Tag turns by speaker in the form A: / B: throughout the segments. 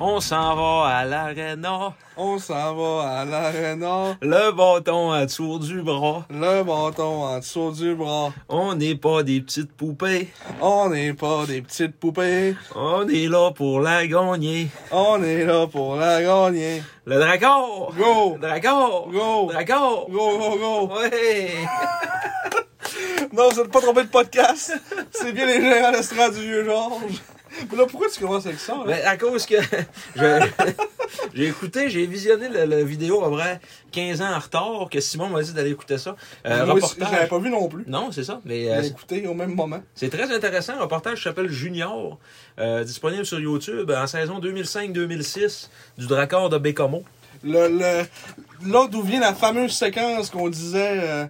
A: On s'en va à l'aréna,
B: On s'en va à l'aréna,
A: le bâton à tour du bras.
B: le bâton en dessous du bras.
A: On n'est pas des petites poupées,
B: On n'est pas des petites poupées,
A: on est là pour la gagner.
B: on est là pour la gagner.
A: Le dragon!
B: Go!
A: Dragon!
B: Go!
A: Dragon!
B: Go, go, go!
A: Ouais!
B: Non, vous êtes pas trompé de podcast! C'est bien les gérants d'estrade du vieux Georges! Mais là, pourquoi tu commences avec ça? Hein?
A: Mais Ben, à cause que je- j'ai écouté, j'ai visionné la, la vidéo à peu près 15 ans en retard que Simon m'a dit d'aller écouter ça. Euh,
B: Moi, Je l'avais
A: reportage.
B: pas vu non plus.
A: Non, c'est ça. Mais
B: Je
A: euh,
B: l'ai écouté au même moment.
A: C'est très intéressant. Un reportage s'appelle Junior, euh, disponible sur YouTube en saison 2005-2006 du Dracor de Bécomo.
B: Le, le, là d'où vient la fameuse séquence qu'on disait. Euh,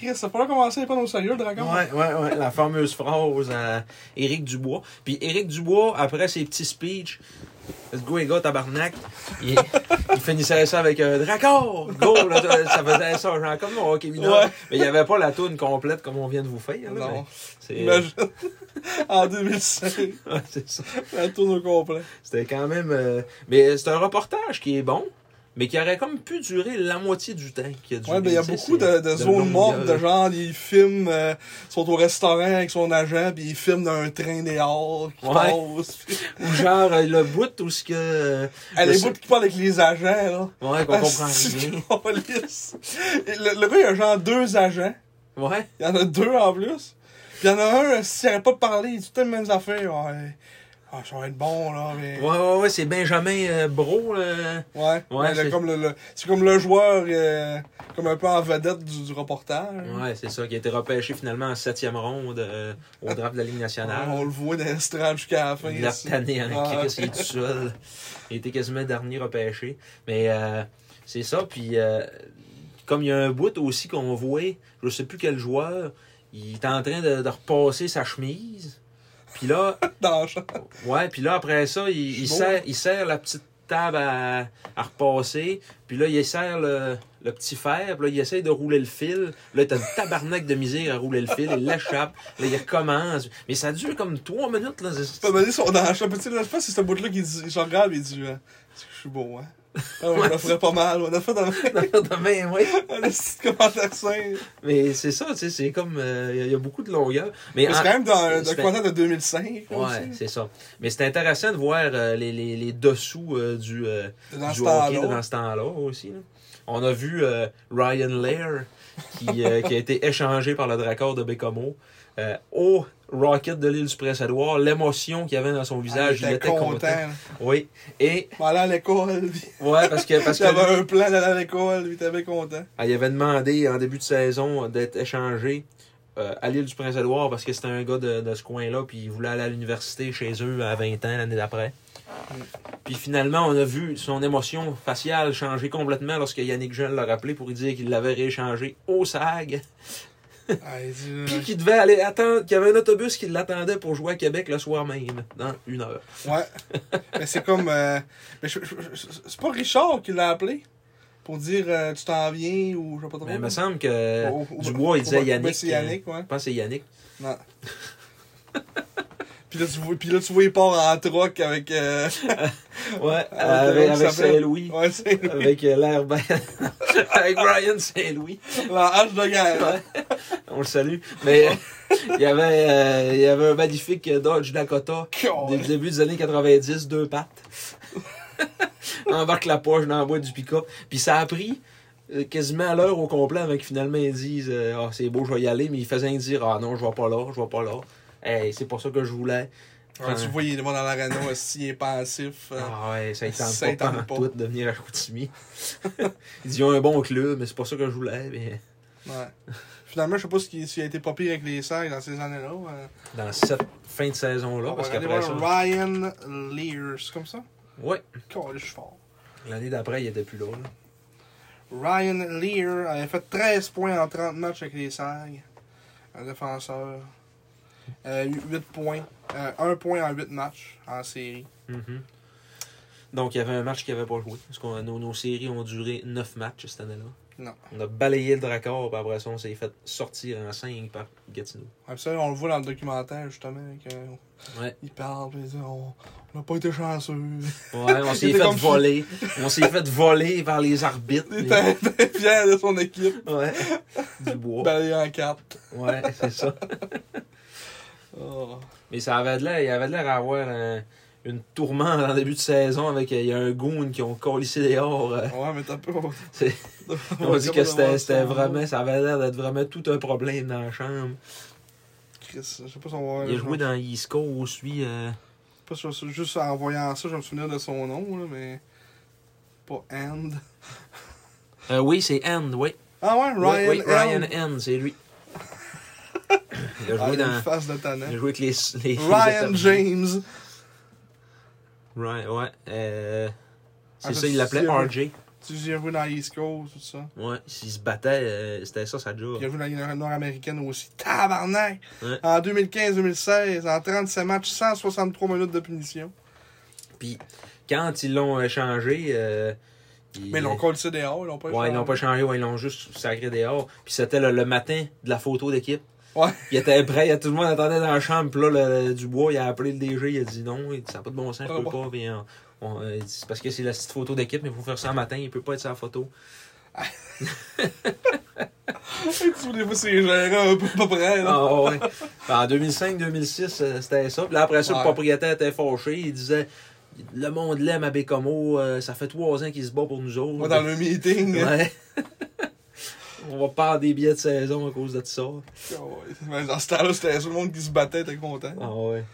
B: Chris, ça pourrait commencer à prendre au sérieux, le dragon.
A: Ouais, ouais, ouais. La fameuse phrase à Éric Dubois. Puis Éric Dubois, après ses petits speeches, ce go et go, tabarnak, il, il finissait ça avec un Dracor! Go! Là, ça faisait ça, genre comme au hockey mineur.
B: Ouais.
A: Mais il n'y avait pas la toune complète comme on vient de vous faire. là, mais
B: Non.
A: C'est
B: Imagine. en 2005,
A: Ouais, c'est ça.
B: la tourne au complet.
A: C'était quand même. euh, Mais c'est un reportage qui est bon, mais qui aurait comme pu durer la moitié du temps. qu'il a duré,
B: Ouais, ben, il y a
A: tu sais,
B: beaucoup
A: c'est-
B: de, de zones
A: longue
B: mortes, de
A: gueule.
B: genre, ils filment, euh, ils sont au restaurant avec son agent, puis ils filment dans un train dehors qui
A: Ouais.
B: passe. Puis,
A: Ou genre euh, le bout où ce que. euh,
B: à
A: le-
B: les bouts qui parlent avec les agents, là.
A: Ouais, qu'on comprend
B: Ah, c'est
A: rien.
B: câlisse. Et le, le gars, il a genre deux agents.
A: Ouais.
B: Il y en a deux en plus. Puis il y en a un, euh, s'il arrête pas de parler, il dit toutes les mêmes affaires. Ouais, Ah, ça va être bon, là, mais.
A: Ouais, ouais, ouais, c'est Benjamin euh, Bro. euh,
B: Ouais,
A: Ouais,
B: ouais,
A: c'est-
B: le- comme le, le- c'est comme le joueur, euh, comme un peu en vedette du, du reportage.
A: Ouais, c'est ça, qui a été repêché finalement en septième ronde euh, au draft de la Ligue nationale.
B: Ah, On le voit dans l'estrade jusqu'à la fin.
A: Il l'a
B: c'est-
A: tanné en
B: Ah,
A: Chris, il est tout seul. Il était quasiment dernier repêché. Mais euh, c'est ça. Puis euh, comme il y a un bout aussi qu'on voit, je sais plus quel joueur, il est en train de, de repasser sa chemise. Puis là,
B: dans le champ.
A: ouais, puis là après ça, il, il
B: Bon.
A: serre, il serre la petite table à, à repasser. Puis là, il serre le, le petit fer. Puis là, il essaie de rouler le fil. Là, t'as une tabarnak de misère à rouler le fil. Il l'échappe. Là, il recommence. Mais ça dure comme trois minutes. Là.
B: Tu peux me dire si on dans le champ. Petit, là, je pense que c'est ce bout-là qui dit, je regarde et il dit, euh, Est-ce que je suis beau, hein? Ah, on a fait pas mal, on a fait un,
A: Demain, oui.
B: un petit commentaire sain.
A: Mais c'est ça, tu sais, c'est comme. Il y, a beaucoup de longueur. Mais,
B: Mais
A: en-
B: c'est quand même dans
A: c'est-
B: le content de 2005. là,
A: Ouais,
B: aussi.
A: c'est ça. Mais c'est intéressant de voir euh, les, les, les dessous euh, du, euh,
B: Dans
A: du
B: ce temps-là.
A: hockey dans ce temps-là aussi. là. On a vu euh, Ryan Lair qui, euh, qui a été échangé par le Dracor de Bécomo euh, au Rocket de l'île du Prince-Édouard. L'émotion qu'il y avait dans son visage,
B: Ah, il était content. là.
A: Oui. Et,
B: Il allait à l'école. puis
A: ouais, parce que. Parce
B: Il avait
A: que
B: un plan d'aller à l'école, puis il était bien content.
A: Ah, il avait demandé en début de saison euh, d'être échangé euh, à l'île du Prince-Édouard parce que c'était un gars de, de ce coin-là, puis il voulait aller à l'université chez eux à 20 ans l'année d'après. Puis finalement, on a vu son émotion faciale changer complètement lorsque Yannick Jean l'a rappelé pour lui dire qu'il l'avait rééchangé au SAG,
B: Ah, il dit, euh,
A: puis qu'il devait aller attendre, qu'il y avait un autobus qui l'attendait pour jouer à Québec le soir même, dans une heure.
B: Ouais. Mais c'est comme. euh, mais je- je- je- c'est pas Richard qui l'a appelé pour dire euh, tu t'en viens ou je sais pas trop.
A: Mais il me semble que
B: Au- au-
A: Dubois, Euh, il
B: au-
A: disait
B: au-
A: Yannick.
B: c'est Yannick, oh, ouais.
A: euh, Je pense que c'est Yannick.
B: Non. puis, là, tu vois, puis là, tu vois, il part en troc avec. euh,
A: Ouais,
B: Ah, ok,
A: Euh, avec,
B: ça
A: avec
B: s'appelle-
A: Saint-Louis.
B: ouais, c'est
A: avec euh, l'air ben- avec Ryan Saint-Louis.
B: la hache de guerre.
A: Ouais. On le salue. Mais euh, il y avait euh, il y avait un magnifique euh, Dodge Dakota des
B: Cool.
A: débuts des années 90, deux pattes. Embarque la poche dans le bois du pick-up. Puis ça a pris euh, quasiment à l'heure au complet avec finalement ils disent euh, Ah, c'est beau, je vais y aller, mais ils faisaient dire Ah non, je vais pas là, je vais pas là. Hey, c'est pas ça que je voulais.
B: Ouais, Tu vois, il est dans l'arena aussi, il est passif. euh,
A: Ah ouais, ça ne
B: Ça
A: tente
B: tente
A: pas,
B: pas.
A: pas. tout de venir à Chicoutimi. Ils disent, ils ont un bon club, mais c'est pas ça que je voulais. Mais
B: ouais. Finalement, je sais pas ce qui- s'il a été pas pire avec les sacs dans ces années-là. euh.
A: dans cette fin de saison-là,
B: On
A: parce
B: va aller
A: qu'après ça...
B: voir Ryan Lears, c'est comme ça?
A: Ouais,
B: Calais, je suis fort.
A: l'année d'après, il était plus là. là.
B: Ryan Lear avait fait 13 points en 30 matchs avec les Sags. Un défenseur. Euh, 8 points. 1 point en 8 matchs en série. Mm-hmm.
A: Mhm. Donc, il y avait un match qu'il n'avait pas joué. Parce que nos, nos séries ont duré 9 matchs cette année-là.
B: Non.
A: On a balayé le Dracor, puis après ça, on s'est fait sortir en 5 par Gatineau.
B: Ouais, pis ça, on le voit dans le documentaire, justement. que-
A: Ouais,
B: il parle, pis il dit, on n'a pas été chanceux.
A: ouais on s'est
B: C'était
A: fait
B: comme-
A: voler. on s'est fait voler par les arbitres.
B: Il
A: mais-
B: était était fier de son équipe.
A: Ouais, du bois.
B: Balayé en 4.
A: Ouais, c'est ça. Mais ça avait de l'air, il avait de l'air à avoir un- une tourmente en début de saison avec euh, il y a un goon qui ont collissé dehors. euh,
B: Ouais, mais t'as pas.
A: C'est- on dit que c'était c'était vraiment, ça avait l'air d'être vraiment tout un problème dans la chambre.
B: Chris, je sais pas si on va.
A: Il a
B: je
A: joué dans East Coast, lui. euh,
B: sais pas si on- juste en voyant ça, je vais me souvenir de son nom, là, mais. Pas End.
A: euh, oui, c'est End, oui.
B: Ah ouais, Ryan
A: oui, oui, Ryan
B: End.
A: End, c'est lui. il a
B: Ah,
A: joué
B: il a une
A: dans.
B: face de
A: Il a
B: tannant.
A: joué avec les. les les
B: Ryan
A: États-Unis.
B: James.
A: Ryan, ouais. euh, c'est
B: Ah,
A: ça, il
B: c'est-
A: l'appelait
B: c'est-
A: RJ.
B: Tu sais, il a joué dans East Coast, tout ça.
A: Ouais, s'il se battait, euh, c'était ça sa job.
B: Il a joué dans la Ligue nord-américaine aussi. Tabarnak!
A: Ouais.
B: En 2015-2016, en 37 matchs, 163 minutes de punition.
A: Puis quand ils l'ont euh, changé, euh, ils-
B: Mais ils l'ont collé ça dehors, ils l'ont pas
A: Ouais, ils l'ont pas
B: échangé.
A: changé, ouais, ils l'ont juste sacré dehors. Puis c'était le, le matin de la photo d'équipe.
B: Ouais.
A: Il était prêt, il y a- tout le monde attendait dans la chambre. Puis là, le, Dubois, il a appelé le DG, il a dit non, il dit, ça n'a pas de bon sens, je
B: Ah,
A: peux
B: bon.
A: pas. Puis on- on- euh, il dit, c'est parce que c'est la petite photo d'équipe, mais il faut faire ça le matin, il peut pas être sur la photo.
B: Tu vois, des fois, c'est gérant un peu à peu près, là.
A: Ah, ouais. Puis en 2005-2006, euh, c'était ça. Puis là, après ça,
B: Ouais.
A: le propriétaire était fâché, il disait le monde l'aime à Bécomo, euh, ça fait trois ans qu'il se bat pour nous autres.
B: Moi, dans le meeting.
A: Ouais. On va perdre des billets de saison à cause de ça.
B: Ah ouais. Mais dans ce temps-là, c'était tout le monde qui se battait, était content.
A: Ah ouais.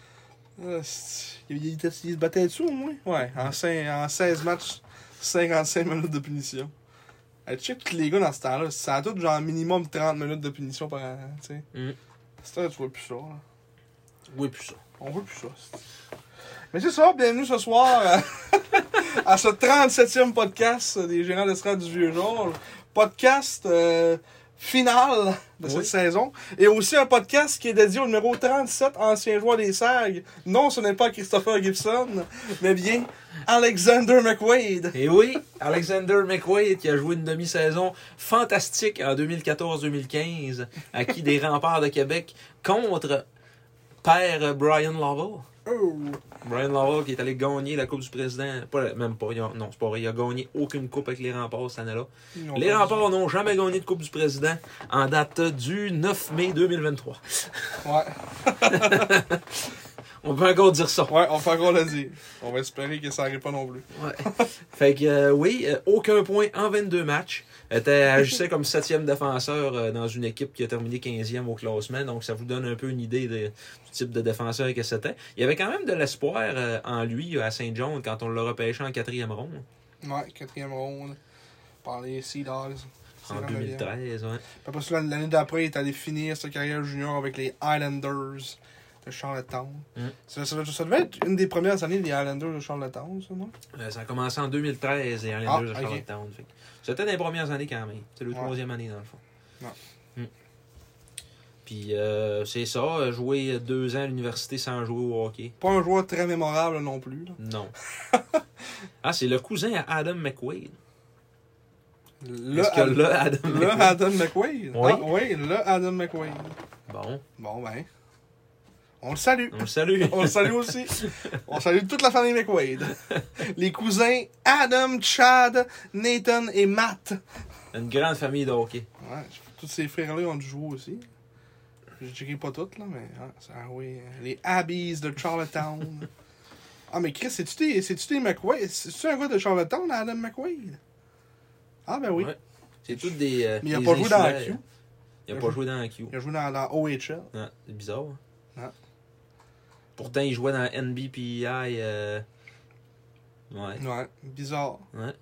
B: Ah, c'est- il, était- il se battait dessus, au moins. Ouais, en, cin- en 16 matchs, 55 minutes de punition. Hey, check tous les gars dans ce temps-là. Ça a tout genre minimum 30 minutes de punition par an. tu sais.
A: Mm.
B: C'est ça, tu vois plus ça. là.
A: Oui, plus ça.
B: On voit plus ça. c'est- Mais c'est ça, bienvenue ce soir à, à ce 37e podcast des gérants d'estrade du Vieux Georges. Podcast euh, final de cette
A: Oui.
B: saison. Et aussi un podcast qui est dédié au numéro 37, ancien joueur des SAG. Non, ce n'est pas Christopher Gibson, mais bien Alexander McWade.
A: Et oui, Alexander McQuaid qui a joué une demi-saison fantastique en 2014-2015, acquis des remparts de Québec contre père Brian Lovell.
B: Oh.
A: Brian Lovell qui est allé gagner la Coupe du Président. Pas, la- même pas, il a- non, c'est pas vrai. Il a gagné aucune Coupe avec les remparts cette année-là. Les remparts n'ont jamais gagné de Coupe du Président en date du 9 mai 2023.
B: Ouais.
A: On peut encore dire ça.
B: ouais, on peut encore le dire. On va espérer que ça n'arrive pas non plus.
A: Ouais. fait que euh, oui, euh, aucun point en 22 matchs. Était agissait comme septième défenseur euh, dans une équipe qui a terminé 15e au classement. Donc, ça vous donne un peu une idée de- du type de défenseur que c'était. Il y avait quand même de l'espoir euh, en lui à Saint-John quand on l'a repêché en quatrième ronde
B: Ouais, quatrième ronde. Par les Sea Dogs. C'est
A: en
B: vraiment bien.
A: 2013. ouais.
B: Puis Après ça, l'an- l'année d'après, il est allé finir sa carrière junior avec les Highlanders de Charlottetown.
A: Mm.
B: Ça, ça- ça devait être une des premières années des Highlanders de Charlottetown, ça, non?
A: Euh, ça a commencé en 2013 et en les
B: Ah,
A: deux à
B: ok.
A: Charlottetown. Fait que C'était dans les premières années quand même. C'est le
B: Ouais.
A: troisième année dans le fond.
B: Ouais.
A: Mm. Puis euh, c'est ça, jouer deux ans à l'université sans jouer au hockey.
B: Pas un joueur très mémorable non plus. là.
A: Non. ah, c'est le cousin à Adam McQuaid.
B: Le,
A: Parce que
B: Ad-
A: là, Adam
B: le
A: McQuaid.
B: Adam McQuaid.
A: Oui.
B: Ah, oui, le Adam McQuaid.
A: Bon,
B: Bon, ben. On le salue.
A: on le salue.
B: On le salue aussi. On salue toute la famille McQuaid. Les cousins Adam, Chad, Nathan et Matt.
A: Une grande famille de hockey.
B: Ouais, tous ces frères-là ont dû jouer aussi. Je dirais pas toutes, là, mais ouais, ça, ah oui. euh, Les Abbeys de Charlottetown. ah, mais Chris, c'est-tu des, c'est-tu des McQuaid? C'est-tu un gars de Charlottetown, Adam McQuaid? Ah, ben oui.
A: Ouais. C'est tous des. euh,
B: Mais il a
A: des
B: pas joué dans la
A: insulaires.
B: Q.
A: Il a pas joué dans la Q. Ah,
B: Il a joué dans, dans OHL. Ah.
A: Non, C'est bizarre. hein.
B: Non.
A: Pourtant, il jouait dans NBPI. euh, Ouais.
B: Ouais, bizarre.
A: ouais.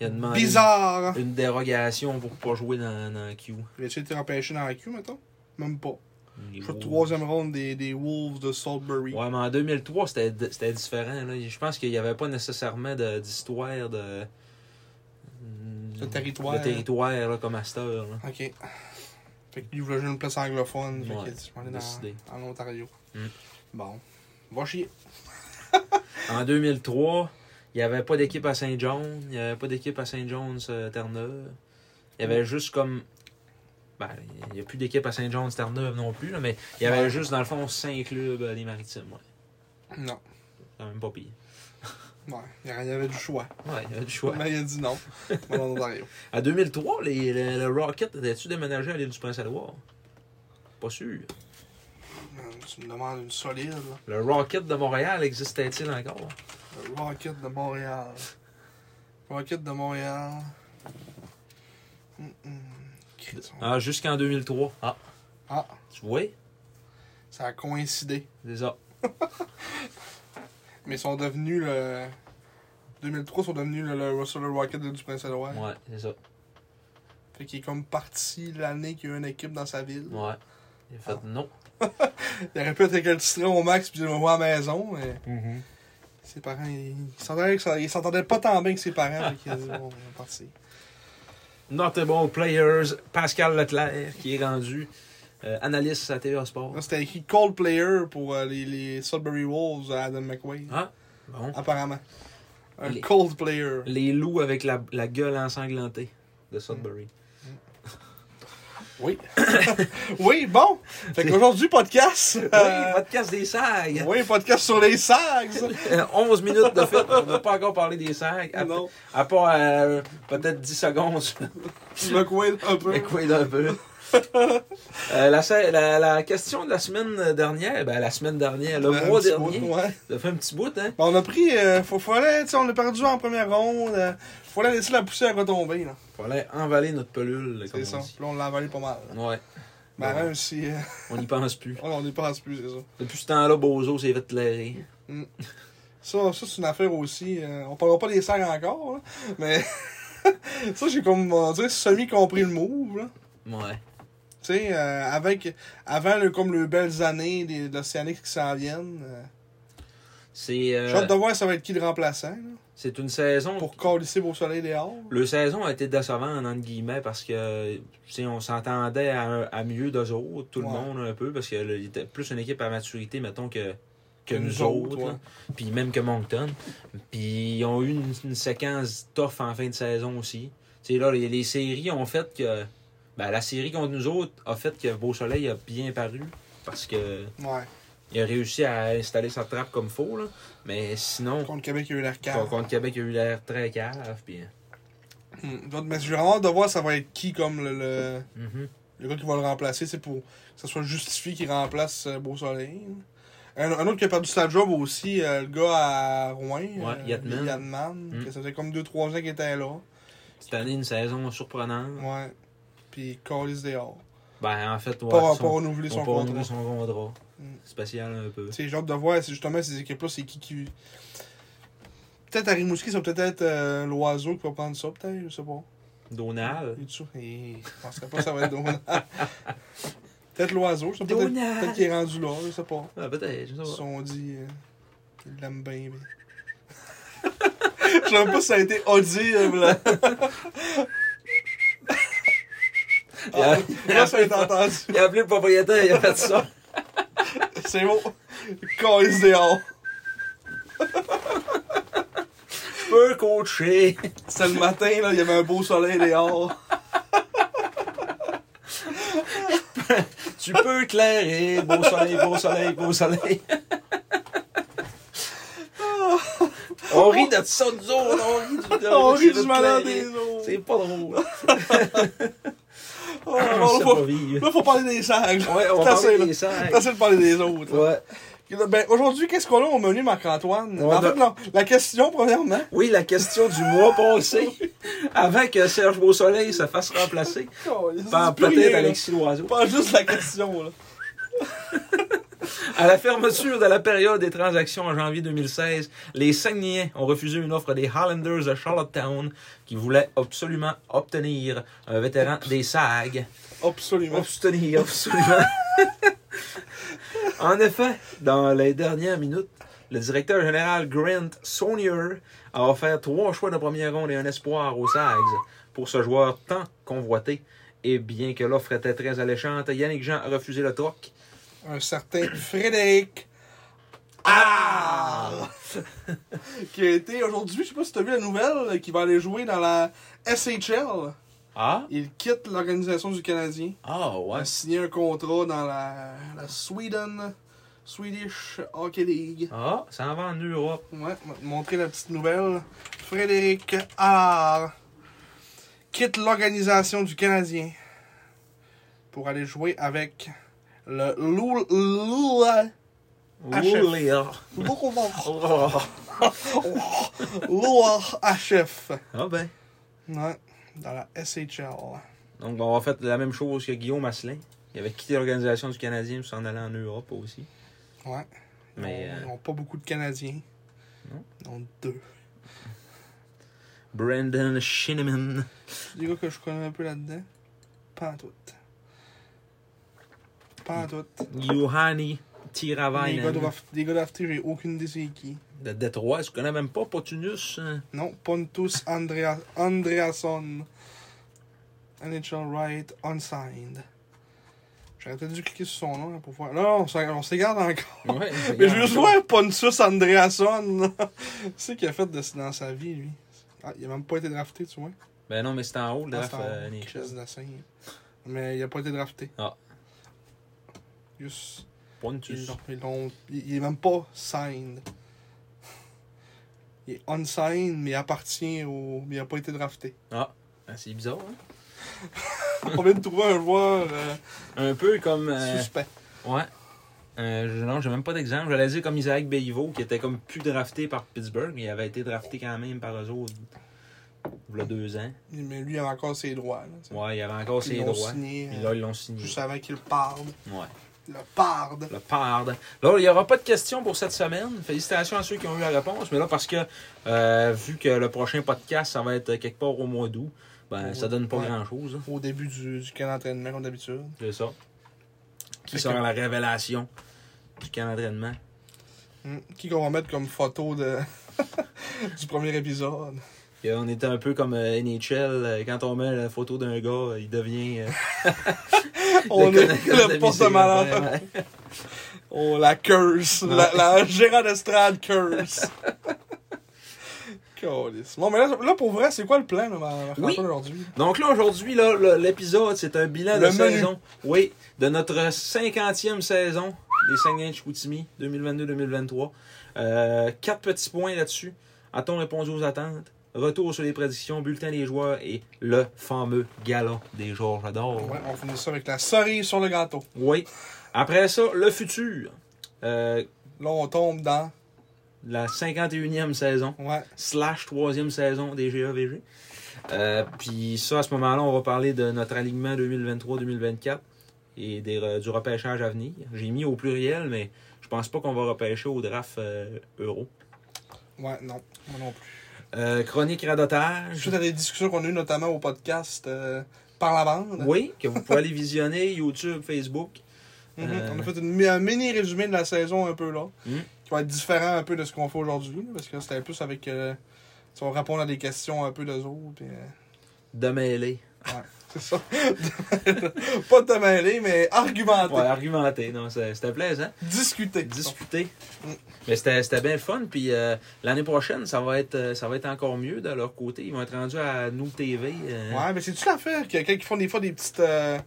A: Il a demandé
B: Bizarre!
A: une dérogation pour pas jouer dans, dans Q.
B: Il a-tu été repêché dans la queue, mettons? Même pas.
A: Les
B: Je suis au
A: Wolves.
B: troisième round des, des Wolves de Salisbury.
A: Ouais, mais en 2003, c'était c'était différent. Là. Je pense qu'il n'y avait pas nécessairement de- d'histoire de.
B: De territoire.
A: De territoire, là, comme à cette heure. là.
B: Ok. Fait que lui, il voulait jouer une place anglophone.
A: Ouais,
B: Fait qu'il a dit, je vais aller
A: décidé.
B: dans, en Ontario.
A: Mm.
B: Bon. Va chier.
A: En 2003, il n'y avait pas d'équipe à Saint-John. Il n'y avait pas d'équipe à Saint-John's euh, Terre-Neuve. Il y avait juste comme. Ben, il n'y a plus d'équipe à Saint-John's Terre-Neuve non plus, là, mais il y avait
B: Ouais.
A: juste, dans le fond, cinq clubs euh, des maritimes. Ouais.
B: Non.
A: Quand même pas pire.
B: Ouais. Il y avait du choix.
A: Ouais, il y avait du choix.
B: Mais il a dit non. Va en Ontario.
A: En 2003, les, le, le Rocket était-tu déménagé à l'île du Prince-Édouard Pas sûr.
B: Hum, Tu me demandes une solide, là.
A: Le Rocket de Montréal existait-il encore?
B: Le Rocket de Montréal. Rocket de Montréal. Hum, hum. Christ, on-
A: Ah, jusqu'en 2003. Ah,
B: Ah,
A: tu vois?
B: ça a coïncidé.
A: C'est ça.
B: Mais ils sont devenus le. 2003 ils sont devenus le, le Russell Rocket du Prince-Édouard.
A: Ouais, c'est ça.
B: Fait qu'il est comme parti l'année qu'il y a eu une équipe dans sa ville.
A: Ouais. Il a fait
B: Ah.
A: non.
B: Il aurait pu être récalcitrant au max puis dire me voir à la maison, mais ses parents, ils ils s'entendaient avec ça- ils s'entendaient pas tant bien que ses parents. fait qu'il a dit bon, on est parti.
A: Notable players, Pascal Leclerc, qui est rendu euh, analyste à TVA Sport.
B: Là, c'était écrit Cold Player pour euh, les, les Sudbury Wolves à Adam McWay.
A: Ah, bon.
B: Apparemment. Un
A: Les-
B: Cold Player.
A: Les loups avec la, la gueule ensanglantée de
B: Mm.
A: Sudbury.
B: Oui. oui, bon. Fait qu'aujourd'hui, podcast.
A: Oui,
B: euh,
A: podcast des sags!
B: oui, podcast sur les Sags.
A: Euh, 11 minutes de fait, on n'a pas encore parlé des sags. À,
B: non,
A: à part euh, peut-être 10 secondes sur-
B: McWay un peu.
A: Écoute un peu. Euh, la, sa- la- la question de la semaine dernière, ben la semaine dernière, le
B: Un
A: mois
B: Euh, petit bout,
A: dernier,
B: ouais.
A: ça fait un petit bout, hein?
B: Ben, on a pris. Euh, faut, fallait, tu sais, on l'a perdu en première ronde. euh, fallait laisser la poussière retomber. Là.
A: Fallait emballer notre pelule, comme
B: C'est
A: on
B: ça.
A: dit.
B: Puis là, on l'a avalé pas mal. là.
A: Ouais,
B: Ben,
A: Ouais.
B: même si. euh,
A: on n'y pense plus.
B: on n'y pense plus, c'est ça.
A: Depuis ce temps-là, Bozo s'est fait clairer.
B: Ça, ça c'est une affaire aussi. euh, on parlera pas des serres encore, là, mais. ça, j'ai comme, on dirait, semi-compris le move, là.
A: Ouais.
B: Tu sais, euh, avec, avant le, comme les belles années des- de l'Océanique qui s'en viennent, euh,
A: C'est euh,
B: j'ai hâte de voir ça va être qui le remplaçant, là,
A: c'est une saison.
B: pour colisser beau soleil dehors.
A: Le saison a été décevante, entre guillemets, parce que tu sais, on s'entendait à, à mieux d'eux autres, tout
B: Ouais.
A: le monde un peu, parce que là, il était plus une équipe à maturité, mettons, que, que
B: Que
A: nous,
B: nous
A: autres.
B: autres,
A: là.
B: ouais.
A: Puis même que Moncton. Puis ils ont eu une, une séquence tough en fin de saison aussi. Tu sais, là, les, les séries ont fait que. Ben, la série contre nous autres a fait que Beau Soleil a bien paru, parce que
B: Ouais.
A: il a réussi à installer sa trappe comme faux, là. Mais sinon,
B: Contre Québec, il y a eu l'air calme.
A: contre Québec, il a eu l'air très cave, puis.
B: Hum, donc, Mais j'ai vraiment hâte de voir ça va être qui comme le, le,
A: Mhm.
B: le gars qui va le remplacer. C'est pour que ça soit justifié qu'il remplace euh, Beau Soleil. Un, un autre qui a perdu sa job aussi, euh, le gars à Rouen, euh,
A: Yatman.
B: Yatman,
A: Hum.
B: que ça faisait comme 2-3 ans qu'il était là.
A: Cette année, une saison surprenante.
B: Ouais. Puis Callis dehors.
A: Ben, en fait, ouais,
B: pas,
A: ils
B: pas
A: sont-
B: renouveler
A: ils
B: son
A: ont pas renouvelé
B: contrat.
A: son contrat.
B: Mm.
A: Spécial un peu.
B: Tu sais, j'ai hâte de voir, c'est justement ces équipes-là, c'est qui qui. Peut-être à Rimouski, ça va peut-être être, euh, l'oiseau qui va prendre ça, peut-être, je sais pas.
A: Donald.
B: Et tout ça. Et je penserais pas que ça va être Donald. peut-être l'oiseau, je sais pas. Peut-être
A: Donald.
B: peut-être qu'il est rendu là, je sais pas.
A: Ah, peut-être, je sais
B: Ils
A: pas.
B: se sont dit. euh, ils l'aiment bien, mais. Je sais même pas si ça a été audible. là. Ah, là, ça a été entendu.
A: Il a appelé le propriétaire, il a fait ça.
B: C'est bon. Callis dehors.
A: Je peux coacher.
B: C'était le matin, là, il y avait un beau soleil dehors.
A: Tu peux éclairer. Beau soleil, beau soleil, beau soleil. on rit de ça, nous autres. On rit du, de-
B: Ah. On
A: de-
B: rit
A: de-
B: du malade
A: éclairer.
B: des autres.
A: C'est pas drôle. on
B: Oh, bon,
A: sait
B: faut-
A: pas vivre.
B: Là, faut parler des sages.
A: Ouais, on
B: C'est
A: va
B: assez,
A: parler
B: là.
A: des sacs.
B: C'est assez de parler des autres. là.
A: Ouais.
B: Ben, aujourd'hui, qu'est-ce qu'on a au menu, Marc-Antoine?
A: On
B: en
A: a-
B: fait, non. La question, premièrement.
A: Oui, la question du mois passé, avant que Serge Beausoleil se fasse remplacer
B: Oh, c'est
A: par
B: plus rien,
A: peut-être
B: là.
A: Alexis Loiseau.
B: Pas juste la question, là.
A: À la fermeture de la période des transactions en janvier 2016, les Saguenayens ont refusé une offre des Highlanders de Charlottetown qui voulaient absolument obtenir un vétéran des SAG.
B: Absolument.
A: Obtenir, absolument. en effet, dans les dernières minutes, le directeur général Grant Saunier a offert trois choix de première ronde et un espoir aux Sags pour ce joueur tant convoité. Et bien que l'offre était très alléchante, Yannick Jean a refusé le troc.
B: Un certain Frédéric
A: Ah!
B: qui a été aujourd'hui, je sais pas si t'as vu la nouvelle, qui va aller jouer dans la SHL.
A: Ah?
B: Il quitte l'organisation du Canadien.
A: Ah,
B: Il
A: ouais.
B: a signé un contrat dans la, la Sweden Swedish Hockey League.
A: Ah, ça en va en Europe.
B: Ouais, on va te montrer la petite nouvelle. Frédéric Allard quitte l'organisation du Canadien pour aller jouer avec le Lou- Lula- HF.
A: Oulé, ah.
B: Lula
A: Oh.
B: Lula HF.
A: Ah ben.
B: Ouais, dans la SHL.
A: Donc, on va faire la même chose que Guillaume Asselin. Il avait quitté l'organisation du Canadien pour s'en aller en Europe aussi.
B: Ouais.
A: Mais
B: Ils
A: euh,
B: n'ont pas beaucoup de Canadiens.
A: Non.
B: Ils en ont deux.
A: Brandon Shinneman.
B: Des gars que je connais un peu là-dedans. Pas en tout. Pas en tout.
A: Yohani
B: Les gars
A: Tiravainen.
B: doivent- les gars d'AFT, j'ai aucune idée c'est qui.
A: De Détroit. Je connais même pas Potunus. hein?
B: Non, Pontus Andrea Andreasson. NHL Right Unsigned. J'aurais peut-être dû cliquer sur son nom là, pour voir. Là, on s'en- on s'égare encore.
A: Ouais,
B: Mais je veux voir Pontus Andreasson. C'est qu'il a fait de, dans sa vie, lui. Ah, il a même pas été drafté, tu vois.
A: Ben non, mais c'est en haut, le
B: Ah,
A: draft,
B: c'est en-
A: euh, les-
B: Chris Dassin. Mais il a pas été drafté.
A: Ah.
B: Juste. Ils
A: Pontus.
B: l'ont- ils l'ont- il il est même pas signed. Il est unsigned, mais il appartient au. Il a pas été drafté.
A: Ah, c'est bizarre, hein?
B: On vient de trouver un joueur euh,
A: Un peu comme. euh,
B: suspect.
A: Ouais. Euh, je- non, j'ai même pas d'exemple. J'allais dire comme Isaac Béliveau, qui était comme plus drafté par Pittsburgh, mais il avait été drafté quand même par eux autres. Il y a deux ans.
B: Mais lui, il a encore ses droits. Là, tu sais.
A: Ouais, il avait encore
B: Ils
A: ses
B: l'ont
A: droits.
B: signé,
A: Puis
B: euh,
A: là, ils l'ont signé.
B: Juste avant qu'il parde.
A: Ouais.
B: Le parde.
A: Le pard. Là, il n'y aura pas de questions pour cette semaine. Félicitations à ceux qui ont eu la réponse. Mais là, parce que euh, vu que le prochain podcast, ça va être quelque part au mois d'août, ben
B: Ouais.
A: ça donne pas hein.
B: Ouais.
A: grand chose.
B: Au début du, du camp d'entraînement, comme d'habitude.
A: C'est ça. Qui
B: Fait
A: sera
B: que-
A: la révélation du camp d'entraînement.
B: Hmm. Qui qu'on va mettre comme photo de... du premier épisode
A: Puis, euh, on était un peu comme euh, NHL, euh, quand on met la photo d'un gars, euh, il devient. euh,
B: On est le
A: déconnecté,
B: poste malade.
A: ouais, ouais.
B: Oh, la curse. La, la gérant d'estrade curse. Câlisse. Bon, mais là, là, pour vrai, c'est quoi le plan, là, ma, ma
A: Oui.
B: rencontre aujourd'hui?
A: Donc là, aujourd'hui, là, le- l'épisode, c'est un bilan de
B: Le menu.
A: saison. Oui, de notre 50e saison des Saguenay de Chicoutimi 2022-2023. Euh, quatre petits points là-dessus. A-t-on répondu aux attentes? Retour sur les prédictions, bulletin des joueurs et le fameux gala des Georges Adore.
B: Ouais, on finit ça avec la cerise sur le gâteau.
A: Oui. Après ça, le futur. Euh,
B: Là, on tombe dans...
A: la 51e saison.
B: Ouais.
A: slash troisième saison des GAVG. Euh, puis ça, à ce moment-là, on va parler de notre alignement 2023-2024 et des, re- du repêchage à venir. J'ai mis au pluriel, mais je pense pas qu'on va repêcher au draft euh, euro.
B: Ouais, non. Moi non plus.
A: Euh, chronique radotage.
B: Suite à des discussions qu'on a eues notamment au podcast euh, Par la bande.
A: Oui, que vous pouvez aller visionner YouTube, Facebook.
B: Mhm.
A: Euh.
B: On a fait une, un mini résumé de la saison un peu là.
A: Mhm.
B: Qui va être différent un peu de ce qu'on fait aujourd'hui. là, Parce que c'était plus avec. euh, tu vas répondre à des questions un peu d'eux autres. puis, euh,
A: De mêlée.
B: c'est ça. Pas de te mêler, mais argumenter.
A: Ouais, argumenter. Non, c'est- c'était plaisant.
B: Discuter.
A: discuter.
B: Mm.
A: Mais c'était c'était bien le fun. Puis euh, l'année prochaine, ça va être euh, ça va être encore mieux de leur côté. Ils vont être rendus à nous TV. euh,
B: Ouais, mais c'est-tu l'affaire qu'il y a quelqu'un qui font des fois des petites. euh,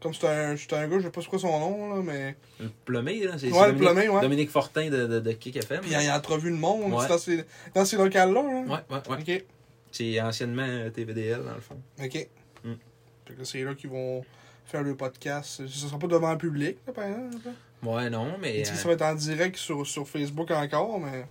B: comme c'est un, c'est un gars, je sais pas c'est quoi son nom, là, mais.
A: Le plumé, Euh, là. C'est
B: Ouais,
A: c'est
B: le
A: Dominique,
B: plumé, ouais.
A: Dominique Fortin de, de, de Kick FM.
B: Puis il a, il a entrevu le monde
A: Ouais.
B: c'est dans ces, dans ces locales-là. là.
A: Ouais, ouais, ouais.
B: Ok.
A: C'est anciennement euh, TVDL, dans le fond.
B: Ok.
A: Mm.
B: Fait que là, c'est là qu'ils vont faire le podcast. Ce sera pas devant le public, là, par exemple. là.
A: Ouais, non, mais
B: Il dit que
A: euh,
B: ça va être en direct sur, sur Facebook encore, mais.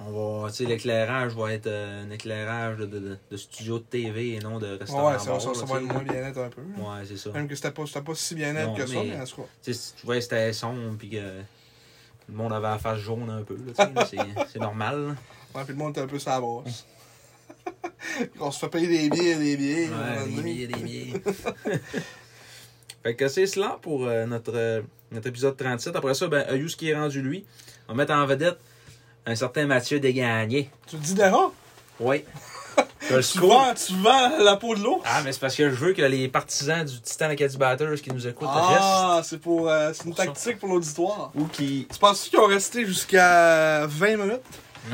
A: on va. Tu sais, l'éclairage va être euh, un éclairage de, de, de- de studio de TV et non de restaurant.
B: Ouais, ça, va-
A: bar,
B: ça, ça
A: là,
B: va
A: tu
B: être
A: sais.
B: moins bien être un peu. là.
A: Ouais, c'est ça.
B: Même que c'était pas, c'était pas si bien être
A: Non,
B: que ça,
A: mais-
B: mais en tout cas.
A: Tu sais, si tu vois, c'était sombre, puis que. Le monde avait la face jaune un peu, là, tu sais, là, c'est- c'est normal. là.
B: Ouais, puis le monde était un peu sur la brosse. On se fait payer des billets, des billets. à un
A: Ouais,
B: moment
A: des
B: donné.
A: billets, des billets. fait que c'est cela pour euh, notre, euh, notre épisode 37. Après ça, ben, Ayus qui est rendu lui, on va mettre en vedette un certain Mathieu Desgagnés.
B: Tu le dis Dara?
A: Oui. Je le
B: Tu
A: scoop.
B: vends, tu vends la peau de l'eau?
A: Ah, mais c'est parce que je veux que les partisans du Titan Acadie Batters qui nous écoutent restent.
B: Ah, c'est pour. euh, c'est une
A: Pour ça.
B: tactique pour l'auditoire.
A: Ou qui.
B: Tu penses qu'ils ont resté jusqu'à 20 minutes?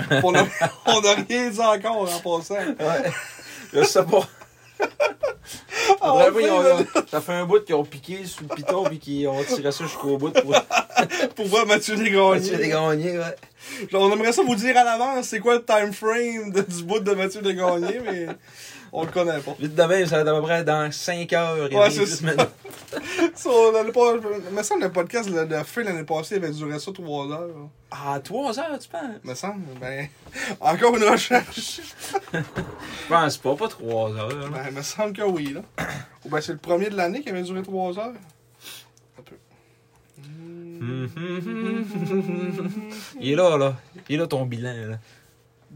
B: Pour le- On n'a rien dit encore en passant.
A: Ouais. je sais pas. Après, oui, on- ça fait un bout qu'ils ont piqué sous le piton puis qu'ils ont tiré ça jusqu'au bout pour
B: Pour voir Mathieu Desgagnés.
A: Mathieu Desgagnés, ouais.
B: Genre, on aimerait ça vous dire à l'avance c'est quoi le time frame de- du bout de Mathieu Desgagnés, mais on le connaît pas.
A: Vite demain, ça va être à peu près dans 5 heures et
B: Ouais,
A: demie,
B: c'est
A: dix
B: ça.
A: minutes.
B: Ça, on a pas... me semble que le podcast de, de Phil l'année passée avait duré ça 3 heures.
A: Ah, 3 heures, tu penses?
B: Me semble, ben. Encore une recherche.
A: Je pense pas, pas 3 heures. là.
B: Ben, me semble que oui, là. Ou ben, c'est le premier de l'année qui avait duré 3 heures. Un peu.
A: Il est là, là. Il est là ton bilan, là.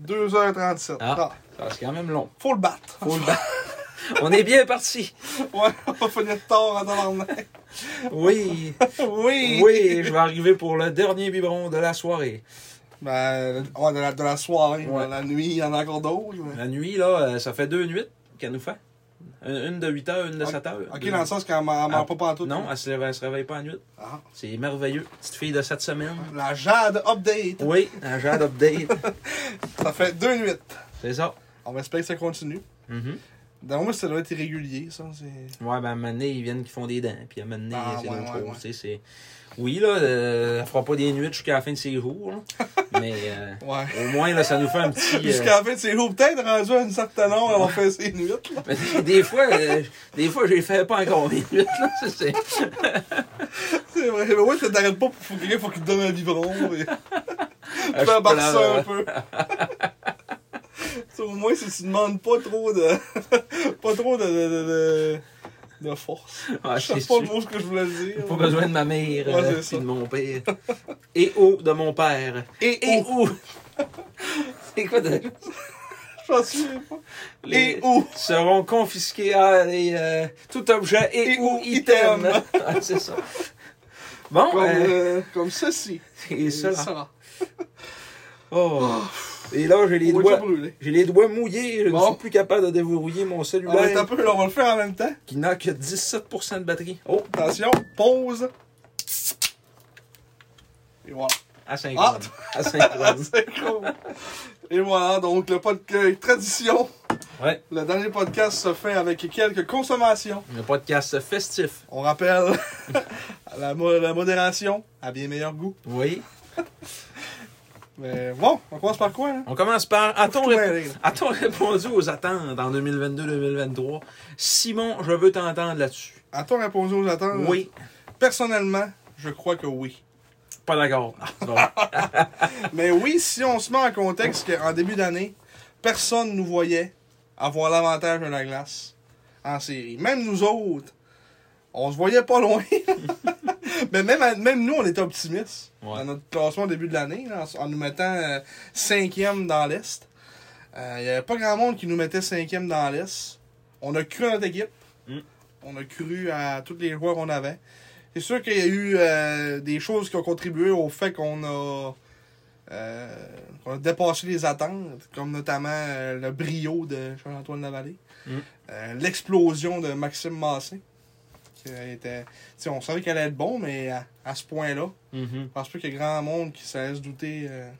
B: 2h37.
A: Ah.
B: Ah.
A: Ça, C'est quand même long.
B: Faut le battre.
A: Faut le battre. On est bien parti.
B: Ouais, on va finir tard en tabarnak.
A: Oui.
B: Oui.
A: Oui, je vais arriver pour le dernier biberon de la soirée.
B: Ben, ouais, de la, de la soirée,
A: Ouais.
B: de la nuit, il y en a encore d'autres. mais-
A: La nuit, là, euh, ça fait deux nuits qu'elle nous fait. Une, une de 8 heures, une de 7 heures.
B: Ok,
A: Deux-
B: dans le sens qu'elle m'en
A: Ah,
B: pas pas tout.
A: Non, elle se, réveille, elle se réveille pas en nuit.
B: Ah.
A: C'est merveilleux. Petite fille de cette semaine.
B: La Jade Update.
A: Oui, un genre d'update.
B: Ça fait deux nuits.
A: C'est ça.
B: On va espérer que ça continue.
A: Mhm.
B: Dans moi, ça doit être irrégulier, ça. c'est-
A: Ouais, ben à un moment donné, ils viennent qui font des dents, puis à un moment donné,
B: Ah,
A: c'est
B: ouais,
A: d'autres
B: ouais,
A: choses,
B: ouais.
A: tu sais, c'est... Oui, là, euh, elle fera pas des nuits jusqu'à la fin de ses jours, là. mais euh,
B: Ouais.
A: au moins, là, ça nous fait un petit... euh,
B: Jusqu'à la fin de ses jours, peut-être rendu à une certaine heure, on fait ses nuits. là.
A: mais des- des fois, euh, des fois, j'ai fait pas encore des nuits, là, ça, c'est... Ah,
B: C'est vrai. Mais ouais, ça t'arrête pas pour faut qu'il faut qu'il te donne un biberon. Et...
A: Ah, je
B: Fais barre ça
A: pleure.
B: un peu. Ça, au moins, si tu demandes pas trop de. pas trop de. de, de, de- de force.
A: Ah,
B: Je sais
A: c'est
B: pas
A: sûr.
B: le mot que je voulais dire.
A: Pas besoin de ma mère
B: Ouais,
A: euh,
B: c'est
A: puis
B: ça.
A: de mon père. Et ou de mon père.
B: Et,
A: Et
B: et
A: ou...
B: où
A: C'est quoi de...
B: J'en souviens pas.
A: Les-
B: Et oh. où
A: seront confisqués à les, euh, tout objet et,
B: Et
A: ou
B: ou
A: item.
B: item.
A: Ah, c'est ça. Bon,
B: Comme,
A: euh,
B: euh, comme ceci.
A: et ça.
B: Ça.
A: Oh. Et là, j'ai les
B: On va
A: doigts.
B: tout brûler.
A: J'ai les doigts mouillés, je ne
B: Bon.
A: suis plus capable de déverrouiller mon
B: On va être
A: cellulaire
B: un Ben, peu, là, on va le faire en même temps.
A: qui n'a que 17% de batterie. Oh,
B: Attention, pause. Et voilà.
A: asynchrone. Asynchrone.
B: C'est cool. Et voilà, donc le podcast tradition.
A: Ouais,
B: Le dernier podcast se fait avec quelques consommations.
A: le podcast festif.
B: On rappelle la, mo- la modération à bien meilleur goût.
A: Oui.
B: Mais bon, on commence par quoi, hein? là?
A: On commence par a-t-on
B: Tout
A: rép-
B: mêlé, là.
A: a-t-on répondu aux attentes en 2022-2023 Simon, je veux t'entendre là-dessus.
B: A-t-on répondu aux attentes?
A: Oui.
B: Personnellement, je crois que oui.
A: Pas d'accord. Ah, bon.
B: Mais oui, si on se met en contexte qu'en début d'année, personne nous voyait avoir l'avantage de la glace en série. Même nous autres, on se voyait pas loin. Mais même, à- même nous, on était optimistes
A: Ouais.
B: dans notre classement au début de l'année, là, en, en nous mettant euh, cinquième dans l'Est. Il n'y avait pas grand monde qui nous mettait cinquième dans l'Est. On a cru à notre équipe.
A: Mm.
B: On a cru à tous les joueurs qu'on avait. C'est sûr qu'il y a eu euh, des choses qui ont contribué au fait qu'on a, euh, qu'on a dépassé les attentes, comme notamment euh, le brio de Charles-Antoine Lavallée,
A: Mm.
B: Euh, l'explosion de Maxime Massé. Qui était, tu sais, on savait qu'elle allait être bon, mais à, à ce point-là,
A: Mhm.
B: je pense pas qu'il y a grand monde qui s'est se douter. euh,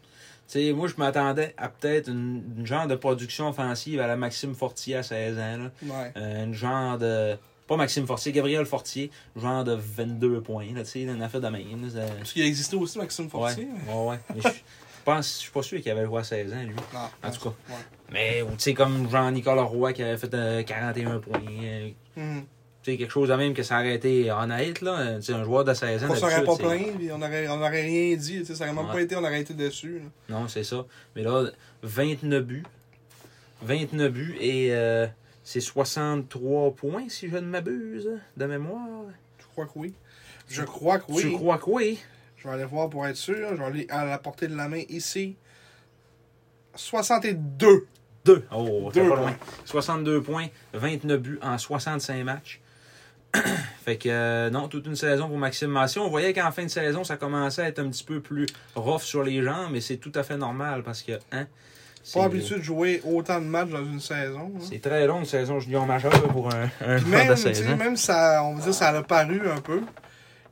A: Tu sais, moi, je m'attendais à peut-être une, une genre de production offensive à la Maxime Fortier à 16 ans. Là.
B: ouais.
A: Euh, une genre de. Pas Maxime Fortier, Gabriel Fortier, genre de 22 points. Là, tu sais, une affaire de même. là, c'est-
B: Parce qu'il existait aussi Maxime Fortier.
A: ouais,
B: mais-
A: ouais, ouais. Mais je je pense, je suis pas sûr qu'il avait joué à 16 ans, lui.
B: Non,
A: En tout cas.
B: ouais.
A: Mais, ou tu sais, comme Jean-Nicolas Roy qui avait fait euh, 41 points. euh,
B: Mhm.
A: tu sais, quelque chose de même que ça aurait été honnête, là. euh, Tu sais, un joueur de 16 ans.
B: On s'aurait
A: d'habitude,
B: pas
A: c'est-
B: plaint, puis on aurait, on aurait rien dit, tu sais, ça aurait même
A: Ouais.
B: pas été, on aurait été dessus.
A: Non, c'est ça. Mais là, 29 buts. 29 buts et euh, c'est 63 points, si je ne m'abuse, de mémoire.
B: Je crois que oui. Je crois que oui.
A: Tu crois que oui?
B: Je vais aller voir pour être sûr. Je vais aller à la portée de la main ici. 62.
A: Deux. Oh, t'es
B: Deux
A: pas
B: points.
A: loin. 62 points, 29 buts en 65 matchs. fait que euh, non, toute une saison pour Maxime Massé. On voyait qu'en fin de saison, ça commençait à être un petit peu plus rough sur les gens, mais c'est tout à fait normal parce que, hein, c'est-
B: Pas habitué de jouer autant de matchs dans une saison. hein.
A: C'est très long une saison junior majeure là, pour un, un
B: Puis
A: joueur
B: Même,
A: de
B: tu
A: 16
B: sais,
A: ans.
B: même ça, on va dire, ça l'a paru un peu.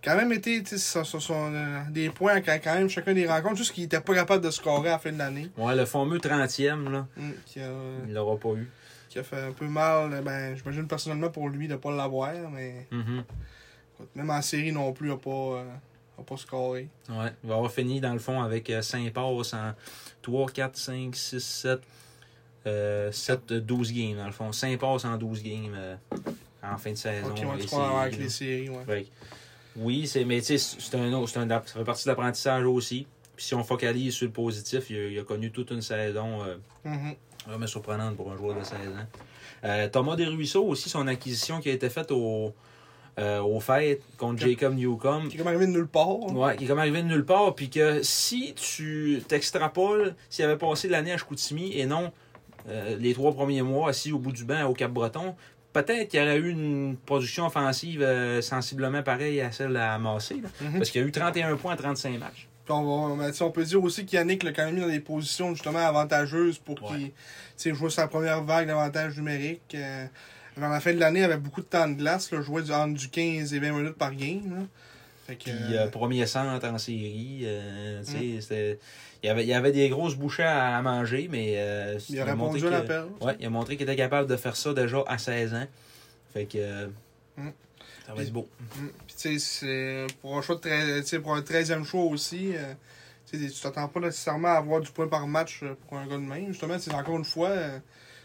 B: Quand même été, tu sais, ce sont- ce sont euh, des points quand, quand même chacun des rencontres, juste qu'il était pas capable de scorer à la fin de l'année.
A: Ouais, le fameux 30e, là,
B: Mm, Qui a,
A: il l'aura pas eu.
B: qui a fait un peu mal, ben, j'imagine personnellement pour lui de pas l'avoir, mais
A: Mhm.
B: écoute, même en série non plus, il n'a pas, euh, a pas scoré.
A: Ouais, il va avoir fini dans le fond avec 5 passes en 3, 4, 5, 6, 7, 7, 12 euh, games dans le fond. 5 passes en 12 games euh, en fin de saison.
B: Ok, on
A: Et
B: dit
A: c'est-
B: qu'on va avec les séries, ouais.
A: Fait que- oui, c'est, mais tu sais, c'est un, autre- c'est un, app- ça fait partie de l'apprentissage aussi. Puis si on focalise sur le positif, il a, il a connu toute une saison euh,
B: Mhm.
A: vraiment surprenante pour un joueur de 16 ans. Euh, Thomas Desruisseaux aussi, son acquisition qui a été faite au, euh, au fait contre
B: Yep.
A: Jacob Newcomb.
B: Qui est comme arrivé de nulle part. hein.
A: Ouais, qui est comme arrivé de nulle part, puis que si tu t'extrapoles, s'il avait passé l'année à Chicoutimi et non euh, les trois premiers mois assis au bout du banc au Cap-Breton, peut-être qu'il y aurait eu une production offensive euh, sensiblement pareille à celle à Massé, là,
B: Mhm.
A: parce qu'il y a eu 31 points en 35 matchs.
B: Puis on, va- ben, tu sais, on peut dire aussi qu'Yannick l'a quand même mis dans des positions justement avantageuses pour
A: Ouais.
B: qu'il tu sais, joue sa première vague d'avantage numérique. Euh, vers la fin de l'année, il avait beaucoup de temps de glace, là, jouait du, entre du 15 et 20 minutes par game. là. Fait que, Mhm.
A: Puis
B: euh,
A: euh, premier centre en série, euh, tu sais, c'était- il y avait, il y avait des grosses bouchées à, à manger, mais euh,
B: il a
A: montré
B: répondu à
A: que-
B: l'appel.
A: ouais, il a montré qu'il était capable de faire ça déjà à 16 ans. Fait que euh,
B: Mhm.
A: ça va être beau.
B: Mm. Puis tu sais, c'est- pour un choix de treize- tu sais, pour un 13e choix aussi, euh, tu sais, tu t'attends pas nécessairement à avoir du point par match euh, pour un gars de même. Justement, c'est encore une fois, euh,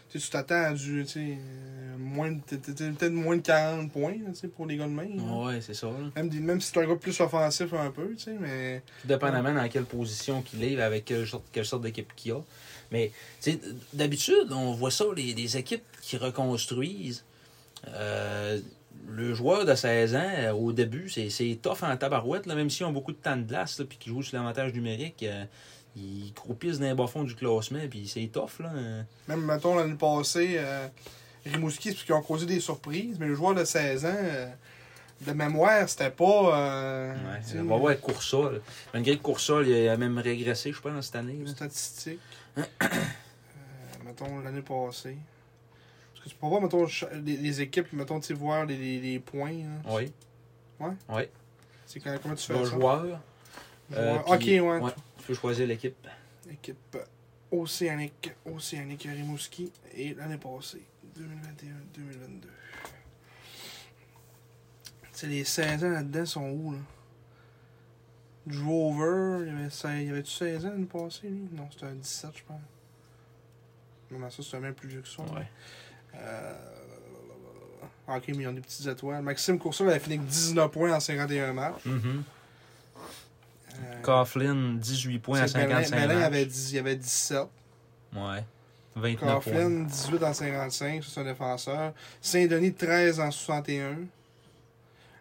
B: tu sais, tu t'attends à du, tu sais, euh, moins de- t- t- peut-être moins de 40 points là, tu sais, pour les gars de même. là.
A: Ouais, c'est ça. là.
B: Même, des- même si c'est un gars plus offensif un peu, tu sais, mais.
A: Tout dépendamment dans quelle position qu'il est, avec quelle sorte, quelle sorte d'équipe qu'il a. Mais tu sais, d'habitude, on voit ça, les, les équipes qui reconstruisent. euh, le joueur de 16 ans, euh, au début, c'est, c'est tough en tabarouette, là, même s'ils ont beaucoup de temps de glace là, puis qu'ils jouent sur l'avantage numérique. euh, ils croupissent dans les bas-fonds du classement, puis c'est tough. Là.
B: Même, mettons, l'année passée, euh, Rimouski, c'est parce qu'ils ont causé des surprises, mais le joueur de 16 ans, euh, de mémoire, c'était pas. euh,
A: Ouais,
B: tu sais,
A: on va voir Coursol. Malgré que Coursol, il a même régressé, je pense, cette année. là.
B: statistiques. Euh, mettons l'année passée. Parce que tu peux voir, mettons, cha- les, les équipes, mettons, tu sais, voir les, les, les points. là.
A: Oui.
B: Ouais?
A: Oui.
B: C'est quand- comment tu fais
A: Le
B: ça?
A: joueur. euh,
B: Joueur. ok,
A: puis-
B: ouais.
A: Tu peux choisir l'équipe.
B: Équipe Océanique, Océanique Rimouski. Et l'année passée, 2021-2022. Tu sais, les 16 ans là-dedans sont où, là? Drover, il y avait, 16 il y avait-tu 16 ans l'année passée, lui? Non, c'était un 17, je pense. Non, mais ça, c'est même plus vieux que ça.
A: Ouais.
B: Euh, Ok, mais ils ont des petites étoiles. Maxime Courcelle avait fini avec 19 points en 51 matchs. Euh,
A: Mhm. Coughlin, 18 points à
B: tu sais, Belin-
A: 55
B: Belin
A: matchs.
B: avait, 10, il avait 17.
A: Ouais. 29 points.
B: Coughlin, 18 en 55, ça, c'est un défenseur. Saint-Denis, 13 en 61.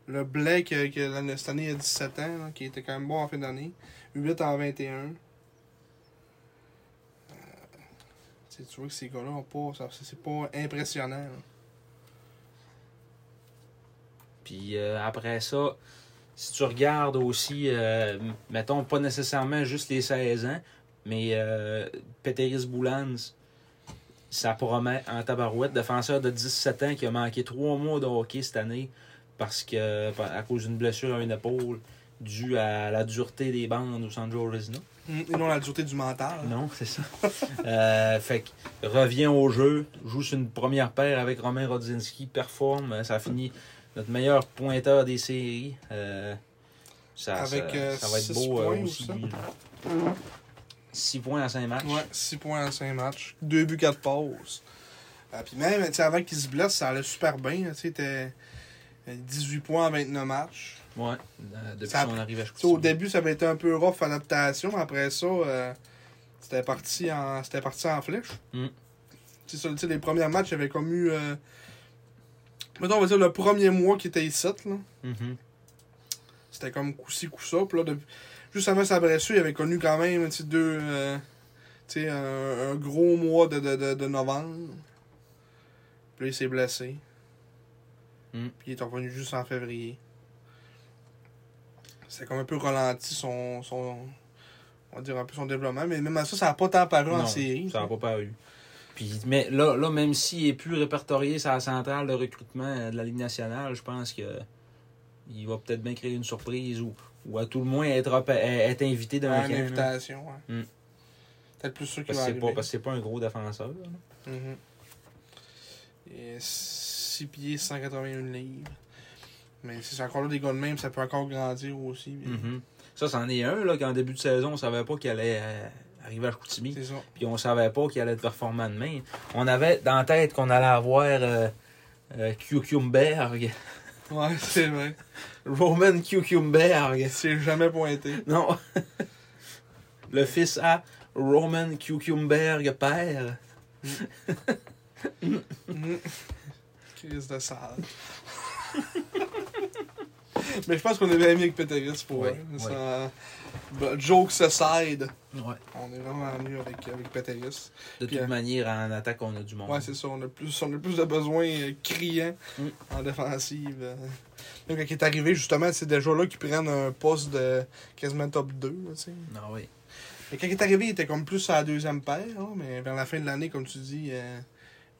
B: Le Blake, que, que l'année- cette année, il a 17 ans, là, qui était quand même bon en fin d'année. 8 en 21. Euh, tu sais, tu vois que ces gars-là ont pas. ça- C'est c'est pas impressionnant. là.
A: Puis euh, après ça, si tu regardes aussi, euh, mettons pas nécessairement juste les 16 ans, mais euh, Peteris Boulans, ça promet en tabarouette, défenseur de 17 ans qui a manqué trois mois de hockey cette année parce que par- à cause d'une blessure à une épaule due à la dureté des bandes au San Joe Resina.
B: Mm, Et non, la dureté du mental.
A: Non, c'est ça. Euh, fait que revient au jeu, joue sur une première paire avec Romain Rodzinski, performe, euh, ça finit notre meilleur pointeur des séries. Euh, ça,
B: Avec,
A: ça-
B: euh,
A: ça va être
B: six
A: beau euh,
B: points ou
A: aussi.
B: ça?
A: 6 points à 5 matchs.
B: Ouais, 6 points en 5 matchs. 2 buts, 4 passes. Euh, puis même, tu sais, avant qu'il se blesse, ça allait super bien. là, Tu sais, t'es- euh, 18 points en 29 matchs.
A: Ouais. euh, depuis
B: Ça a
A: son arrivée à
B: Tu sais, au
A: Chicoutimi.
B: début, ça avait été un peu rough adaptation. mais Après ça, euh, c'était parti en c'était parti en flèche.
A: Mm.
B: Tu sais, ça, tu sais, les premiers matchs, il y avait comme eu... euh, mettons, on va dire le premier mois qui était ici, là.
A: Mhm.
B: C'était comme coup-ci, coup-ça. Puis là, depuis- juste avant sa blessure, il avait connu quand même tu sais, deux, euh, tu sais, un, un gros mois de, de, de, de novembre. Puis là, il s'est blessé.
A: Mm.
B: Puis il est revenu juste en février. C'était comme un peu ralenti son, son. On va dire un peu son développement. Mais même à ça, ça n'a pas tant paru en
A: Non,
B: série.
A: Ça n'a pas paru. Puis, mais là, là même s'il n'est plus répertorié sur la centrale de recrutement euh, de la Ligue nationale, je pense que il va peut-être bien créer une surprise ou, ou à tout le moins être, appa- être invité
B: Ouais,
A: d'un
B: une
A: week-end, là.
B: invitation. ouais.
A: Mm.
B: Peut-être plus sûr qu'il
A: Parce que
B: va
A: c'est
B: arriver.
A: pas, parce que c'est pas un gros défenseur. là.
B: Mhm. Et 6 pieds, 181 livres. Mais si c'est encore là des gars de même, ça peut encore grandir aussi. puis-
A: Mhm. Ça, c'en est un là, qu'en début de saison, on savait pas qu'il allait euh, arriver à Chicoutimi.
B: C'est ça.
A: puis on savait pas qu'il allait être performant demain. On avait dans la tête qu'on allait avoir euh, euh, Kukumberg,
B: Ouais, c'est vrai.
A: Roman Kukumberg.
B: C'est jamais pointé.
A: Non. Le fils à Roman Kukumberg, père.
B: Mhm. Crise de sale. Mais je pense qu'on est bien mieux que Peteris pour
A: Ouais,
B: vrai.
A: ouais.
B: Ça- Bah, Jokes aside,
A: Ouais.
B: on est vraiment mieux avec, avec Peteris.
A: De
B: Puis,
A: toute
B: euh,
A: manière, en attaque, on a du monde.
B: Ouais, c'est ça. On a plus, on a plus de besoins euh, criants
A: Mm.
B: en défensive. euh. Même quand il est arrivé, justement, c'est déjà là qu'ils prennent un poste de quasiment top 2. là, tu sais.
A: Ah oui.
B: Mais quand il est arrivé, il était comme plus à la deuxième paire. hein, mais vers la fin de l'année, comme tu dis, euh,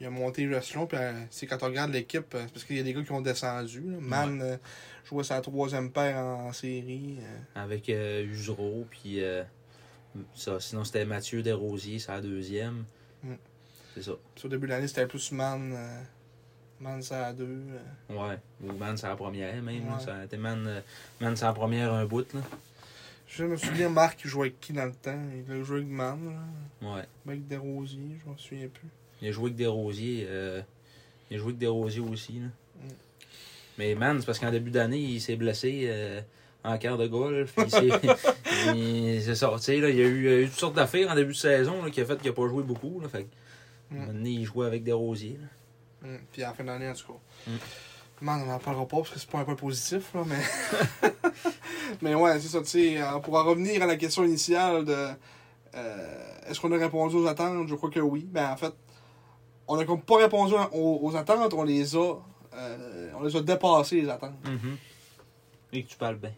B: il a monté l'échelon. Puis euh, c'est quand on regarde l'équipe, euh, c'est parce qu'il y a des gars qui ont descendu. là. Man euh, jouait sa troisième paire en série. euh.
A: Avec euh, Usereau, puis euh, ça. Sinon, c'était Mathieu Desrosiers, c'est la deuxième.
B: Mm.
A: C'est ça.
B: Puis au début de l'année, c'était plus Man. euh, Man, ça à deux. euh.
A: Ouais. Ou Man, c'est la première, même. là.
B: Ouais.
A: Ça a été Man, euh, Man, c'est la première, un bout, là.
B: Je me souviens, Marc, il jouait avec qui dans le temps Il jouait avec Man. là.
A: Ouais.
B: Mec Desrosiers, je m'en souviens plus.
A: Il a joué avec Desrosiers. euh, il a joué avec Desrosiers aussi. Là.
B: Mm.
A: Mais man, c'est parce qu'en début d'année, il s'est blessé euh, en quart de golf. puis Il s'est il s'est sorti. Là, il y a eu, euh, toutes sortes d'affaires en début de saison là, qui a fait qu'il n'a pas joué beaucoup. Là, fait que,
B: Mm.
A: un moment donné, il jouait avec Desrosiers. là.
B: Mm. Puis à la fin d'année, en tout cas.
A: Mm.
B: Man, on en parlera pas parce que c'est pas un point positif, là, mais. mais ouais, c'est ça, tu sais. euh, Pour en revenir à la question initiale de. euh, Est-ce qu'on a répondu aux attentes Je crois que oui. Ben, en fait, on a comme pas répondu aux, aux attentes, on les a. euh, on les a dépassées, les attentes.
A: Et que tu parles bien.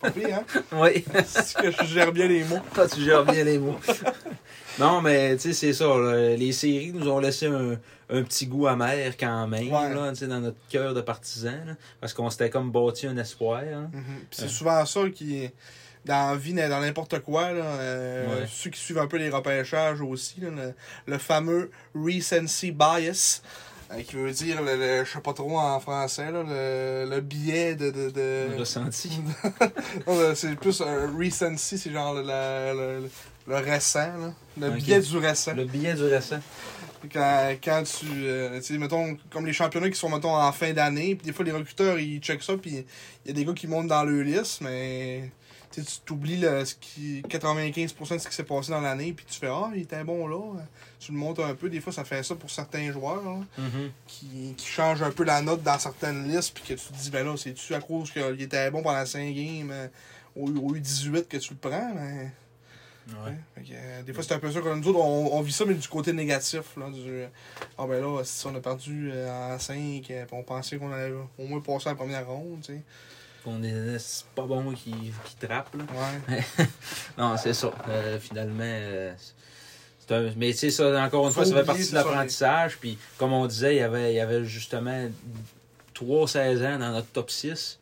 B: Pas pire, hein
A: Oui,
B: C'est que je gère bien les mots.
A: toi, tu gères bien les mots. non, mais tu sais, c'est ça. là. Les séries nous ont laissé un, un petit goût amer quand même
B: Ouais.
A: là, tu sais, dans notre cœur de partisans. là, parce qu'on s'était comme bâti un espoir. hein.
B: Mhm. Puis
A: Euh.
B: c'est souvent ça qui dans la vie, dans n'importe quoi, là, euh,
A: Ouais.
B: ceux qui suivent un peu les repêchages aussi, là, le, le fameux recency bias, euh, qui veut dire, le, le- je sais pas trop en français, là, le, le biais de... de, de-
A: Le ressenti.
B: Non, le- c'est plus un recency, c'est genre le, le, le- le récent, là. le
A: Ok.
B: biais du récent.
A: Le billet du récent.
B: Quand, quand tu. euh, tu sais, mettons, comme les championnats qui sont, mettons, en fin d'année, puis des fois, les recruteurs, ils checkent ça, puis il y a des gars qui montent dans le liste, mais. Tu sais, tu t'oublies le- ce qui- 95% de ce qui s'est passé dans l'année, puis tu fais Ah, il était bon là. Tu le montes un peu. Des fois, ça fait ça pour certains joueurs, là,
A: Mhm.
B: qui, qui changent un peu la note dans certaines listes, puis que tu te dis Ben là, c'est-tu à cause qu'il était bon pendant 5 games euh, au, au U18 que tu le prends, mais.
A: Ouais.
B: Fait que, euh, des fois, c'est un peu ça comme nous autres, on, on vit ça, mais du côté négatif. Là, du, euh, ah ben là, si on a perdu euh, en 5, on pensait qu'on allait au moins passer la première ronde, tu sais.
A: Qu'on est c'est pas bon qui, qui trappe. Là.
B: Ouais.
A: Non, c'est ça. Euh, finalement, euh, c'est un... mais tu sais, ça, encore une
B: Faut
A: fois, ça fait
B: oublier,
A: partie de
B: c'est ça,
A: l'apprentissage. Puis, comme on disait, il y avait, il y avait justement 3-16 ans dans notre top 6.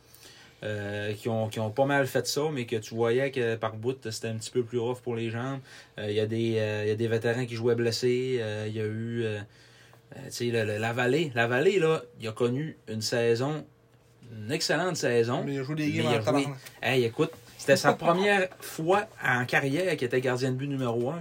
A: euh, qui, ont, qui ont pas mal fait ça, mais que tu voyais que par bout, c'était un petit peu plus rough pour les jambes. Euh, Il y, a des, euh, il y a des vétérans qui jouaient blessés. Euh, Il y a eu. euh, euh, tu sais, le- le- la vallée. La vallée, là, il a connu une saison, une excellente saison.
B: Mais il a joué des
A: Mais
B: games
A: il a
B: en
A: joué.
B: tabarnak.
A: Hey, écoute, c'était sa première fois en carrière qu'il était gardien de but numéro 1.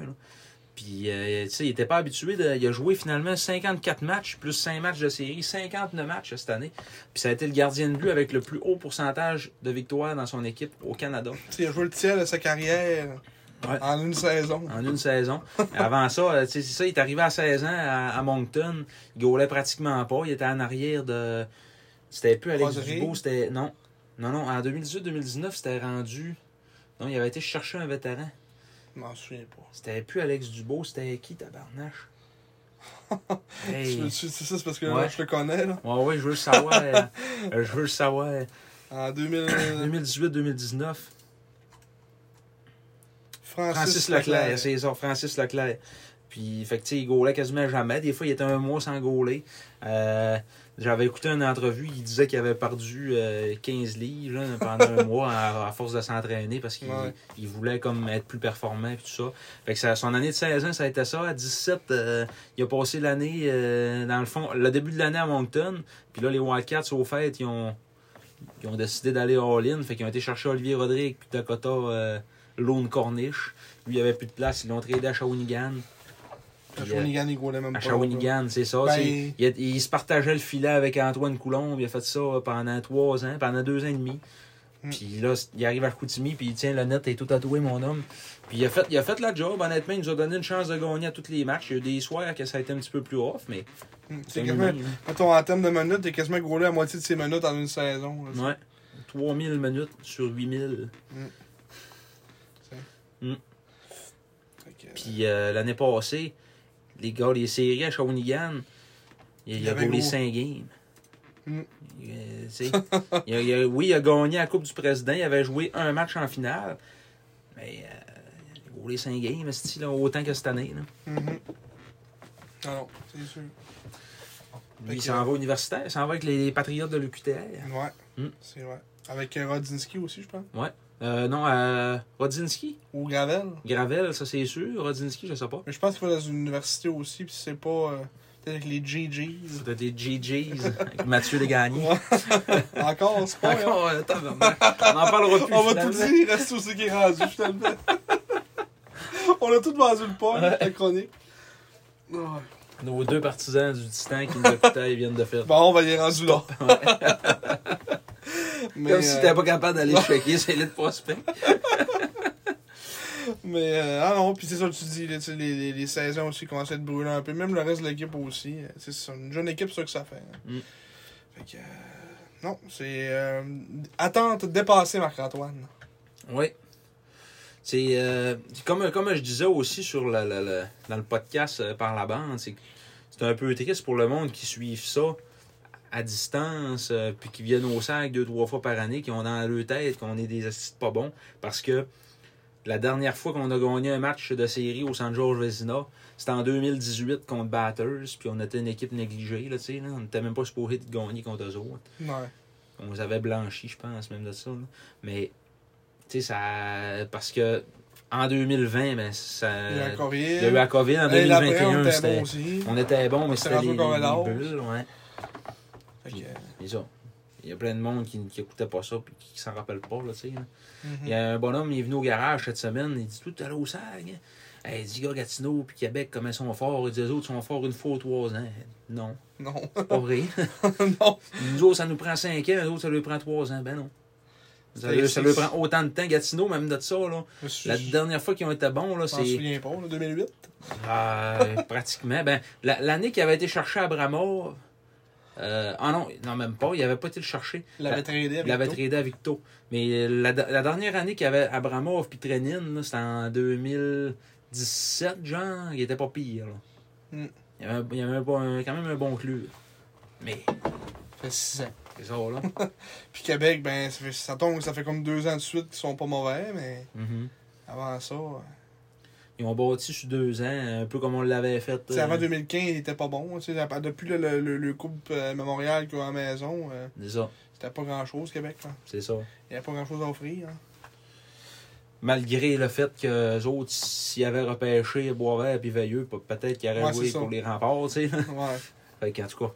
A: Puis, euh, tu sais, il était pas habitué. De, il a joué finalement 54 matchs, plus 5 matchs de série, 59 matchs cette année. Puis, ça a été le gardien de but avec le plus haut pourcentage de victoires dans son équipe au Canada.
B: Tu sais, Il a joué le tiers de sa carrière
A: Ouais.
B: en une saison.
A: En une saison. Avant ça, euh, tu sais, c'est ça, il est arrivé à 16 ans à, à Moncton. Il gaulait pratiquement pas. Il était en arrière de. C'était plus Alex
B: Crosby.
A: Dubo, c'était. Non. Non, non, en 2018-2019, c'était rendu. Non, il avait été chercher un vétéran.
B: Je m'en souviens pas.
A: C'était plus Alex Dubo, c'était qui, tabarnache?
B: Tu
A: hey.
B: veux-
A: Ouais,
B: tu- C'est ça, c'est parce que
A: Ouais.
B: je le connais, là.
A: ouais, je veux le savoir. euh, euh, je veux le savoir.
B: En 2000, euh,
A: 2018-2019,
B: Francis,
A: Francis Leclerc, c'est ça, Francis Leclerc. Puis, fait que, tu sais, il gaulait quasiment jamais. Des fois, il était un mois sans gauler. Euh, J'avais écouté une entrevue, il disait qu'il avait perdu euh, 15 livres là, pendant un mois à, à force de s'entraîner parce qu'il
B: Ouais.
A: il voulait comme être plus performant et tout ça. Fait que ça- son année de 16 ans, ça a été ça. À 17, euh, il a passé l'année, euh, dans le fond, le début de l'année à Moncton. Puis là, les Wildcats, au fait, ils ont, ils ont décidé d'aller all-in. Fait qu'ils ont été chercher Olivier Rodrigue puis Dakota euh, Lone Cornish. Lui, il avait plus de place. Ils l'ont tradé à Shawinigan.
B: À Shawinigan, il roulait même
A: À
B: pas.
A: Shawinigan, c'est ça.
B: Ben-
A: tu sais. Il, a- il se partageait le filet avec Antoine Coulombe. Il a fait ça pendant trois ans, pendant deux ans et demi.
B: Mm.
A: Puis là, il arrive à Chicoutimi, puis il tient le net, est tout tatoué, mon homme. Puis il a, fait, il a fait la job, honnêtement. Il nous a donné une chance de gagner à tous les matchs. Il y a eu des soirs que ça a été un petit peu plus off, mais.
B: là. Mm,
A: c'est
B: C'est quasiment.
A: minime.
B: Mettons, en termes de minutes, t'es quasiment roulé à moitié de ses minutes en une saison. là.
A: Ouais. 3000 minutes sur 8000.
B: Fait que,
A: Puis euh, l'année passée, les gars, les séries à Shawinigan, il,
B: Il
A: il a
B: avait
A: roulé
B: gros.
A: 5 games.
B: Mm.
A: Euh, tu sais, il a- il a- oui, il a gagné la Coupe du Président, il avait joué un match en finale, mais euh, il a roulé 5 games, esti, là, autant que cette année. là.
B: Mhm. Non, non, c'est sûr.
A: Lui,
B: Fait
A: il
B: que-
A: s'en va universitaire, il s'en va avec les Patriotes de l'UQTR.
B: Ouais,
A: Mm.
B: c'est vrai. Avec euh, Rodzinski aussi, je pense.
A: Euh, non, euh, Rodzinski,
B: Ou Gravel.
A: Gravel, ça c'est sûr, Rodzinski, je sais pas.
B: Mais je pense qu'il va dans une université aussi, puis c'est pas. euh, Peut-être avec les GGs.
A: C'était des GGs avec Mathieu Degagné.
B: Encore, c'est pas. hein.
A: Encore, euh, tabarnak. on n'en parlera plus.
B: On va tout
A: finalement.
B: dire, il reste aussi qui est rendu, finalement. On a tout vendu le poil, la chronique. Ouais.
A: Nos deux partisans du Titan qui nous écoutaient, ils viennent de faire.
B: Bon, on va y aller rendu là. mais
A: Comme si
B: euh,
A: t'étais pas capable d'aller checker ces lettres prospect.
B: mais euh, ah non, puis c'est ça que tu dis, là, tu sais, les, les, les saisons aussi commencent à être brûlants un peu. Même le reste de l'équipe aussi. euh, C'est ça, une jeune équipe, c'est ça que ça fait. hein.
A: Mm.
B: Fait que. euh, non, c'est. euh, attente dépassée, Marc-Antoine.
A: Oui. C'est euh, c'est comme, comme je disais aussi sur la- la- la- dans le podcast euh, par la bande, c'est que c'est un peu triste pour le monde qui suivent ça à distance, euh, puis qui viennent au sac deux, trois fois par année, qui ont dans leur tête qu'on est des assises pas bons, parce que la dernière fois qu'on a gagné un match de série au San Jorge Vezina, c'était en 2018 contre Batters, puis on était une équipe négligée, là, tu sais, là. on n'était même pas supposé de gagner contre eux autres.
B: Ouais.
A: On les avait blanchis, je pense, même de ça. là. Mais, tu sais, ça. Parce que en 2020, ben, ça.
B: Il y a un
A: Il y a eu la
B: courrier.
A: COVID. En
B: Et l'après,
A: 2021,
B: on était bon
A: c'était.
B: aussi.
A: On était bon, mais
B: s'est
A: c'était les,
B: rendu au Corridor.
A: les bulles, ouais.
B: Fait que, euh,
A: C'est ça. Il y a plein de monde qui n'écoutait pas ça et qui s'en rappelle pas, là, tu sais. là.
B: mhm.
A: Il y a un bonhomme, il est venu au garage cette semaine, il dit tout à l'eau sag. hein? Hey, il dit, gars, Gatineau puis Québec, comment ils sont forts? Il dit, les autres sont forts une fois ou trois ans. Non,
B: Non,
A: c'est pas vrai.
B: non.
A: Nous autres, ça nous prend 5 ans, nous autres, ça lui prend 3 ans. Ben non. Ça,
B: C'est-
A: lui- ça lui
B: c'est-
A: prend autant de temps. Gatineau, même de ça, là.
B: Je me suis-
A: La dernière fois qu'ils ont été bons, là,
B: Je m'en
A: c'est.
B: souviens pas, là, 2008.
A: Euh, pratiquement. Ben, la- l'année qu'il avait été cherché à Bramor. euh, ah non, non, même pas. Il avait pas été le chercher.
B: Il l'avait
A: La-
B: tradé avec
A: Il l'avait
B: toi.
A: tradé à Victo. Mais euh, la, la dernière année qu'il y avait Abramov puis Trenin, là, c'était en 2017, genre, il était pas pire. là.
B: Mm.
A: Il y avait, il y avait un bon- un- quand même un bon club. Mais. Ça fait 6 ans. C'est ça, là.
B: Puis Québec, ben, ça, fait, ça tombe, ça fait comme deux ans de suite qu'ils sont pas mauvais, mais
A: Mhm.
B: avant ça. euh,
A: Ils ont bâti sur deux ans, un peu comme on l'avait fait.
B: tu sais, Avant
A: euh,
B: 2015, il était pas bon. tu sais, la- Depuis le, le, le- le couple euh, Memorial qui est à la maison, euh,
A: C'est ça,
B: c'était pas grand chose, Québec. hein.
A: c'est ça.
B: Il n'y avait pas grand chose à offrir. hein.
A: Malgré le fait que les autres, s'ils avaient repêché Boisvert et Veilleux, pe- peut-être qu'ils auraient
B: Ouais,
A: joué
B: c'est ça.
A: pour les remparts, tu sais.
B: Ouais,
A: fait qu'en tout cas.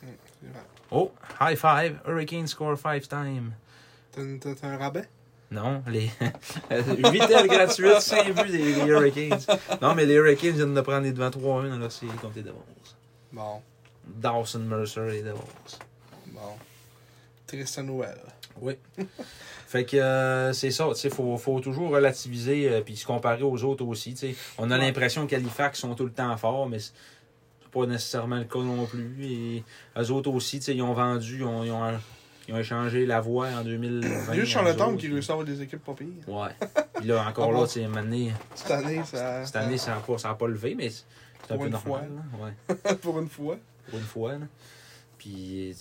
B: c'est vrai.
A: Oh, high five, Hurricane score five times.
B: T'as une- T'as t'as un rabais
A: Non, les 8 ailes gratuites, 5 buts des des Hurricanes. Non, mais les Hurricanes viennent de prendre les devants 3-1 dans leur série contre les Devils.
B: Bon,
A: Dawson Mercer, les Devils.
B: bon. Tristan Noël.
A: Oui. fait que euh, c'est ça, tu sais, faut, faut toujours relativiser euh, puis se comparer aux autres aussi, tu sais. On a
B: Ouais.
A: l'impression qu'Halifax sont tout le temps forts, mais c'est pas nécessairement le cas non plus. Et eux autres aussi, tu sais, ils ont vendu, ils ont, ils ont, Ils ont échangé la voix en 2020.
B: Il y a eu
A: eux
B: Charlottetown
A: autres,
B: qui
A: puis-
B: réussit à avoir des équipes pas pires.
A: Ouais. Puis là, encore
B: Ah
A: là,
B: bon?
A: tu sais, maintenant,
B: Cette année, ça.
A: cette année, ça n'a pas, ça a pas levé, mais c'est c'est un
B: Pour
A: peu
B: une fois,
A: normal. là. Ouais.
B: pour une fois.
A: Pour une fois. Là. Puis,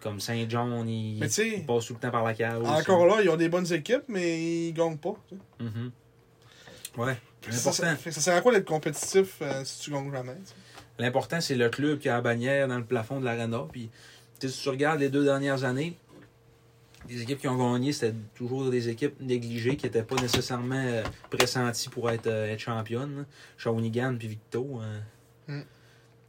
A: comme Saint-John, il,
B: Mais tu sais,
A: il passe tout le temps par la cave.
B: Encore là, ils ont des bonnes équipes, mais ils gagnent pas. tu sais.
A: Mm-hmm. Ouais.
B: Ça,
A: L'important,
B: ça, fait que ça sert à quoi d'être compétitif euh, si tu gagnes jamais? tu sais?
A: l'important, c'est le club qui a la bannière dans le plafond de l'arena. Puis, tu sais, si tu regardes les deux dernières années, les équipes qui ont gagné, c'était toujours des équipes négligées qui n'étaient pas nécessairement euh, pressenties pour être, euh, être championnes. là. Shawinigan puis Victo. hein.
B: Mm.
A: Tu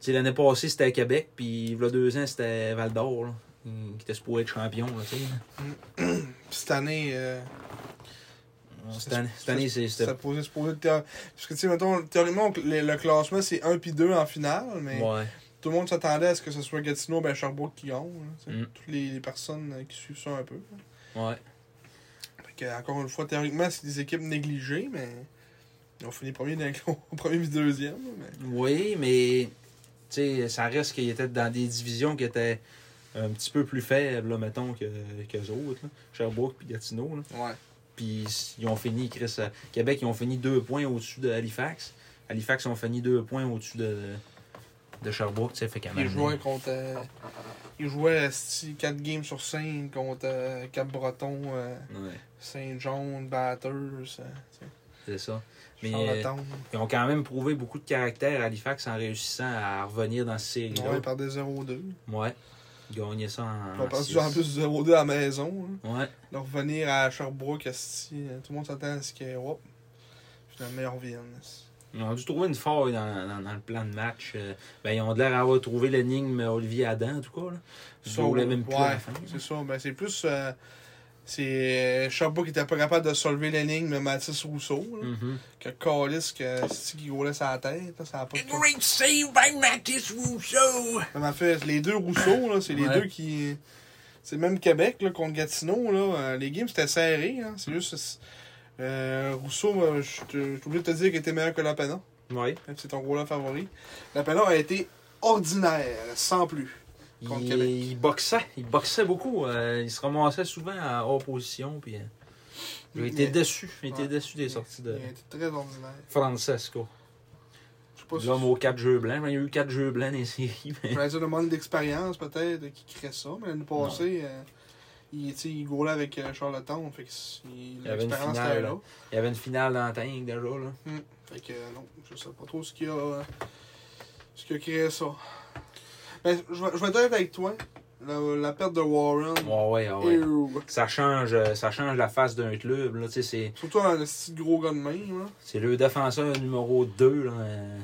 A: sais, L'année passée, c'était à Québec, puis il y a deux ans, c'était Val d'Or, là, qui était supposé être champion. là, tu sais, là.
B: Puis cette année, euh,
A: Cette année- cette année, c'est- c'était
B: ça posait supposé. Parce que, tu sais, mettons, théoriquement, le, le classement, c'est 1 puis 2 en finale, mais
A: Ouais.
B: tout le monde s'attendait à ce que ce soit Gatineau ou ben Sherbrooke qui gagne. là, tu sais.
A: Mm.
B: Toutes les, les personnes euh, qui suivent ça un peu. là.
A: Ouais.
B: Fait que, encore une fois, théoriquement, c'est des équipes négligées, mais on finit premier dans le premier puis deuxième. là, Mais...
A: Oui, mais tu sais, ça reste qu'ils étaient dans des divisions qui étaient un petit peu plus faibles, là, mettons, que qu'eux autres. là. Sherbrooke puis Gatineau. là.
B: Ouais.
A: Puis ils ont fini, Chris, à Québec, ils ont fini deux points au-dessus de Halifax. Halifax ont fini deux points au-dessus de, de Sherbrooke. tu sais, Fait qu'à un
B: Il
A: moment
B: jouait contre. euh, il jouait 4 games sur 5 contre euh, Cap-Breton, euh,
A: donné- Ouais,
B: Saint-John, Batters, euh, tu sais,
A: c'est ça. Mais euh,
B: Charlottetown.
A: ils ont quand même prouvé beaucoup de caractère à Halifax en réussissant à revenir dans ces séries-là.
B: Ouais, par des 0-2.
A: Ouais. Gagner Ah, ça en.
B: On passe
A: six.
B: en plus du 0-2 à la maison. hein. Là.
A: Ouais.
B: De revenir à Sherbrooke, esti, euh, tout le monde s'attend à ce que. Hop, finalement, ils reviennent. esti.
A: Ils ont dû trouver une faille dans, dans- dans le plan de match. Euh, ben, ils ont l'air d'avoir trouvé l'énigme Olivier Adam, en tout cas. Là. Ils
B: Ça,
A: roulaient même hein. plus à la
B: ouais,
A: fin.
B: C'est ça. Ben, c'est plus. euh, c'est euh, Sherbrooke qui était pas capable de soulever l'énigme de Mathis Rousseau. Là,
A: Mhm.
B: Que Calis, que esti, qui roulait sa tête. là, ça a pas de
A: Great save by ben, Mathis Rousseau!
B: Comme elle fait, les deux Rousseau, là, c'est les
A: Ouais.
B: deux qui. C'est même Québec là, contre Gatineau. Là, euh, les games, c'était serré. hein.
A: Mm.
B: C'est juste. c'est- euh, Rousseau, euh, je te- j'ai oublié de te dire qu'il était meilleur que Lapena.
A: Ouais.
B: même si C'est ton rôle favori. Lapena a été ordinaire, sans plus. Contre
A: Il,
B: Québec.
A: il boxait. Il boxait beaucoup. Euh, il se ramassait souvent à hors position. Puis, euh, j'ai été
B: Mais-
A: déçu. J'ai été
B: Ouais.
A: déçu des sorties de
B: Il a été très ordinaire.
A: Francesco.
B: Je sais pas si.
A: L'homme aux quatre jeux blancs. Il y a eu quatre jeux blancs dans les séries. mais-
B: J'allais dire le manque d'expérience, peut-être, qui crée ça. Mais l'année passée, euh, il, tu sais, il gaulait avec euh, Charlottetown. Fait que c'est-
A: avait une
B: l'expérience
A: finale, hein.
B: était
A: là.
B: là.
A: Il y avait une finale dans la tank déjà. Là.
B: Fait que euh, non, je sais pas trop ce qu'il y a. euh, ce qui a créé ça. Mais je vais je vais être honnête avec toi. La, la perte de Warren.
A: Ouais, ouais, ouais.
B: ew.
A: Ça change, euh, ça change la face d'un club. Là, tu sais, c'est.
B: Surtout un petit gros gars de main. Là.
A: C'est le défenseur numéro 2, là. euh,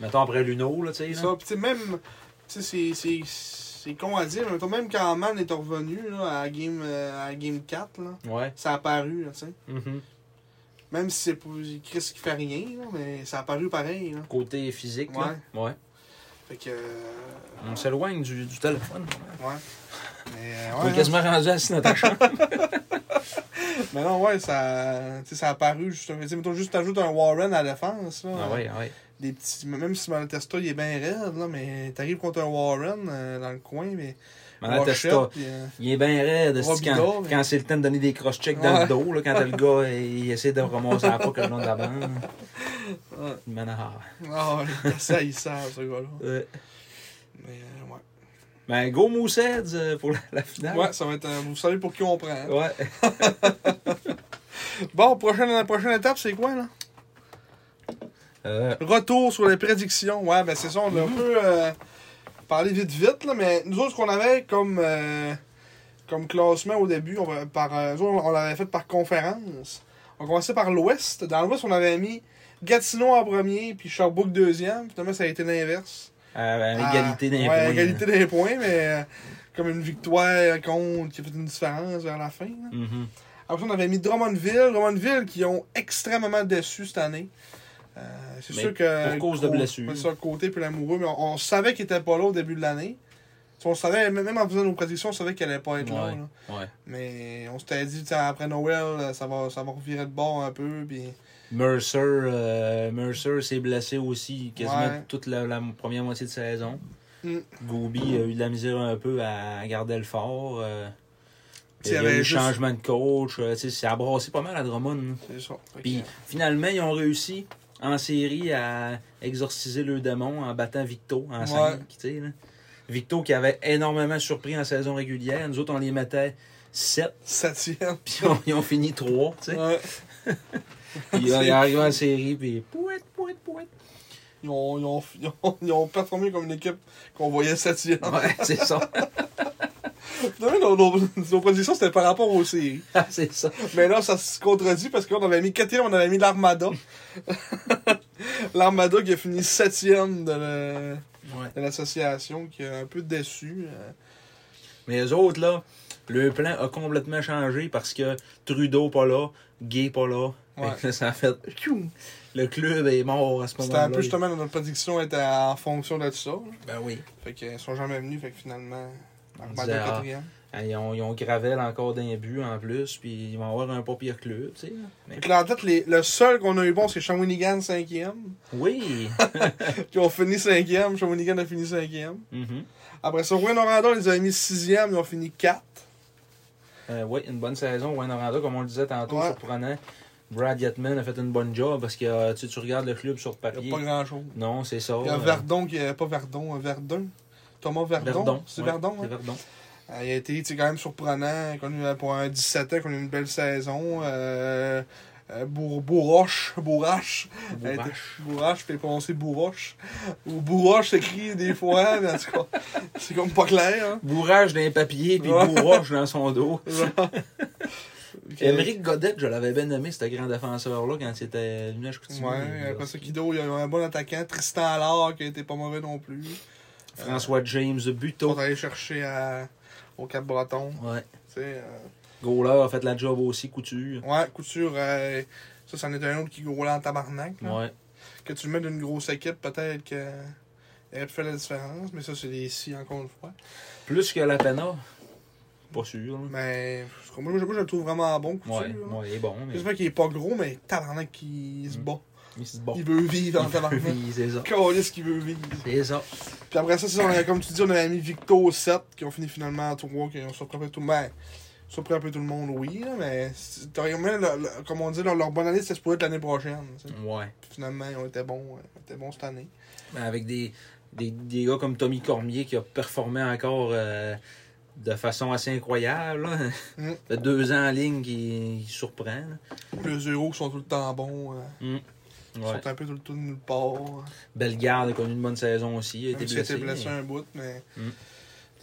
A: Mettons après Luno, là, tu sais.
B: Et
A: là.
B: ça, pis tu sais, même. Tu sais, c'est- c'est. C'est con à dire, mais mettons, même quand Man est revenu là, à, game, euh, à game 4, là,
A: Ouais.
B: ça Mm-hmm. a apparu, là, tu sais.
A: Mhm.
B: Même si c'est pas Chris qui fait rien, là, mais ça a apparu pareil. Là.
A: Côté physique, là. Ouais.
B: Fait que. euh,
A: On s'éloigne du, du téléphone. là.
B: ouais. Mais, euh,
A: On
B: ouais,
A: est
B: non,
A: quasiment rendu à Sinatasha.
B: Mais non, ouais, ça, tu sais, ça a apparu. Juste, tu sais, mettons, juste t'ajoutes un Warren à la défense. Là,
A: ah ouais, ouais.
B: des petits, même si Malatesta il est bien raide, là, mais t'arrives contre un Warren euh, dans le coin. mais
A: Malatesta,
B: Rochette, puis, euh,
A: il est bien raide. c'est
B: Robida,
A: quand,
B: mais-
A: quand c'est le temps de donner des cross-checks dans le
B: hein. Ouais.
A: dos, là, quand t'as le gars, il essaie de remonter à pas que le long de la bande.
B: Ouais.
A: Il m'en a-
B: Ah, il est assez haïssable, ce gars-là.
A: Ouais.
B: Mais euh, ouais.
A: Ben, go Mousseds euh, pour la, la finale.
B: Ouais, ça va être un- Vous savez pour qui on prend. hein.
A: Ouais.
B: Bon, prochaine, la prochaine étape, c'est quoi, là?
A: Euh,
B: Retour sur les prédictions. Ouais, ben c'est ça, on a un peu euh, parlé vite vite, là, mais nous autres, ce qu'on avait comme, euh, comme classement au début, on, va- par, euh, nous autres, on l'avait fait par conférence. On commençait par l'Ouest. Dans l'Ouest, on avait mis Gatineau en premier, puis Sherbrooke deuxième. Finalement, ça a été l'inverse.
A: à- à égalité
B: Ah,
A: d'un
B: ouais, égalité des points, mais euh, comme une victoire contre qui a fait une différence vers la fin. là.
A: Mm-hmm.
B: Après, ça, on avait mis Drummondville. Drummondville qui ont extrêmement déçu cette année. Euh, c'est
A: Mais
B: sûr que.
A: pour cause de
B: Côté-
A: blessures.
B: ouais, ça, côté puis l'amoureux, mais on, on savait qu'il était pas là au début de l'année. Tu sais, On savait, même même en faisant nos prédictions, on savait qu'elle allait pas être là,
A: Ouais.
B: là.
A: Ouais.
B: Mais on s'était dit, tu sais, après Noël, euh, ça va, ça va revirer de bord un peu. Puis...
A: Mercer, euh, Mercer s'est blessé aussi quasiment
B: Ouais.
A: toute la, la première moitié de saison.
B: Mm.
A: Gobi a eu de la misère un peu à garder le fort. euh, Il
B: Il y
A: y a
B: avait
A: eu
B: juste-
A: changement de coach. euh, tu sais, c'est abrassé pas mal à Drummond.
B: C'est ça. Fait que,
A: Puis finalement, ils ont réussi en série à exorciser le démon en battant Victo en
B: Ouais.
A: 5. tu sais, là. Victo qui avait énormément surpris en saison régulière. Nous autres, on les mettait 7,
B: euh, septième.
A: puis on- ils ont fini 3.
B: Ouais.
A: Puis là, ils arrivent en série, puis pouet, pouet, pouet.
B: Ils ont, ils, ont, ils, ont, ils ont performé comme une équipe qu'on voyait septième.
A: Ouais, c'est ça.
B: Finalement, nos, nos- nos prédictions, c'était par rapport aux séries.
A: Ah, c'est ça.
B: Mais là, ça se contredit parce qu'on avait mis quatrième, on avait mis l'Armada. L'Armada qui a fini septième de le-
A: Ouais.
B: de l'association, qui est un peu déçu. euh.
A: Mais les autres, là, le plan a complètement changé parce que Trudeau pas là, Gay pas là.
B: Ouais.
A: Fait que ça a fait. Le club est mort à ce
B: C'était
A: moment-là.
B: un peu justement notre prédiction était en fonction de ça.
A: Ben oui.
B: Fait qu'ils sont jamais venus, fait que finalement,
A: disait,
B: l'Armada
A: ah.
B: quatrième.
A: Ah, Ils ont, ils ont Gravel encore d'un but en plus, puis ils vont avoir un pas pire club, tu sais. là. Mais-
B: Fait que là, en tête, les- le seul qu'on a eu bon, c'est Shawinigan cinquième.
A: Oui!
B: Qui ont fini cinquième, Shawinigan a fini cinquième.
A: Mhm.
B: Après ça, Rouen Oranda, ils avaient mis sixième, ils ont fini quatre.
A: Euh, oui, une bonne saison. Wayne Oranda, comme on le disait tantôt,
B: Ouais.
A: surprenant. Brad Yatman a fait une bonne job parce que euh, tu, sais, tu regardes le club sur
B: Il
A: papier.
B: n'y a pas grand chose.
A: Non, c'est ça.
B: Il y a
A: euh,
B: Verdon qui est pas Verdon, euh, Verdun. Thomas Verdon. C'est
A: ouais,
B: Verdon,
A: C'est
B: hein?
A: Verdon.
B: Euh, Il a été tu sais, quand même surprenant. Connu euh, pour un 17 ans, qu'on a eu une belle saison. Euh, euh, Bour- Bourroche, Bourrache. Elle a été-
A: Bourrache.
B: Bourrache, je peux prononcer Bourroche. Ou Bourroche s'écrit des fois, mais en tout cas, c'est comme pas clair. Hein?
A: Bourrage d'un papier puis
B: Ouais.
A: bourrage dans son dos. Euh,
B: Genre.
A: Émeric Godet, je l'avais bien aimé, ce grand défenseur-là, quand c'était venu à Chicoutimi.
B: Ouais, après ça, Kido, il y a eu un bon attaquant. Tristan Allard, qui a été pas mauvais non plus.
A: François James
B: On
A: Buteau.
B: allait chercher à- au Cap-Breton.
A: Ouais.
B: tu sais, euh,
A: Gola a fait la job aussi, Couture.
B: Ouais, couture, euh, ça, c'en est un autre qui roulait en tabarnak. là.
A: Ouais.
B: Que tu le mets d'une grosse équipe, peut-être que il aurait fait la différence, mais ça, c'est des si, encore une fois.
A: Plus que la Pena. Pas sûr. là.
B: Mais je- moi, je, moi, je le trouve vraiment bon, couture.
A: Ouais,
B: Ben, là.
A: ouais, il est bon, mais
B: J'espère qu'il est pas gros, mais tabarnak, qui se bat.
A: mais c'est bon.
B: Il veut vivre en tabarnak.
A: Oui, c'est ça.
B: Calisse qu'il veut vivre.
A: C'est ça.
B: Puis après ça, c'est ça, on a- comme tu dis, on avait mis Victo 7, qui ont fini finalement à 3, qui ont surpris un peu tout le monde. Ben, Surpris un peu tout le monde, oui, là, mais c'est- théoriquement, le- le- comme on dit, leur, leur bonne année, c'était supposé être l'année prochaine. tu sais.
A: Ouais.
B: finalement, ils ont été bons, euh, ils ont été bons cette année.
A: Mais avec des, des, des gars comme Tommy Cormier qui a performé encore euh, de façon assez incroyable. là.
B: Mm.
A: Ça fait deux ans en ligne qui, qui surprend. là.
B: Les euros qui sont tout le temps bons, euh, ils
A: Ouais.
B: sont un peu tout le temps de nulle part. euh,
A: Bellegarde a connu une bonne saison aussi. Il a été
B: Même s'il
A: blessé.
B: était blessé
A: mais-
B: un bout, mais.
A: Mm.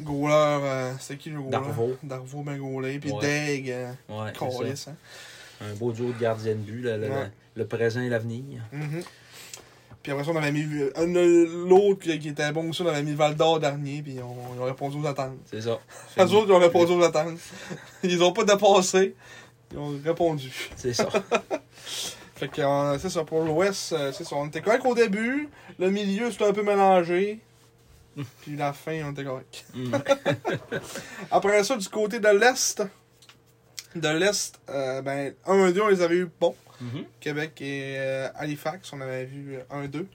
B: Goaler, euh, c'était qui le goaler
A: Darvaux.
B: Darvaux, ben gaulé. Puis
A: Ouais.
B: Deg, euh,
A: Ouais, c'est ça.
B: câlisse, hein.
A: Un beau duo de gardien de but, le, le-
B: Ouais.
A: le présent et l'avenir.
B: Mhm. Puis après ça, on avait mis. euh, un de- L'autre qui qui était bon aussi, on avait mis Valdor dernier, puis on, ils ont répondu aux attentes.
A: C'est ça.
B: Les autres, ils ont répondu aux attentes. ils ont pas dépassé, ils ont répondu.
A: C'est ça.
B: Fait que euh, c'est ça, pour l'Ouest, euh, c'est ça. On était correct au début, le milieu c'était un peu mélangé, puis la fin on était correct.
A: Mm.
B: Après ça, du côté de l'Est, de l'Est, euh, ben 1-2, on les avait eu bon.
A: Mhm.
B: Québec et euh, Halifax, on avait vu euh, 1-2.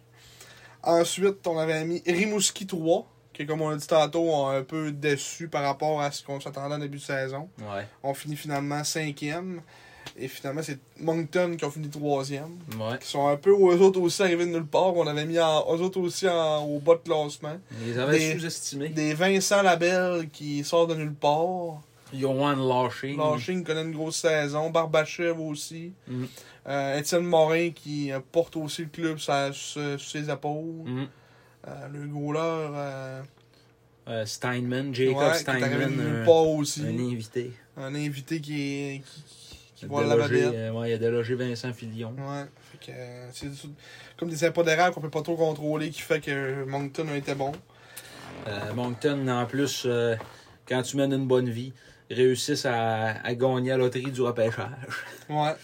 B: Ensuite, on avait mis Rimouski 3, qui est comme on l'a dit tantôt, on est un peu déçu par rapport à ce qu'on s'attendait en début de saison.
A: Ouais.
B: On finit finalement cinquième, et finalement c'est Moncton qui ont fini troisième
A: Ouais.
B: qui sont un peu aux autres aussi arrivés de nulle part. On avait mis en- eux autres aussi en- au bas de classement.
A: Ils les avaient
B: Des-
A: sous-estimés.
B: Des Vincent Labelle qui sort de nulle part.
A: Johan Lashing.
B: Lashing connaît une grosse saison. Barbachev aussi.
A: Mm.
B: Euh, Étienne Morin qui euh, porte aussi le club sa- sur, sur ses épaules.
A: Mm.
B: Euh, le goaler euh,
A: Euh, Steinman, Jacob euh,
B: ouais, qui est arrivé
A: Steinman.
B: de nulle
A: Un,
B: part aussi.
A: un
B: Un,
A: invité.
B: invité qui est. qui- qui- qui
A: Il
B: voit
A: a,
B: la
A: délogé,
B: vedette.
A: euh, ouais, il a délogé Vincent Filion.
B: Ouais, fait que, euh, c'est du- comme des impondérables qu'on peut pas trop contrôler qui fait que Moncton a été bon.
A: Euh, Moncton, en plus, euh, quand tu mènes une bonne vie, réussissent à, à gagner la loterie du repêchage.
B: Ouais.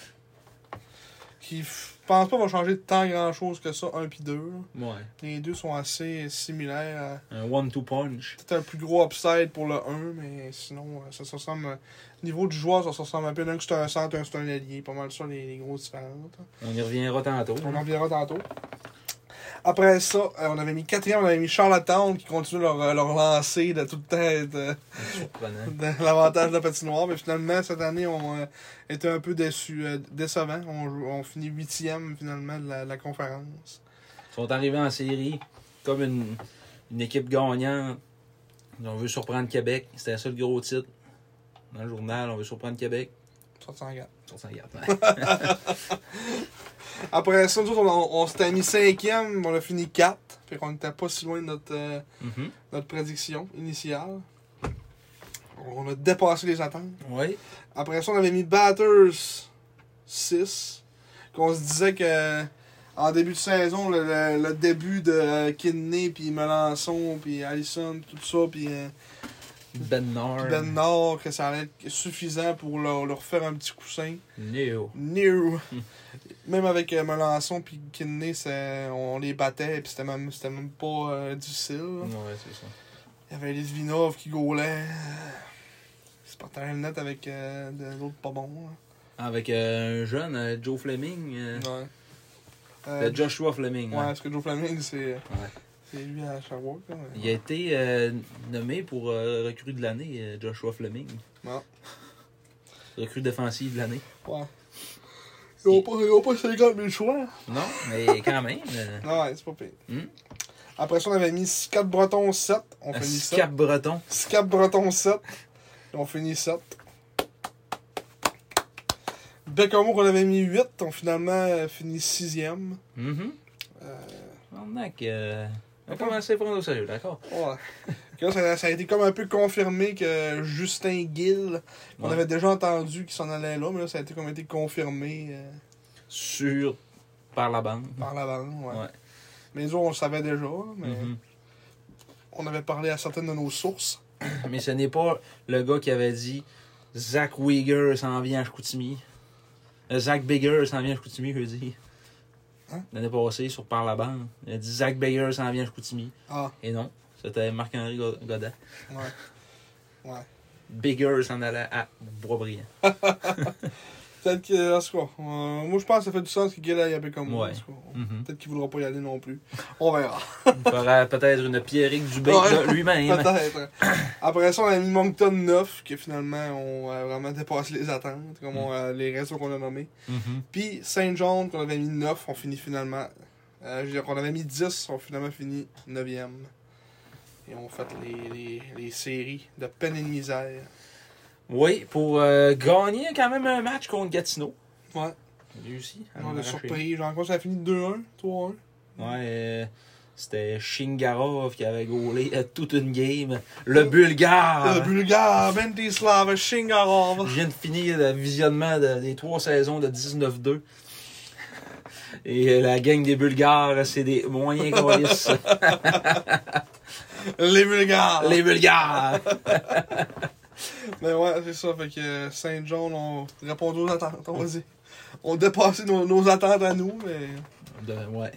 B: Qui, f- je pense pas, va changer de tant grand chose que ça, un puis deux. là.
A: Ouais.
B: Les deux sont assez similaires. euh,
A: Un one-two punch.
B: Peut-être un plus gros upside pour le 1, mais sinon, euh, ça se ressemble. euh, niveau du joueur, ça se ressemble un peu. L'un que c'est un centre, hein. un c'est un allié. Pas mal ça, les, les grosses différences.
A: On y reviendra tantôt.
B: On en reviendra tantôt. Après ça, euh, on avait mis quatrième, on avait mis Charlottetown qui continue leur, euh, leur lancée de tout le temps être, euh,
A: Surprenant.
B: de l'avantage de la patinoire. Mais finalement, cette année, on euh, était un peu déçu, euh, décevant. On, jou- on finit huitième finalement de la, de la conférence.
A: Ils sont arrivés en série comme une, une équipe gagnante. On veut surprendre Québec. C'était ça le gros titre. Dans le journal, on veut surprendre Québec.
B: 304.
A: Sur sa garde.
B: Après ça, nous autres, on, on s'était mis cinquième, on a fini 4. Fait qu'on n'était pas si loin de notre, euh,
A: Mhm.
B: notre prédiction initiale. On a dépassé les attentes.
A: Oui.
B: Après ça, on avait mis Batters 6. Qu'on se disait que en début de saison, le, le- le début de euh, Kidney, puis Melançon, puis Allison, tout ça, puis euh,
A: Ben Nord.
B: Ben Nord, que ça allait être suffisant pour leur, leur faire un petit coussin.
A: Neo.
B: New. Même avec euh, Melançon puis Kidney, c'est- on les battait puis c'était même, c'était même pas euh, difficile. là.
A: Ouais, c'est ça.
B: Il y avait Litvinov qui gaulait. C'est pas très net avec euh, de l'autre pas bon.
A: Avec euh, un jeune, euh, Joe Fleming. euh,
B: Ouais.
A: euh, Joshua Fleming.
B: Ouais,
A: hein.
B: parce que Joe Fleming, c'est
A: Ouais.
B: c'est lui à Sherbrooke. là, mais-
A: Il a été euh, nommé pour euh, recrue de l'année, euh, Joshua Fleming.
B: Bon.
A: Recrue défensive de l'année.
B: Ouais. Ils ont pas, ils ont pas 50 000 choix.
A: Non, mais quand même. euh,
B: Non, ouais, c'est pas pire.
A: Hmm. Ah,
B: Après ça, on avait mis 4 Bretons 7. On
A: un
B: finit 7.
A: Cap Breton.
B: Scap Breton 7. Et on finit 7. Bécamo qu'on avait mis 8, on finalement euh, finit 6ème.
A: Mhm.
B: Euh,
A: On a que. euh, On a commencé à prendre au sérieux, d'accord?
B: ouais. Que là, ça, ça a été comme un peu confirmé que Justin Gill, qu'on
A: Ouais.
B: avait déjà entendu qu'il s'en allait là, mais là ça a été comme été confirmé euh,
A: Sur. par la bande.
B: par la bande. Ouais.
A: Ouais.
B: Mais nous, on le savait déjà, hein, mais
A: Mhm.
B: on avait parlé à certaines de nos sources.
A: Mais ce n'est pas le gars qui avait dit Zach Wigger s'en vient à Chicoutimi. Euh, Zach Bigger s'en vient à Chicoutimi, je veux dire.
B: Hein?
A: L'année passée, sur Par la bande, il a dit Zach Bigger s'en vient à Chicoutimi.
B: Ah,
A: Et non, c'était Marc-Henri Go- Godin.
B: ouais. ouais.
A: Bigger s'en allait à Boisbriand.
B: Peut-être que, en tout cas, euh, moi je pense que ça fait du sens que Gill aille à Bécamo.
A: Ouais.
B: en tout cas.
A: Mhm.
B: Peut-être qu'il voudra pas y aller non plus. On verra.
A: Il fera peut-être une Pierrick du
B: Ouais.
A: de lui-même.
B: Peut-être. Après ça, on a mis Moncton 9, que finalement, on a vraiment dépassé les attentes,
A: Mm.
B: comme on- euh, les réseaux qu'on a nommés.
A: Mhm.
B: Puis Saint-Jean, qu'on avait mis 9, on finit finalement. Euh, je veux dire, qu'on avait mis 10, on finalement fini 9e. Et on fait les, les, les séries de peine et de misère.
A: Oui, pour euh, gagner quand même un match contre Gatineau.
B: Ouais,
A: Réussi. à
B: on a
A: l'arracher.
B: surpris. Genre, quoi, ça a fini 2-1, 3-1.
A: Ouais, euh, c'était Shingarov qui avait gaulé euh, toute une game. Le Bulgare!
B: Le Bulgare, Bentislav,
A: Je
B: Shingarov.
A: viens de finir le visionnement de- des trois saisons de 19-2. Et euh, la gang des Bulgares, c'est des moyens colisses.
B: Les Bulgares.
A: Les Bulgares!
B: Mais ouais, c'est ça. Fait que Saint-John, on répond aux attentes, on va dire. On dépassait nos, nos attentes à nous, mais
A: De- ouais.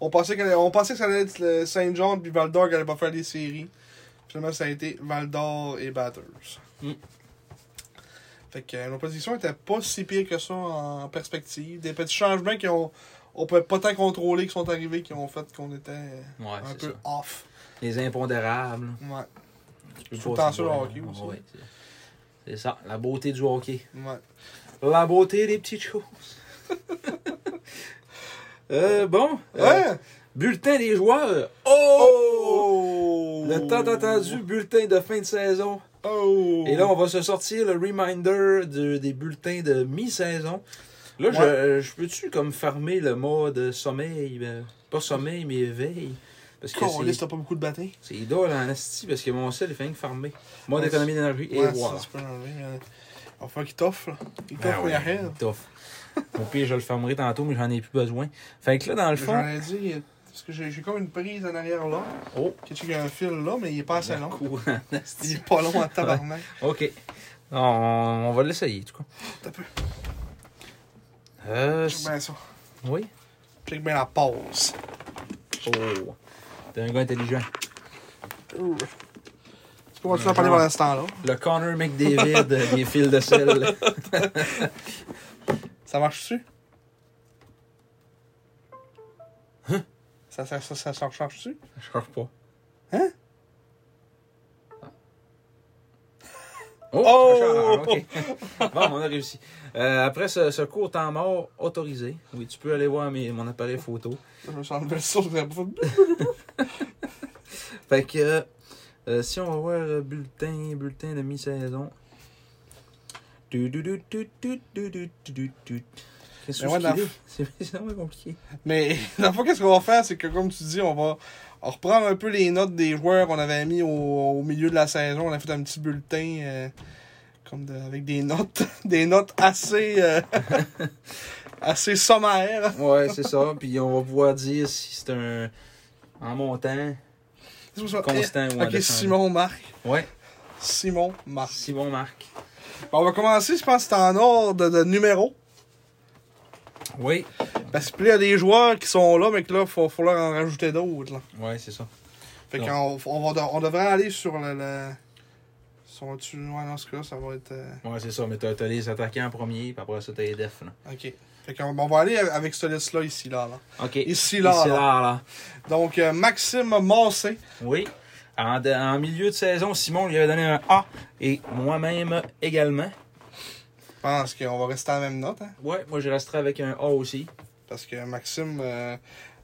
B: on pensait, qu'elle- on pensait que ça allait être le Saint-John puis Val d'Or qui allait pas faire des séries. Finalement, ça a été Val d'Or et Batters.
A: Mm.
B: Fait que euh, nos positions étaient pas si pires que ça en perspective. Des petits changements qu'on on pouvait pas tant contrôler qui sont arrivés, qui ont fait qu'on était euh,
A: Ouais,
B: un
A: c'est
B: peu
A: ça.
B: off.
A: Les impondérables.
B: Ouais,
A: Tu
B: Faut
A: peux
B: penser
A: pas
B: au
A: savoir,
B: hockey
A: hein.
B: aussi.
A: Ouais, c'est- c'est ça, la beauté du hockey.
B: ouais.
A: La beauté des petites choses. Euh, bon, euh,
B: Ouais!
A: bulletin des joueurs. Oh!
B: Oh!
A: Le tant attendu bulletin de fin de saison.
B: Oh!
A: Et là, on va se sortir le reminder de- des bulletins de mi-saison. Là, je-
B: Ouais.
A: euh, je, peux-tu comme fermer le mode sommeil? ben, pas sommeil, mais veille. Parce que
B: Caliste,
A: c'est-
B: t'as pas beaucoup de bâtons.
A: c'est idole en asti, parce que mon sel est fini fermé. Mode
B: Ouais,
A: économie d'énergie et
B: Ouais,
A: voilà.
B: ça, tu peux l'enlever. euh, On va faire qu'il t'offre, là. Il
A: Ben
B: t'offre
A: ouais,
B: les head.
A: tough. Au pire, je le fermerai tantôt, mais j'en ai plus besoin. Fait que là, dans le
B: J'en
A: fond.
B: ai dit, il y a- parce que j'ai j'ai comme une prise en arrière là.
A: Oh!
B: Que tu as un fil là, mais il est pas assez long.
A: Cool.
B: Il est pas long en tabarnak.
A: ok. On, on va l'essayer, en tout cas.
B: T'as peu.
A: Euh,
B: Check bien ça.
A: oui.
B: Check bien la pause.
A: Oh. T'es un gars intelligent.
B: Ouh. Tu peux continuer à parler pendant ce temps-là.
A: Le Connor McDavid euh, des fils de sel.
B: Ça marche-tu? Ça, ça, ça, ça, se recharge-tu?
A: Je crois pas.
B: Hein?
A: Oh!
B: Oh!
A: ça charge, ok. bon, on a réussi. Euh, après ce, ce court temps mort autorisé, oui, tu peux aller voir mes- mon appareil photo.
B: Je me sens enlever le sourd, j'aurais pas fait.
A: Fait que euh, euh, si on va voir euh, bulletin, bulletin de mi-saison. Tu, tu, tu, tu, tu, tu, tu, tu, tu, tu. Qu'est-ce
B: Mais ouais,
A: que
B: la-
A: c'est? C'est c'est vraiment compliqué.
B: Mais dans le fond, qu'est-ce qu'on va faire, c'est que comme tu dis, on va on reprendre un peu les notes des joueurs qu'on avait mis au, au milieu de la saison. On a fait un petit bulletin euh, comme de- avec des notes, des notes assez euh, assez sommaires.
A: Ouais, c'est ça. Puis on va pouvoir dire si c'est un. En montant, constant ou en
B: Ok,
A: descendant.
B: Simon Ah. Marc.
A: Ouais,
B: Simon Marc.
A: Simon Marc.
B: Bon, on va commencer, je pense que c'est en ordre de numéro.
A: Oui.
B: Parce que là, il y a des joueurs qui sont là, mais que là, faut, faut leur en rajouter d'autres. là.
A: Ouais, c'est ça.
B: Fait
A: Non.
B: qu'on on, va- on devrait aller sur le. le... Sont tu ouais, dans ce cas-là, ça va être. euh,
A: Ouais, c'est ça. Mais t'as t'as les attaquants en premier, puis après ça, t'as les defs. Là.
B: Ok. Fait qu'on ben, on va aller avec ce liste-là ici, là, là.
A: OK.
B: Ici, là,
A: Ici,
B: là.
A: là, là.
B: Donc, euh, Maxime Massé.
A: Oui. En, de- en milieu de saison, Simon lui avait donné un A et moi-même également.
B: Je pense qu'on va rester à la même note, hein.
A: Ouais, moi je resterai avec un A aussi.
B: Parce que Maxime, euh,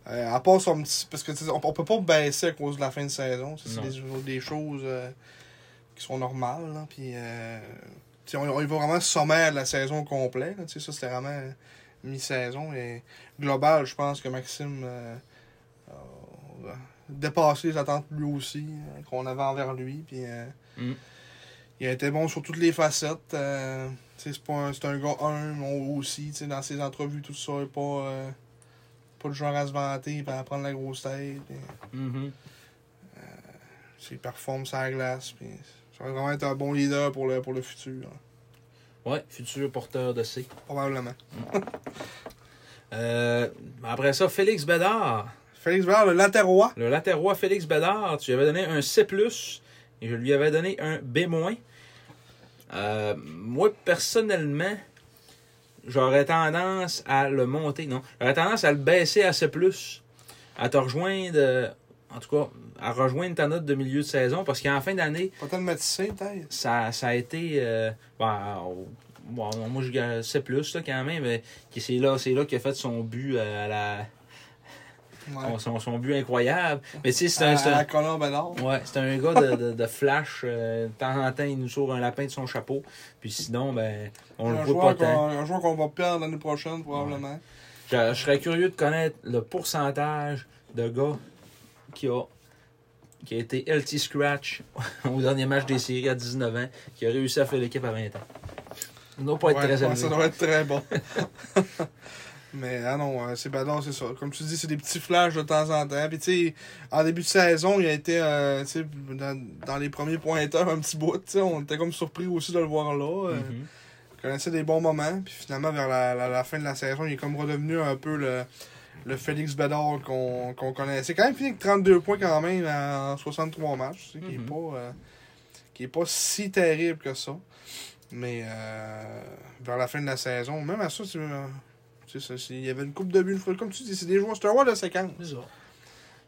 B: euh, à part son petit. Parce que tu sais, on, on peut pas baisser à cause de la fin de saison. Ça, C'est
A: Non.
B: des, des choses euh, qui sont normales, là. Puis, euh, tu sais, on, on y va vraiment sommaire de la saison complète. là. Tu sais, ça, c'était vraiment euh, mi-saison. Et global, je pense que Maxime euh, a dépassé les attentes lui aussi, euh, qu'on avait envers lui. Puis, euh,
A: Mm.
B: il a été bon sur toutes les facettes. euh, tu sais, c'est pas un, c'est un gars humble on- aussi, tu sais, dans ses entrevues, tout ça, il est pas, euh, pas le genre à se vanter, puis à prendre la grosse tête. puis,
A: Mhm.
B: tu sais, il performe sur la glace. puis ça va vraiment être un bon leader pour le, pour le futur, hein,
A: Ouais, futur porteur de C.
B: probablement.
A: Euh, après ça, Félix Bédard.
B: Félix Ballard, le latérois.
A: Le latérois Félix Bédard, tu lui avais donné un C, et je lui avais donné un B-. Euh, moi, personnellement, j'aurais tendance à le monter, non, j'aurais tendance à le baisser à C, à te rejoindre, euh, en tout cas, à rejoindre ta note de milieu de saison, parce qu'en fin d'année,
B: Pas tellement médecin, peut-être.
A: ça, ça a été. euh, ben, au- bon, non, moi, je ga- sais plus là, quand même, mais qui- c'est là, c'est là qu'il a fait son but euh, à la.
B: Ouais.
A: son- Son, son but incroyable. Mais tu sais, c'est
B: À,
A: un. c'est
B: à
A: un-
B: la colonne Ballard.
A: Ouais, c'est un gars de, de, de flash. euh, de temps en temps, il nous sort un lapin de son chapeau. Puis sinon, ben, on le
B: un,
A: voit pas
B: joueur
A: tant.
B: qu'on- un joueur qu'on va perdre l'année prochaine, probablement.
A: Je, je serais curieux de connaître le pourcentage de gars qui a, qui a été LT Scratch au dernier match des séries à 19 ans, qui a réussi à faire l'équipe à 20 ans. Ça doit pas être
B: Ouais,
A: très
B: ouais,
A: élevé.
B: ça doit être très bon. Mais ah non, euh, c'est badon, c'est ça. Comme tu dis, c'est des petits flashs de temps en temps. Puis tu sais, en début de saison, il a été euh, tu sais, dans, dans les premiers pointeurs un petit bout. tu sais, On était comme surpris aussi de le voir là. euh,
A: Mhm.
B: Il connaissait des bons moments. Puis finalement, vers la, la- la fin de la saison, il est comme redevenu un peu le, le Félix Bédard qu'on qu'on connaissait. Quand même fini avec 32 points quand même en 63 matchs. tu sais, qui est
A: Mhm.
B: pas, euh, qui est pas si terrible que ça. Mais euh, vers la fin de la saison, même à ça, c'est, euh, c'est ça, c'est- il y avait une coupe de buts, une fois- comme tu dis, c'est des joueurs, c'est un roi de séquence.
A: C'est ça.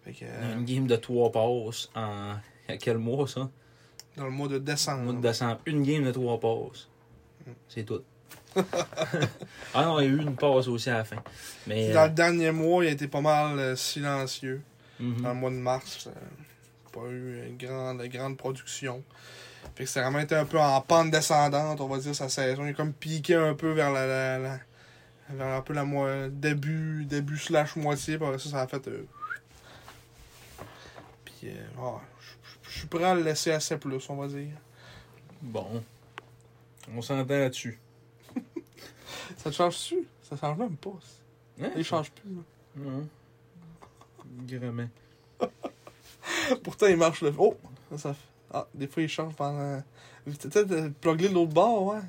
B: Fait que,
A: Il y a
B: euh,
A: Une game de trois passes en. à quel mois ça
B: dans le mois de
A: Au
B: décembre.
A: mois de décembre. Une game de trois passes.
B: Mm.
A: C'est tout. ah non, il y a eu une passe aussi à la fin. Mais. euh,
B: Dans le dernier mois, il a été pas mal euh, silencieux.
A: mhm.
B: dans le mois de mars. euh, pas eu une grande, grande production. Fait que c'est vraiment été un peu en pente descendante, on va dire, sa saison. Il est comme piqué un peu vers la, la- la- vers un peu la mo- début, début slash moitié. Puis après ça, ça a fait. euh, Puis, euh, ah, je- je je suis prêt à le laisser assez plus, on va dire.
A: Bon. On s'entend là-dessus.
B: Ça te change-tu? Ça change même pas. ça.
A: Hein?
B: Il change plus. là.
A: Non. Gréement.
B: Pourtant, il marche le. Oh! Ça, ça fait- Ah, des fois, il change pendant. Peut-être euh, plugger l'autre bord, ouais.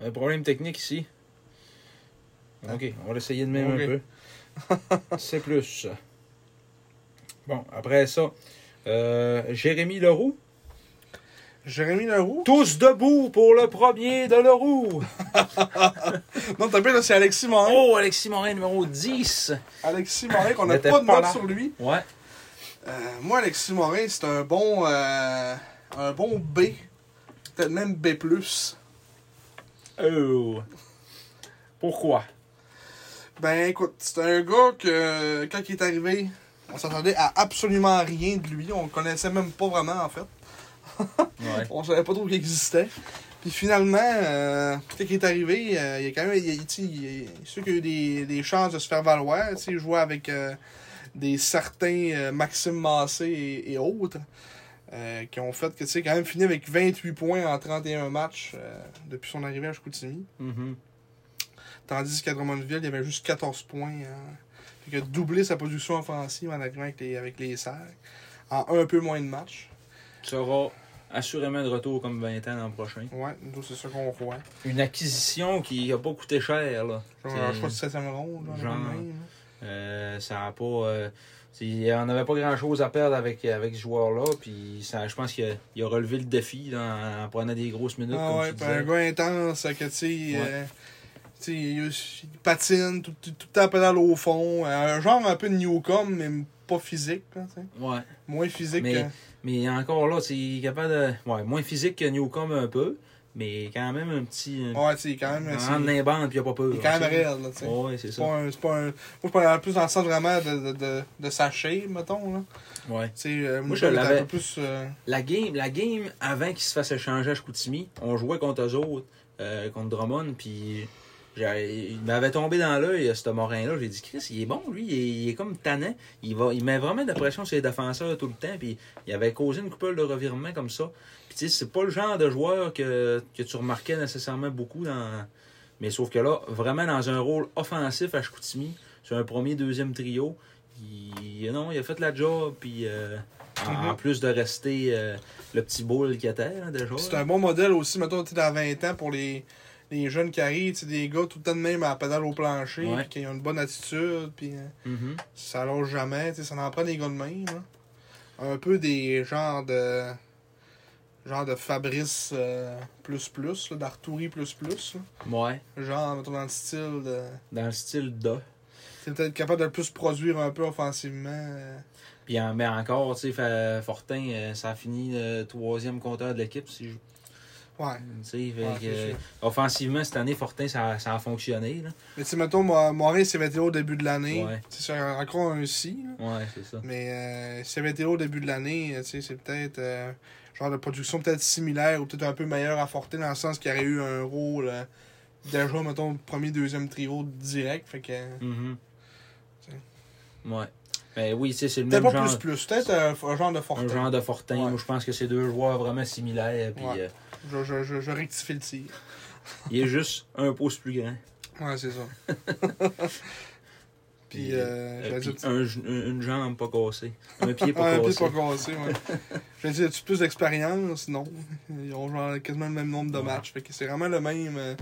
A: Un problème technique ici. Ok, on va l'essayer de même
B: Hein? Ok.
A: un peu. C'est plus. Bon, après ça, euh, Jérémy Leroux.
B: Jérémy Leroux?
A: Tous debout pour le premier de Leroux.
B: Non, t'as bien, là, c'est Alexis Morin.
A: Oh, Alexis Morin, numéro 10.
B: Alexis Morin, qu'on n'a
A: Il était
B: pas de
A: pas
B: note
A: là.
B: sur lui.
A: Ouais.
B: Euh, moi, Alexis Morin, c'est un bon. euh, un bon B. Peut-être même B.
A: Oh. Pourquoi?
B: Ben, écoute, c'est un gars que, euh, quand il est arrivé, on s'attendait à absolument rien de lui. On le connaissait même pas vraiment, en fait.
A: Ouais.
B: On savait pas trop qu'il existait. Puis finalement, euh, quand il est arrivé, euh, il y a quand même. Il, il- tu sais, il- ceux qui ont eu des, des chances de se faire valoir, tu sais, il jouait avec euh, des certains euh, Maxime Massé et, et autres, euh, qui ont fait que, tu sais, quand même fini avec 28 points en 31 matchs euh, depuis son arrivée à Chicoutimi.
A: Mhm.
B: Tandis qu'à Drummondville, il y avait juste 14 points. hein. Fait qu'il a doublé sa production offensive en arrivant avec les, avec les Serres, en un peu moins de matchs.
A: Tu auras assurément de retour comme 20 ans l'an prochain.
B: Ouais, nous, c'est ça qu'on voit.
A: Une acquisition qui n'a pas coûté cher, là.
B: Genre
A: C'est-
B: un choix de 7 ronde. Là,
A: Euh, Genre.
B: quand même, là.
A: Euh, ça n'a pas. euh, c'est- on n'avait pas grand chose à perdre avec, avec ce joueur-là. Puis ça, je pense qu'il a, il a relevé le défi là, en prenant des grosses minutes.
B: Ah
A: comme
B: ouais,
A: tu
B: pis un
A: disais.
B: gars intense, que tu sais.
A: Ouais.
B: euh, tu sais, il, il patine, tout, tout, tout le temps pédale au fond. euh, Un genre un peu de Newcom, mais pas physique. là, tu sais.
A: Ouais.
B: Moins physique
A: Mais-
B: que.
A: Mais encore là, c'est il est capable de. Ouais, moins physique que Newcomb un peu. Mais quand même un petit. un-
B: Ouais, tu sais, quand même. c'est-
A: en bande puis il a pas peur.
B: Il est quand même
A: tu sais.
B: raide, là, tu sais.
A: Ah, Ouais, c'est
B: C'est
A: ça.
B: pas un- c'est pas un. Moi, je parle plus dans le sens vraiment de, de, de, de sachet, mettons. Là.
A: Ouais.
B: Tu sais, euh,
A: Moi,
B: Newcombe
A: je
B: est
A: l'avais.
B: Un peu plus. euh,
A: La game, la game avant qu'il se fasse échanger à Chicoutimi, on jouait contre eux autres, euh, contre Drummond, puis j'ai- il m'avait tombé dans l'œil, euh, ce Morin-là. J'ai dit, Chris, il est bon, lui, il est, il est comme tannant. Il, va, il met vraiment de la pression sur les défenseurs tout le temps, puis il avait causé une coupole de revirement comme ça. Puis tu sais, c'est pas le genre de joueur que, que tu remarquais nécessairement beaucoup dans. Mais sauf que là, vraiment dans un rôle offensif à Chicoutimi, sur un premier, deuxième trio, il, non, il a fait la job, puis. euh, en- En
B: Mhm.
A: plus de rester euh, le petit boule qu'il était là, déjà.
B: C'est un bon modèle aussi, mettons, tu sais, dans 20 ans pour les, les jeunes qui arrivent. tu sais, Des gars tout le temps de même à la pédale au plancher,
A: Ouais.
B: puis qui ont une bonne attitude, puis. euh,
A: Mhm.
B: Ça lâche jamais, tu sais, ça en prend des gars de même. hein. Un peu des genres de. Genre de Fabrice euh, plus plus, là, d'Arturi plus plus. là.
A: Ouais,
B: Genre, mettons dans le style de.
A: dans le style de.
B: C'est peut-être capable de plus produire un peu offensivement. euh.
A: Puis en- mais encore, tu sais, Fa- Fortin, euh, ça a fini le troisième compteur de l'équipe. Si je-
B: Ouais.
A: tu sais, fait
B: Ouais,
A: que,
B: c'est
A: euh,
B: sûr.
A: offensivement, cette année, Fortin, ça, ça a fonctionné. Là.
B: Mais tu sais, mettons, Mo- Morin s'est metté au début de l'année.
A: Ouais.
B: C'est sûr, encore un si. là.
A: Ouais, c'est ça.
B: Mais euh, s'il avait été là au début de l'année, euh, tu sais, c'est peut-être euh, genre de production peut-être similaire ou peut-être un peu meilleure à Fortin dans le sens qu'il aurait eu un rôle euh, déjà, mettons, premier, deuxième trio direct. Fait que. euh,
A: Mhm. Ouais. Mais oui, tu sais, c'est le
B: Peut-être
A: même
B: pas
A: genre.
B: plus plus, peut-être un, un genre de Fortin.
A: Un genre de Fortin.
B: Ouais.
A: Moi, je pense que c'est deux joueurs vraiment similaires. Puis
B: Ouais.
A: euh,
B: Je, je, je, je rectifie le tir.
A: il est juste un pouce plus grand.
B: Ouais, c'est ça. Puis,
A: Puis,
B: euh,
A: Euh,
B: j'allais
A: puis
B: dire,
A: un gen- une jambe pas cassée. Un pied
B: Ah,
A: pas
B: un pied
A: cassé.
B: pas cassé, ouais. Je veux dire, as-tu plus d'expérience? Non. Ils ont genre quasiment le même nombre de
A: Ouais.
B: matchs. Fait que c'est vraiment le même, euh,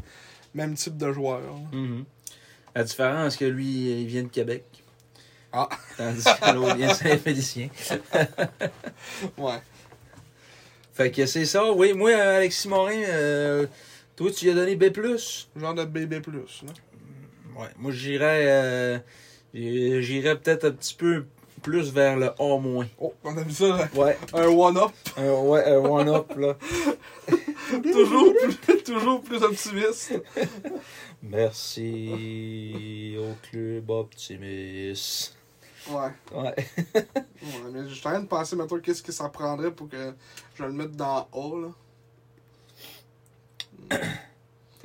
B: même type de joueur. là.
A: Mhm. La différence, c'est que lui, il vient de Québec.
B: Ah.
A: Tandis que l'autre vient de Saint-Félicien.
B: Ouais.
A: Fait que c'est ça. Oui, moi, euh, Alexis Morin, euh, toi, tu lui as donné B.
B: Genre de bébé plus. Là.
A: Ouais. Moi, j'irais. euh, j'irais peut-être un petit peu plus vers le A-.
B: Oh, on a vu ça, là.
A: Ouais.
B: un one-up.
A: Un, ouais, un one-up, là.
B: toujours, plus, toujours plus optimiste.
A: Merci au club Optimus.
B: Ouais.
A: Ouais.
B: ouais mais je suis en train de penser, maintenant qu'est-ce que ça prendrait pour que je le mette dans A, là.
A: Non,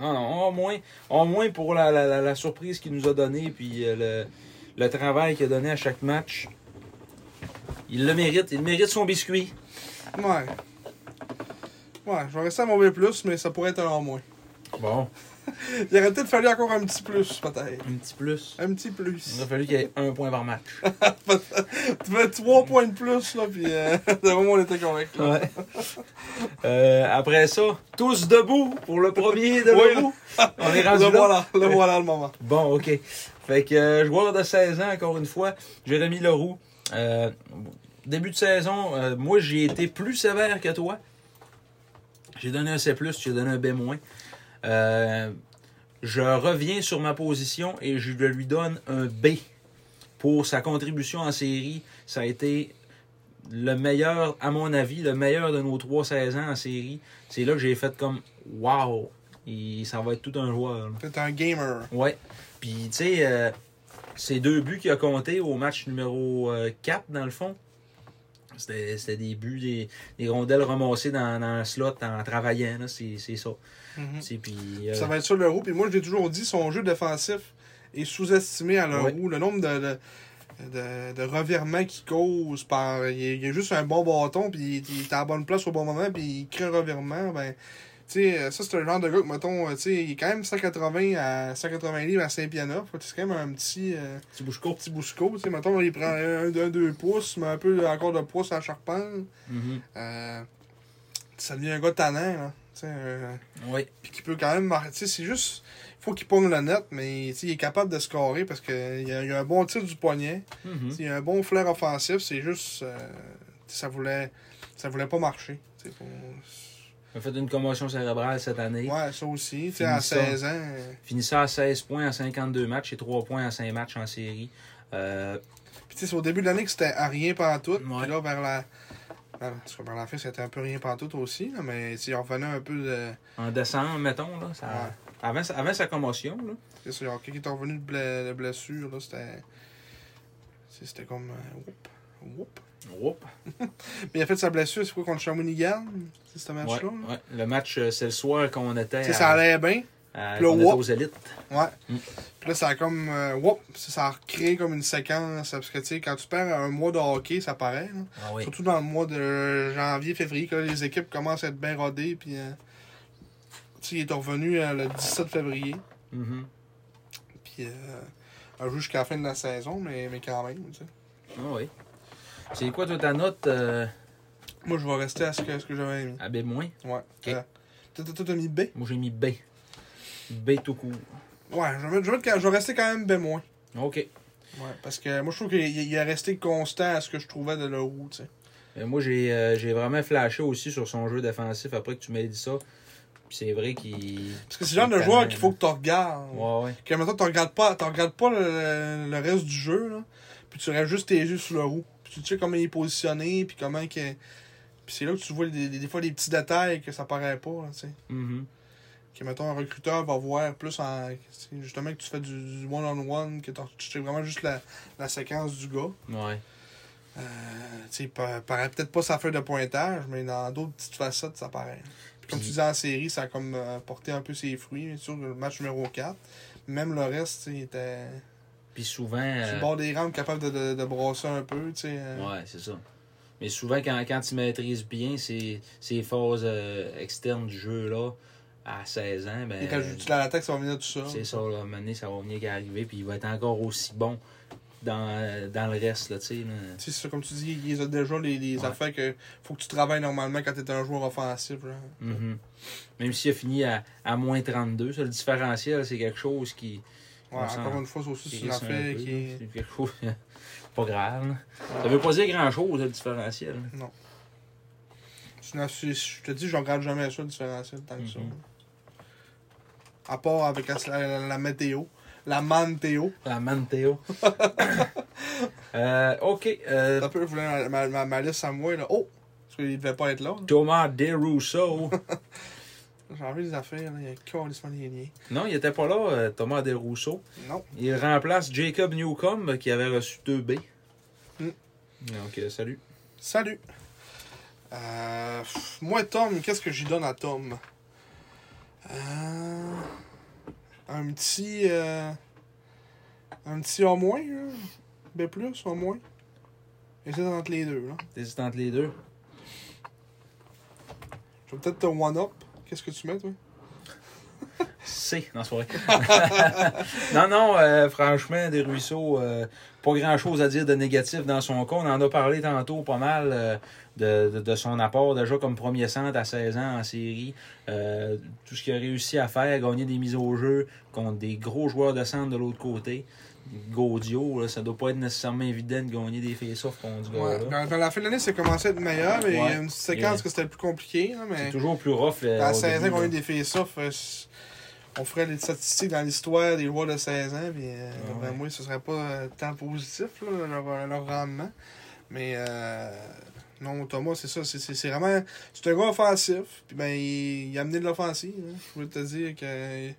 A: Ah non, au moins, au moins pour la, la, la, la surprise qu'il nous a donnée, puis euh, le, le travail qu'il a donné à chaque match. Il le mérite, il mérite son biscuit.
B: Ouais. Ouais, je vais rester à mon B+, mais ça pourrait être un en moins.
A: Bon,
B: Il aurait peut-être fallu encore un petit plus, peut-être.
A: un petit plus.
B: Un petit
A: Il
B: plus.
A: a fallu qu'il y ait un point par match.
B: Tu fais 3 points de plus, là, pis euh, de moment, on était correct, là.
A: Ouais. Euh, après ça, tous debout pour le premier de
B: Oui,
A: debout. On est rendu
B: Le
A: là.
B: voilà, le voilà le moment.
A: Bon, OK. Fait que euh, joueur de 16 ans, encore une fois, Jérémy Leroux. Euh, début de saison, euh, moi, j'ai été plus sévère que toi. J'ai donné un C, j'ai donné un B-. Euh, je reviens sur ma position et je le lui donne un B. Pour sa contribution en série, ça a été le meilleur, à mon avis, le meilleur de nos trois 16 ans en série. C'est là que j'ai fait comme Wow! Il, ça va être tout un joueur. là.
B: T'es un gamer.
A: Ouais. Puis, tu sais, euh, ces deux buts qu'il a compté au match numéro 4, dans le fond, c'était c'était des buts, des, des rondelles ramassées dans, dans le slot en travaillant. là. C'est c'est ça.
B: Mhm.
A: C'est- Puis, euh,
B: Ça va être ça le roue. Puis moi, je l'ai toujours dit, son jeu défensif est sous-estimé à leur
A: Ouais.
B: roue. Le nombre de, de, de- de revirements qu'il cause par. Il y a- il y a juste un bon bâton, puis il est- il est à la bonne place au bon moment, puis il crée un revirement. Ben, tu sais, ça, c'est le genre de gars que, mettons, euh, tu sais, il est quand même 180 à 180 livres à 5 pieds 9. C'est quand même un petit. euh,
A: petit bouche courte.
B: petit bousco, tu sais, mettons, il prend un, un, deux pouces, mais un peu encore de pouces à la charpente.
A: Mhm.
B: Euh, ça devient un gars tannant, là. Tu sais, euh,
A: Mm-hmm. Ouais.
B: puis qui peut quand même mar- tu sais, c'est juste il faut qu'il pogne la net mais tu sais, il est capable de scorer parce que il a, il a un bon tir du poignet
A: Mhm.
B: Tu sais, il a un bon flair offensif c'est juste euh, tu sais, ça voulait ça voulait pas marcher tu sais, faut-
A: Il a fait une commotion cérébrale cette année.
B: ouais ça aussi tu sais, à
A: Finissant.
B: 16 ans euh,
A: Finissant à 16 points en 52 matchs et 3 points en 5 matchs en série. Euh,
B: puis tu sais, c'est au début de l'année que c'était à rien pantoute
A: Ouais.
B: puis là vers la ben, vers- parce que vers la fin c'était un peu rien pantoute aussi là, mais tu sais, il revenait un peu de
A: en décembre, mettons. Là, ça-
B: Ouais.
A: avant, sa- avant sa commotion, là,
B: tu sais, c'est genre, quand il est revenu de, bla- de blessure là c'était tu sais, c'était comme euh, whoop, whoop.
A: Oups.
B: Mais il a fait sa blessure, c'est quoi, contre Shawinigan? C'est ce match-là?
A: Ouais,
B: là?
A: ouais. Le match, euh, c'est le soir qu'on était,
B: Tu sais,
A: à-
B: ça allait bien.
A: à-
B: le
A: qu'on était
B: whoop.
A: aux élites.
B: Ouais.
A: Mm.
B: Puis là, ça a comme. euh, whoop, ça a recréé comme une séquence. Parce que, tu sais, quand tu perds un mois de hockey, ça paraît. là.
A: Ah oui.
B: Surtout dans le mois de janvier, février, quand les équipes commencent à être bien rodées. Puis, euh, tu sais, il est revenu euh, le 17 février.
A: Mhm.
B: Puis, euh, un jeu jusqu'à la fin de la saison, mais, mais quand même, tu sais.
A: Ah oui. C'est quoi, toi, ta note euh,
B: Moi, je vais rester à ce que, ce que j'avais mis.
A: à B-? Moi,
B: Ouais. Euh, Toi, toi, toi, t'as mis B?
A: j'ai mis B. B tout court.
B: Ouais, je vais, mettre- je vais mettre- je vais rester quand même B moins.
A: OK.
B: Ouais, parce que moi, je trouve qu'il il est resté constant à ce que je trouvais de la roue, tu sais.
A: Euh, moi, j'ai euh, j'ai vraiment flashé aussi sur son jeu défensif après que tu m'aies dit ça. Puis c'est vrai qu'il.
B: Parce que c'est le genre de joueur qu'il faut que tu regardes.
A: Ouais, ouais.
B: Que maintenant, tu regardes pas, tu regardes pas le, le reste du jeu, là. Puis tu restes juste tes yeux sur le roue. Puis tu sais comment il est positionné, puis comment que. Puis c'est là que tu vois des, des- des fois des petits détails que ça paraît pas, là, tu sais.
A: Mhm.
B: Que mettons, un recruteur va voir plus en. tu sais, Justement, que tu fais du du one-on-one, que t'en- tu sais vraiment juste la, la séquence du gars.
A: Ouais.
B: Euh, tu sais, pa- paraît peut-être pas sa feuille de pointage, mais dans d'autres petites facettes, ça paraît. Puis comme tu disais en série, ça a comme euh, porté un peu ses fruits, bien sûr, le match numéro 4. Même le reste, tu sais, il était
A: Puis souvent.
B: sur
A: euh,
B: le bord des rampes, capable de, de, de brasser un peu, tu sais. euh.
A: Ouais, c'est ça. Mais souvent, quand, quand tu maîtrises bien ces, ces phases euh, externes du jeu-là, à 16 ans, ben,
B: Et quand je l'utilises à l'attaque, ça va venir tout ça.
A: c'est ça, là, à un moment donné, ça va venir qu'à arriver, puis il va être encore aussi bon dans, dans le reste, là, tu sais. là.
B: Tu sais, c'est ça, comme tu dis, il y a déjà les, les
A: Ouais.
B: affaires que faut que tu travailles normalement quand t'es un joueur offensif. Là.
A: Mhm. Même s'il a fini à, à moins 32, ça, le différentiel, c'est quelque chose qui...
B: Ouais,
A: On s'en-
B: encore une fois, ça aussi,
A: qui
B: c'est une
A: risque un
B: affaire
A: peu,
B: qui
A: là.
B: est.
A: C'est quelque chose... pas grave, là. Ça veut pas dire grand-chose, le différentiel.
B: C'est une affaire- Je te dis, je regarde jamais ça, le différentiel, tant que ça.
A: Mhm.
B: À part avec la, la- la météo, la mantéo.
A: La Manteo. euh, OK. euh,
B: T'as peu, je voulais ma, ma, ma- ma liste à moi, là. Oh! Parce qu'il devait pas être là. là.
A: Thomas DeRusso.
B: J'ai envie des affaires, là. Il y a carrément des liens.
A: Non, il était pas là, euh, Thomas Desrousseaux.
B: Non.
A: Il remplace Jacob Newcomb qui avait reçu 2B.
B: Mm.
A: Donc, euh, salut.
B: Salut! Euh, pff, moi, Tom, qu'est-ce que j'y donne à Tom? Euh, un petit... euh, un petit au moins, là. B+, au moins. Et c'est entre les deux, là.
A: T'hésites entre les deux.
B: Je vais peut-être te one-up. Qu'est-ce que tu mets, toi?
A: C, non, c'est pas vrai. non, non, euh, franchement, Des Ruisseaux, euh, pas grand-chose à dire de négatif dans son cas. On en a parlé tantôt pas mal euh, de, de- de son apport déjà comme premier centre à 16 ans en série. Euh, tout ce qu'il a réussi à faire, gagner des mises au jeu contre des gros joueurs de centre de l'autre côté. Gaudio, là, ça doit pas être nécessairement évident de gagner des face-offs contre
B: Ouais.
A: ce gars-là.
B: Vers- vers la fin de l'année, ça commençait à être meilleur, mais il y a
A: Ouais.
B: une petite séquence
A: Yeah.
B: que c'était plus compliqué. là, mais
A: C'est toujours plus rough. euh,
B: à
A: au
B: 16 ans
A: début,
B: qu'on a
A: là.
B: eu des face-offs, euh, c- on ferait les statistiques dans l'histoire des joueurs de 16 ans, puis euh,
A: Ah
B: d'après
A: ouais.
B: moi, ce serait pas euh, tant positif, là, leur, euh, leur rendement. Mais euh, non, Thomas, c'est ça, c'est- c'est c'est vraiment... C'est un gars offensif, puis ben, il, il a amené de l'offensive. hein. Je voulais te dire que... euh,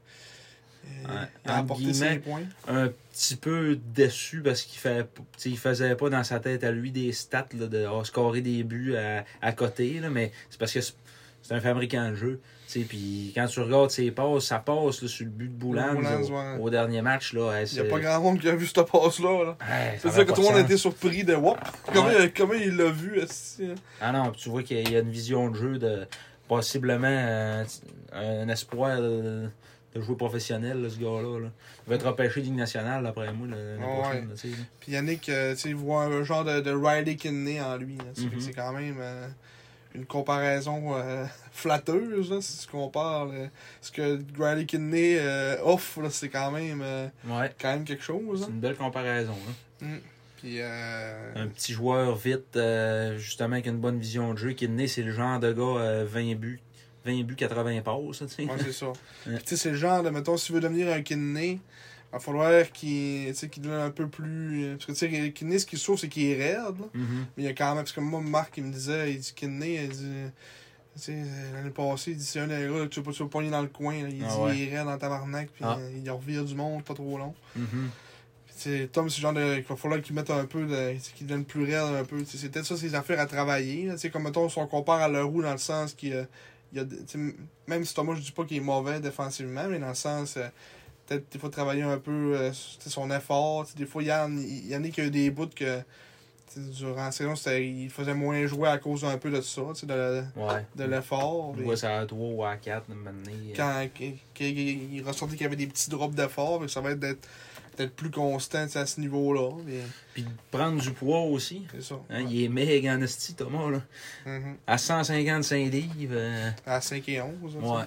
B: Il a
A: entre
B: apporté ses
A: guillemets,
B: points.
A: un petit peu déçu parce qu'il fait, tu sais, il faisait pas dans sa tête à lui des stats là, de oh, scorer des buts à, à côté, là, mais c'est parce que c'est c'est un fabricant de jeu. tu sais, Puis quand tu regardes ses passes, ça passe là, sur le but de Boulange
B: Boulange,
A: au,
B: ouais.
A: au dernier match. Là, elle,
B: Il n'y a
A: c'est-
B: pas grand monde qui a vu cette passe-là. Là.
A: Ouais, ça
B: C'est-à-dire
A: avait
B: que
A: pas
B: tout
A: de
B: le monde a
A: sens.
B: été surpris de Wop. Comment,
A: Ouais.
B: il- comment il l'a vu, esti, hein?
A: Ah non, puis tu vois qu'il y a une vision de jeu de possiblement euh, un espoir euh, de jouer professionnel, là, ce gars-là. là. Il va être repêché de Ligue nationale, après moi, l'année
B: Ah Ouais.
A: prochaine, là, tu sais, là.
B: Puis Yannick, euh, tu sais, voit un genre de, de Riley Kinney en lui. hein. Ça fait que
A: Mhm.
B: C'est quand même euh, une comparaison euh, flatteuse, là, si tu compares là. ce que Riley Kinney euh, offre, là, c'est quand même euh,
A: Ouais,
B: quand même quelque chose.
A: c'est
B: hein.
A: une belle comparaison. là.
B: Puis, euh,
A: Un petit joueur vite, euh, justement, avec une bonne vision de jeu, qui est né, c'est le genre de gars euh, 20 buts, 20 buts, 80 passes, là, tu sais.
B: ouais, c'est ça. Puis, tu sais, c'est le genre de, mettons, si tu veux devenir un Kinney, il va falloir qu'il tu sais, qu'il devienne un peu plus... euh, Parce que, tu sais, Kinney, ce qu'il souffre, c'est qu'il est raide, là.
A: Mhm.
B: Mais il y a quand même, parce que moi, Marc, il me disait, il dit Kidney, il dit, tu sais, l'année passée, il dit, c'est un des gars, tu vas pas tu vas pogner dans le coin, là. il
A: Ah
B: dit,
A: ouais.
B: il irait dans le tabarnak, puis
A: Ah.
B: euh, il revient du monde, pas trop long.
A: Mhm.
B: Puis, tu sais, Tom, c'est le genre de. Il va falloir qu'il mette un peu de. tu sais, qu'il devienne plus raide un peu. Tu sais, C'est peut-être ça ses affaires à travailler. là. Tu sais, comme mettons, si on compare à Leroux dans le sens qu'il euh, il y a. de- tu sais, Même si Thomas, je dis pas qu'il est mauvais défensivement, mais dans le sens. euh, peut-être des fois travailler un peu euh, sur- tu sais, son effort. Tu sais, Des fois, Yann, il y en a qui a eu des bouts que. tu sais, Durant la saison, c'était- il faisait moins jouer à cause un peu de ça, tu sais, de,
A: Ouais.
B: de l'effort.
A: Ouais, ça à 3 ou à 4, maintenant. euh,
B: Quand qu'il- qu'il- il ressortait qu'il y avait des petits drops d'effort, ça va être d'être peut-être plus constant tu sais, à ce niveau-là. mais
A: Puis de prendre du poids aussi.
B: C'est ça.
A: Hein, Il est méga en esti, Thomas, là.
B: Mhm.
A: À 155 livres. euh,
B: À 5 et 11. là,
A: ouais.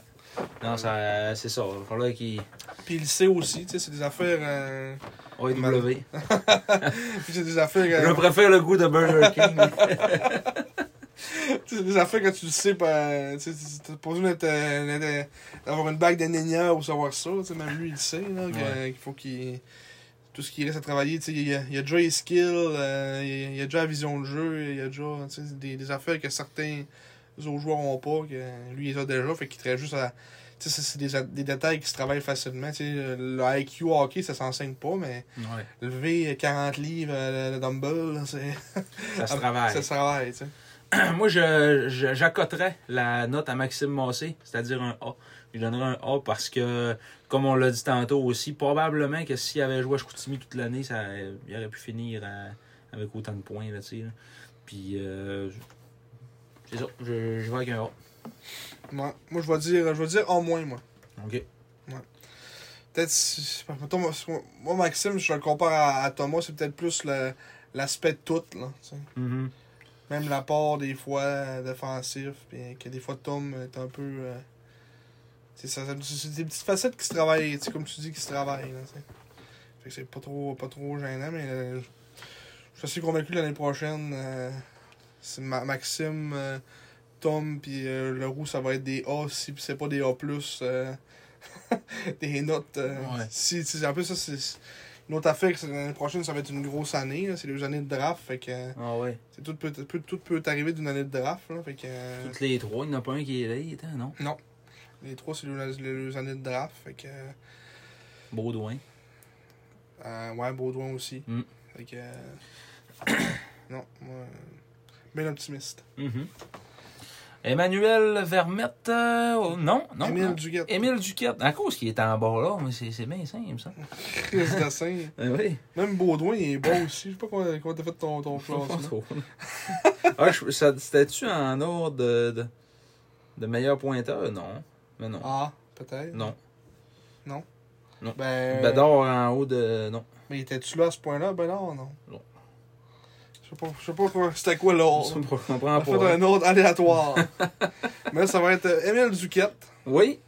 A: Non, ça, euh, c'est ça. Il va falloir qu'il.
B: ça. Puis il sait aussi, tu sais, c'est des affaires. euh,
A: AEW.
B: puis c'est des affaires.
A: Je
B: euh,
A: préfère le goût de Burger King.
B: tu sais, c'est des affaires quand tu le sais, ben, tu sais, tu- t'as pas besoin d'être, euh, d'être- d'avoir une bague d'ananas ou savoir ça. tu sais, même lui, il sait, là, que-
A: Ouais.
B: qu'il faut qu'il. Tout ce qui reste à travailler, tu sais, il y a, il y a déjà les skills, euh, il y a- il y a déjà la vision de jeu, il y a déjà tu sais, des, des affaires que certains autres joueurs n'ont pas, que lui, il les a déjà, fait qu'il traite juste à. Tu sais, c'est- c'est des, a- des détails qui se travaillent facilement. Tu sais, le IQ hockey, ça s'enseigne pas, mais
A: ouais.
B: Lever 40 livres euh, le dumbbell, là, c'est.
A: Ça se travaille.
B: Ah, Ça se travaille, tu sais.
A: Moi, je, je- j'accoterais la note à Maxime Massé, c'est-à-dire un A. Je lui donnerais un A parce que, comme on l'a dit tantôt aussi, probablement que s'il avait joué à Chicoutimi toute l'année, ça, il aurait pu finir à- avec autant de points. Là, tu sais, là. Puis, euh, c'est ça. Je, je vais avec un A.
B: Moi, moi, je vais dire, je vais dire en moins, moi.
A: OK.
B: Peut-être, si- mettons, moi, si- moi, Maxime, je le compare à, à Thomas, c'est peut-être plus le- l'aspect de tout, là. tu sais.
A: Mhm.
B: Même l'apport, des fois, euh, défensif, puis que des fois, Tom est un peu. euh, tu sais, ça- ça- c'est des petites facettes qui se travaillent, tu sais, comme tu dis, qui se travaillent, là, tu sais. Fait que c'est pas trop, pas trop gênant, mais euh, je suis assez convaincu que l'année prochaine, euh, c'est Ma- Maxime, euh, Tom, puis euh, Leroux, ça va être des A si c'est pas des A, euh, des notes. euh,
A: Ouais.
B: si, tu sais, en plus, ça, c'est une autre affaire que c'est l'année prochaine, ça va être une grosse année, là, c'est deux années de draft, fait que. euh,
A: Ah ouais.
B: c'est tout peut, peut- tout peut t'arriver d'une année de draft, là. Fait que, euh,
A: Toutes les trois, il n'y en a pas un qui est late, hein, non?
B: les trois, c'est les, les- les années de draft. Fait que,
A: Baudouin.
B: euh, ouais, Baudouin aussi.
A: Mm.
B: Fait que, euh, non, moi, euh, bien optimiste.
A: Mhm. Emmanuel Vermette. euh, oh, non, non.
B: Émile
A: non.
B: Duguette,
A: Émile Duquette, à cause qu'il est en bas là, mais c'est c'est bien simple ça.
B: Chris Dassin.
A: oui.
B: Même Baudouin, il est bon aussi. Je sais pas comment, comment t'as fait ton, ton classement.
A: ah, je- ça- C'était-tu en ordre de, de, de meilleur pointeur? Non. Mais non.
B: Ah, peut-être.
A: Non.
B: Ben,
A: Bédard en haut de. Non.
B: mais était-tu là à ce point-là? Ben non, non.
A: Non.
B: Je sais pas, je sais pas quoi- c'était quoi l'ordre.
A: Ça, je comprends
B: On
A: pas.
B: va faire un ordre aléatoire. mais là, ça va être euh, Émile Duquette.
A: Oui.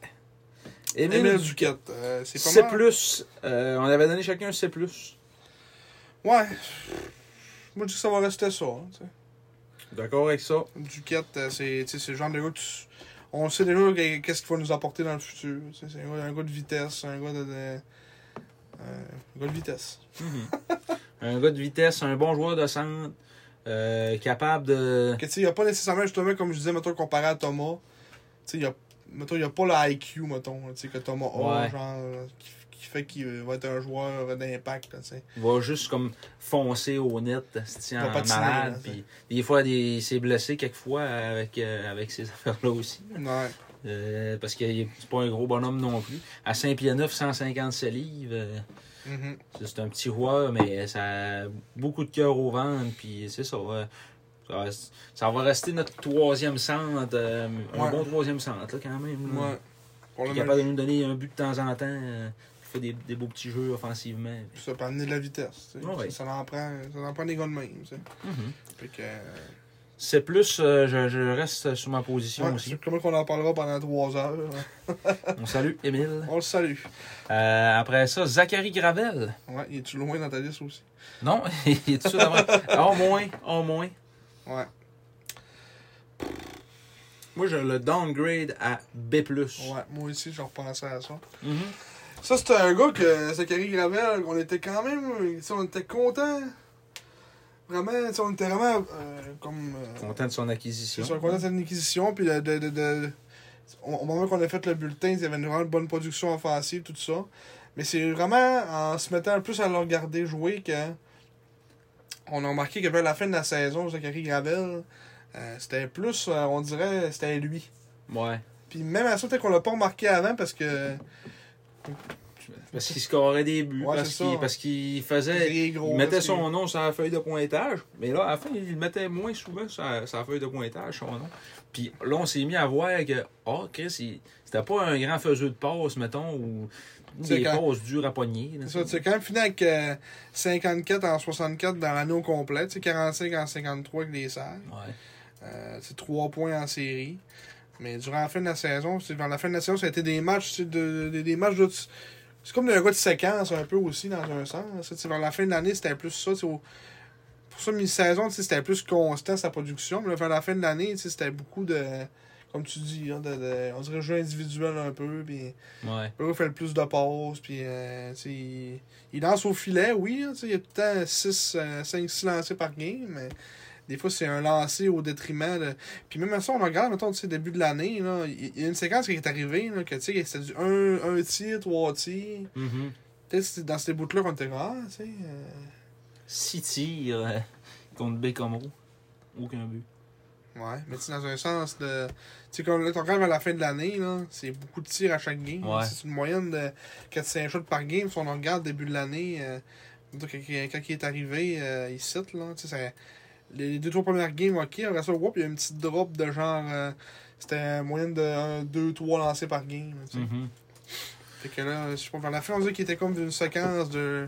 B: Émile
A: Émile Duquette.
B: Duquette. euh, c'est pas
A: C'est
B: mal.
A: plus. on avait donné chacun C.
B: Ouais. Moi, je dis que ça va rester ça. hein, tu sais.
A: D'accord avec ça.
B: Duquette, euh, c'est tu sais, c'est le genre de gars que tu- On sait déjà qu'est- qu'est-ce qu'il va nous apporter dans le futur. tu sais, C'est un, gars- un gars de vitesse, un gars de. de- euh, un gars de vitesse.
A: Un gars de vitesse, un bon joueur de centre, euh, capable de.
B: Que, tu sais, il n'y a pas nécessairement, justement, comme je disais, mettons, comparé à Thomas, tu sais, il y a, mettons, il n'y a pas le IQ, mettons, tu sais, que Thomas a,
A: Ouais.
B: genre, euh, qui, qui fait qu'il va être un joueur d'impact, là, tu sais.
A: va juste comme foncer au net, c'est
B: Va
A: en
B: patiner, là,
A: malade.
B: hein, c'est-
A: Puis des fois, des- il s'est blessé quelquefois avec, euh, avec ces affaires-là aussi.
B: Ouais.
A: Euh, parce qu'il est c'est pas un gros bonhomme non plus. À 5 pieds 9, 157 livres. euh,
B: Mhm.
A: c'est- c'est un petit roi, mais ça a beaucoup de cœur au ventre. Puis c'est ça. ouais. ça, va- ça va rester notre troisième centre. euh, un
B: Ouais.
A: bon troisième centre, là, quand même. là.
B: Ouais. Pour
A: Qui Mm-hmm. est
B: le même-
A: capable de nous donner un but de temps en temps. euh, qui fait des, des beaux petits jeux offensivement.
B: Ça peut amener de la vitesse, tu sais.
A: Ah Ouais.
B: Ça, ça en prend, ça en prend des gars de même, tu sais.
A: Mhm.
B: Fait que. euh,
A: C'est plus, euh, je, je reste sur ma position
B: Ouais,
A: aussi.
B: c'est comment qu'on en parlera pendant trois heures. hein.
A: On salue Émile.
B: On le salue.
A: Euh, après ça, Zachary Gravel.
B: Ouais, il est-tu loin dans ta liste aussi?
A: Non, il est tout seul avant. En moins, en moins.
B: Ouais.
A: Moi, je le downgrade à B.
B: Ouais, moi aussi, je repensais à ça.
A: Mhm.
B: Ça, c'était un gars que Zachary Gravel, on était quand même. tu sais, on était content. Vraiment, tu sais, on était vraiment. euh, comme. euh,
A: Content de son
B: c'est
A: acquisition.
B: sûr, content de cette acquisition, puis de. de, de, de- au- au moment qu'on a fait le bulletin, il y avait une vraiment bonne production offensive, tout ça. Mais c'est vraiment en se mettant plus à le regarder jouer que. On a remarqué qu'après la fin de la saison, Zachary Gravel, euh, c'était plus, euh, on dirait, c'était lui.
A: Ouais.
B: Puis même à ça, peut-être qu'on l'a pas remarqué avant parce que.
A: Parce qu'il scorait des buts.
B: Ouais,
A: parce
B: c'est
A: qu'il-
B: ça.
A: parce qu'il faisait.
B: il
A: Il mettait son nom sur la feuille de pointage, mais là, à la fin, il le mettait moins souvent sur la, sur la feuille de pointage, son nom. Puis là, on s'est mis à voir que, oh, Chris, il- c'était pas un grand faiseux de passes, mettons, ou
B: C'est
A: des
B: quand-
A: passes dures à pogner. là.
B: C'est ça, tu sais, quand même fini avec euh, 54 en 64 dans l'anneau complet, tu sais, 45 en 53 avec les serres.
A: Ouais.
B: Euh, c'est 3 points en série. Mais durant la fin de la saison, c'est vers la fin de la saison, ça a été des matchs, tu sais, de, de- des matchs de. C'est comme un gars de séquence un peu aussi dans un sens. tu sais, tu sais, vers la fin de l'année, c'était plus ça. tu sais, au- Pour ça, mi-saison, tu sais, c'était plus constant sa production. Mais là, vers la fin de l'année, tu sais, c'était beaucoup de. Comme tu dis, hein, de- de- on dirait jeu individuel un peu. Puis
A: Ouais.
B: Là, il fait le plus de passes, puis euh, tu sais, il, il lance au filet, oui. hein, tu sais, il y a tout le temps 6, 5, 6 lancers par game, mais des fois, c'est un lancer au détriment de. Puis même à ça, on regarde, mettons, tu sais, début de l'année, là, il il y a une séquence qui est arrivée, là, que tu sais, c'était du 1 tir, 3 tirs.
A: Mhm.
B: Peut-être que c'est dans ces bouts-là qu'on était ah, tu sais. euh,
A: Six tirs euh, contre Bécomo. Aucun but.
B: ouais, mais tu sais, dans un sens de. Tu sais, quand là, tu regardes à la fin de l'année, là, c'est beaucoup de tirs à chaque game.
A: Ouais.
B: C'est une moyenne de 4-5 shots par game. Si on regarde début de l'année, euh, donc, quand, il- quand il est arrivé euh, ici, là, tu sais, ça- les les deux, trois premières games, ok, après ça, whoop, il y a eu une petite drop de genre. euh, c'était une moyenne de 2-3 lancés par game. tu sais.
A: Mhm.
B: Fait que là, je sais pas, vers la fin, on dirait qu'il était comme d'une séquence de.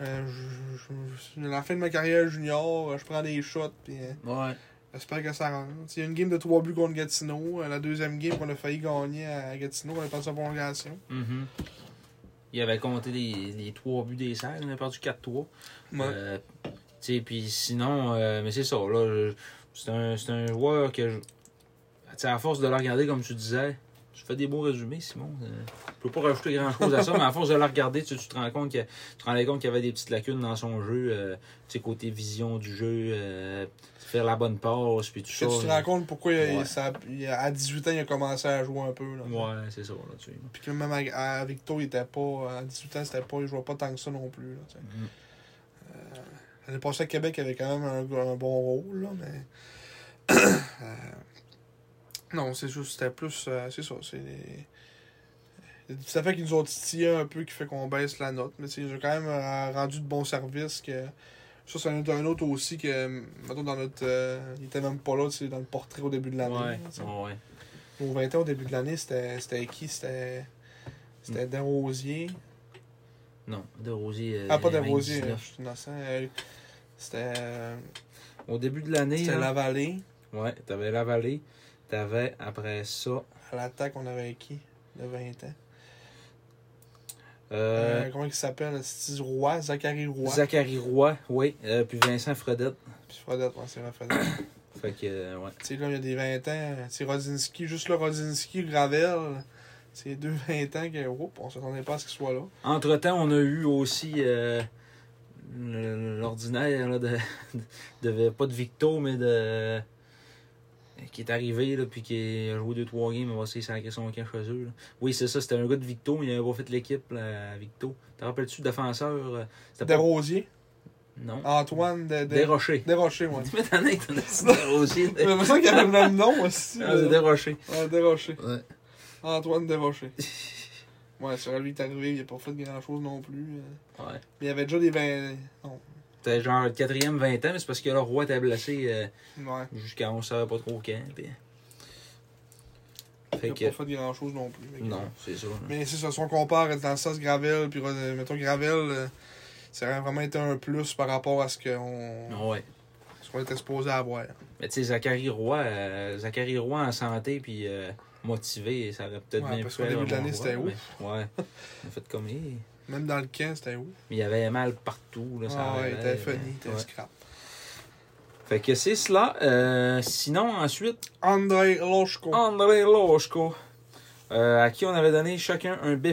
B: euh, je- je- je- la fin de ma carrière junior, euh, je prends des shots, puis. euh,
A: Ouais.
B: J'espère que ça rentre. Il y a une game de 3 buts contre Gatineau. Euh, La deuxième game qu'on a failli gagner à Gatineau, on est passé en prolongation.
A: Mhm. Il avait compté les, les trois buts des Serres. On a perdu 4-3. Euh, tu sais, puis sinon, euh, mais c'est ça. Là, je- c'est un, c'est un joueur que, je- tu sais, à force de le regarder, comme tu disais, tu fais des beaux résumés, Simon. euh, je peux pas rajouter grand-chose à ça, mais à force de le regarder, tu, tu te rends compte que- tu te rendais compte qu'il y avait des petites lacunes dans son jeu. euh, tu sais, côté vision du jeu, euh, faire la bonne passe, puis tout
B: Puis
A: ça.
B: que tu te rends compte pourquoi il a-
A: Ouais.
B: il- ça- il a- à 18 ans, il a commencé à jouer un peu. Là,
A: Ouais, c'est ça, là, tu sais.
B: Puis que même à, à Victo, il était pas. À 18 ans, c'était pas, il jouait pas tant que ça non plus. Là, tu sais. Euh,
A: Mm.
B: L'année passée à Québec, il avait quand même un, un bon rôle, là, mais. Euh, Non, c'est juste, c'était plus. euh, c'est ça, c'est. des- des petites affaires qui nous ont titillé un peu, qui fait qu'on baisse la note, mais c'est- ils ont quand même euh, rendu de bons services. que Ça, c'est un, autre- un autre aussi que. Mettons, dans notre. euh, il était même pas là, c'est dans le portrait au début de l'année.
A: Ouais,
B: là, tu sais.
A: ouais.
B: Au 20 ans, au début de l'année, c'était c'était qui C'était. C'était Desrosiers.
A: Non, De Rosier. Hmm. euh,
B: Ah, pas Desrosiers,
A: 99.
B: je suis innocent. euh, C'était. euh,
A: Au début de l'année.
B: C'était
A: là,
B: la vallée.
A: Ouais, t'avais la vallée. T'avais après ça.
B: À l'attaque, on avait qui De 20 ans.
A: Euh,
B: Euh, comment il s'appelle C'est Roy, Zachary Roy.
A: Zachary Roy, oui. Euh, puis Vincent Fredette.
B: Puis Fredette, ouais, c'est vrai, Fredette.
A: Fait que, euh, ouais.
B: tu sais, là, il y a des 20 ans. C'est Rodzinski, juste le Rodzinski, Gravel. C'est deux 20 ans que, oups, on s'attendait pas à ce qu'il soit là.
A: Entre-temps, on a eu aussi euh, le- l'ordinaire, là, de, de- pas de Victo, mais de. qui est arrivé, là, puis qui a joué 2-3 games, on va essayer de sacrer son camp chez eux. là. Oui, c'est ça, c'était un gars de Victo, mais il n'avait pas fait l'équipe, là, à Victo. Te rappelles-tu, défenseur euh, C'était pas.
B: Desrosiers,
A: Non.
B: Antoine de, de...
A: Desrochers.
B: Desrochers, ouais.
A: Mais t'en as, t'en as Desrochers,
B: Mais il
A: là.
B: me semble qu'il avait le même nom aussi.
A: Ah, c'est
B: mais-
A: Desrochers.
B: Ouais, Desrochers.
A: Ouais.
B: Antoine Desrochers. Ouais, sur lui, il est arrivé, il a pas fait grand-chose non plus. euh.
A: Ouais.
B: Mais il avait déjà des 20... Non,
A: C'était genre le quatrième 20 ans, mais c'est parce que le roi était blessé euh,
B: ouais.
A: jusqu'à on savait pas trop quand. puis- Fait
B: Il
A: que.
B: a pas fait grand-chose non plus. mais-
A: Non, c'est ça. là.
B: Mais c'est ça, si on compare dans le sens Gravel, puis euh, mettons Gravel, euh, ça aurait vraiment été un plus par rapport à ce qu'on
A: Ah Ouais.
B: ce qu'on était supposé avoir.
A: Mais tu sais, Zachary Roy, euh, Zachary Roy en santé puis euh, motivé, ça aurait peut-être
B: Ouais,
A: bien
B: parce
A: pu
B: qu'au
A: être
B: début de
A: un bon
B: l'année,
A: Roy,
B: c'était
A: mais- Ouais. On a fait comme. eh.
B: Même dans le camp, c'était où?
A: Mais il y avait mal partout. Là, ça
B: Ah ouais, il
A: arrivait,
B: était funny, il
A: mais-
B: était
A: ouais.
B: scrap.
A: Fait que c'est cela. Euh, sinon, ensuite,
B: André Loshko.
A: André Loshko, euh, à qui on avait donné chacun un B.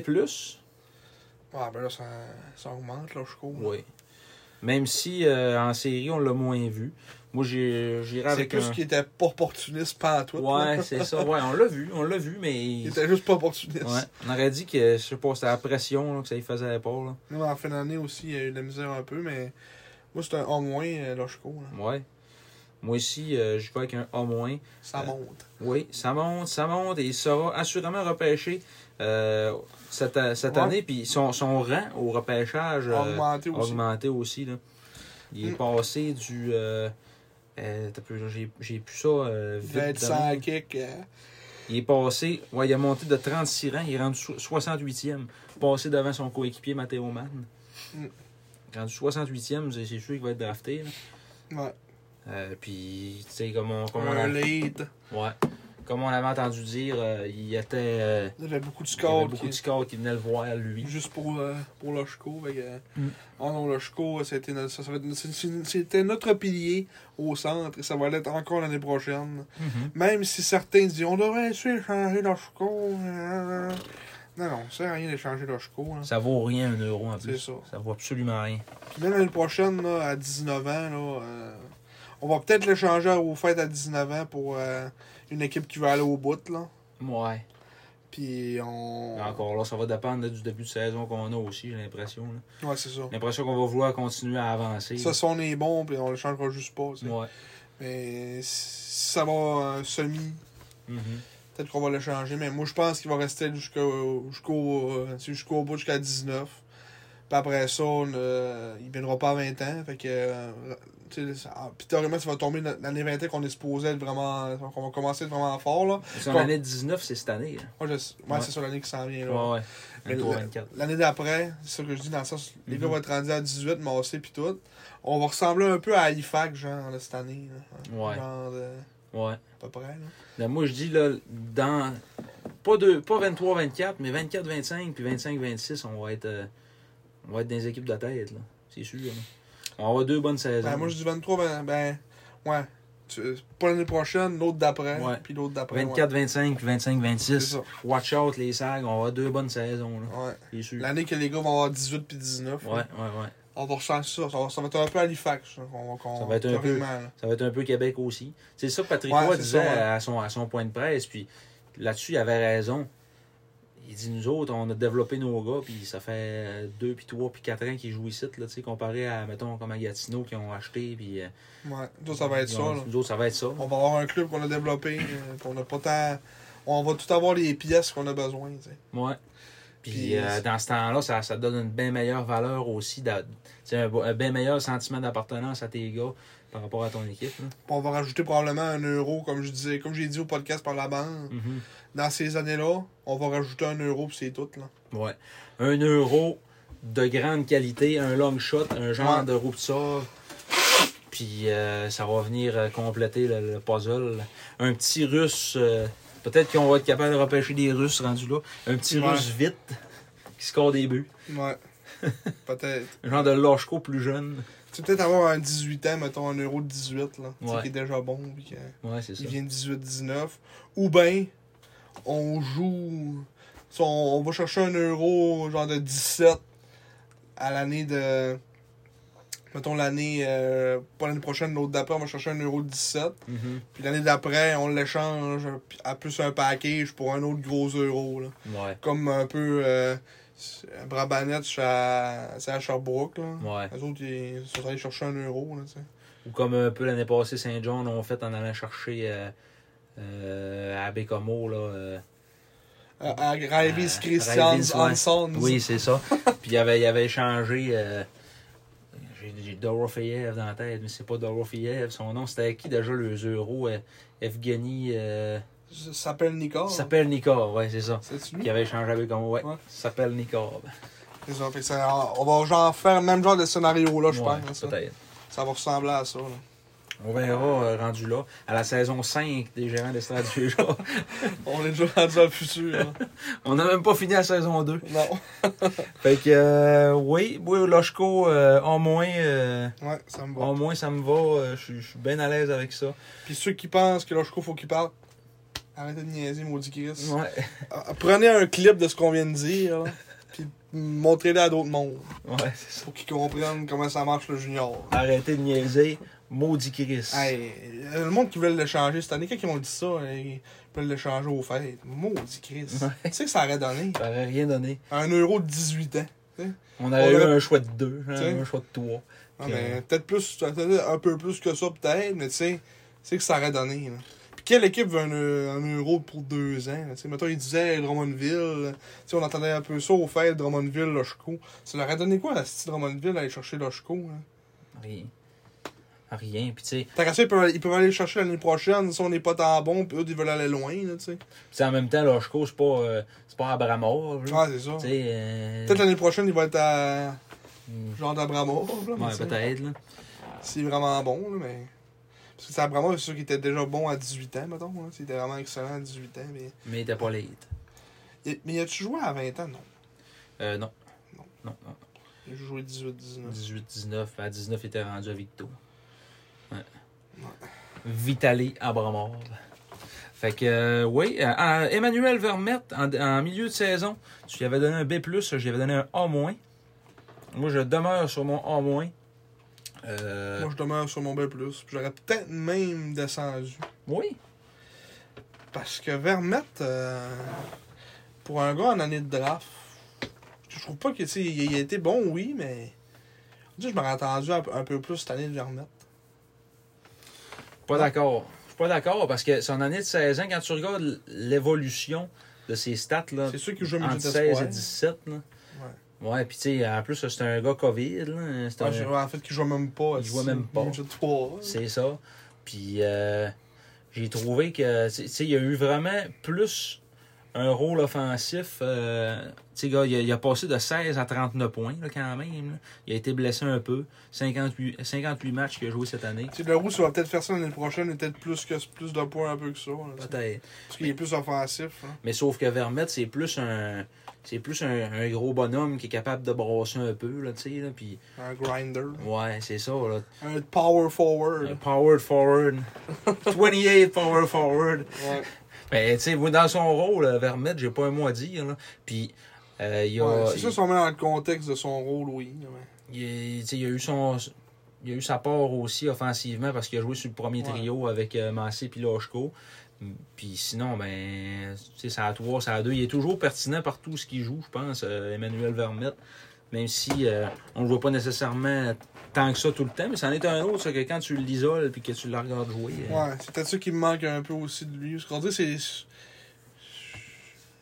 B: Ah ben là, ça, ça augmente, Loshko.
A: Oui. Même si euh, en série, on l'a moins vu. Moi, j'ai- j'irais
B: C'est
A: avec
B: plus
A: un...
B: qu'il était pas opportuniste pas à toi.
A: Ouais, c'est ça. Ouais, on l'a vu, on l'a vu, mais...
B: Il était juste pas opportuniste.
A: Ouais. On aurait dit que, je sais pas, c'était la pression là, que ça lui faisait pas. Là.
B: Nous, en fin d'année aussi, il y a eu de la misère un peu, mais moi, c'est un A moins, euh, Loshko. là.
A: Ouais. Moi aussi, euh, je vais avec un A-.
B: Ça
A: Euh,
B: monte.
A: Oui, ça monte, ça monte, et il sera assurément repêché euh, cette, cette
B: Ouais.
A: année. Puis son, son rang au repêchage... euh,
B: augmenté aussi.
A: augmenté aussi. là. Il est
B: Mm.
A: passé du. euh, euh, t'as plus- j'ai, j'ai plus ça. euh, vite
B: Il devait être
A: de
B: sans
A: même.
B: kick. euh,
A: il est passé. Ouais, il a monté de 36 rangs. Il est rendu so- 68e. Passé devant son coéquipier Matteo Mann.
B: Mm.
A: Rendu 68e, c'est, c'est sûr qu'il va être drafté. là.
B: Ouais.
A: Euh, puis, tu sais, comme on, comme, on
B: un
A: a-
B: lead.
A: ouais. comme on avait entendu dire, euh, il était. euh,
B: Il avait beaucoup de
A: il y avait
B: scores.
A: beaucoup
B: qui-
A: de scores qui venaient le voir, lui.
B: Juste pour, euh, pour Loshko. fait que-
A: Mm.
B: Oh non, Loshko, c'était notre, ça, ça va être- c'est- c'est- c'était notre pilier au centre et ça va l'être encore l'année prochaine. Même si certains disent on devrait essayer d'échanger Loshko. euh, Non, non, ça sert à rien d'échanger Loshko. hein.
A: Ça vaut rien, un euro en
B: C'est
A: plus.
B: ça.
A: Ça vaut absolument rien.
B: Puis même l'année prochaine, là, à 19 ans, là, euh, on va peut-être l'échanger aux fêtes à 19 ans pour euh, une équipe qui va aller au bout. Là.
A: Ouais.
B: Puis on.
A: Mais Encore là, ça va dépendre là, du début de saison qu'on a aussi, j'ai l'impression. là.
B: Ouais, c'est ça.
A: L'impression qu'on va vouloir continuer à avancer.
B: Ça, si on est bon, puis on le changera juste pas. tu sais.
A: ouais.
B: Mais si ça va un semi,
A: Mhm.
B: peut-être qu'on va le changer. Mais moi, je pense qu'il va rester jusqu'au jusqu'au euh, c'est jusqu'au bout, jusqu'à 19. Puis après ça, on, euh, il ne viendra pas à 20 ans. Fait que, euh, tu sais, ça- ah, puis théoriquement, ça va tomber dans dans les 20 ans qu'on est supposé être vraiment. qu'on va commencer à être vraiment fort. Là.
A: Son
B: Bon.
A: année 19, c'est cette année. là.
B: Moi, je, moi,
A: Ouais.
B: c'est sur l'année qui s'en vient. Là.
A: Ouais, ouais.
B: Mais
A: 23,
B: le-
A: 24.
B: L'année d'après, c'est ça que je dis dans le sens, les
A: Mhm.
B: gars vont être rendus à 18, massés puis tout. On va ressembler un peu à Halifax, genre, là, cette année. là.
A: Ouais.
B: Genre, de-
A: Ouais.
B: à peu près. Là.
A: Ben, moi, je dis, là, dans. Pas, deux, pas 23, 24, mais 24, 25, puis 25, 26, on va être, euh, on va être dans les équipes de tête, là. C'est sûr. là. On va avoir deux bonnes saisons.
B: Ben, moi, je dis 23, ben, ben ouais. Tu- pas l'année prochaine, l'autre d'après,
A: Ouais.
B: puis l'autre d'après.
A: 24, 25, puis 25,
B: ouais.
A: 26.
B: C'est ça.
A: Watch out, les sags. On va avoir deux bonnes saisons, là.
B: Ouais.
A: C'est sûr.
B: L'année que les gars vont avoir 18 puis 19,
A: Mm. Ouais, ouais, ouais.
B: on va rechanger ça. Ça va, ça va être un peu Halifax. là, qu'on- qu'on-
A: Ça va être un peu-
B: théoriquement, là.
A: Ça va être un peu Québec aussi. C'est ça que Patrick
B: Ouais,
A: Roy
B: c'est
A: disait
B: ça, ouais.
A: à, son, à son point de presse. Puis là-dessus, il avait raison. Il dit Nous autres, on a développé nos gars, puis ça fait 2, puis 3, puis 4 ans qu'ils jouent ici, là, tu sais, comparé à, mettons, comme à Gatineau, qui ont acheté. Puis, euh,
B: Ouais. Nous autres, ça va être
A: ils
B: ça.
A: ont-
B: là.
A: Nous autres, ça va être ça.
B: On va avoir un club qu'on a développé, euh, qu'on a pas tant. On va tout avoir les pièces qu'on a besoin. tu sais.
A: Ouais. Puis,
B: Puis,
A: euh,
B: c'est-
A: dans ce temps-là, ça, ça donne une bien meilleure valeur aussi, d'a- tu sais, un, bo- un bien meilleur sentiment d'appartenance à tes gars par rapport à ton équipe. là.
B: Puis On va rajouter probablement un euro, comme je disais, comme j'ai dit au podcast par la bande.
A: Mhm.
B: Dans ces années-là, on va rajouter un euro, puis c'est tout. Là.
A: Ouais. Un euro de grande qualité, un long shot, un genre
B: Ouais.
A: de roue de sort. Puis euh, ça va venir euh, compléter le, le puzzle. Un petit russe. euh, Peut-être qu'on va être capable de repêcher des Russes rendus là. Un petit
B: Ouais.
A: russe vite. qui score des buts.
B: Ouais. Peut-être.
A: Un genre de Lochko plus jeune.
B: Tu sais, peut-être avoir un 18 ans, mettons un euro de 18, là. Tu sais,
A: Ouais.
B: qui est déjà bon, puis que-
A: Ouais, c'est ça.
B: il vient 18-19. Ou ben, on joue. si on, on va chercher un euro, genre de 17, à l'année de. Mettons l'année. euh, pas l'année prochaine, l'autre d'après, on va chercher un euro de 17.
A: Mhm.
B: Puis l'année d'après, on l'échange à plus un package pour un autre gros euro, là
A: Ouais.
B: comme un peu euh, Brabanet, c'est à, c'est à Sherbrooke. Là.
A: Ouais.
B: Les autres, ils sont allés chercher un euro. Là, tu sais.
A: Ou comme un peu l'année passée, Saint-John l'ont fait en allant chercher euh, euh, à Bécomo, là. euh,
B: à, à Ravis
A: Ah,
B: Euh, Christian
A: Ravis, ouais.
B: Hanson.
A: Oui, c'est ça. Puis il avait, il avait échangé. euh, J'ai j'ai Dorofeyev dans la tête, mais c'est pas Dorofeyev. Son nom, c'était qui déjà le euro euh, Evgeny. euh,
B: Ça s'appelle Nicole.
A: il s'appelle Nikor, ouais, c'est ça.
B: C'est
A: Qui
B: lui.
A: avait échangé avec moi, ouais.
B: Oh. Ouais.
A: Il s'appelle Nikor.
B: C'est ça. Fait que ça- on va genre faire le même genre de scénario là, je
A: Ouais,
B: pense. là, ça.
A: Peut-être.
B: Ça va ressembler à ça. là.
A: On verra euh, rendu là, à la saison 5 des gérants d'estrade du jour.
B: On est déjà rendu dans le futur. hein. là.
A: On n'a même pas fini la saison 2.
B: Non.
A: Fait que, euh, oui, oui, Loshko, euh, en moins, euh,
B: Ouais, ça me va.
A: en moins, ça me va. euh, je suis- je suis bien à l'aise avec ça.
B: Puis ceux qui pensent que Lochko faut qu'il parte, arrêtez de niaiser, maudit Chris.
A: Ouais.
B: Euh, Prenez un clip de ce qu'on vient de dire, là, puis montrez-le à d'autres mondes.
A: Ouais, c'est ça.
B: pour qu'ils comprennent comment ça marche le junior.
A: Arrêtez de niaiser. Maudit Chris.
B: Hey, euh, le monde qui veut le changer cette année, quand ils m'ont dit ça, euh, ils veulent le changer aux fêtes. Maudit Chris. Tu sais que ça aurait donné
A: Ça aurait rien donné.
B: un euro de 18 ans.
A: On aurait
B: On
A: eu
B: aurait-
A: un choix de deux, hein,
B: T'sais.
A: un choix de trois.
B: Ah,
A: Ok.
B: mais peut-être plus, peut-être un peu plus que ça, peut-être, mais tu sais, tu sais que ça aurait donné. là. Puis quelle équipe veut un, euh, un euro pour deux ans? là, Tu sais, mettons, ils disaient Drummondville. Tu sais, on entendait un peu ça aux fêtes, Drummondville, Lochko. Ça leur aurait donné quoi, la City Drummondville, aller chercher Lochko? là?
A: Rien. Rien. Puis tu sais,
B: T'as qu'à ça, ils peuvent, ils peuvent aller le chercher l'année prochaine. Si on n'est pas tant bon, puis eux, ils veulent aller loin, là, tu sais.
A: puis en même temps, Loshko, c'est pas, euh, c'est pas Abramov. là.
B: Ah, c'est ça.
A: Mm. Tu sais, euh,
B: Peut-être l'année prochaine, il va être à.
A: Mm.
B: Genre d'Abramov, là. mais
A: Ouais,
B: tu sais,
A: peut-être. là.
B: S'il est vraiment bon, là, mais. Parce que c'est Abramov, c'est sûr qu'il était déjà bon à 18 ans, mettons, là. Il était vraiment excellent à 18 ans, mais.
A: Mais il était pas late.
B: Il- Mais as-tu joué à 20 ans, non?
A: Euh, non.
B: Non.
A: Non, non.
B: Il a joué 18-19.
A: 18-19. À 19, il était rendu à Victo. Ouais. Vitaly Abramov. Fait que, euh, oui, euh, euh, Emmanuel Vermette, en, en milieu de saison, tu lui avais donné un B, je lui avais donné un A-. Moi, je demeure sur mon A-. Euh,
B: Moi, je demeure sur mon B, plus. Puis J'aurais peut-être même descendu.
A: oui,
B: Parce que Vermette, euh, pour un gars en année de draft, je trouve pas que, tu sais, il, il a été bon, oui, mais. Je me m'aurais attendu un, un peu plus cette année de Vermette.
A: pas d'accord. Je suis pas d'accord parce que son année de 16 ans, quand tu regardes l'évolution de ses stats, là,
B: C'est sûr qu'il joue au milieu
A: entre
B: de
A: 16
B: l'espoir.
A: et 17, là. Ouais, puis tu sais, en plus, c'est un gars COVID, là. C'est
B: Ouais,
A: un-
B: je- en fait, qu'il joue même pas.
A: Il joue même pas.
B: Il joue trois.
A: C'est ça. Puis euh, j'ai trouvé que, tu sais, il y a eu vraiment plus un rôle offensif. euh, tu sais, gars, il a, il a passé de 16 à 39 points, là, quand même. là. Il a été blessé un peu. 58, 58 matchs qu'il a joué cette année.
B: Tu sais, le roux, ça va peut-être faire ça l'année prochaine, et peut-être plus, que, plus de points un peu que ça. là, tu sais.
A: Peut-être.
B: parce qu'il est plus offensif. hein.
A: Mais sauf que Vermette, c'est plus un. C'est plus un, un gros bonhomme qui est capable de brasser un peu, là, tu sais, là, puis...
B: Un grinder.
A: Ouais, c'est ça, là.
B: Un power
A: Un
B: forward.
A: Power forward. 28 power forward.
B: Ouais.
A: Mais Ben, tu sais, moi, dans son rôle, euh, Vermette, j'ai pas un mot à dire. Là. Puis, euh, il, y a,
B: Ouais, c'est
A: il,
B: ça, si on met dans le contexte de son rôle, oui. ouais.
A: il- tu sais, il a eu son. Il a eu sa part aussi offensivement parce qu'il a joué sur le premier
B: Ouais.
A: trio avec euh, Massé puis Lochko. Puis sinon, ben, tu sais, ça à 3, ça à 2. Il est toujours pertinent par tout ce qu'il joue, je pense, euh, Emmanuel Vermette. Même si euh, on le voit pas nécessairement tant que ça tout le temps, mais c'en est un autre, ça, que quand tu l'isoles puis que tu le regardes jouer. euh,
B: Ouais, c'est peut-être ça qui me manque un peu aussi de lui. Parce qu'on dirait, c'est.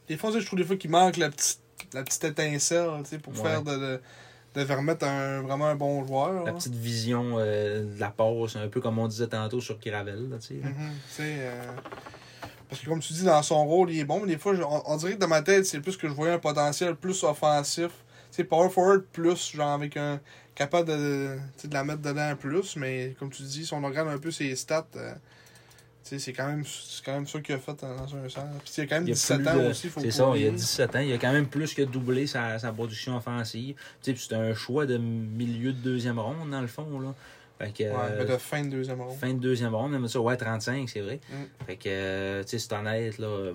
B: Des fois, tu sais, je trouve des fois qu'il manque la petite, la petite étincelle, tu sais, pour
A: Ouais.
B: faire de, de, de Vermette un, vraiment un bon joueur.
A: La
B: là.
A: petite vision euh, de la passe, un peu comme on disait tantôt sur Kiravel, là, tu sais. là.
B: Mhm, tu sais, euh, parce que comme tu dis, dans son rôle, il est bon, mais des fois, je- on, on dirait que dans ma tête, c'est plus que je voyais un potentiel plus offensif. Tu sais, power forward plus, genre avec un. capable de, tu sais, de la mettre dedans plus, mais comme tu dis, si on regarde un peu ses stats, euh, tu sais, c'est quand même c'est quand même ça qu'il a fait dans dans un sens. Puis il a quand même
A: Il y a
B: 17
A: plus
B: ans
A: de-
B: aussi, faut
A: C'est ça, il y a
B: courir.
A: 17 ans. Il a quand même plus que doublé sa, sa production offensive. Tu sais, puis c'était un choix de milieu de deuxième ronde, dans le fond. Là. Fait que,
B: Ouais,
A: euh,
B: ben de fin de deuxième ronde.
A: fin de deuxième ronde, même ça, ouais, 35, c'est vrai.
B: Mm.
A: Fait que, euh, tu sais, c'est honnête, là. euh,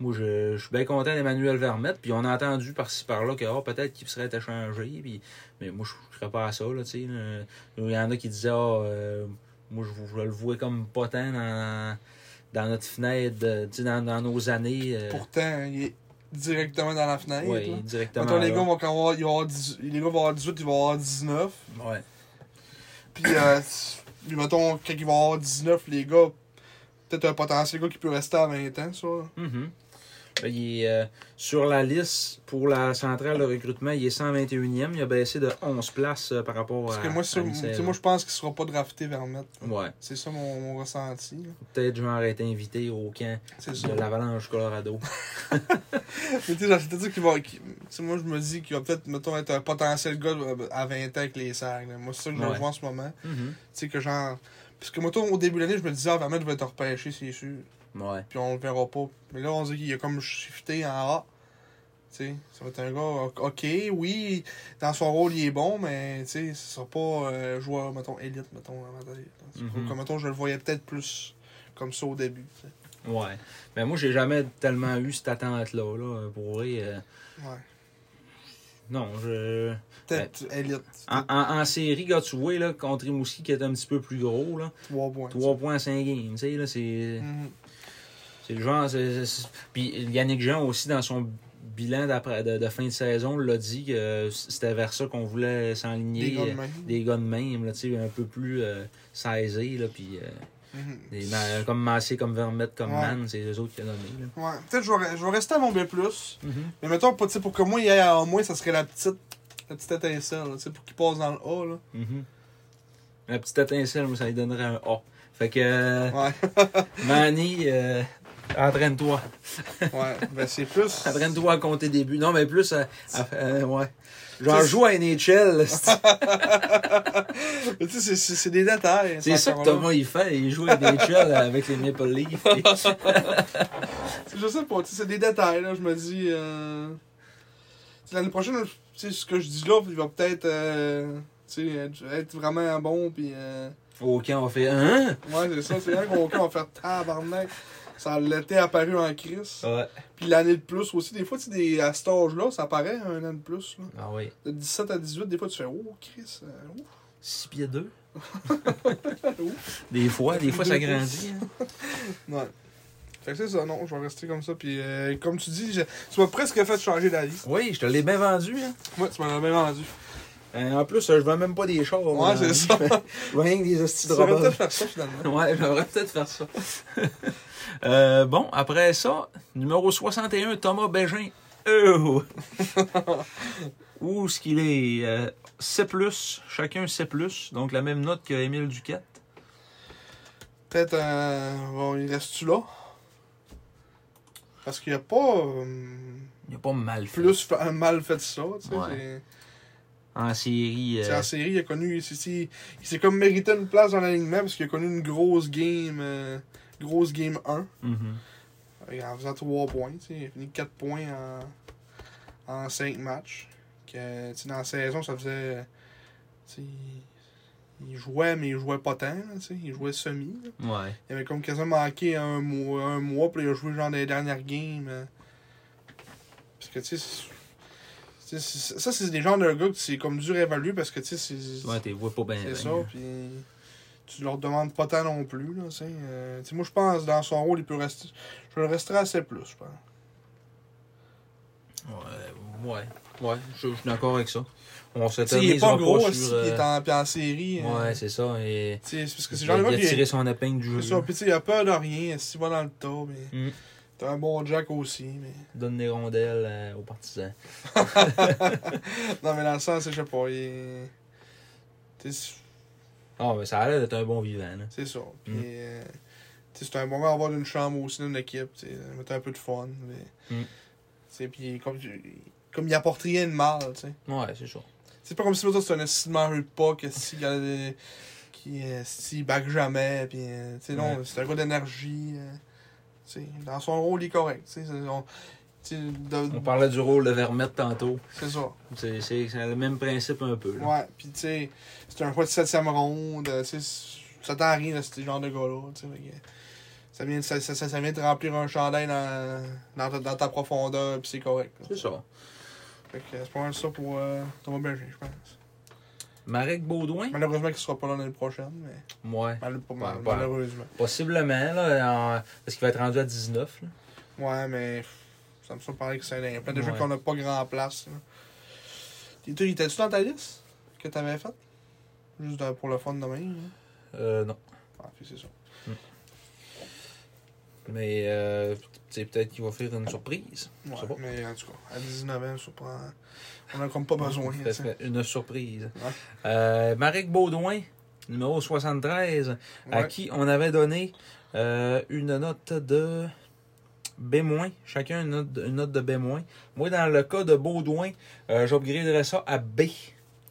A: Moi, je, je suis bien content d'Emmanuel Vermette. Puis on a entendu par-ci par-là que ah, peut-être qu'il serait échangé. Puis, mais moi, je ne serais pas à ça, là, tu sais. là. Il y en a qui disaient, ah, euh, moi, je, je le vois comme pas tant dans, dans notre fenêtre, de- tu sais, dans, dans nos années. euh,
B: Pourtant, il est directement dans la fenêtre.
A: ouais,
B: là.
A: directement.
B: Mettons, les
A: là.
B: gars vont quand avoir, ils vont avoir 18, les gars vont avoir 18, ils vont avoir 19.
A: Ouais.
B: Puis, euh, puis mettons, quand ils vont avoir 19, les gars, peut-être un potentiel gars qui peut rester à 20 ans, ça.
A: Mhm. Ben, Il est, euh, sur la liste pour la centrale de recrutement, il est 121e. Il a baissé de 11 places euh, par rapport à.
B: Parce que moi,
A: à
B: ça,
A: l'ICR.
B: tu sais, moi je pense qu'il sera pas drafté Vermette.
A: Ouais.
B: C'est ça mon, mon ressenti. là.
A: Peut-être genre être invité au camp
B: C'est ça.
A: de l'Avalanche Colorado.
B: Mais tu sais, genre, c'est-à-dire qu'il va. qu'il- tu sais, moi, je me dis qu'il va peut-être, mettons, être un potentiel gars euh, à 20 ans avec les sacs. là. Moi, c'est ça que je
A: Ouais.
B: vois en ce moment.
A: Mhm.
B: Tu sais, que genre. Parce que, mettons, au début de l'année, je me disais, ah, Vermette va être repêché, c'est sûr.
A: Ouais.
B: Puis on le verra pas. Mais là, on dit qu'il a comme shifté en A. Tu sais, ça va être un gars, o- ok, oui, dans son rôle, il est bon, mais tu sais, ce sera pas euh, joueur, mettons, élite, mettons, à ma tête.
A: Mhm.
B: Comme, mettons, je le voyais peut-être plus comme ça au début. tu sais.
A: Ouais. Mais moi, j'ai jamais tellement eu cette attente-là. Là, pour vrai. euh,
B: Ouais.
A: Non, je.
B: Peut-être élite.
A: Ben, En,
B: Peut-être
A: en, en série, quand tu vois, là, contre Rimouski qui est un petit peu plus gros, là,
B: trois points.
A: 3 points à 5 games, tu sais, là, c'est.
B: Mhm.
A: C'est le genre. c'est- c'est- Puis Yannick Jean aussi, dans son bilan d'après- de, de fin de saison, l'a dit que euh, c'était vers ça qu'on voulait s'enligner.
B: Des gars de
A: euh,
B: même.
A: Des gars de même, là, tu sais, un peu plus euh, sizés, là, puis euh,
B: Mhm.
A: des ma- comme Massé, comme Vermette, comme
B: Ouais.
A: Man, c'est eux autres qui ont nommé. Là.
B: Ouais, peut-être je vais re- je vais rester à mon B+. Mais mettons, pas- tu sais, pour que moi, il y ait à moins, ça serait la petite, la petite étincelle, là, tu sais, pour qu'il passe dans le A, là.
A: Mhm. La petite étincelle, moi, ça lui donnerait un A. Fait que, euh,
B: Ouais,
A: Manny, euh, entraîne-toi.
B: ouais. Ben, c'est plus...
A: Entraîne-toi à compter des buts. Non, mais plus à. à- euh, ouais. Genre,
B: Tu-
A: joue à NHL. là, c'est-
B: Mais tu sais, c'est- c'est- c'est des détails. hein,
A: C'est ça que
B: encore là.
A: Thomas il fait, il joue avec des chels avec les Maple Leafs.
B: Je sais pas, tu sais, c'est des détails, là. Je me dis. euh, tu sais, L'année prochaine, tu sais, ce que je dis là, il va peut-être. euh, tu sais, être- être vraiment bon, puis. euh,
A: Au camp, on fait Hein?
B: Ouais, c'est ça, c'est vrai qu'on qu'on va faire tabarnak. Ça l'était apparu en crise.
A: Ouais.
B: Puis l'année de plus aussi, des fois, tu sais, des, à cet âge-là, ça apparaît un an de plus. Là.
A: Ah oui.
B: De 17 à 18, des fois, tu fais Oh, Chris, euh, ouf.
A: 6 pieds 2. des fois, des fois ça grandit. hein.
B: Ouais. Fait que c'est ça, non, je vais rester comme ça. Puis euh, comme tu dis, je- tu m'as presque fait changer d'avis.
A: Oui, je te l'ai bien vendu. Hein.
B: Moi, tu m'en as bien vendu.
A: Euh, en plus, euh, je vends même pas des chars. moi,
B: Ouais,
A: dans la
B: c'est
A: vie.
B: ça.
A: Je vends rien que des hosties de
B: Tu devrais
A: robots.
B: peut-être faire ça finalement.
A: Ouais, j'aimerais peut-être faire ça. Euh, bon, après ça, numéro 61, Thomas Bégin. Oh! Où est-ce qu'il est? Euh, C+, chacun C+, donc la même note que Émile Duquette.
B: Peut-être euh, bon, il reste-tu là? Parce qu'il n'y a pas euh,
A: Il a pas mal fait.
B: plus fa- mal fait ça, tu sais.
A: Ouais.
B: c'est-
A: En série.
B: c'est
A: euh,
B: en série, il a connu. c'est- c'est- Il s'est comme mérité une place dans l'alignement parce qu'il a connu une grosse game. euh, grosse game 1.
A: mhm.
B: euh, En faisant 3 points. tu sais. Il a fini 4 points en, en 5 matchs. Que, tu sais, dans la saison, ça faisait. tu sais, Il jouait, mais il jouait pas tant. là, tu sais. Il jouait semi. là.
A: Ouais.
B: Il avait comme quasiment manqué un mois, un mois puis il a joué genre dans les dernières games. euh. Parce que, tu sais, c'est- tu sais, c'est- ça, c'est des genres de gars que c'est comme dur à évaluer parce que, tu sais, c'est
A: Ouais, t'es vois pas bien.
B: c'est
A: bien,
B: ça,
A: là.
B: puis tu leur demandes pas tant non plus, là, tu sais. Euh, tu sais, moi, je pense, dans son rôle, il peut rester... Je le resterai assez plus, je pense.
A: Ouais. Ouais. Ouais, je, je suis d'accord avec ça. On se
B: Tu sais, il est
A: terminisera
B: pas gros,
A: sur,
B: aussi, il est
A: euh,
B: en, puis en série. euh,
A: Ouais, c'est ça. Et...
B: tu sais, c'est parce que c'est
A: Il
B: genre
A: a,
B: de gars
A: il a
B: qui...
A: tiré son épingle du jeu.
B: C'est ça, puis tu sais, il a peur de rien, s'il va dans le tas, mais...
A: Mm.
B: T'as un bon Jack aussi, mais...
A: Donne des rondelles euh, aux partisans.
B: Non, mais dans le sens, je sais pas, il est- tu sais,
A: Ah, mais ça a l'air d'être un bon vivant. Là.
B: C'est ça. Puis,
A: Mm.
B: euh, tu sais, c'est un bon gars à avoir une chambre aussi dans une équipe. tu sais, Mettre un peu de fun. Mais,
A: Mm.
B: tu sais, puis, comme, comme il apporte rien de mal. tu sais.
A: Ouais, c'est ça.
B: C'est pas comme si mettons, c'est un assistement de pas que si il y a des- qui Puis, euh, si, il back jamais. Puis, euh, tu sais, non, c'est un gars d'énergie. euh, tu sais, dans son rôle, il est correct. Tu sais, c'est- on- tu sais, de-
A: On parlait du rôle de Vermette tantôt.
B: c'est ça.
A: C'est c'est- c'est le même principe un peu. là.
B: Ouais, puis tu sais, c'est un choix de 7ème ronde, euh, tu sais, ça t'a rien, ce genre de gars-là, tu sais, fait que ça vient, de- ça, ça, ça, ça vient de remplir un chandail dans, dans, ta, dans ta profondeur, puis c'est correct. là.
A: C'est ça.
B: Fait que c'est pas mal ça pour euh, Thomas Berger, je pense.
A: Marek Baudouin?
B: Malheureusement qu'il sera pas là l'année prochaine, mais
A: Ouais.
B: mal- pas mal-
A: Ouais, ouais.
B: malheureusement.
A: Possiblement, là. en- Parce qu'il va être rendu à 19. là.
B: Ouais, mais pff, ça me semble pareil que c'est un implant. Déjà
A: Ouais.
B: qu'on n'a pas grand place. là. Et toi, Il était-tu dans ta liste que t'avais faite? Juste de- pour le fun de même. là.
A: Euh, non.
B: Ah, puis c'est ça.
A: Mais euh, tu sais, peut-être qu'il va faire une surprise.
B: Ouais,
A: Je sais pas.
B: mais en tout cas, à 19 ans, ça prend... on n'a comme pas besoin.
A: Ça
B: tu sais.
A: serait une surprise.
B: Ouais.
A: Euh, Marek Baudouin, numéro 73, à
B: Ouais.
A: qui on avait donné euh, une note de B-, chacun une note, une note de B-. Moi, dans le cas de Baudouin, euh, j'upgraderais ça à B.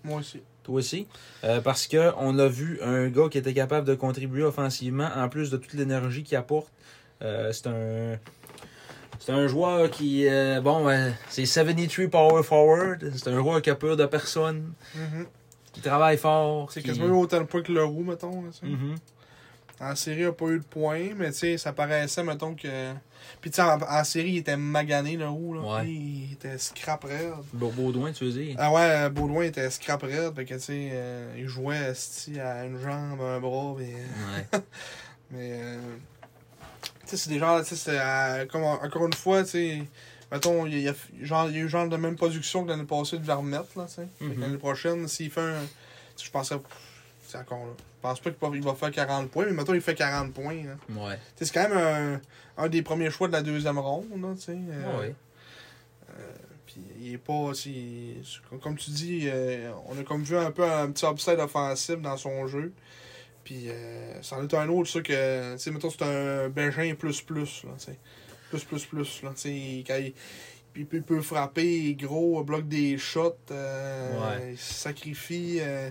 B: Moi aussi.
A: Toi aussi. Euh, parce que on a vu un gars qui était capable de contribuer offensivement, en plus de toute l'énergie qu'il apporte. Euh, c'est un. C'est un joueur qui. euh, bon, euh, c'est 73 power forward. C'est un joueur qui a peur de personne,
B: Mhm.
A: qui travaille fort.
B: C'est
A: qui-
B: quasiment autant de points que le roux, mettons. là, tu sais.
A: Mhm.
B: En série, il n'a pas eu de points, mais tu sais, ça paraissait, mettons, que. Puis tu sais, en, en série, il était magané, le roux. Là.
A: Ouais.
B: Il, il était scrap raide.
A: Ba- Baudouin, tu veux dire
B: Ah ouais, Baudouin était scrap raide, fait que tu sais, euh, il jouait esti, à une jambe, à un bras, euh, mais.
A: Ouais.
B: Mais, euh, tu sais, c'est des genres, tu sais, c'est, euh, comme en- encore une fois, tu sais, mettons, il y, a, il y a genre- il y a eu genre de même production que l'année passée de Vermette, là, tu sais. Fait que
A: Mhm.
B: L'année prochaine, s'il fait un. tu sais, Je pensais. C'est encore là. Je pense pas qu'il va- il va faire 40 points, mais mettons, il fait 40 points. là.
A: Ouais.
B: Tu sais, C'est quand même un, un des premiers choix de la deuxième ronde, là, tu sais. euh,
A: Ouais.
B: Puis il est pas. tu sais, il- c'est- Comme tu dis, euh, on a comme vu un peu un petit upside offensif dans son jeu. Puis euh, ça en est un autre, ça que. Tu sais, mettons, c'est un Benjamin plus plus, là, tu sais. Plus plus plus, là, tu sais. Quand il, il peut, il peut frapper, il est gros, il bloque des shots, euh,
A: Ouais.
B: il se sacrifie, euh,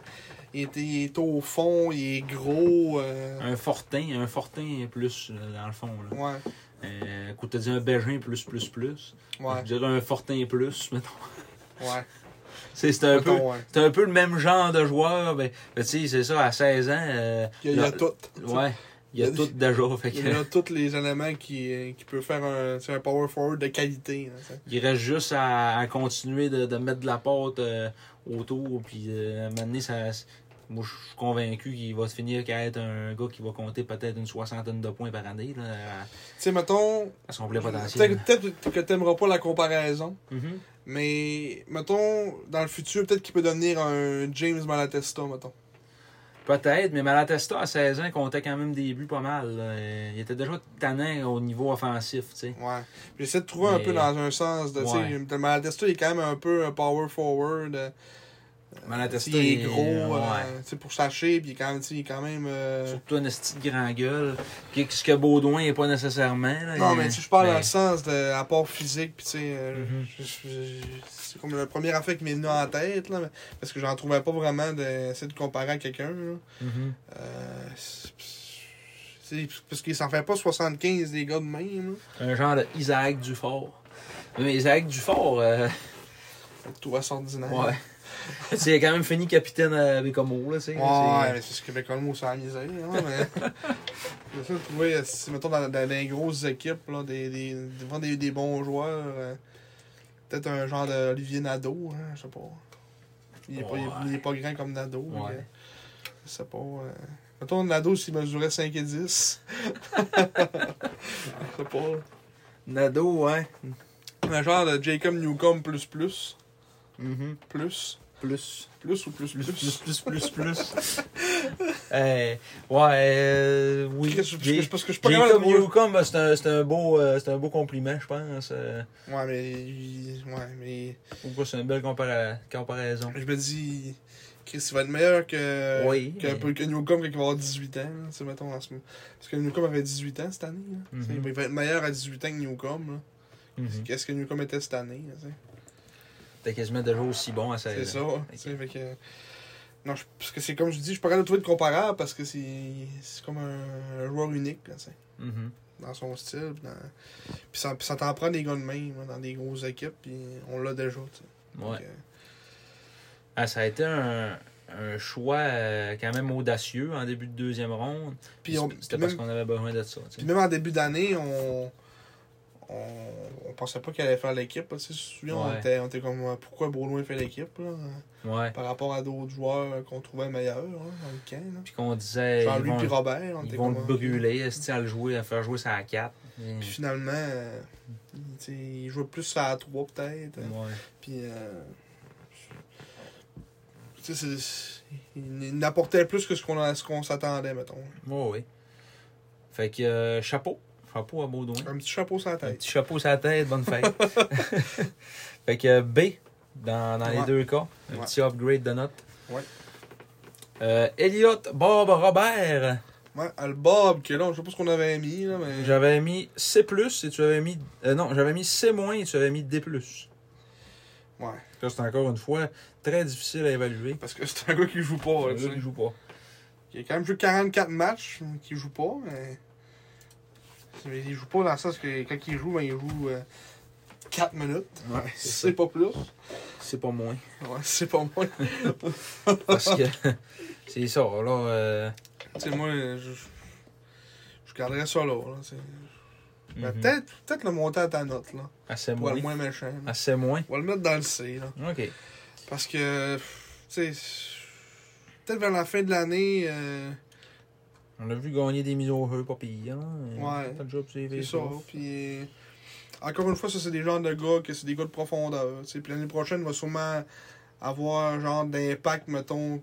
B: il, est, il est au fond, il est gros. euh,
A: Un fortin, un fortin plus, euh, dans le fond. Là.
B: ouais,
A: Euh, écoute, t'as dit un Bégin plus, plus, plus.
B: ouais,
A: Je dirais un fortin plus, mettons.
B: ouais.
A: C'est c'est un peu.
B: Mettons, ouais.
A: C'est un peu le même genre de joueur, mais, mais tu sais, c'est ça, à 16 ans, euh,
B: Il y a, il y a
A: le-
B: tout. tu sais.
A: ouais, il y a
B: Il y a-
A: tout déjà, fait
B: Il y
A: que,
B: a tous les éléments qui, qui peut faire un, tu sais, un power forward de qualité. là, tu sais.
A: il reste juste à, à continuer de, de mettre de la pâte euh, autour, puis euh, à un moment donné, ça, moi, je suis convaincu qu'il va se finir qu'à être un gars qui va compter peut-être une soixantaine de points par année, là, à,
B: Tu sais, mettons,
A: à son plein potentiel. hein.
B: peut-être peut-être que t'aimeras pas la comparaison,
A: Mhm.
B: mais mettons, dans le futur, peut-être qu'il peut devenir un James Malatesta, mettons.
A: Peut-être, mais Malatesta, à 16 ans, comptait quand même des buts pas mal. là. Euh, Il était déjà tannant au niveau offensif, tu sais.
B: Ouais. J'essaie de trouver un
A: Mais-
B: peu dans un sens. De, tu sais,
A: Ouais.
B: le Malatesta, il est quand même un peu un power forward. euh,
A: Malatesta,
B: il est gros,
A: ouais.
B: euh, tu sais, pour sa shape, il est quand même. tu sais, il est quand même euh,
A: Surtout un esti de grand gueule. Qui- Ce que Baudouin n'est pas nécessairement. là.
B: Non,
A: Il-
B: mais tu sais, je parle
A: mais-
B: dans le sens de apport physique, puis tu sais, euh,
A: Mhm.
B: je- je- je- c'est comme la première affaire qui m'est venue en tête, là, mais- parce que j'en trouvais pas vraiment d'essayer de comparer à quelqu'un, là.
A: Mhm.
B: Euh, c'est- c'est- parce qu'il s'en fait pas 75 des gars de même, là.
A: Un genre de Isaac Dufort. Mais Isaac Dufort, euh,
B: Tout assez ordinaire.
A: ouais. tu sais, il a quand même fini capitaine à Bécomo, là, tu sais.
B: Ouais,
A: C'est- euh,
B: mais c'est ce Québec mot sur la misère, hein, mais. J'essaie de trouver, euh, si, mettons, dans, dans les grosses équipes, là, des, des, vraiment des, des bons joueurs, euh, peut-être un genre d'Olivier Nadeau, hein, je sais pas. Il est, pas, il est- il est pas grand comme Nadeau.
A: Ouais.
B: mais, euh, je sais pas. euh, Mettons, Nadeau, s'il mesurait 5 et 10. je sais pas.
A: Nadeau, ouais.
B: Un genre de Jacob Newcomb plus plus.
A: Mhm.
B: Plus.
A: Plus.
B: Plus ou plus
A: Plus,
B: plus.
A: plus, plus, plus, plus. Euh, ouais, euh, oui.
B: Chris, je- je-
A: Jay-
B: je- Parce que je suis pas capable de
A: Jacob
B: trouver-
A: Newcomb, ben, c'est un, c'est un, beau, euh, c'est un beau compliment, je pense. Euh,
B: Ouais, mais. il- Ouais, mais.
A: ou quoi, c'est une belle compara- comparaison.
B: Je me dis, Chris, il va être meilleur que,
A: Oui,
B: que,
A: mais-
B: peu- que Newcombe quand il va avoir 18 ans. là, tu sais, mettons, en ce moment. Parce que Newcombe avait 18 ans cette année. là. Tu sais,
A: Mhm.
B: Il va être meilleur à 18 ans que Newcombe. là.
A: Mhm.
B: Qu'est-ce que Newcombe était cette année? là, tu sais.
A: T'es quasiment déjà aussi bon à 16
B: C'est
A: ans.
B: ça. tu sais, fait que- Non, je- parce que c'est comme je dis, je suis pas capable de trouver de comparable parce que c'est c'est comme un, un joueur unique là, tu sais,
A: Mhm.
B: dans son style. Puis, dans- puis ça, puis ça t'en prend des gars de même là, dans des grosses équipes, puis on l'a déjà. tu sais.
A: Ouais.
B: Donc, euh,
A: Ah, ça a été un, un choix euh, quand même audacieux en début de deuxième ronde.
B: puis on-
A: C'était
B: puis
A: parce
B: même-
A: qu'on avait besoin de ça. tu sais.
B: Puis même en début d'année, on, on, on pensait pas qu'il allait faire l'équipe. là, Tu sais, je me souviens, on,
A: Ouais.
B: était, on était comme euh, pourquoi Baudouin fait l'équipe là, euh,
A: Ouais.
B: par rapport à d'autres joueurs euh, qu'on trouvait meilleurs hein, dans le camp. là.
A: Puis qu'on disait.
B: Genre
A: ils
B: lui
A: vont-
B: puis Robert, on
A: Ils
B: était
A: vont
B: comme.
A: le
B: euh,
A: brûler, est-ce à le jouer, à faire jouer ça à 4.
B: Puis finalement, euh, il- tu sais, il jouait plus à 3 peut-être. hein. Puis. euh, tu sais, c'est- il il n'apportait plus que ce qu'on a- ce qu'on s'attendait, mettons.
A: oui. Fait que euh, chapeau. Chapeau à Baudouin.
B: Un petit chapeau sans
A: Un
B: tête.
A: petit chapeau sur la tête, bonne fête. fait que euh, B, dans, dans les
B: Ouais.
A: deux cas, un
B: Ouais.
A: petit upgrade de note.
B: Ouais.
A: Euh, Elliot Bob Robert,
B: Ouais, à le Bob, que là, je sais pas ce qu'on avait mis, là, mais.
A: j'avais mis C, et tu avais mis. euh, non, j'avais mis C- et tu avais mis D.
B: Ouais.
A: Ça, C'est encore une fois très difficile à évaluer.
B: Parce que c'est un gars qui joue pas, là, tu sais.
A: Il joue pas.
B: Il a quand même joué 44 matchs, mais qui joue pas, mais. mais il joue pas dans le sens que quand il joue, ben, il joue 4 minutes.
A: Ouais, c'est ça.
B: C'est pas plus.
A: C'est pas moins.
B: Ouais, c'est pas moins.
A: Parce que c'est ça, là. euh,
B: tu sais, moi, je. je- Je garderais ça là. là, c'est- Mais
A: mhm.
B: peut-être peut-être le monter à ta note, là.
A: Assez
B: Pour
A: moins. Ah.
B: le moins méchant. là.
A: Assez moins.
B: On va le mettre dans le C, là.
A: OK.
B: Parce que, pff, tu sais, peut-être vers la fin de l'année, euh,
A: On l'a vu gagner des mises au jeu, pas pire. hein.
B: Ouais.
A: T'as le job, c'est
B: c'est ça. Puis, euh, encore une fois, ça, c'est des genres de gars que c'est des gars de profondeur. tu sais. Puis l'année prochaine, va sûrement avoir un genre d'impact, mettons,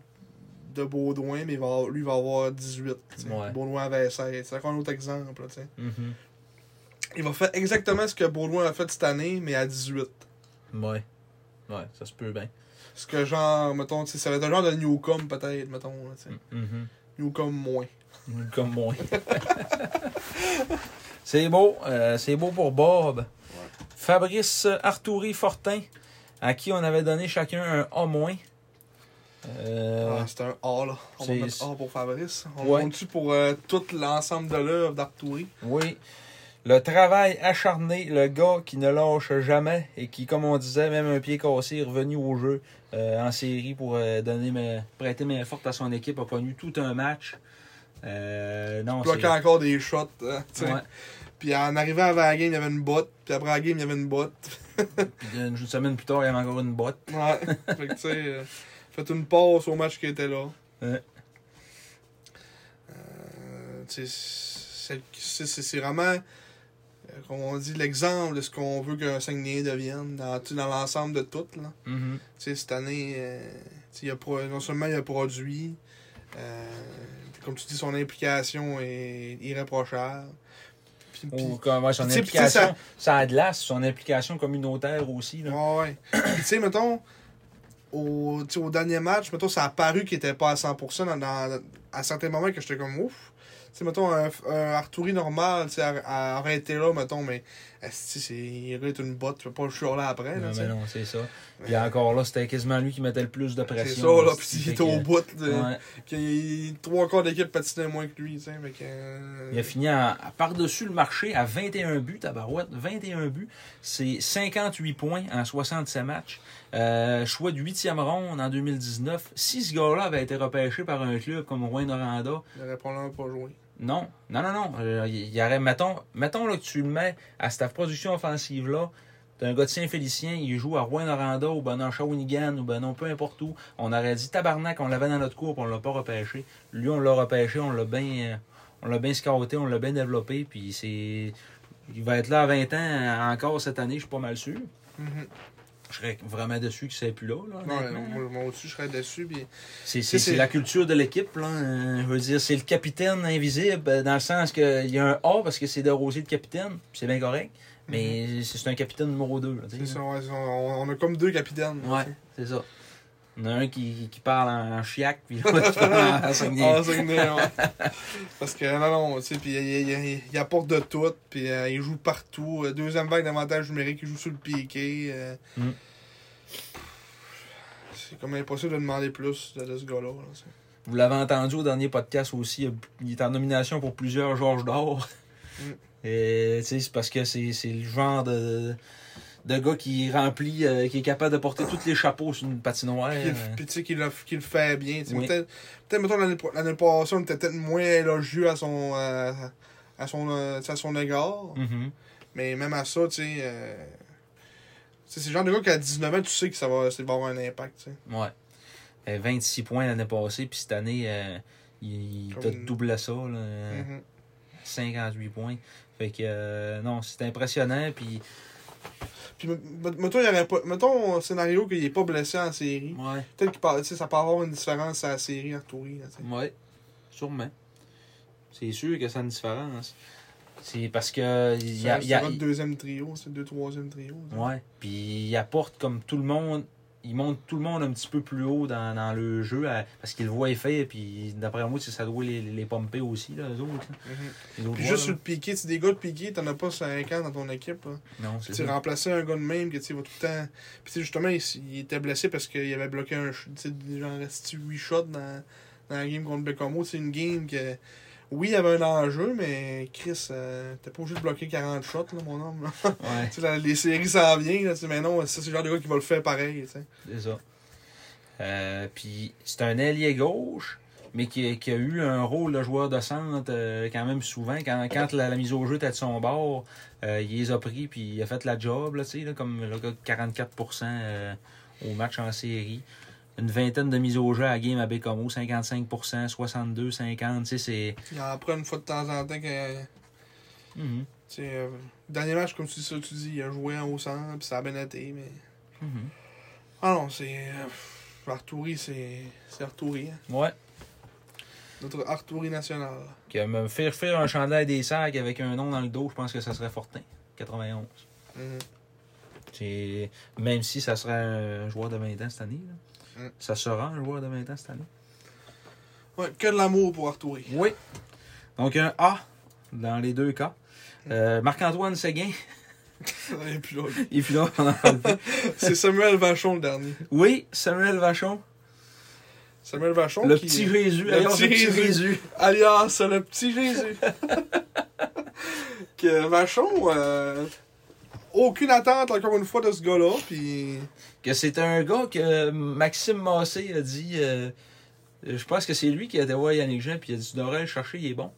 B: de Baudouin, mais il va, lui, il va avoir 18. tu sais.
A: Ouais.
B: Baudouin avait 16. C'est encore un autre exemple, là, tu sais.
A: Mhm.
B: Il va faire exactement ce que Baudouin a fait cette année, mais à 18.
A: Ouais. Ouais, ça se peut bien.
B: Ce que genre, mettons, tu sais, ça va être un genre de Newcomb peut-être, mettons. là, tu sais.
A: Mhm.
B: Newcomb moins.
A: Comme moi. c'est beau. euh, c'est beau pour Bob. Fabrice Arturi Fortin, à qui on avait donné chacun un A-. moins. Euh,
B: Ah, c'est un A, là. On va
A: c'est-
B: mettre A pour Fabrice. On
A: Ouais.
B: le compte-tu pour euh, tout l'ensemble de l'œuvre d'Arturi?
A: Oui. Le travail acharné, le gars qui ne lâche jamais et qui, comme on disait, même un pied cassé, est revenu au jeu euh, en série pour euh, donner main- prêter main forte à son équipe, a connu tout un match. Euh, non, c'est...
B: Bloquait encore des shots. hein, tu sais.
A: Ouais.
B: Puis en arrivant avant la game, il y avait une botte. Puis après la game, il y avait une botte.
A: Puis une semaine plus tard, il y avait encore une botte.
B: Ouais. fait que tu sais, euh, faites une pause au match qui était là.
A: Ouais.
B: Euh, tu sais, c'est- c'est c'est- c'est vraiment, euh, comme on dit, l'exemple de ce qu'on veut qu'un Saguenay devienne dans, tu sais, dans l'ensemble de tout. Là.
A: Mhm.
B: Tu sais, cette année, euh, tu sais, il a pro- non seulement il a produit, euh, comme tu dis, son implication est irréprochable. Puis- puis-
A: Ou comme, ouais, son
B: Puis, tu sais, puis, tu sais,
A: implication, ça... a de l'as, son implication communautaire aussi. Là.
B: Ouais, ouais. Puis, tu sais, mettons, au, tu sais, au dernier match, mettons, ça a paru qu'il était pas à 100% dans, dans- à certains moments que j'étais comme ouf. Tu sais, mettons, un, un Arturi normal, tu sais, a- a- aurait été là, mettons, mais esti, c'est il est une botte, tu peux pas le chialer après.
A: Non,
B: Là, tu
A: mais
B: sais.
A: non, c'est ça. Puis encore là, c'était quasiment lui qui mettait le plus de
B: c'est
A: pression.
B: ça, là, puis
A: c'est
B: il était
A: que-
B: au bout. de-
A: Ouais.
B: qu'il y ait trois quarts d'équipe patinaient moins que lui, tu sais, fait que, euh,
A: Il a fini à- à par-dessus le marché à 21 buts, Tabarouette. 21 buts, c'est 58 points en 67 matchs. Euh, choix de huitième ronde en 2019. Si ce gars-là avait été repêché par un club comme Rouen Noranda,
B: Il aurait probablement pas joué.
A: non, non, non, non. Euh, Il il y aurait, mettons, mettons là, que tu le mets à cette production offensive-là. T'as un gars de Saint-Félicien, il joue à Rouen-Noranda ou ben non, Shawinigan ou ben non, peu importe où. On aurait dit tabarnak, on l'avait dans notre cours puis on l'a pas repêché. Lui, on l'a repêché, on l'a bien euh, on l'a bien scouté, on l'a bien développé. Puis c'est. Il va être là à 20 ans euh, encore cette année, je suis pas mal sûr.
B: Mhm.
A: Je serais vraiment déçu qu'il ne plus là. là,
B: Non,
A: honnêtement, là.
B: moi, moi aussi, je serais déçu. Puis,
A: C'est, c'est-
B: c'est-
A: c'est la culture de l'équipe, là. Euh, je veux dire, c'est le capitaine invisible, euh, dans le sens qu'il y a un A parce que c'est de Rosier de capitaine, puis c'est bien correct, mais c'est, c'est un capitaine numéro 2.
B: Mhm. c'est ça, ouais, c'est- on, on a comme deux capitaines.
A: Ouais, c'est ça. Il y en a un qui, qui parle en chiac, puis l'autre qui parle en
B: Ah,
A: saignant.
B: c'est une idée, ouais. Parce que non, non, tu sais, puis il, il- il- il apporte de tout, puis euh, il joue partout. Euh, Deuxième vague d'avantage numérique, il joue sur le piqué. euh.
A: Mm.
B: c'est comme impossible de demander plus de, de ce gars-là. là, c'est-
A: Vous l'avez entendu au dernier podcast aussi, il- il est en nomination pour plusieurs Georges d'Or.
B: Mm.
A: Et, tu sais, C'est parce que c'est c'est le genre de, de gars qui remplit, euh, qui est capable de porter tous les chapeaux sur une patinoire.
B: Puis, il- puis tu sais qu'il le, qu'il le fait bien. tu sais.
A: Oui.
B: Peut-être, peut-être, mettons, l'année, pro- l'année passée, on était peut-être moins élogieux à son, euh, à son, euh, tu sais, à son égard.
A: Mhm.
B: Mais même à ça, tu sais. euh, tu sais, c'est le genre de gars qu'à 19 ans, tu sais que ça va, ça va avoir un impact. tu sais.
A: Ouais. Euh, 26 points l'année passée, puis cette année, euh, il, il t'a
B: Comme-
A: doublé ça. là, euh,
B: Mhm.
A: 58 points. Fait que, euh, non, c'est impressionnant. Puis,
B: Puis, me- me- mettons, il y aurait pas, mettons un scénario qu'il n'est pas blessé en série.
A: ouais.
B: Peut-être que tu sais, ça peut avoir une différence à la série en tourie. là, tu sais.
A: Ouais, sûrement. C'est sûr que ça a une différence. C'est parce que. Il y a,
B: C'est-
A: il y a-
B: c'est notre deuxième trio, c'est le deuxième trio. tu sais.
A: ouais. Puis il apporte comme tout le monde. Il monte tout le monde un petit peu plus haut dans, dans le jeu à- parce qu'il le voit fait. Puis d'après moi, c'est- ça doit les, les pomper aussi, là, eux autres. là.
B: Mhm.
A: Les autres
B: Puis
A: joueurs,
B: juste sur
A: là.
B: le piqué, tu sais, des gars de piqué, t'en as pas 50 dans ton équipe. là.
A: Non,
B: Tu
A: c'est
B: sais,
A: ça.
B: remplacer un gars de même, que tu sais, il va tout le temps. Puis tu sais, justement, il, s- il était blessé parce qu'il avait bloqué un. ch- Tu sais, genre, reste 8 shots dans, dans la game contre Becomo. C'est une game que. Oui, il y avait un enjeu, mais Chris, euh, t'es pas obligé de bloquer 40 shots, là, mon homme. là.
A: Ouais,
B: tu sais, la- les séries s'en viennent, là, tu sais, mais non, ça, c'est le genre de gars qui va le faire pareil, tu sais.
A: c'est ça. Euh, puis c'est un ailier gauche, mais qui, qui a eu un rôle de joueur de centre euh, quand même souvent. Quand, quand la, la mise au jeu était de son bord, euh, il les a pris puis il a fait la job, là, tu sais, là, comme le gars de 44 euh, au match en série. Une vingtaine de mises au jeu à la game à Bécomo, 55 62 50 tu sais, c'est.
B: Il en prend une fois de temps en temps que.
A: Mhm,
B: Tu sais, euh, dernier match, comme tu dis ça, tu dis, il a joué en haut centre, puis ça a bien été, mais.
A: mhm.
B: Ah non, c'est. euh, pff, Arturi, c'est. C'est Arturi, hein.
A: Ouais.
B: Notre Arturi national.
A: Que me faire faire un chandail des sacs avec un nom dans le dos, je pense que ça serait Fortin, 91.
B: Mhm.
A: Mm-hmm. C'est- Même si ça serait un joueur de 20 ans cette année. là.
B: Mm.
A: Ça sera un joueur de 20 ans cette année.
B: Ouais, que de l'amour pour Arturi.
A: Oui. Donc un A dans les deux cas. Euh, Marc-Antoine Seguin,
B: Et puis là,
A: il fut là. on a enlevé.
B: c'est Samuel Vachon le dernier.
A: oui, Samuel Vachon,
B: Samuel Vachon
A: le
B: qui
A: petit
B: est-
A: Jésus.
B: le
A: alors,
B: petit Jésus. alias le petit Jésus. que Vachon, euh, aucune attente encore une fois de ce gars-là, puis
A: Que c'est un gars que Maxime Massé a dit. euh, je pense que c'est lui qui a été voir Yannick Jean puis il a dit Tu devrais le chercher, il est bon.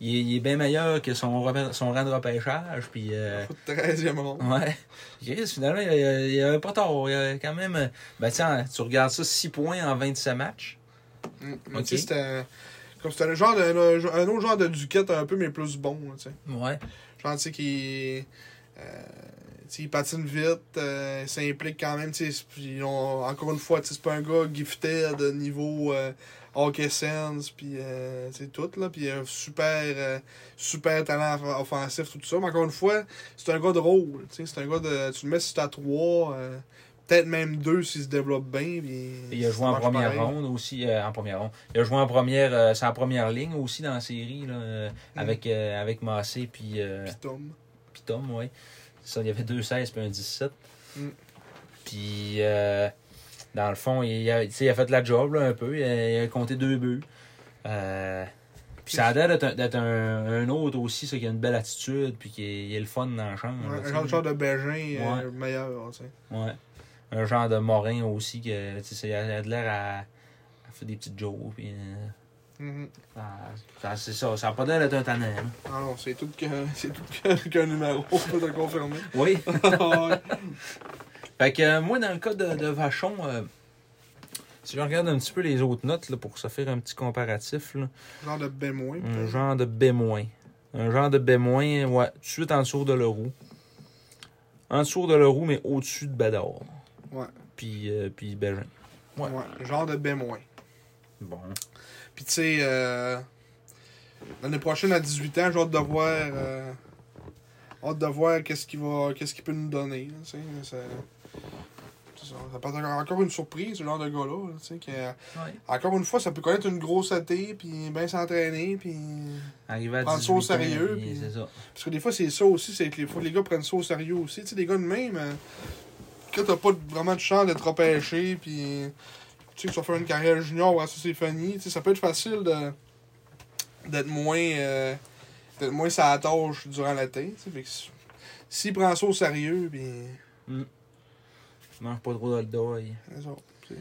A: Il est, il est bien meilleur que son, repère- son rang de repêchage. Puis, euh,
B: faut 13e rond.
A: Ouais. Chris, finalement, il y a- il y avait pas tort. Il y avait quand même. Ben, tiens, tu regardes ça, 6 points en 27 matchs.
B: Mm. Mais
A: Ok.
B: tu sais, c'était comme c'était le genre de- le- un autre genre de Duquette un peu mais plus bon, là, tu sais.
A: Ouais.
B: Genre tu sais qui euh, tu sais, il patine vite, euh, il s'implique quand même. tu sais, c'est- puis on- encore une fois, tu sais, c'est pas un gars gifté de niveau euh, hockey sense, puis euh, tu sais, tout. Là, puis euh, super, euh, super talent off- offensif, tout ça. Mais encore une fois, c'est un gars de rôle. tu sais, C'est un gars de. Tu le mets sur ta 3, euh, peut-être même 2 s'il se développe bien. Puis,
A: Il a
B: ça
A: joué en
B: marche
A: première
B: pareil.
A: ronde aussi. euh, en première ronde. Il a joué en première. euh, c'est en première ligne aussi dans la série, là, euh,
B: Mm.
A: avec, euh, avec Massé puis, euh,
B: Puis Tom.
A: puis Tom, ouais. Ça, il y avait 2 16 puis un 17.
B: Mm.
A: Puis, euh, dans le fond, il a, tu sais, il a fait de la job, là, un peu. Il a, il a compté deux buts. Euh, puis ça a l'air d'être un- d'être un, un autre aussi, ça, qui a une belle attitude, puis qui est, il est le fun dans la chambre.
B: Ouais,
A: là,
B: ben,
A: tu
B: un
A: sais.
B: genre, genre de Bégin euh, meilleur. tu sais.
A: Ouais. Un genre de Morin aussi, que, tu sais, il a, il a de l'air à, à faire des petites jokes, puis... euh,
B: Mhm.
A: ah, ça- c'est ça, ça a pas l'air d'être un tannant. hein.
B: Ah non, c'est tout qu'un c'est tout qu'un qu'un numéro, je peux te le confirmer.
A: Oui.
B: Ah, Ouais.
A: Fait que euh, moi, dans le cas de, de Vachon, euh, si je regarde un petit peu les autres notes là, pour se faire un petit comparatif, là,
B: genre de bémoin.
A: un genre de bémoin. Un genre de bémoin, ouais, tout de suite en dessous de Leroux. En dessous de Leroux, mais au-dessus de Bador.
B: Ouais.
A: Puis, euh, puis Bégin. Ouais.
B: Ouais. genre de bémoin.
A: Bon.
B: Puis tu sais, euh, l'année prochaine à 18 ans, j'ai hâte de voir. euh, hâte de voir qu'est-ce qu'il va. qu'est-ce qu'il peut nous donner. là, tu sais, ça, c'est ça, ça peut être encore une surprise, ce genre de gars-là. là, tu sais, que-
A: Ouais.
B: Encore une fois, ça peut connaître une grosse athée, puis bien s'entraîner, puis.
A: Arrivé à
B: Prendre
A: 18
B: ça
A: ans,
B: au sérieux,
A: puis
B: puis-
A: C'est ça.
B: Parce que des fois, c'est ça aussi, c'est que les, faut que les gars prennent ça au sérieux aussi. Tu sais, des gars de même, euh, que t'as pas de- vraiment de chance d'être repêché, puis tu sais que tu vas faire une carrière junior ou à ça c'est fini, tu sais, ça peut être facile de d'être moins euh, d'être moins sa tâche durant l'été, tu sais, fait que si- s'il prend ça au sérieux, puis
A: Je mange pas trop dans le dos. et-
B: c'est ça, c'est-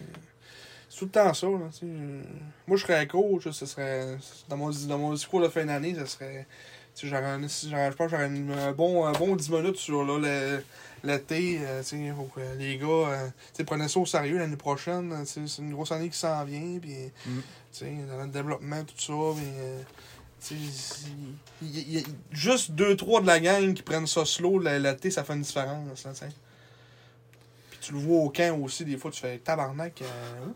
B: c'est tout le temps ça, là, tu sais. Moi, je serais coach, là, ce serait, dans mon, dans mon discours de fin d'année, ça serait, tu sais, j'aurais un- si j'aurais- je pense que j'aurais une- un bon, un bon 10 minutes sur, là, le- l'été, euh, tu sais, pour que les gars, euh, tu sais, prenez ça au sérieux l'année prochaine, euh, tu sais, c'est une grosse année qui s'en vient, puis,
A: Mm.
B: tu sais, dans le développement, tout ça, puis, euh, tu sais, il il- il y a juste deux, trois de la gang qui prennent ça slow, le- l'été, ça fait une différence, là, tu sais. Puis tu le vois au camp aussi, des fois, tu fais tabarnak. euh, ouf.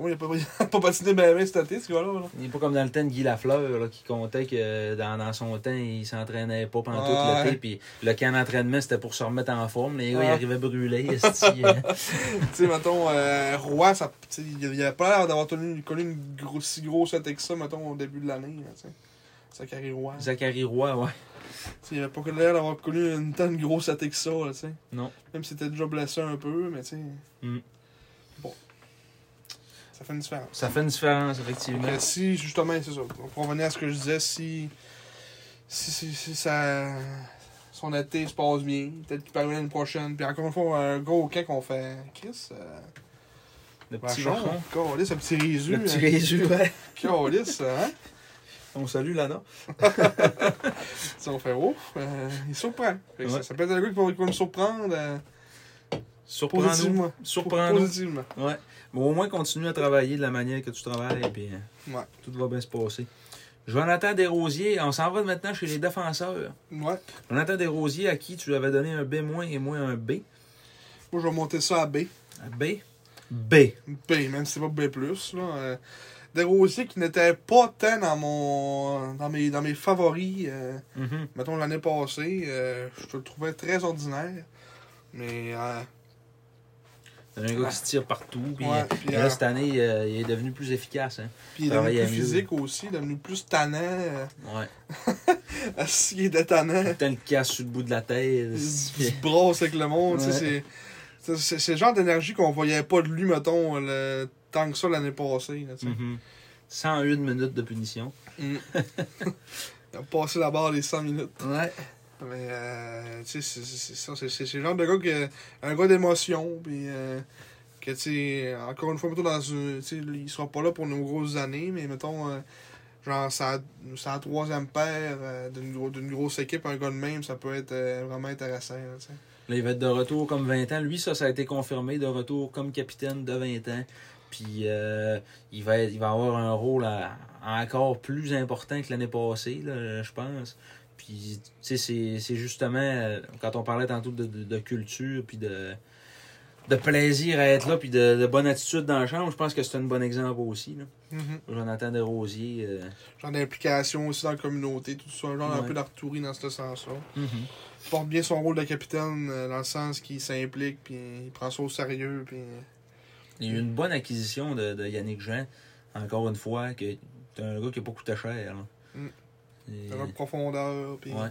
B: Moi, il a pas, il a pas patiné bien bien cet été, ce gars-là. là.
A: Il n'est pas comme dans le temps de Guy Lafleur là, qui comptait que dans, dans son temps, il s'entraînait pas pendant
B: Ouais.
A: tout l'été. Puis le camp d'entraînement, c'était pour se remettre en forme. Les gars, ils
B: Ouais.
A: arrivaient brûlés. esti, hein.
B: tu sais, mettons, euh, Roy, ça, tu sais, il il a pas l'air d'avoir tenu- connu une grosse, si grosse attaque que ça, mettons, au début de l'année. là, tu sais. Zachary Roy. Tu
A: Zachary Roy, ouais.
B: sais, il avait pas l'air d'avoir connu une telle grosse attaque que ça, là, tu sais.
A: Non.
B: Même s'il était déjà blessé un peu, mais tu sais.
A: Mm.
B: Bon. Ça fait une différence.
A: Ça fait une différence, effectivement.
B: Mais si, justement, c'est ça. Pour revenir à ce que je disais, si. Si, si, si ça. Son été se passe bien, peut-être qu'il peut arriver l'année prochaine. Puis encore une fois, un gros camp qu'on fait. Chris, euh,
A: Le petit
B: Vachon,
A: Vachon.
B: Calice, un petit résu.
A: Le petit Résu, ouais.
B: Calice, hein.
A: On salue Lana.
B: Si on fait ouf, euh, il surprend. Fait que ça,
A: Ouais.
B: ça peut être un gars qui va, qui va me surprendre euh,
A: Surprends-nous.
B: positivement.
A: Surprends-nous.
B: Positivement.
A: Ouais. Mais au moins, continue à travailler de la manière que tu travailles. Puis hein,
B: Ouais.
A: tout va bien se passer. Jonathan Desrosiers, on s'en va maintenant chez les défenseurs.
B: Ouais.
A: Jonathan Desrosiers, à qui tu avais donné un B- et moi un B.
B: Moi, je vais monter ça à B.
A: Un B. B.
B: B, même si c'est pas B+. Là. Euh, Des Rosiers qui n'étaient pas tant dans, mon, dans, mes, dans mes favoris, euh,
A: Mhm.
B: mettons l'année passée, euh, je te le trouvais très ordinaire. Mais euh,
A: C'est un gars qui se tire partout. Puis,
B: Ouais,
A: euh,
B: puis,
A: là,
B: euh,
A: cette année, euh, il est devenu plus efficace. Hein.
B: puis il est
A: Travailler
B: devenu
A: à
B: plus
A: mieux.
B: physique aussi, il est devenu plus tannant. euh,
A: Ouais.
B: assis et détannant.
A: Tout le temps le casse sur le bout de la tête.
B: Il
A: esti,
B: se brosse avec le monde. tu sais,
A: Ouais.
B: c'est- c'est- C'est c'est le genre d'énergie qu'on voyait pas de lui, mettons, le, tant que ça l'année passée. là, tu sais.
A: Mhm. 101 minutes de punition.
B: Mm. Il a passé la barre les 100 minutes.
A: Ouais.
B: Mais, euh, tu sais, c'est- c'est c'est ça. C'est- C'est c'est le genre de gars que. Un gars d'émotion, puis. euh, que, tu sais, encore une fois, mettons, dans une. Tu sais, il sera pas là pour nos grosses années, mais mettons. euh, Genre, sa, sa troisième paire euh, d'une gro- d'une grosse équipe, un gars de même, ça peut être euh, vraiment intéressant. là, tu sais.
A: Là, il va être de retour comme 20 ans. Lui, ça, ça a été confirmé, de retour comme capitaine de 20 ans. Puis, euh, il, va être- il va avoir un rôle à- encore plus important que l'année passée, là, je pense. Puis, tu sais, c'est- c'est justement, euh, quand on parlait tantôt de, de- de culture, puis de, de plaisir à être là, puis de, de bonne attitude dans la chambre, je pense que c'est un bon exemple aussi. Là.
B: Mhm.
A: Jonathan Desrosiers. euh,
B: genre d'implication aussi dans la communauté, tout ça, genre un
A: Ouais.
B: peu d'Artourie dans ce sens-là. Il porte bien son rôle de capitaine euh, dans le sens qu'il s'implique, puis il prend ça au sérieux, puis euh,
A: Il y a eu une bonne acquisition de, de Yannick Jean, encore une fois, que c'est un gars qui n'a pas coûté cher. là.
B: Mm.
A: Et-
B: il a une profondeur, puis
A: ouais.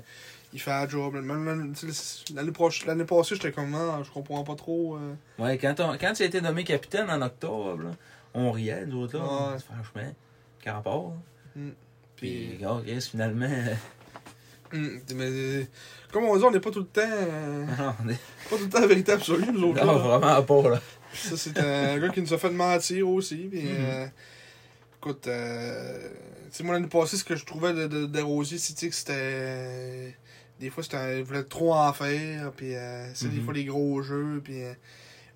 B: il fait la job. Même, même, tu sais, l'année proche- l'année passée, j'étais comme, Ah, je comprends pas trop. euh,
A: Ouais, quand, on, quand il a été nommé capitaine en octobre, là, on riait, nous autres, là.
B: Ouais.
A: Franchement, quel rapport. hein. Puis,
B: puis,
A: gars, Chris, finalement,
B: Hum, mais, euh, comme on dit, on n'est pas tout le temps, euh,
A: non, on est-
B: pas tout le temps la vérité absolue, nous autres.
A: non,
B: là.
A: vraiment pas, là.
B: Ça, c'est un gars qui nous a fait mentir aussi. Puis,
A: Mhm.
B: euh, écoute, euh, tu sais, moi, l'année passée, ce que je trouvais de, de, de Rosier, c'est tu sais, que c'était. euh, des fois, c'était, un- il voulait trop en faire. Puis, euh, c'est des
A: Mhm.
B: fois les gros jeux. Puis, euh,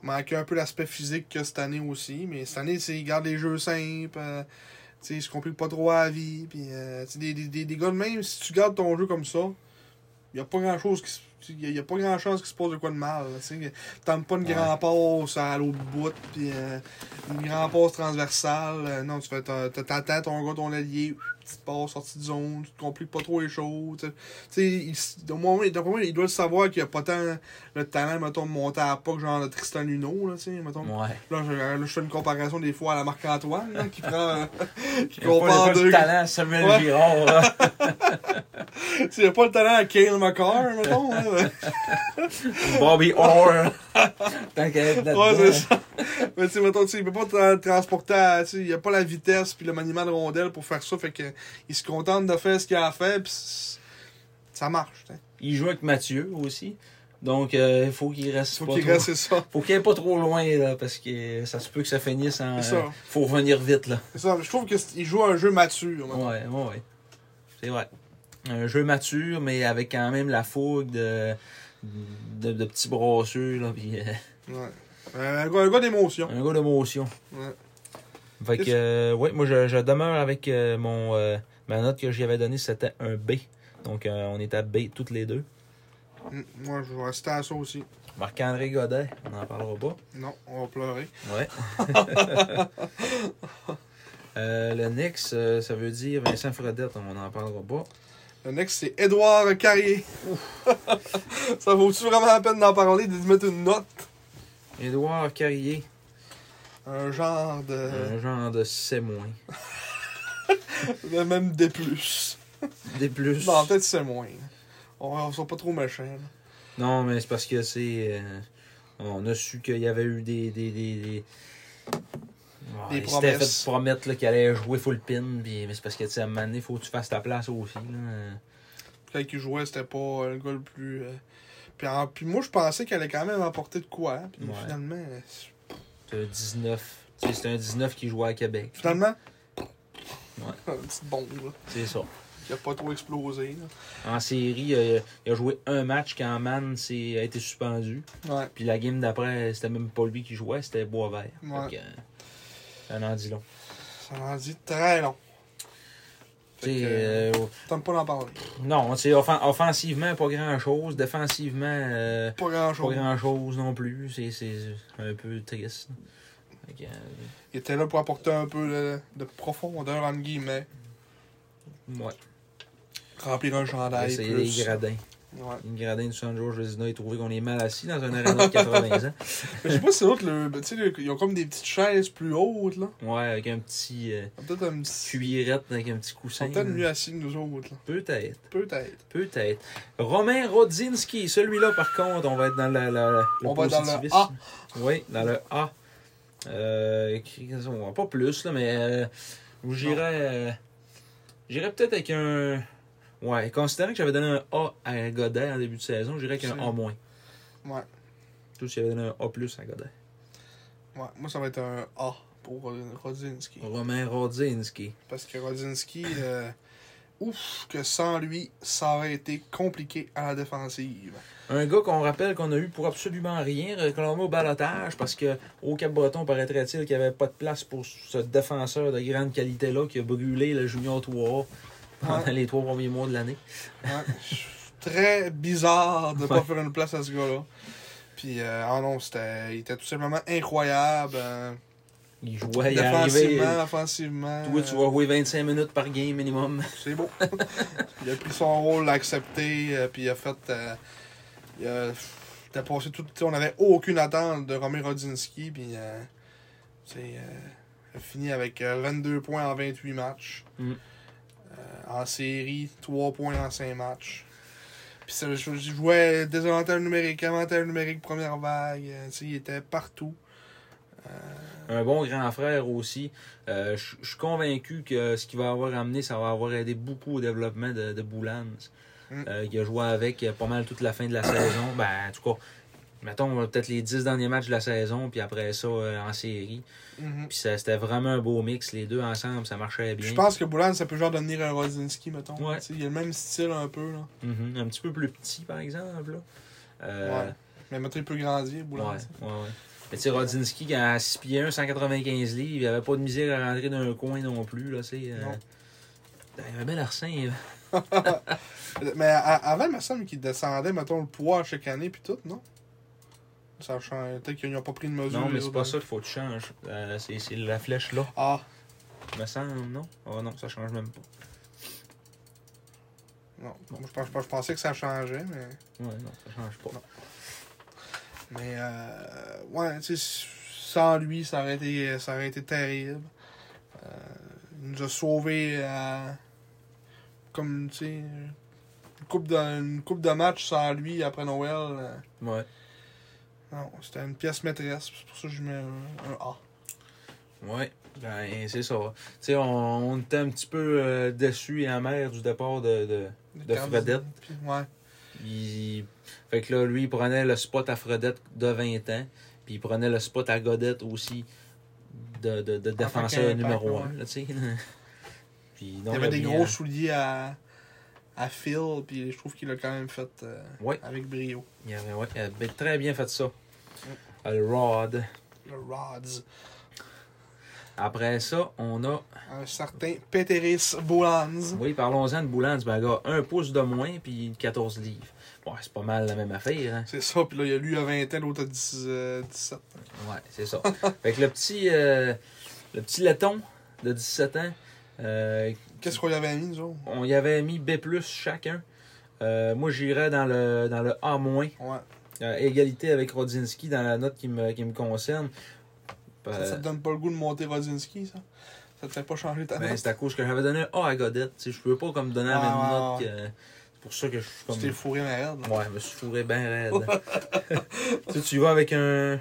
B: il manquait un peu l'aspect physique que cette année aussi. Mais cette année, tu sais, il garde les jeux simples. euh, tu sais, il se complique pas trop à la vie. Puis, euh, tu sais, des, des, des, des gars de même, si tu gardes ton jeu comme ça, il n'y a pas grand chose qui se- y a- y a pas grand chance qu'il se passe de quoi de mal. là, tu sais. Tente pas une
A: Ouais.
B: grande passe à l'autre bout, puis euh, une grande passe transversale. euh, non, tu fais ta- ta- t'attends ton gars, ton allié, petite passe, sortie de zone, tu te compliques pas trop les choses. Tu sais, il, s- au moins, d'après moi, il doit le savoir qu'il a pas tant le talent, mettons, de monter à pas que genre de Tristan Luneau, là, tu sais, mettons.
A: Ouais.
B: Là, je, euh, là, je fais une comparaison des fois à la Marc-Antoine, là, qui prend. euh, qui
A: Il a pas, il
B: compare
A: a pas
B: deux.
A: le talent à Samuel
B: Ouais.
A: Girard. là.
B: Tu sais, il a pas le talent à Kale McCarr, mettons. là.
A: Bobby Orr. Tant qu'à être là-dedans.
B: Ouais, c'est ça. Mais tu sais, mettons, tu sais, il peut pas tra- transporter, à- tu sais, il a pas la vitesse puis le maniement de rondelle pour faire ça, fait que il se contente de faire ce qu'il a fait puis c- ça marche, tu sais.
A: Il joue avec Mathieu aussi. Donc, euh, il faut qu'il reste
B: Faut
A: pas
B: qu'il
A: trop-
B: reste, c'est ça.
A: Faut qu'il aille pas trop loin, là, parce que ça se peut que ça finisse en.
B: C'est ça.
A: euh, faut revenir vite, là.
B: C'est ça, mais je trouve qu'il joue un jeu mature. hein. mettons.
A: Ouais, ouais, ouais. C'est vrai. Un jeu mature, mais avec quand même la fougue de, de, de petits brasseux, là. Puis, euh,
B: Ouais. Euh, un gars, un gars d'émotion.
A: un gars d'émotion.
B: Ouais.
A: Fait que,
B: Qu'est-ce-
A: euh, ouais, moi, je, je demeure avec euh, mon, euh, ma note que j'y avais donnée, c'était un B. Donc, euh, on est à B toutes les deux.
B: Mm, Moi, je vais rester à ça aussi.
A: Marc-André Godet, on n'en parlera pas.
B: Non, on va pleurer.
A: Ouais. Euh, le Nix, euh, ça veut dire Vincent Fredette, on n'en parlera pas.
B: Le next, c'est Édouard Carrier. ça vaut-tu vraiment la peine d'en parler, de lui mettre une note?
A: Édouard Carrier,
B: Un genre de...
A: un genre de C-.
B: de même des plus.
A: Des plus.
B: Non, peut-être c'est moins. On, on sera pas trop méchants. là.
A: Non, mais c'est parce que c'est. euh, on a su qu'il y avait eu des. des, des, des... Ah,
B: Des
A: il s'était
B: promesses.
A: fait promettre là, qu'il allait jouer full pin, puis- mais c'est parce que, tu sais, à un moment donné, faut que tu fasses ta place aussi. Là.
B: Quand il jouait, c'était pas euh, le gars le plus. euh, Puis, en- puis moi, je pensais qu'elle allait quand même apporter de quoi. hein. Puis
A: Ouais.
B: finalement, euh,
A: C'est un 19. Tu sais, C'est un 19 qui jouait à Québec.
B: finalement,
A: Ouais.
B: une petite bombe là,
A: C'est ça.
B: qui a pas trop explosé. là.
A: En série, euh, il a joué un match quand Man s'est- a été suspendu.
B: Ouais.
A: Puis la game d'après, c'était même pas lui qui jouait, c'était Boisvert.
B: Ouais.
A: Fait que, euh, ça en dit long.
B: Ça en dit très long. Fait
A: Tu sais,
B: que,
A: euh,
B: T'aimes pas d'en parler.
A: non, tu sais, offen- offensivement, pas grand-chose. Défensivement, euh,
B: Pas grand
A: pas
B: chose.
A: grand-chose non plus. C'est- C'est un peu triste. Fait que, euh,
B: Il était là pour apporter un peu de, de profondeur, entre guillemets.
A: ouais,
B: Remplir un chandail.
A: essayer les
B: Plus.
A: gradins.
B: Ouais.
A: Les gradins du San Jorge Resina, ils trouvaient qu'on est mal assis dans un aréna de 80 ans.
B: Mais je sais pas si c'est l'autre, le- ben, tu sais, le- ils ont comme des petites chaises plus hautes, là.
A: Ouais, avec un petit euh,
B: Peut-être un petit.
A: cuillerette, avec un petit
B: Ils
A: coussin.
B: sont peut-être mieux assis que nous autres, là.
A: Peut-être.
B: Peut-être.
A: Peut-être. Romain Rodzinski, celui-là par contre, on va être dans la, la- la-
B: On va dans le
A: positivisme.
B: A.
A: Oui, dans le A. Euh, qu'est-ce qu'on voit? pas plus, là, mais euh, j'irais, euh, j'irais peut-être avec un... Ouais, considérant que j'avais donné un A à Godet en début de saison, j'irais avec un
B: C'est-
A: A moins.
B: Ouais.
A: Tout j'avais donné un A plus à Godet.
B: Ouais, moi ça va être un A pour Rod- Rodzinski.
A: Romain Rodzinski.
B: Parce que Rodzinski, euh, ouf, que sans lui, ça aurait été compliqué à la défensive.
A: Un gars qu'on rappelle qu'on a eu pour absolument rien, réclamé au balotage, parce que au Cap-Breton, paraîtrait-il qu'il n'y avait pas de place pour ce défenseur de grande qualité-là qui a brûlé le Junior 3 pendant
B: Ouais.
A: les trois premiers mois de l'année.
B: Ouais, très bizarre de pas faire une place à ce gars-là. Puis, euh, ah non, c'était, il était tout simplement incroyable. euh,
A: Il jouait, il arrivait.
B: défensivement, euh, offensivement.
A: Toi, tu vas jouer 25 minutes par game minimum.
B: euh, C'est beau. il a pris son rôle, l'a accepté, euh, puis il a fait. euh, il a, il a passé tout. tu sais, On n'avait aucune attente de Romain Rodzinski, puis. euh, tu sais, euh, il a fini avec euh, 22 points en 28 matchs.
A: Mm.
B: Euh, en série, 3 points en 5 matchs. Puis ça, je, je jouais désavantage numérique, avantage numérique, première vague. euh, tu sais, il était partout.
A: Un bon grand frère aussi. Euh, Je je suis convaincu que ce qu'il va avoir amené, ça va avoir aidé beaucoup au développement de, de Boulans.
B: Mm.
A: Euh, il a joué avec euh, pas mal toute la fin de la saison. Ben, en tout cas, mettons euh, peut-être les 10 derniers matchs de la saison, puis après ça euh, en série.
B: Mhm.
A: Puis ça- c'était vraiment un beau mix, les deux ensemble, ça marchait bien.
B: Je pense que Boulan, ça peut genre devenir un Rodzinski, mettons.
A: Ouais.
B: Tu sais, Il a le même style un peu. Là.
A: Mhm. Un petit peu plus petit, par exemple. là. Euh,
B: Ouais. Mais mettons, il peut grandir, Boulan.
A: Ouais, ouais, ouais. Mais tu sais, Rodzinski, qui a 6 pieds 1, 195 livres, il avait pas de misère à rentrer dans un coin non plus. Là, c'est, euh... Ben,
B: Non.
A: Il avait bien l'arsen. là.
B: Mais a- avant, il me semble qu'il descendait, mettons, le poids chaque année, puis tout, non? Ça change. Peut-être qu'ils n'ont pas pris de mesure.
A: Non, mais
B: les
A: c'est
B: autres
A: pas
B: années.
A: ça qu'il faut que tu changes. Euh, c'est, c'est la flèche là,
B: Ah,
A: me semble, non? Oh non, Ah, ça change même pas.
B: Non. Moi, je, pens- je pens- je pensais que ça changeait, mais.
A: Ouais, non, ça change pas.
B: Mais, euh, ouais, tu sais, sans lui, ça aurait été, ça aurait été terrible. Euh, il nous a sauvés euh, comme, tu sais, une coupe de, une coupe de match sans lui après Noël. euh,
A: Ouais.
B: non, c'était une pièce maîtresse. C'est pour ça que je mets un, un A.
A: Ouais. Ben, c'est ça. Tu sais, on, on était un petit peu euh, déçus et amers du départ de, de, de
B: Cavs.
A: Fredette.
B: Puis, ouais.
A: Il- Fait que là, lui, il prenait le spot à Fredette de 20 ans, puis il prenait le spot à Godette aussi de, de, de défenseur
B: que
A: numéro
B: impact,
A: 1. Là, tu sais. puis, non,
B: Il y avait des
A: bien-
B: gros souliers à, à Phil, puis je trouve qu'il a quand même fait euh,
A: Ouais.
B: avec brio.
A: Il avait, ouais, il avait très bien fait ça. Ah, Le Rod.
B: Le Rods.
A: Après ça, on a.
B: Un certain Peteris Boulans.
A: Oui, parlons-en de Boulans, ben, gars, un pouce de moins, puis 14 livres. Bon, c'est pas mal la même affaire, hein?
B: C'est ça, puis là, il y a lui à 20 ans, l'autre à 10, euh, 17.
A: Ouais, c'est ça. fait que le petit, euh, le petit laiton de 17 ans, euh,
B: Qu'est-ce qu'on y avait mis, nous autres?
A: on y avait mis B chacun. Euh, moi, j'irais dans le, dans le A-,
B: Ouais.
A: euh, égalité avec Rodzinski dans la note qui me, qui me concerne.
B: Ça, ça
A: Euh,
B: te donne pas le goût de monter Rodzinski, ça? Ça te fait pas changer ta
A: Ben,
B: note? Ah,
A: c'est à cause que j'avais donné un A à Godette. tu sais, Je peux pas comme donner la
B: Ouais, ouais,
A: même
B: ouais.
A: note que. C'est pour ça que je suis comme.
B: Tu t'es fourré malade. là.
A: Ouais, je me suis fourré bien raide. tu, sais, tu y vas avec un,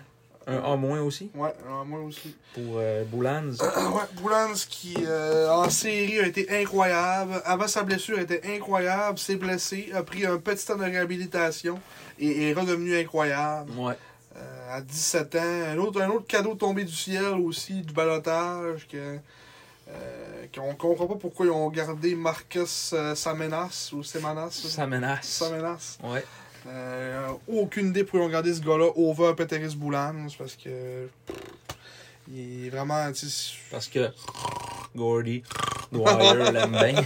A: un A- aussi
B: Ouais, euh, moi aussi.
A: pour euh, Boulans.
B: ouais, Boulans qui, euh, en série, a été incroyable. Avant sa blessure, était incroyable. S'est blessé, a pris un petit temps de réhabilitation et est redevenu incroyable.
A: Ouais.
B: Euh, à 17 ans. Un autre, un autre cadeau tombé du ciel aussi, du balotage, que, euh, qu'on comprend pas pourquoi ils ont gardé Marcus euh, Samenas ou Semanas.
A: Ça menace.
B: Samenas.
A: Ouais.
B: Euh, aucune idée pourquoi ils ont gardé ce gars-là over Peteris Boulan, c'est parce que. pff, Il est vraiment. tu sais,
A: Parce que Gordy, Dwyer l'aime bien.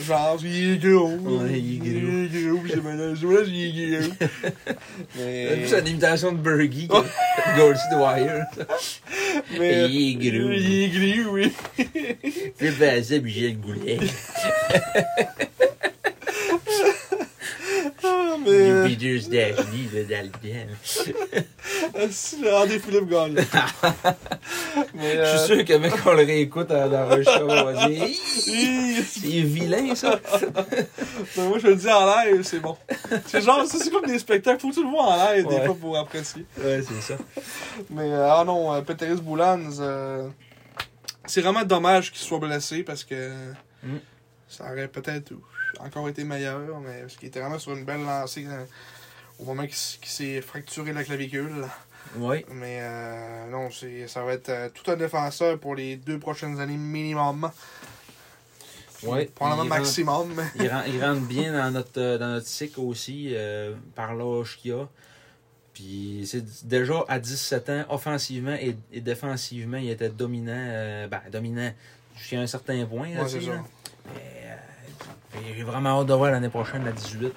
B: Genre, il est gros.
A: Ouais, il est gros.
B: Il est gros, pis c'est maintenant. Je vois, il est gros.
A: C'est
B: Mais.
A: juste une imitation de Bergie que Gordy Dwyer.
B: mais-
A: Il est gros.
B: Il est gros, oui.
A: C'est facile, puis j'ai le goulet.
B: Ah,
A: Les
B: mais.
A: Peters d'Ashley de Dalton.
B: Ah, des Philippe Gagnon. mais.
A: Je
B: euh,
A: suis sûr que mec, on le réécoute en enregistrement, on va dire Hi!
B: hi,
A: C'est vilain, ça.
B: mais moi, je le dis en live, c'est bon. C'est genre, ça, c'est comme des spectacles. Faut que tu le vois en live, des
A: Ouais.
B: fois, pour apprécier.
A: Ouais, c'est ça.
B: Mais euh, ah non, euh, Peteris Boulans, euh, c'est vraiment dommage qu'il soit blessé parce que
A: Mm.
B: ça aurait peut-être encore été meilleur, mais parce qu'il était vraiment sur une belle lancée euh, au moment qu'il s- qu'il s'est fracturé la clavicule.
A: Ouais.
B: Mais euh, non, c'est- ça va être euh, tout un défenseur pour les deux prochaines années minimum.
A: Ouais.
B: Probablement
A: Il rend-
B: maximum. mais-
A: Il, ren- il rentre bien dans notre, euh, dans notre cycle aussi, euh, par l'âge qu'il a. Puis, c'est déjà à 17 ans, offensivement et, et défensivement, il était dominant. euh, ben, dominant jusqu'à un certain point. là,
B: Ouais, c'est
A: tu sais,
B: ça.
A: là. Mais, euh, puis j'ai vraiment hâte de voir l'année prochaine, la 18.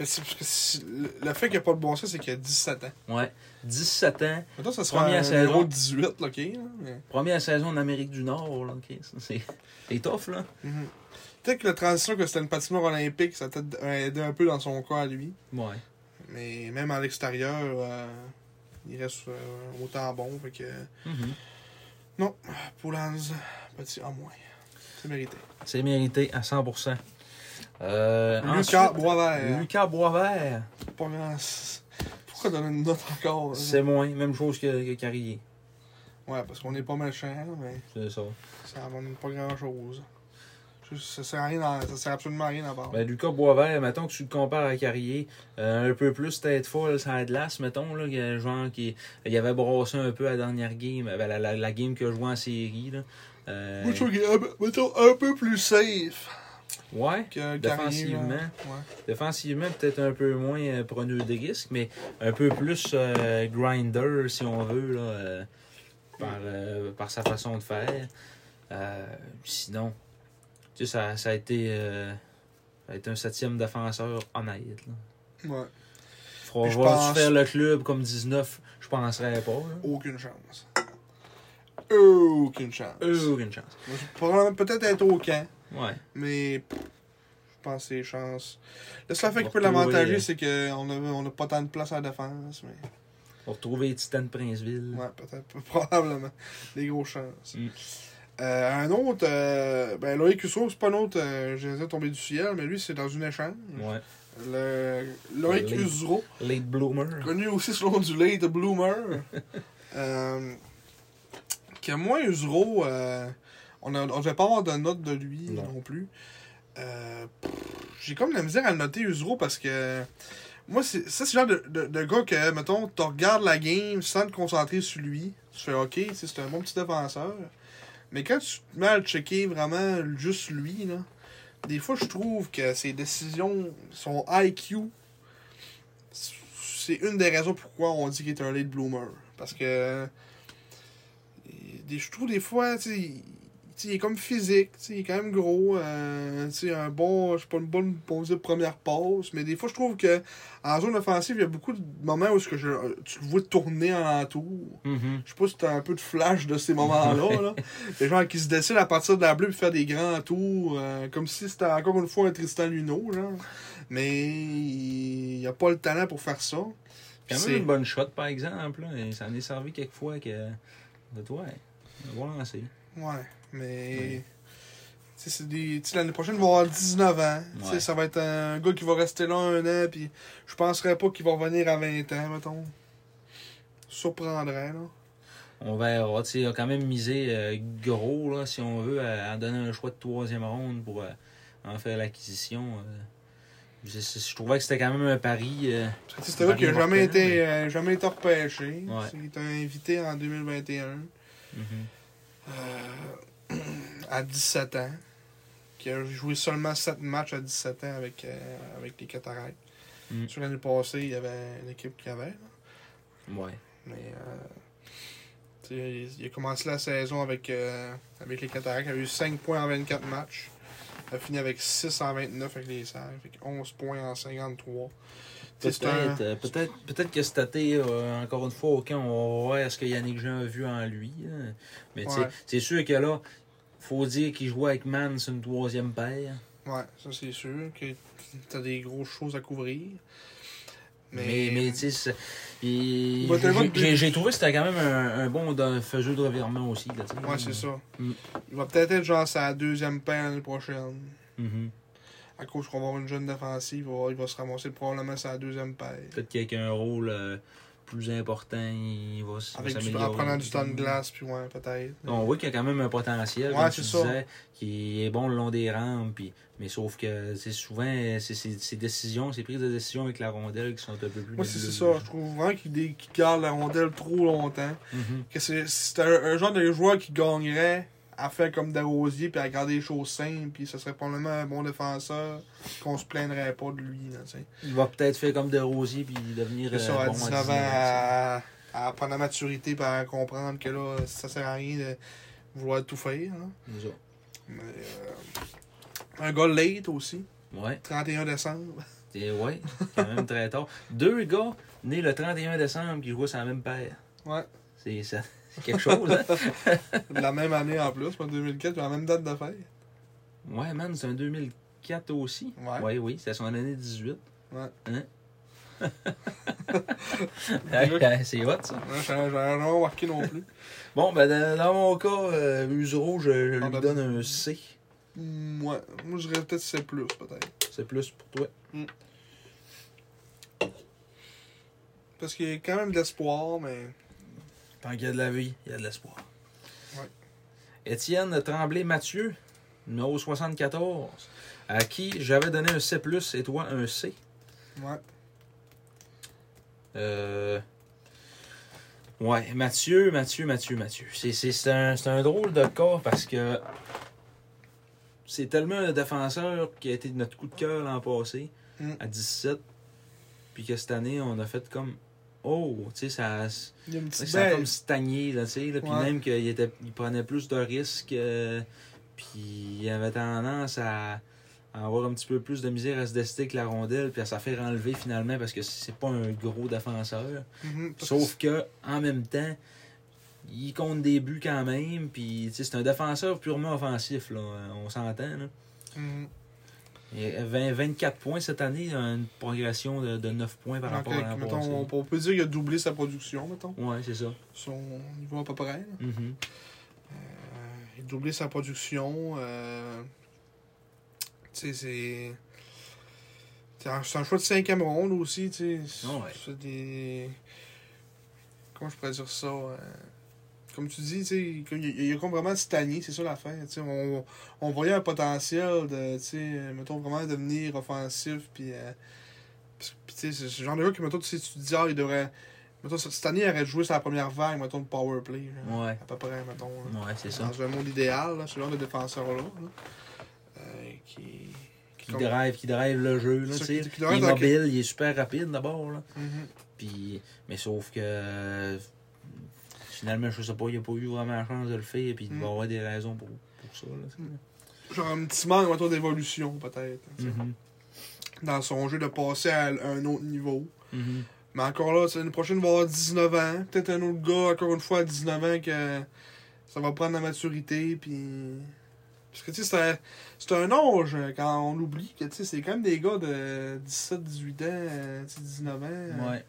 B: Mais c'est- parce que c'est- le le fait qu'il n'y a pas de bon sens, c'est qu'il a 17 ans.
A: Ouais. 17 ans,
B: Maintenant, ça sera
A: Première
B: un
A: saison.
B: numéro 18, là, OK? là, mais-
A: première saison en Amérique du Nord. là, ok, ça, C'est c'est tough, là.
B: Mhm. Peut-être que la transition que c'était une patinoire olympique, ça a peut-être aidé un peu dans son cas à lui.
A: Ouais.
B: Mais même à l'extérieur, euh, il reste euh, autant bon. Fait que
A: Mhm.
B: Poulans, petit en moins. C'est mérité.
A: C'est mérité à 100%. Euh,
B: Lucas
A: ensuite,
B: Boisvert.
A: Lucas Boisvert.
B: pas grand- Pourquoi donner une note encore? hein?
A: C'est moins, même chose que, que Carrier.
B: Ouais, parce qu'on est pas méchant, mais
A: C'est ça.
B: ça en donne pas grand chose. Ça sert, à rien à- ça sert absolument à rien à part.
A: Ben, Lucas Boisvert, mettons que tu le compares à Carrier, euh, un peu plus tête folle sur la glace, mettons, là, que- genre qui il avait brassé un peu la dernière game, ben, la, la, la game que je vois en série. Là. Euh,
B: Moi, je trouve qu'il est un peu- mettons, un peu plus safe
A: ouais,
B: que Carrier, là.
A: Défensivement.
B: Ouais.
A: défensivement, peut-être un peu moins euh, preneur de risque, mais un peu plus euh, grinder, si on veut, là, euh, par, euh, par sa façon de faire. Euh, sinon, tu sais, ça, ça a été. euh, ça a été un septième défenseur honnête. Là.
B: Ouais.
A: Faut
B: Puis je
A: avoir
B: pense-
A: dû faire le club comme 19, je penserais pas. Là.
B: Aucune chance. Aucune chance.
A: Aucune chance.
B: Moi, je pourrais Peut-être être au camp,
A: Ouais.
B: mais pff, pense que c'est les chances. Le seul fait qui
A: va
B: peut l'avantager,
A: retrouver-
B: c'est qu'on n'a on a pas tant de place en défense, mais
A: On va retrouver les Titans de Princeville.
B: ouais, peut-être, probablement, des grosses chances.
A: Mm.
B: Euh, un autre, euh, ben Loïc Husseau, c'est pas un autre, euh, je les ai tombés du ciel, mais lui, c'est dans une échange.
A: Ouais.
B: Le, Loïc
A: Loïc.
B: Husseau,
A: Late Bloomer.
B: connu aussi sous le nom du Late Bloomer. euh, que moi, Usuro, euh, on ne devait pas avoir de note de lui non,
A: Non.
B: plus. Euh, pff, J'ai comme la misère à le noter Usuro parce que moi, c'est- ça, c'est le genre de, de- de gars que, mettons, tu regardes la game sans te concentrer sur lui. Tu fais OK, tu sais, c'est un bon petit défenseur. Mais quand tu te mets à le checker vraiment juste lui, là, des fois, je trouve que ses décisions, son IQ, c'est une des raisons pourquoi on dit qu'il est un late bloomer. Parce que euh, des- je trouve des fois, tu sais, il- tu sais, il est comme physique, tu sais, il est quand même gros, euh, tu sais, un bon, je sais pas, une bonne on va dire, première pause, mais des fois je trouve que en zone offensive, il y a beaucoup de moments où ce que je, tu le vois tourner en entour.
A: Mhm.
B: Je sais pas si t'as un peu de flash de ces moments-là. là. Les gens qui se décident à partir de la bleue et faire des grands tours, euh, comme si c'était encore une fois un Tristan Luno, genre. Mais il a pas le talent pour faire ça. Puis
A: Quand
B: c'est-
A: même une bonne shot, par exemple. Là. Et Ça en est servi quelques fois que. De toi, bon lancer.
B: Ouais, mais.
A: Oui.
B: Tu sais, c'est des- tu sais, L'année prochaine, il va avoir 19 ans. Tu sais,
A: Ouais.
B: Ça va être un gars qui va rester là un an, puis je penserais pas qu'il va revenir à 20 ans, mettons. Surprendrait, là.
A: On verra. Tu sais, il a quand même misé euh, gros, là, si on veut, à, à donner un choix de troisième ronde pour euh, en faire l'acquisition. euh. Je, je- je trouvais que c'était quand même un pari. euh,
B: Tu sais, C'est vrai qu'il n'a
A: Mario
B: jamais,
A: Martin,
B: été, euh, jamais été repêché.
A: Ouais.
B: C'est- Il était invité en 2021
A: mhm.
B: euh, à 17 ans. Qui a joué seulement 7 matchs à 17 ans avec, euh, avec les Cataractes.
A: Mm.
B: Sur l'année passée, il y avait l'équipe qui avait. là.
A: Ouais.
B: Mais euh, tu sais, il a commencé la saison avec, euh, avec les Cataractes. Il a eu 5 points en 24 matchs. Il a fini avec 6 en 29 avec les Serres. Fait que 11 points en 53. Tu
A: Peut-être
B: sais, c'est un-
A: euh, peut-être peut-être que cet été, euh, encore une fois, aucun, on va voir est-ce que Yannick Jean a vu en lui. hein. Mais tu sais,
B: Ouais.
A: c'est sûr que là, faut dire qu'il jouait avec Man sur une troisième paire.
B: Ouais, ça c'est sûr que t'as des grosses choses à couvrir. Mais,
A: Mais, mais tu sais, c'est- il-
B: Bah, t'as
A: j'ai-
B: vu que-
A: j'ai j'ai trouvé que c'était quand même un, un bon de- faiseur de revirement aussi. Là, tu sais.
B: ouais, c'est ça.
A: Mm.
B: Il va peut-être être genre sa deuxième paire l'année prochaine.
A: Mhm.
B: À cause qu'on va avoir une jeune défensive, il va, il va se ramasser probablement sa deuxième paire.
A: Peut-être qu'il a un rôle euh, plus important, il va s-
B: Avec du,
A: s'améliorer. Mm.
B: en prenant du temps de glace, puis ouais, peut-être.
A: On voit qu'il y a quand même un potentiel,
B: Ouais,
A: comme tu
B: c'est ça.
A: disais, qui est bon le long des rampes. puis- mais sauf que c'est souvent euh, c'est- c'est- ces décisions, ces prises de décision avec la rondelle qui sont un peu plus.
B: Moi, c'est c'est ça.
A: nébuleuses.
B: Je trouve vraiment qu'il dé- qu'il garde la rondelle trop longtemps.
A: Mhm.
B: Que c'est c'est un, un genre de joueur qui gagnerait à faire comme Desrosiers, puis à garder les choses simples, puis ce serait probablement un bon défenseur, qu'on se plaindrait pas de lui. Là, tu sais.
A: Il va peut-être faire comme De Rosier puis devenir.
B: C'est
A: euh,
B: ça, à
A: bon à
B: 19 ans,
A: 19,
B: à, à prendre la maturité et à comprendre que là, ça sert à rien de vouloir tout faire. hein.
A: c'est ça.
B: Mais, euh, un gars late aussi,
A: Ouais,
B: 31 décembre.
A: c'est- ouais, quand même très tard. Deux gars nés le 31 décembre qui jouent sur la même paire.
B: Ouais,
A: C'est ça. c'est quelque chose, hein?
B: de la même année en plus, en 2004, puis la même date de fête.
A: Ouais, man, c'est un 2004 aussi.
B: Ouais.
A: Oui, oui, c'était son année 18.
B: Ouais.
A: Hein? Ouais, c'est hot, ça.
B: Ouais, J'en j'en ai jamais remarqué non plus.
A: Bon, ben, dans, dans mon cas, euh, Usereau, je, je
B: Ah, ben-
A: lui donne un C.
B: Mm, ouais, moi je dirais peut-être c'est plus, peut-être.
A: C'est plus pour toi.
B: Parce qu'il y a quand même de l'espoir, mais.
A: Tant qu'il y a de la vie, il y a de l'espoir.
B: Ouais.
A: Étienne Tremblay-Mathieu, numéro 74, à qui j'avais donné un C+, et toi un C.
B: Ouais.
A: Euh... Ouais, Mathieu, Mathieu, Mathieu, Mathieu. C'est- C'est c'est un, c'est un drôle de cas parce que c'est tellement un défenseur qui a été notre coup de cœur l'an passé,
B: Mm.
A: à 17, puis que cette année, on a fait comme... Oh, tu sais, ça,
B: Il y a une petite
A: ça a
B: baisse.
A: comme stagné, là, tu sais. là, Puis
B: Ben, Ouais.
A: même qu'il était, il prenait plus de risques, euh, puis il avait tendance à, à avoir un petit peu plus de misère à se décider que la rondelle, puis à s'en faire enlever finalement parce que c'est pas un gros défenseur.
B: Mhm, parce que
A: Sauf que, en même temps, il compte des buts quand même, puis tu sais, c'est un défenseur purement offensif, là, on s'entend. là.
B: Mhm.
A: Il y a 20 24 points cette année, une progression de, de 9 points par
B: Alors
A: rapport à
B: que,
A: l'an
B: mettons,
A: passé.
B: on, on peut dire qu'il a doublé sa production, mettons.
A: Ouais, c'est ça.
B: Son niveau à peu près. là.
A: Mhm.
B: Euh, il a doublé sa production. euh, tu sais, c'est. C'est un, c'est un choix de cinquième ronde aussi, tu sais. C'est
A: Ah ouais.
B: c'est des. Comment je pourrais dire ça? euh, Comme tu dis, tu sais, comme il, il a comme vraiment stagné, c'est ça l'affaire. tu sais. On, on voyait un potentiel de, tu sais, euh, mettons, vraiment devenir offensif, puis. euh, parce que, puis tu sais, c'est ce genre de gars qui, mettons, tu sais, tu te dis, ah, il devrait. Mettons, cette cette année, il aurait joué sa première vague, mettons, de power play. genre,
A: Ouais,
B: À peu près, mettons. là
A: ouais c'est ça.
B: dans un monde idéal, là, ce genre de défenseur-là, là, euh, qui, qui,
A: Qui
B: comme-
A: drive, qui drive le jeu. Là,
B: C'est ça,
A: tu sais.
B: qui- qui
A: il
B: drive
A: est
B: dans-
A: mobile, il est super rapide d'abord. là.
B: Mhm.
A: Puis, mais sauf que euh, finalement, je sais pas, il a pas eu vraiment la chance de le faire. Puis il
B: Mm.
A: va avoir des raisons pour, pour ça. Là, c'est-
B: Genre un petit manque mettons, d'évolution, peut-être. hein, tu sais,
A: Mhm.
B: Dans son jeu, de passer à l- un autre niveau.
A: Mhm.
B: Mais encore là, tu sais, l'année prochaine, il va avoir 19 ans. Peut-être un autre gars, encore une fois, à 19 ans, que ça va prendre la maturité, puis... Parce que, tu sais, c'est un- c'est un âge, euh, quand on oublie que, tu sais, c'est quand même des gars de 17, 18 ans, euh, tu sais, 19 ans. euh,
A: Ouais.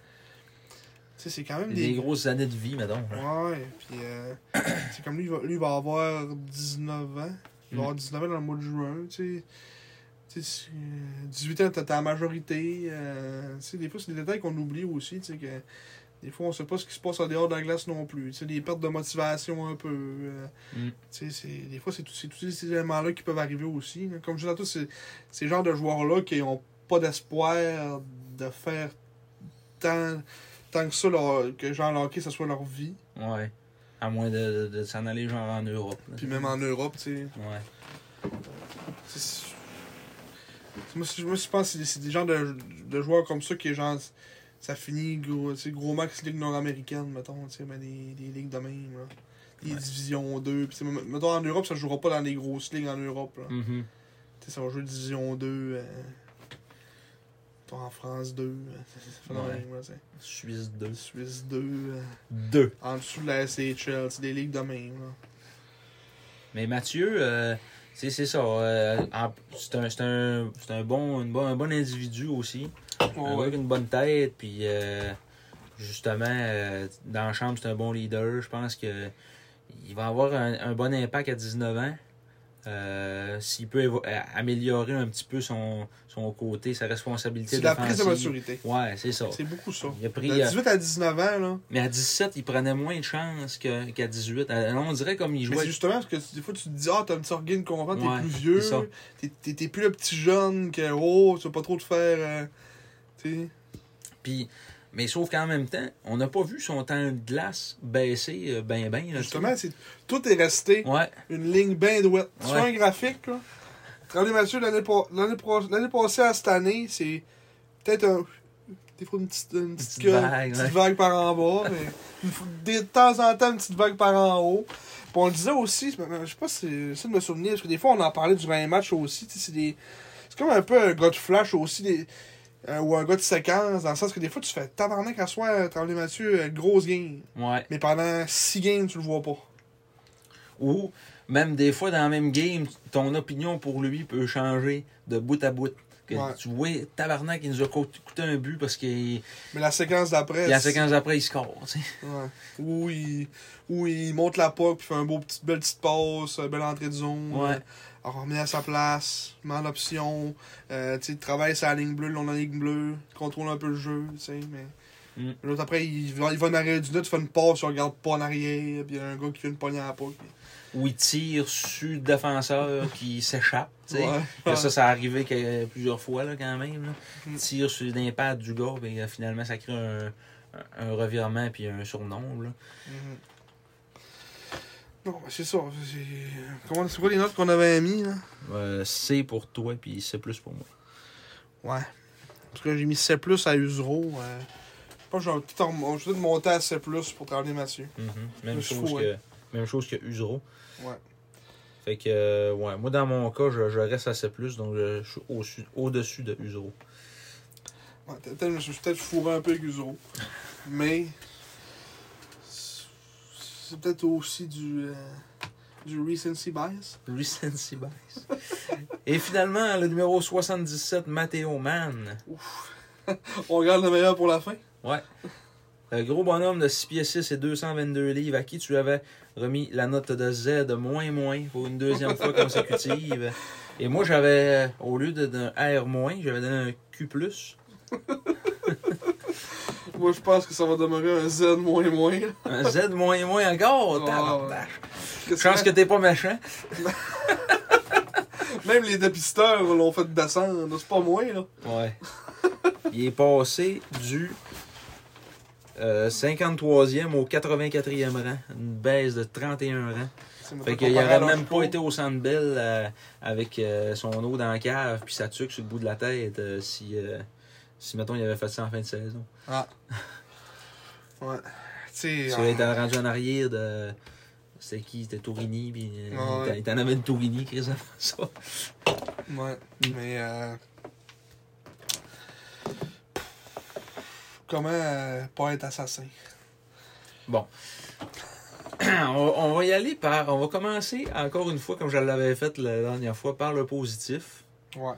B: Tu sais, c'est quand même
A: Des,
B: des,
A: grosses années de vie, mettons. là.
B: Ouais, puis euh, c'est comme lui, il va, lui, il va avoir 19 ans. Il va avoir 19 ans dans le mois de juin, tu sais. Tu sais, c'est, euh, 18 ans, t'as ta majorité. euh, tu sais, des fois, c'est des détails qu'on oublie aussi, tu sais, que des fois, on sait pas ce qui se passe en dehors de la glace non plus. Tu sais, des pertes de motivation un peu. euh,
A: Mm.
B: tu sais, c'est- des fois, c'est tout- c'est tous ces éléments-là qui peuvent arriver aussi. là. Comme je disais à tous, c'est ces genres de joueurs-là qui ont pas d'espoir de faire tant, tant que ça, leur- que genre le hockey, ça soit leur vie.
A: Ouais. À moins de, de- de s'en aller genre en Europe. là.
B: Puis même en Europe, tu sais.
A: Ouais.
B: C'est- c'est- Moi, si- moi, je pense que c'est- c'est des genres de, de joueurs comme ça qui, genre, ça finit gros, tu sais, gros max ligue nord-américaine, mettons, tu sais, mais des, des ligues de même, là. Des
A: Ouais.
B: divisions 2. Puis, tu sais, me- mettons, en Europe, ça se jouera pas dans les grosses ligues en Europe, là.
A: Mhm.
B: Tu sais, ça va jouer division 2. euh, mettons, en France 2. euh, ça fait de
A: Ouais.
B: même, là, tu sais.
A: Suisse 2.
B: Suisse 2. euh,
A: 2.
B: en dessous de la SHL, c'est des ligues de même, là.
A: Mais Mathieu, euh, c'est c'est ça. euh, en- c'est un, c'est un, c'est un, bon, une bon- un bon individu aussi. Un gars avec une bonne tête. Puis euh, justement, euh, dans la chambre, c'est un bon leader. Je pense que il va avoir un, un bon impact à 19 ans. Euh, S'il peut évo- a- améliorer un petit peu son, son côté, sa responsabilité
B: C'est la prise de
A: défensive.
B: maturité.
A: Ouais, c'est ça.
B: C'est beaucoup ça.
A: Il a pris.
B: De
A: euh,
B: 18 à 19 ans, là.
A: Mais à 17, il prenait moins de chances que- qu'à 18. Euh, on dirait comme il
B: Mais
A: jouait.
B: c'est justement parce que tu- des fois tu te dis, ah, t'as un petit organe convent, t'es
A: Ouais,
B: plus
A: c'est ça.
B: vieux, t'es- t'es t'es plus le petit jeune que, oh, tu vas pas trop te faire. euh, tu sais.
A: Puis, mais sauf qu'en même temps, on n'a pas vu son temps de glace baisser euh, ben ben. là,
B: Justement, c'est- tout est resté
A: tu sais. Ouais,
B: une ligne bien douette. Tu
A: Ouais.
B: fais un graphique, là. Regardez, Mathieu, l'année pa- l'année pro- l'année passée à cette année, c'est peut-être un. Des fois, une petite, une petite,
A: petite
B: queue, une
A: vague,
B: petite
A: ouais.
B: vague par en bas, mais une fois- des- de temps en temps, une petite vague par en haut. Puis on le disait aussi, je me- je sais pas si c'est de me souvenir, parce que des fois, on en parlait durant les matchs aussi. tu sais, C'est des- c'est comme un peu un gars de flash aussi, des- euh, ou un gars de séquence, dans le sens que des fois, tu fais tabarnak à soi, Tremblay Mathieu, euh, grosse game.
A: ouais.
B: Mais pendant six games, tu le vois pas.
A: Ou même des fois, dans la même game, ton opinion pour lui peut changer de bout à bout. Que
B: Ouais.
A: Tu vois, Tabarnak, il nous a co- coûté un but parce que il-
B: Mais la séquence d'après.
A: la
B: c'est-
A: séquence d'après, il score. tu sais.
B: Ouais. Où il, où il monte la puck, puis fait un beau petit, belle petite passe, euh, belle entrée de zone. euh,
A: Ouais.
B: Alors, on remet à sa place, met en option. Euh, tu sais, il travaille sur la ligne bleue, le long de la ligne bleue, il contrôle un peu le jeu, tu sais, mais.
A: Mm.
B: L'autre après, il va, il va en arrière du net, il fait une passe, il regarde pas en arrière, puis il y a un gars qui vient de pogner à la puck.
A: Où il tire sur le défenseur qui s'échappe. tu sais.
B: Ouais.
A: Là, ça, ça a arrivé que- plusieurs fois là, quand même. Là.
B: Mm.
A: Tire sur l'impact du gars, ben, finalement, ça crée un, un- un revirement puis un surnom. là.
B: Mhm. Non, mais c'est ça. c'est- Comment, c'est quoi les notes qu'on avait mis, là?
A: Euh, c'est pour toi, puis c'est plus pour moi.
B: Ouais. Parce que j'ai mis C à Usero. Euh... Je pense que je vais peut-être rem- je vais peut-être monter à C pour travailler Mathieu.
A: Mhm. même,
B: Le
A: chose
B: chevaux,
A: que, même chose que Usero.
B: Ouais.
A: Fait que, euh, ouais, moi dans mon cas, je, je reste à C, donc je, je suis au-dessus- au-dessus de Usero.
B: ouais peut-être- peut-être- je me suis peut-être fourré un peu avec Usero. Mais. C'est c'est peut-être aussi du. euh, du recency bias.
A: Recency bias. Et finalement, le numéro 77, Matteo Mann.
B: On regarde le meilleur pour la fin.
A: Ouais. Le Euh, gros bonhomme de 6 pieds 6 et 222 livres à qui tu avais remis la note de Z de moins moins pour une deuxième fois consécutive. Et moi, j'avais, euh, au lieu de- d'un R moins, j'avais donné un Q plus.
B: Moi, je pense que ça va demeurer un Z moins moins.
A: Un Z moins moins encore.
B: Ouais,
A: tabarnache.
B: Qu'est-ce
A: Je pense que
B: que-
A: t'es pas méchant.
B: Même les dépisteurs l'ont fait descendre. C'est pas moins, là.
A: Ouais. Il est passé du euh, 53e au 84e rang. Une baisse de 31 rangs.
B: C'est mettons,
A: Fait qu'il
B: comparé à
A: n'aurait même
B: Lanchko.
A: pas été au Centre Bell euh, avec euh, son eau dans la cave puis sa tuque sur le bout de la tête euh, si, euh, si, mettons, il avait fait ça en fin de saison.
B: Ah. Ouais. Tu sais.
A: Il
B: ah,
A: aurait été rendu en arrière de... C'était qui? C'était Tourini. Puis, euh,
B: Ah ouais.
A: Il t'en avait une Tourini, Chris, avant ça.
B: Ouais. Mais. euh, Comment euh, pas être assassin?
A: Ah, on, on va y aller par... On va commencer, encore une fois, comme je l'avais fait la dernière fois, par le positif.
B: Ouais.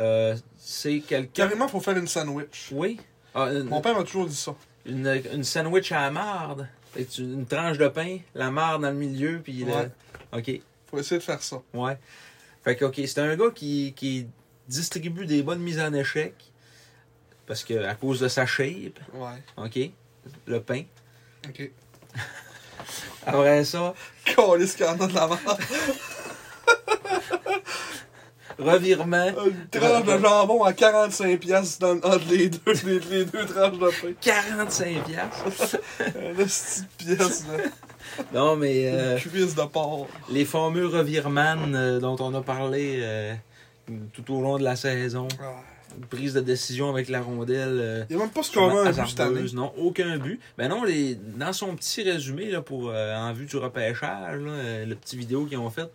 A: Euh, c'est quelqu'un...
B: Carrément, faut faire une sandwich.
A: Oui. Ah, une,
B: Mon père m'a toujours dit ça.
A: une, une sandwich à la marde. Fait que tu- Une tranche de pain, la marde dans le milieu, puis... le-
B: Ouais.
A: OK.
B: Faut essayer de faire ça.
A: Ouais. Fait que, OK, c'est un gars qui, qui distribue des bonnes mises en échec. Parce que, à cause de sa shape,
B: Ouais.
A: OK, le pain.
B: Ok.
A: Après ça,
B: Calisse qu'il y en a de la merde.
A: revirement,
B: Une tranche de jambon à 45$ piastres dans, entre les deux, les, les deux tranches de pain.
A: 45 piastres.
B: Une petite pièce, là.
A: Non, mais euh,
B: Une cuisse de porc.
A: les fameux revirements euh, dont on a parlé euh, tout au long de la saison.
B: Ah.
A: Prise de décision avec la rondelle. euh,
B: Il n'y a même pas ce qu'on a un but cette année.
A: Hasardeuse, non, aucun but. Ben non, les, dans son petit résumé là, pour, euh, en vue du repêchage, là, euh, le petit vidéo qu'ils ont fait,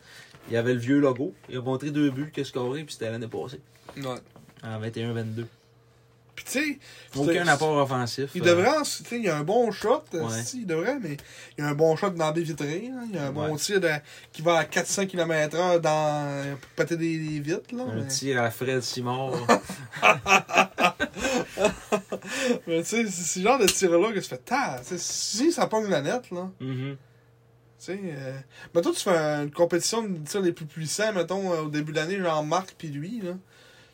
A: il y avait le vieux logo. Il a montré deux buts qu'il a scoré, puis c'était l'année passée,
B: Ouais.
A: en 21-22.
B: Puis tu sais,
A: Aucun
B: c'est-
A: apport offensif.
B: Il
A: euh,
B: devrait, en- tu sais, il y a un bon shot, euh,
A: Ouais.
B: si, il devrait, mais il y a un bon shot dans la baie vitrée, hein. il y a un bon
A: Ouais.
B: tir de- qui va à 400 km/h dans pour péter des, des vitres, là.
A: Un
B: mais-
A: tir à Fred Simard.
B: Mais tu sais, c'est ce genre de tir-là que tu fais tard. Si ça pogne la net, là,
A: Mhm.
B: tu sais. euh, Mettons, tu fais une compétition de tirs les plus puissants, mettons, euh, au début de l'année, genre Marc puis lui, là.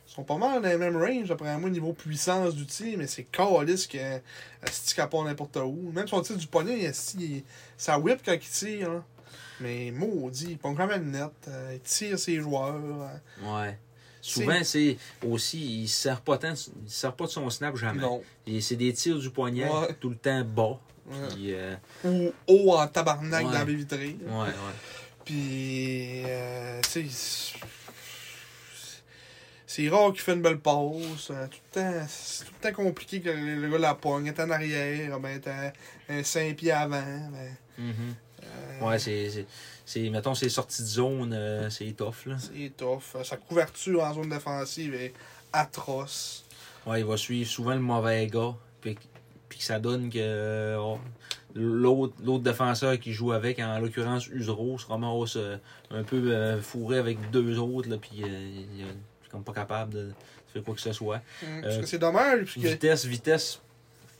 B: Ils sont pas mal dans les mêmes range, après moi, niveau puissance du tir, mais c'est calice que euh, asti qu'elle part n'importe où. Même son tir du poignet, asti, il- ça whip quand il tire, hein. Mais maudit, il pogne quand même net. euh, il tire ses joueurs. hein.
A: Ouais. Souvent, c'est aussi, il sert pas tant, il sert pas de son snap jamais.
B: Non.
A: Et C'est des tirs du poignet,
B: Ouais. Ah.
A: tout le temps bas.
B: Ouais.
A: Puis, euh,
B: hein. Ou haut en tabarnak
A: Ouais.
B: dans la baie vitrée.
A: ouais, ouais.
B: Puis, euh, tu sais, c'est rare qu'il fait une belle pause. euh, Tout le temps, c'est tout le temps compliqué que le le gars la pogne. est en arrière, ben, t'as un 5 pieds avant. Ben,
A: Mhm.
B: euh,
A: Ouais, c'est, c'est, c'est- mettons, c'est sorti de zone, euh, c'est tough, là.
B: C'est tough. Euh, Sa couverture en zone défensive est atroce.
A: Ouais, il va suivre souvent le mauvais gars, puis, puis que ça donne que euh, oh, l'autre, l'autre défenseur qui joue avec, en l'occurrence Usero, se ramasse euh, un peu euh, fourré avec deux autres, là, puis euh, il il est comme pas capable de faire quoi que ce soit.
B: Hum,
A: Euh,
B: parce que c'est dommage. Parce que,
A: Vitesse, vitesse,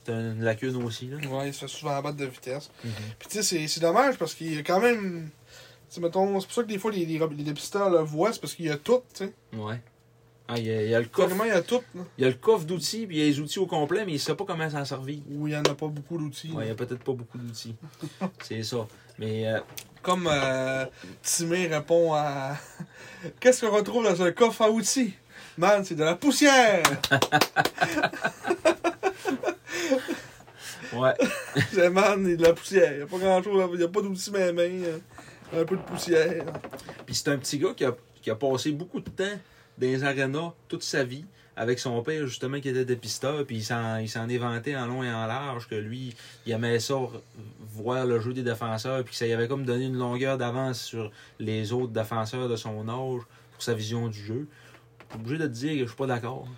A: c'est une lacune aussi, là.
B: ouais, il se fait souvent battre de vitesse.
A: Mhm.
B: Puis, tu sais, c'est- c'est dommage parce qu'il y a quand même. tu sais, mettons, c'est pour ça que des fois les, les, les dépisteurs le voient, c'est parce qu'il y a tout, tu sais.
A: Ouais. Ah, il y a, il y a le coffre,
B: Carrément, il y a tout. là.
A: il y a le coffre d'outils, puis il y a les outils au complet, mais il sait pas comment s'en servir.
B: Où il n'y en a pas beaucoup d'outils.
A: Ouais, il y a peut-être pas beaucoup d'outils. c'est ça. Mais euh,
B: Comme euh, Timé répond à Qu'est-ce qu'on retrouve dans un coffre à outils Man, c'est de la poussière
A: ouais.
B: C'est Man, c'est de la poussière. Il n'y a pas grand-chose, là. il n'y a pas d'outils mais main. hein. Un peu de poussière.
A: Puis c'est un petit gars qui a, qui a passé beaucoup de temps dans les arénas toute sa vie avec son père, justement, qui était dépisteur. Puis il s'en, il s'en est vanté en long et en large que lui, il aimait ça re- voir le jeu des défenseurs. Puis que ça y avait comme donné une longueur d'avance sur les autres défenseurs de son âge pour sa vision du jeu. Je suis obligé de te dire que je suis pas d'accord.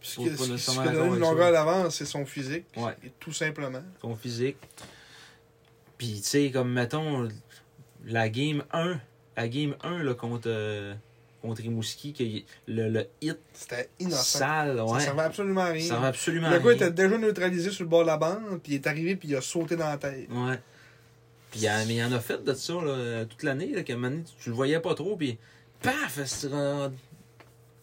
B: Puis ce
A: Faut
B: qui
A: pas
B: ce qui- ce qui
A: nécessairement
B: a donné
A: d'accord
B: une
A: avec
B: longueur d'avance, c'est son physique.
A: Ouais.
B: Et tout simplement.
A: Son physique. Puis, tu sais, comme mettons, la game 1, la game 1 là, contre, euh, contre Rimouski, que le, le hit
B: C'était innocent.
A: sale, ouais.
B: Ça servait absolument à rien.
A: Ça va absolument
B: le gars
A: rien.
B: était déjà neutralisé sur le bord de la bande, puis il est arrivé, puis il a sauté dans la tête.
A: Ouais. Puis il y en- mais il y en a fait de ça là, toute l'année, là, qu'à un moment donné, tu, tu le voyais pas trop, puis paf, c'est euh,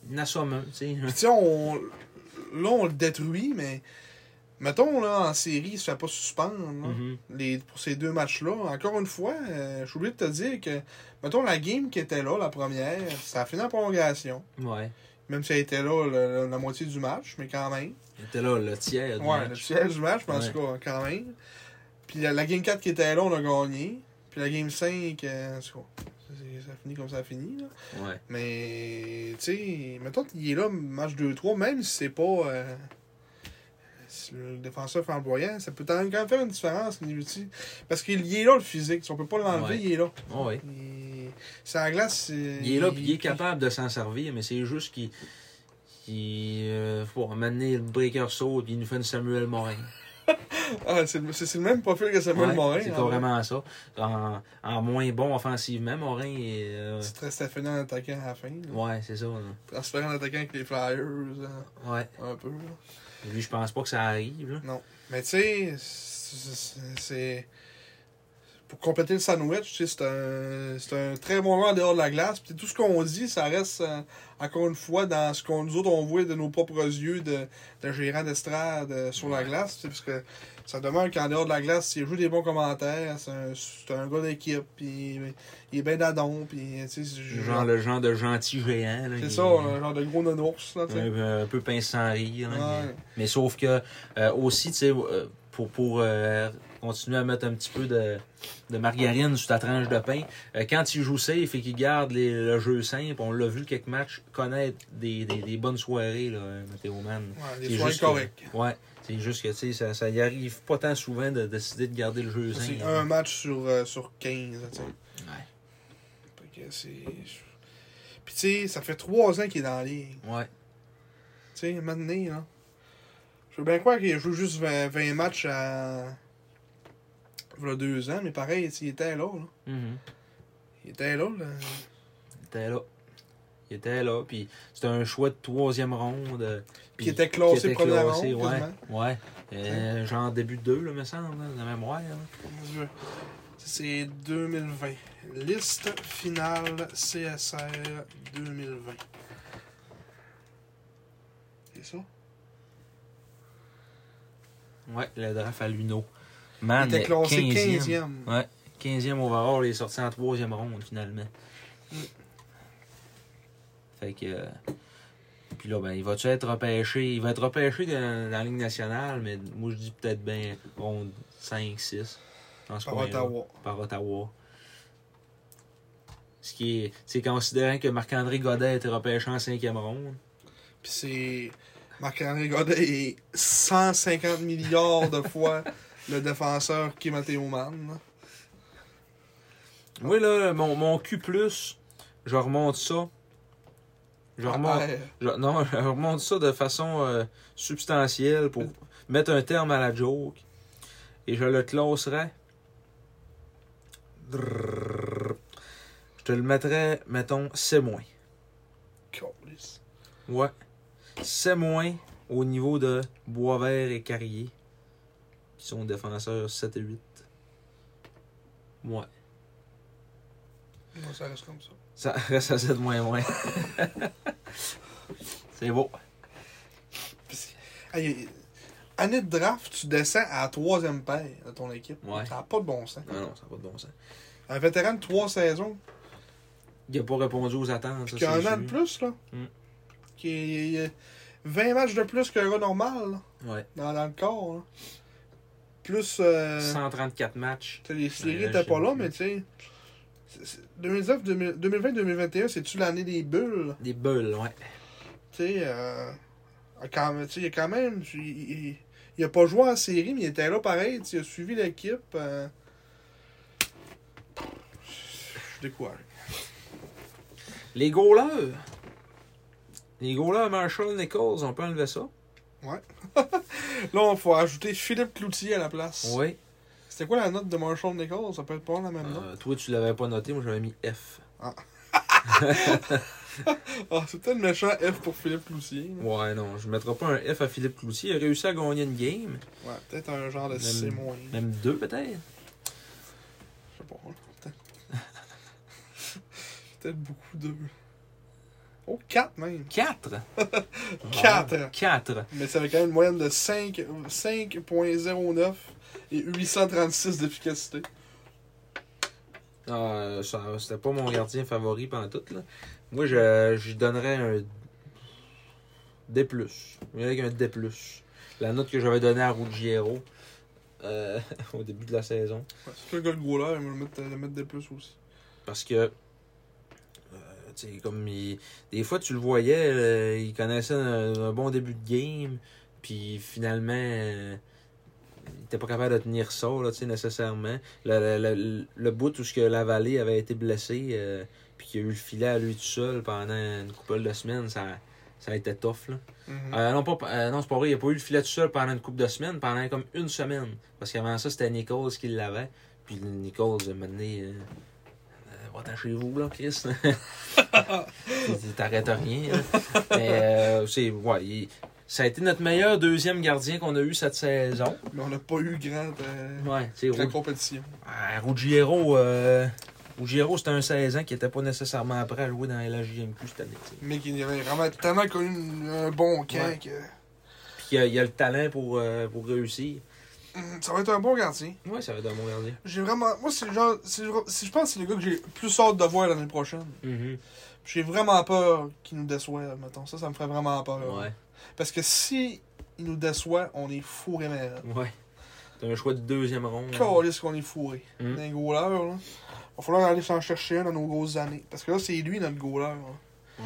A: une assommeur, tu sais.
B: Puis tu sais, on... là, on le détruit, mais mettons, là, en série, il se fait pas suspendre. là.
A: Mhm.
B: les, pour ces deux matchs-là. Encore une fois, euh, j'ai oublié de te dire que, mettons, la game qui était là, la première, ça a fini en prolongation.
A: Mhm. Ouais.
B: Même si elle était là le- le- la moitié du match, mais quand même.
A: Il était là, le tiers. du
B: ouais, le
A: match.
B: tiers du match, mais en
A: Ouais.
B: tout cas, quand même. Puis la, la game 4 qui était là, on a gagné. Puis la game 5, euh, en tout cas, ça, c'est- ça finit comme ça finit. Là.
A: Ouais.
B: Mais, tu sais, mettons qu'il est là, match 2-3, même si c'est pas. euh, si le défenseur flamboyant, ça peut quand même faire une différence. au niveau du- Parce qu'il y est là, le physique. Si on peut pas l'enlever,
A: Ouais.
B: il est là.
A: Oh, ouais.
B: Il- C'est à la glace. c'est-
A: Il est là, puis il est capable de s'en servir, mais c'est juste qu'il. qu'il euh, faut amener le breaker saut, puis il nous fait une Samuel Morin.
B: Ah, c'est le- c'est c'est le même profil que Samuel
A: Ouais,
B: Morin.
A: C'est
B: hein,
A: carrément ça. En, en moins bon offensivement, Morin. est, euh,
B: ouais. C'est très Stéphane en attaquant à la fin. là.
A: ouais, c'est ça. là.
B: Transféré en attaquant avec les Flyers, hein,
A: Ouais.
B: un peu. là.
A: Lui, je pense pas que ça arrive. Là.
B: Mais tu sais, c'est- c'est- c'est. Pour compléter le sandwich, tu sais, c'est un, c'est un très bon moment en dehors de la glace. Puis tout ce qu'on dit, ça reste, euh, encore une fois, dans ce qu'on nous autres, on voit de nos propres yeux de, de gérant d'estrade euh, sur la glace. tu sais, Parce que ça demeure qu'en dehors de la glace, il joue des bons commentaires. C'est un, c'est un gars d'équipe. Puis il est bien d'adon. Puis tu sais, c'est-
A: Genre le genre de gentil géant. là,
B: c'est
A: il-
B: ça, hein. un genre de gros non-ours. là, tu
A: un,
B: sais.
A: un peu pince sans rire. là, il-
B: Ouais.
A: Mais sauf que euh, aussi, tu sais, euh, pour, pour euh, continuer à mettre un petit peu de, de margarine sur ta tranche de pain, euh, quand il joue safe et qu'il garde les- le jeu simple, on l'a vu quelques matchs connaître des, des, des bonnes soirées, là, euh, Matteo Mann.
B: Ouais,
A: C'est
B: des soins
A: juste euh, que-
B: corrects.
A: Ouais. C'est juste que tu sais, ça, ça y arrive pas tant souvent de décider de garder le jeu
B: C'est
A: simple.
B: un match sur, euh, sur 15, tu sais.
A: Ouais.
B: Fait que c'est. Puis tu sais, ça fait trois ans qu'il est dans la ligue.
A: Ouais.
B: Tu sais, maintenant, là. Je veux bien croire qu'il joue juste 20, 20 matchs à. Voilà deux ans, mais pareil, tu sais, il était là, là.
A: Mhm.
B: Il était là, là.
A: Il était là. Il était là. Puis c'était un choix de troisième ronde. euh,
B: Qui était classé première ronde,
A: Ouais.
B: quasiment.
A: ouais. Euh, genre début de 2, là, me semble, hein, de mémoire. là.
B: Je- C'est 2020. Liste finale CSR 2020. C'est ça?
A: Ouais, le draft à l'UNO.
B: Il
A: Man,
B: était classé
A: 15e.
B: 15e.
A: Ouais, 15e overall, il est sorti en troisième ronde finalement.
B: Mm.
A: Fait que. euh, Puis là, ben, il va-tu être repêché Il va être repêché dans, dans la Ligue nationale, mais moi je dis peut-être bien ronde 5, 6. Dans ce
B: Par
A: coin-là.
B: Ottawa.
A: Par Ottawa. Ce qui est. C'est considérant que Marc-André Godet a été repêché en cinquième ronde.
B: Puis c'est. Marc-André Godet est 150 milliards de fois le défenseur qui est Matteo Mann.
A: Oui, là, mon, mon Q, je remonte ça. Je remonte.
B: Ah, Ouais.
A: Je- non, je remonte ça de façon euh, substantielle pour mettre un terme à la joke. Et je le classerai. Drrrr. Je te le mettrai, mettons, c'est moins.
B: Câlisse.
A: Ouais. C'est moins au niveau de Boisvert et Carrier, qui sont défenseurs 7 et 8. Ouais.
B: Moi, ça reste comme ça.
A: Ça reste à 7 moins moins. c'est beau.
B: Hey, hey, année de draft, tu descends à la troisième paire de ton équipe.
A: Ouais.
B: Ça n'a pas de bon sens.
A: Non, non, ça n'a pas de bon sens.
B: Un vétéran de trois saisons,
A: Il n'a pas répondu aux attentes. ça,
B: qui a
A: c'est
B: un an de
A: sûr.
B: plus, là.
A: Mm.
B: Qui est 20 matchs de plus qu'un gars normal, là,
A: Ouais.
B: dans, dans le corps. là. Plus. euh,
A: 134 matchs.
B: T'sais, Les séries
A: Ouais,
B: étaient
A: je
B: pas
A: sais
B: là,
A: plus.
B: mais tu sais. c'est- c'est- 2019, 2000 2020, 2021, c'est-tu l'année des bulles?
A: Des bulles, ouais.
B: Tu sais, euh, quand même- tu sais, il y a quand même. tu- Il, il- il a pas joué en série, mais il était là pareil. tu sais, Il a suivi l'équipe. euh. Je suis découvert.
A: Les goalers. Les goalers Marshall Nichols, on peut enlever ça.
B: Là, on va ajouter Philippe Cloutier à la place.
A: Oui.
B: C'était quoi la note de Marshall Nichols? Ça peut être pas la même note.
A: Euh, toi, tu l'avais pas noté, moi j'avais mis F.
B: Ah, c'est peut-être le méchant F pour Philippe Cloutier. là.
A: Ouais, non, je ne mettrai pas un F à Philippe Cloutier. Il a réussi à gagner une game,
B: Ouais, peut-être un genre de
A: Même-
B: C-. Je
A: même deux peut-être.
B: sais pas. hein, peut-être. Peut-être beaucoup de. Oh, 4 même.
A: Quatre.
B: Quatre.
A: Quatre.
B: Mais ça avait quand même une moyenne de 5 5.09 et 836 d'efficacité.
A: Ah, euh, ça- c'était pas mon gardien favori pendant tout. Là. Moi, je, je donnerais un D. Je avec un D. La note que j'avais donnée à Ruggiero euh, au début de la saison.
B: Ouais, c'est un gars le gros là, il va le mettre, le mettre des plus aussi.
A: Parce que, euh, tu sais, comme il- des fois, tu le voyais, euh, il connaissait un, un bon début de game, puis finalement, euh, il était pas capable de tenir ça, là, tu sais, nécessairement. Le, le, le- le bout où ce que la vallée avait été blessée, euh, puis qu'il y a eu le filet à lui tout seul pendant une couple de semaines, ça, ça a été tough, là.
B: Mhm.
A: Euh, non, pas, euh, non, c'est pas vrai. Il a pas eu le filet tout seul pendant une couple de semaines, pendant comme une semaine. Parce qu'avant ça, c'était Nichols qui l'avait. Puis Nichols, euh, maintenant, euh, euh, va-t'en chez vous, là, Chris. Il T'arrêtes à rien. là. Mais, euh, c'est, ouais, il- ça a été notre meilleur deuxième gardien qu'on a eu cette saison.
B: Mais on n'a pas eu grand, euh,
A: Ouais, tu sais,
B: grand
A: Rug-
B: compétition.
A: ah, Ruggiero, euh, Ruggiero, c'était un 16 ans qui n'était pas nécessairement prêt à jouer dans la JMQ cette année. tu sais.
B: Mais qui avait vraiment tellement connu une- un bon camp
A: Ouais.
B: que.
A: Puis il a, il a le talent pour, euh, pour réussir.
B: Hum, Ça va être un bon gardien.
A: Ouais, ça va être un bon gardien.
B: J'ai vraiment. Moi, c'est le genre. c'est le- c'est- Je pense que c'est le gars que j'ai plus hâte de voir l'année prochaine.
A: Mhm.
B: J'ai vraiment peur qu'il nous déçoive, mettons. Ça, ça me ferait vraiment peur.
A: Ouais.
B: Parce que si il nous déçoit, on est fourré malade.
A: Ouais. T'as un choix de deuxième ronde.
B: Calisse qu'on est fourré.
A: Mm.
B: D'un goaler, là. Va falloir aller s'en chercher un dans nos grosses années. Parce que là, c'est lui notre goaler. là.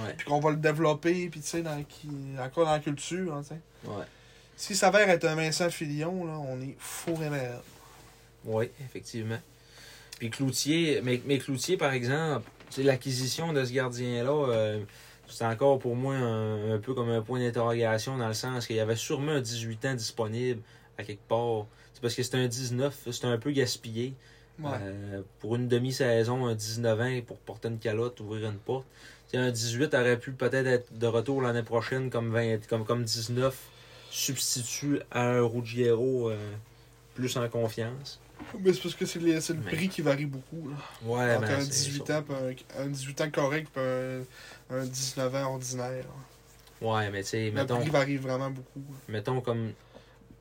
A: Ouais.
B: Puis qu'on va le développer, puis tu sais, dans, qui- encore dans la culture, hein, tu sais.
A: Ouais.
B: S'il s'avère être un Vincent Filion, là, on est fourré malade.
A: Ouais, effectivement. Puis Cloutier, mais, mais Cloutier, par exemple, c'est l'acquisition de ce gardien-là, euh, c'est encore pour moi un, un peu comme un point d'interrogation dans le sens qu'il y avait sûrement un 18 ans disponible à quelque part. C'est parce que c'est un 19, c'est un peu gaspillé.
B: Ouais.
A: Euh, pour une demi-saison, un 19 ans pour porter une calotte, ouvrir une porte. Tu sais, un 18 aurait pu peut-être être de retour l'année prochaine comme 20, comme, comme 19, substitut à un Ruggiero euh, plus en confiance.
B: Mais c'est parce que c'est les- c'est le
A: Mais-
B: prix qui varie beaucoup, là.
A: Ouais,
B: Entre
A: ben,
B: un
A: c'est
B: 18
A: ça.
B: ans, puis un, un 18 ans correct, puis un, un 19 ans ordinaire.
A: Ouais, mais tu sais,
B: Le
A: mettons,
B: prix varie vraiment beaucoup. là.
A: mettons comme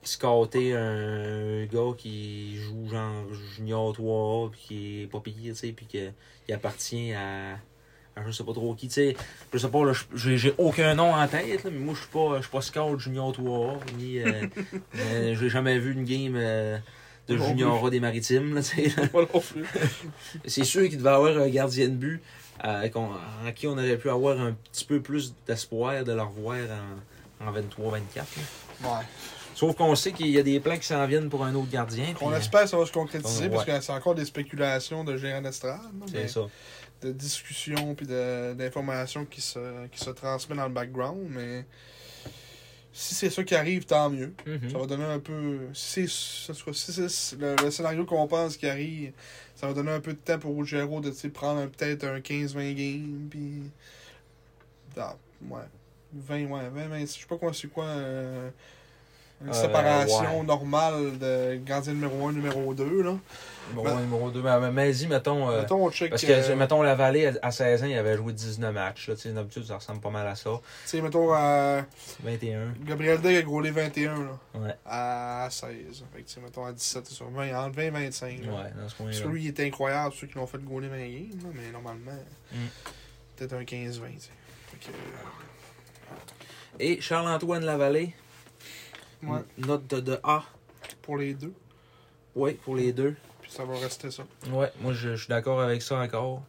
A: scotter un gars qui joue genre junior 3A puis qui est pas payé, tu sais, puis que- qui appartient à, à je sais pas trop qui, tu sais. Je sais pas, là, je- j'ai j'ai aucun nom en tête, là, mais moi je suis pas je suis pas scout junior 3A, ni euh, euh, j'ai jamais vu une game euh, de
B: Non
A: junior A des maritimes, là, tu sais.
B: Pas non plus.
A: C'est sûr qu'il devait avoir un gardien de but euh, qu'on- en qui on aurait pu avoir un petit peu plus d'espoir de le revoir en, en 23-24. là.
B: Ouais.
A: Sauf qu'on sait qu'il y a des plans qui s'en viennent pour un autre gardien. puis,
B: On
A: euh,
B: espère que ça va se concrétiser
A: Ouais.
B: parce que c'est encore des spéculations de gérants d'estrade, là,
A: C'est
B: mais
A: ça.
B: de discussions puis de- d'informations qui se, qui se transmettent dans le background. Mais si c'est ça qui arrive, tant mieux.
A: Mhm.
B: Ça va donner un peu. Si c'est ce soit- si c'est le, le scénario qu'on pense qui arrive, ça va donner un peu de temps pour Ruggiero de tu sais, prendre un- peut-être un 15-20 games. Puis. Ah, ouais. 20, ouais, 20, 20. Je sais pas quoi, c'est quoi. euh, une
A: Euh,
B: séparation
A: ouais.
B: normale de gardien numéro 1, numéro 2. Là.
A: Numéro un, numéro 2. Mais, mais vas-y, mettons. euh,
B: Mettons, on check.
A: parce que,
B: euh,
A: mettons, la Vallée, à- à 16 ans, il avait joué 19 matchs. là, tu sais, D'habitude, ça ressemble pas mal à ça.
B: Tu sais, mettons, euh,
A: 21.
B: Gabriel Day a grôlé 21 là,
A: Ouais.
B: à 16. Fait que, tu sais, mettons, à 17, c'est sur 20, entre 20 et 25. là.
A: Ouais, dans ce
B: Parce
A: coin-là.
B: que lui, il est incroyable, ceux qui l'ont fait gauler 20 games, là, mais normalement,
A: Mm.
B: peut-être un 15-20. tu sais. Fait que, euh,
A: Et Charles-Antoine Lavallée,
B: ouais,
A: n- note de, de A.
B: pour les deux.
A: Oui, pour les deux.
B: Puis ça va rester ça.
A: Ouais, moi, je, je suis d'accord avec ça encore.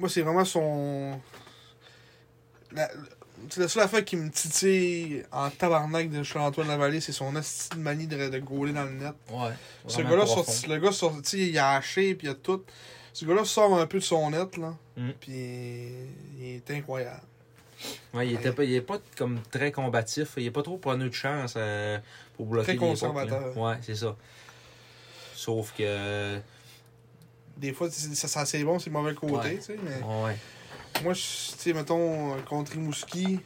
B: Moi, c'est vraiment son. La... C'est la seule affaire qui me titille en tabarnak de Charles-Antoine Lavallée, c'est son esti de manie de, de gauler dans le net.
A: Ouais.
B: Ce
A: vraiment
B: gars-là,
A: profond.
B: sorti- le gars sorti, tu sais, il a haché, puis il a tout. Ce gars-là sort un peu de son net, là.
A: Mm.
B: Puis il est incroyable.
A: Ouais, il était pas, il est pas comme très combatif, il est pas trop preneur de chance euh, pour bloquer
B: Très
A: les portes,
B: conservateur.
A: là. ouais, c'est ça. Sauf que
B: Des fois, c'est- ça, ça c'est bon, c'est le mauvais côté,
A: Ouais.
B: tu sais, mais.
A: ouais.
B: Moi, je- tu sais, mettons, euh, contre Rimouski,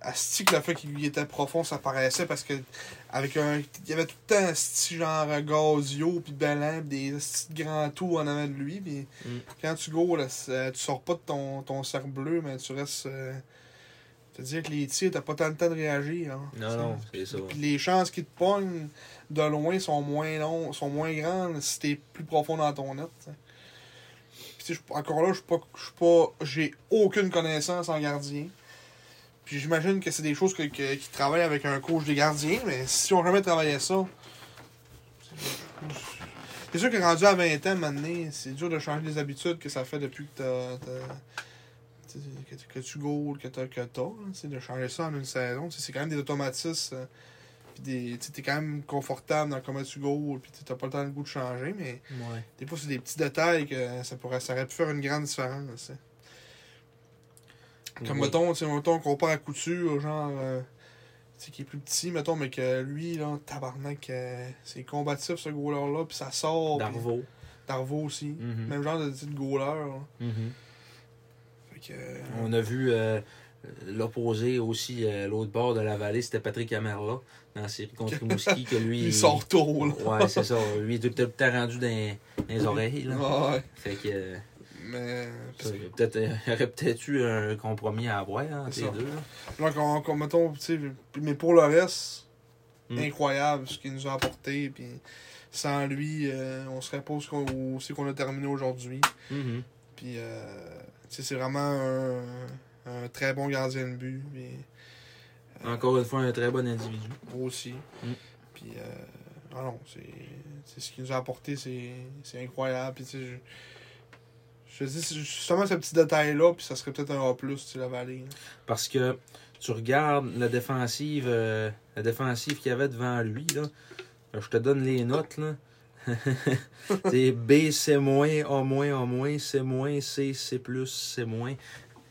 B: Asti, que la fois qu'il était profond, ça paraissait parce que avec un. Il y avait tout le temps Asti, genre euh, Gazio, puis Bellin, pis des Asti de grands tours en avant de lui. Puis
A: Mm.
B: quand tu go, là, ça- tu sors pas de ton, ton cercle bleu, mais tu restes. euh, C'est-à-dire que les tirs, t'as pas tant le temps de réagir. hein.
A: Non,
B: Tu sais,
A: non, c'est ça.
B: puis les chances qu'ils te pognent de loin sont moins longues, sont moins grandes si t'es plus profond dans ton net. tu sais. Puis tu sais, je- encore là, je suis pas- je suis pas. J'ai aucune connaissance en gardien. Puis j'imagine que c'est des choses que, que- qu'ils travaillent avec un coach des gardiens, mais si on jamais travaillait ça. C'est sûr que rendu à 20 ans maintenant, c'est dur de changer les habitudes que ça fait depuis que t'as. t'as- tu sais, que, que tu goals, que t'as, que t'as, là, tu sais, de changer ça en une saison. Tu sais, C'est quand même des automatismes. euh, Puis des, tu sais, t'es quand même confortable dans comment tu goals, puis t'as pas le temps le goût de changer, mais
A: Ouais.
B: des fois, c'est des petits détails que ça, pourrait, ça aurait pu faire une grande différence. tu sais. Comme
A: Oui.
B: mettons, tu sais, mettons, on compare à Couture, genre, euh, tu sais, qui est plus petit, mettons, mais que lui, là, tabarnak, euh, c'est combatif ce goaler-là, puis ça sort. puis
A: Darvo.
B: Darvo aussi.
A: Mhm.
B: Même genre de petit goaler. là.
A: Mhm.
B: Fait que, euh,
A: On a vu euh, l'opposé aussi, euh, l'autre bord de la vallée, c'était Patrick Amerla, dans la série contre Rimouski, que lui...
B: il sort tôt, là.
A: Ouais, c'est ça. Lui, il est peut-être peut-être rendu dans, dans les oreilles, là.
B: Ouais,
A: Fait que... euh,
B: mais.
A: ça, il y a peut-être- il y aurait peut-être eu un compromis à avoir hein, entre
B: C'est
A: les
B: ça.
A: deux, là.
B: Là, qu'on- qu'on- mettons, tu sais, mais pour le reste,
A: Mm.
B: incroyable ce qu'il nous a apporté. Puis sans lui, euh, on serait pas où c'est qu'on où c'est qu'on a terminé aujourd'hui.
A: Mhm.
B: Puis, euh, tu sais, c'est vraiment un, un très bon gardien de but. Puis,
A: Encore une fois, un très bon individu.
B: aussi.
A: Mm.
B: Puis, euh, ah non, c'est c'est ce qu'il nous a apporté, c'est c'est incroyable. Puis, tu sais, je, je te dis, c'est justement ce petit détail-là, puis ça serait peut-être un A, tu sais, la vallée. là.
A: Parce que tu regardes la défensive, euh, la défensive qu'il y avait devant lui, là. Euh, Je te donne les notes, là. c'est B, C moins, A moins, A moins, C moins, C, C plus, C moins.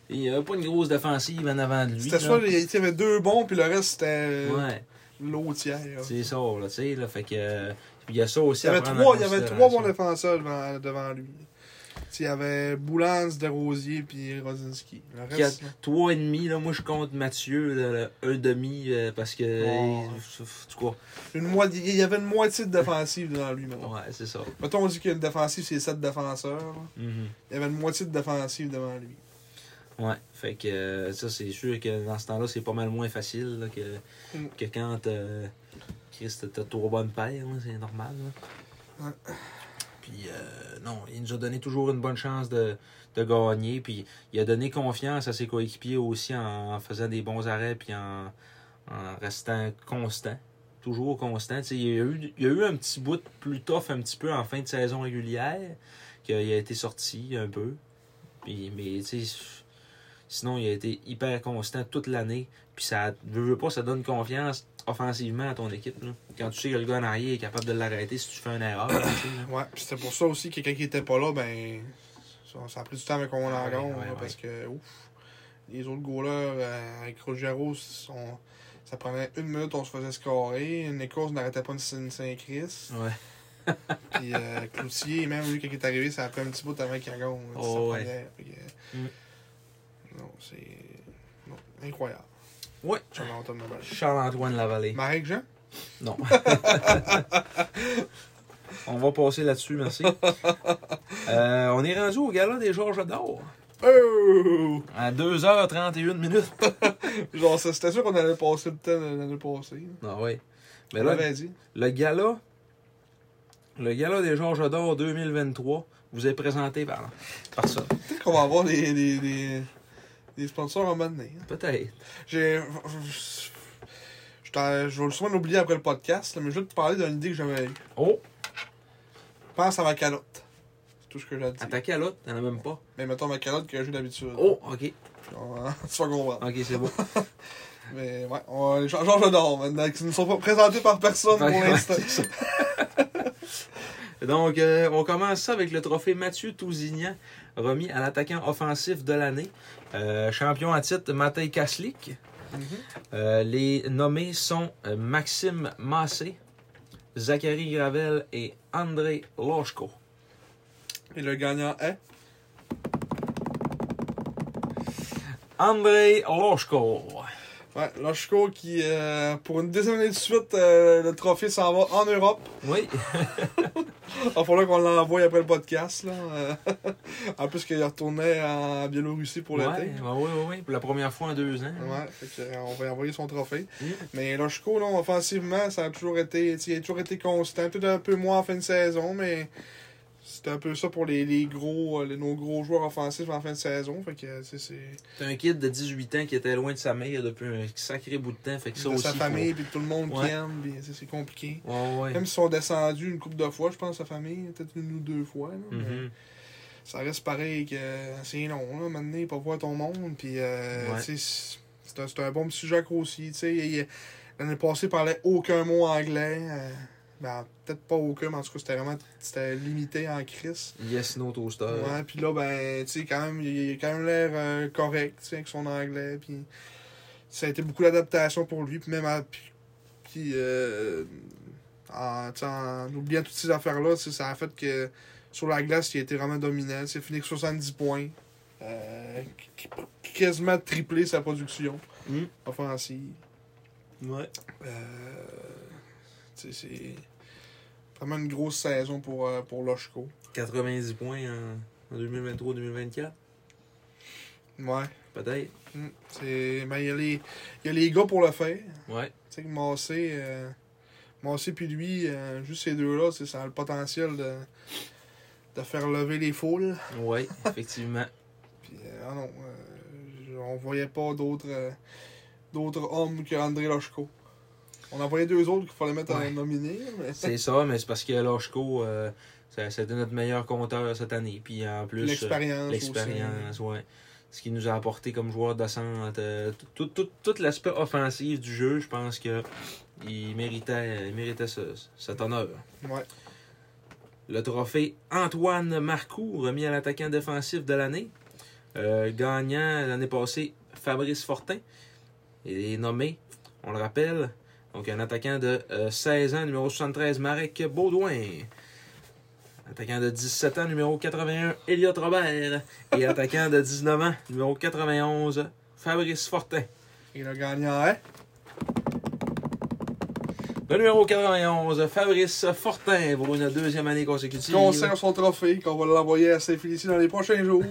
A: Il n'y avait pas une grosse défensive en avant de lui.
B: C'était
A: là.
B: soit, il y avait deux bons, puis le reste, c'était
A: Ouais,
B: l'autre hier.
A: c'est ça, là, tu sais, là. Fait que. euh, puis il y a ça aussi
B: Il y
A: à
B: avait
A: prendre en
B: trois, il y avait trois bons
A: considération.
B: défenseurs devant, devant lui. Tu sais, Il y avait Boulans, Desrosiers puis Rosinski. Le reste, là,
A: Trois et demi, là, moi je compte Mathieu, là, le un demi, euh, parce que.
B: Ouais.
A: euh, tu crois.
B: une moitié, il y avait une moitié de défensive devant lui. Mettons,
A: Ouais, c'est ça.
B: mettons on dit qu'une défensive, c'est sept défenseurs. là.
A: Mhm.
B: Il y avait une moitié de défensive devant lui.
A: Ouais, fait que euh, ça, c'est sûr que dans ce temps-là, c'est pas mal moins facile là, que,
B: Mm.
A: que quand euh, Chris, t'as- t'as trois bonnes paires, là, c'est normal. là.
B: Ouais.
A: Puis euh, non, il nous a donné toujours une bonne chance de, de gagner, puis il a donné confiance à ses coéquipiers aussi en, en faisant des bons arrêts, puis en, en restant constant. Toujours constant. Tu sais, il, y a eu, il y a eu un petit bout plus tough un petit peu en fin de saison régulière, qu'il a été sorti un peu. Puis, mais tu sais, Sinon, il a été hyper constant toute l'année. Puis ça, veux, veux pas, ça donne confiance offensivement à ton équipe. là. Quand tu sais que le gars en arrière est capable de l'arrêter si tu fais une erreur. là, tu sais, là.
B: Ouais, pis c'était pour ça aussi que quand il était pas là, ben. Ça, ça a pris du temps avec mon
A: Ah ouais,
B: Langon,
A: ouais,
B: là,
A: ouais.
B: parce que, ouf. Les autres goalers, euh, avec Ruggiero, on- ça prenait une minute, on se faisait scorer. Une écosse n'arrêtait pas une, cin- une Saint-Christ.
A: Ouais.
B: Puis euh, Cloutier, même lui, quand il est arrivé, ça a pris un petit bout avant qu'il hein, gagne.
A: Oh,
B: ça
A: ouais.
B: prenait, fait que-
A: Mm.
B: euh, Non, c'est. non, incroyable.
A: Ouais.
B: Charles-Antoine Lavallée.
A: Charles-Antoine Lavallée.
B: Marek Jean
A: Non. on va passer là-dessus, merci. Euh, on est rendu au gala des Georges d'Or.
B: Oh
A: À 2h31 minutes.
B: Genre, ça, c'était sûr qu'on allait passer le temps l'année passée. là.
A: Ah oui. Mais
B: On
A: là,
B: l'avait dit.
A: le gala. Le gala des Georges d'Or 2023 vous est présenté par, par ça.
B: Peut-être qu'on va avoir des, des, des, des sponsors à un moment donné. hein.
A: Peut-être.
B: J'ai. Je, t'en- je vais sûrement l'oublier après le podcast, là, mais je vais te parler d'une idée que j'avais eue.
A: Oh!
B: Pense à ma calotte. C'est tout ce que j'ai à dire.
A: À ta calotte, t'en as même pas.
B: Mais mettons ma calotte que j'ai d'habitude.
A: Oh, ok.
B: On- tu vas comprendre.
A: Ok, c'est bon.
B: Mais ouais, on, les gens- genre je dors maintenant, qui ne sont pas présentés par personne pour
A: Ouais,
B: l'instant.
A: Ben, c'est ça. Donc, euh, on commence ça avec le trophée Mathieu Tousignan, remis à l'attaquant offensif de l'année. Euh, champion à titre, Matej Kaslik.
B: Mhm.
A: Euh, les nommés sont euh, Maxime Massé, Zachary Gravel et André Loshko.
B: Et le gagnant est.
A: Andrei Loshko.
B: Ouais, Loshko qui, euh, pour une deuxième année de suite, euh, le trophée s'en va en Europe.
A: Oui.
B: Il va falloir qu'on l'envoie après le podcast. Là. Euh, en plus qu'il retournait en Biélorussie pour
A: ouais,
B: l'été.
A: ouais, ouais, ouais, ouais. Pour la première fois en deux ans.
B: Ouais, fait que, euh, on va lui envoyer son trophée.
A: Mm.
B: Mais Loshko, là, offensivement, ça a toujours été, tu sais, il a toujours été constant. Peut-être un peu moins en fin de saison, mais c'était un peu ça pour les, les gros, euh, les- nos gros joueurs offensifs en fin de saison. Fait que, tu sais, c'est
A: C'est un kid de 18 ans qui était loin de sa mère depuis un sacré bout de temps. Fait que ça
B: de
A: aussi.
B: sa
A: faut-
B: famille, puis tout le monde
A: Ouais.
B: qui aime, puis c'est- c'est compliqué.
A: Ouais, ouais.
B: Même s'ils sont descendus une couple de fois, je pense, sa famille, peut-être une ou deux fois. là, mais
A: Mhm.
B: ça reste pareil que euh, c'est long, là, maintenant, pas voir ton monde. Puis, euh,
A: Ouais.
B: tu sais, c'est- c'est un, c'est un bon petit Jacques aussi. tu sais, il- L'année passée, il parlait aucun mot anglais. euh, ben, peut-être pas aucun, mais en tout cas, c'était vraiment c'était limité en crise.
A: Yes, no toaster.
B: Ouais, puis là, ben, tu sais, quand même, il, il a quand même l'air euh, correct, tu sais, avec son anglais, puis ça a été beaucoup d'adaptation pour lui, puis même, à- puis, puis, euh, en, tu sais, en oubliant toutes ces affaires-là, tu sais, ça a fait que sur la glace, il a été vraiment dominant, c'est fini avec 70 points, euh, qui- qui- quasiment triplé sa production
A: Mm.
B: offensive.
A: Ouais.
B: Euh, tu sais, c'est vraiment une grosse saison pour, euh, pour Loshko.
A: 90 points en- en 2023-2024,
B: Ouais.
A: peut-être.
B: Mm. C'est. Ben, il y, a les- il y a les gars pour le faire.
A: Ouais.
B: Tu sais que Massé. euh, Massé puis lui, euh, juste ces deux-là, c'est- ça a le potentiel de, de faire lever les foules.
A: Ouais, effectivement.
B: Puis, euh, ah non, euh, je- on voyait pas d'autres euh, d'autres hommes que André Lochko. On en voyait deux autres qu'il fallait mettre
A: Ouais.
B: en nominé. Mais...
A: C'est ça, mais c'est parce que Loshko, euh, ça- c'était notre meilleur compteur cette année. Puis en plus, euh,
B: L'expérience aussi.
A: l'expérience, ouais. Ce qui nous a apporté comme joueur de centre, euh, tout, tout, tout l'aspect offensif du jeu, je pense que il méritait, il méritait ce- cet honneur.
B: Ouais.
A: Le trophée Antoine Marcoux, remis à l'attaquant défensif de l'année. Euh, gagnant l'année passée, Fabrice Fortin. Il est nommé, on le rappelle, donc un attaquant de euh, 16 ans, numéro 73, Marek Baudouin. Attaquant de 17 ans, numéro 81, Elliot Robert. Et attaquant de 19 ans, numéro 91, Fabrice Fortin.
B: Il a gagné en haie.
A: Le numéro 91, Fabrice Fortin, pour une deuxième année consécutive.
B: conserve son trophée, qu'on va l'envoyer à Saint-Félicie dans les prochains jours.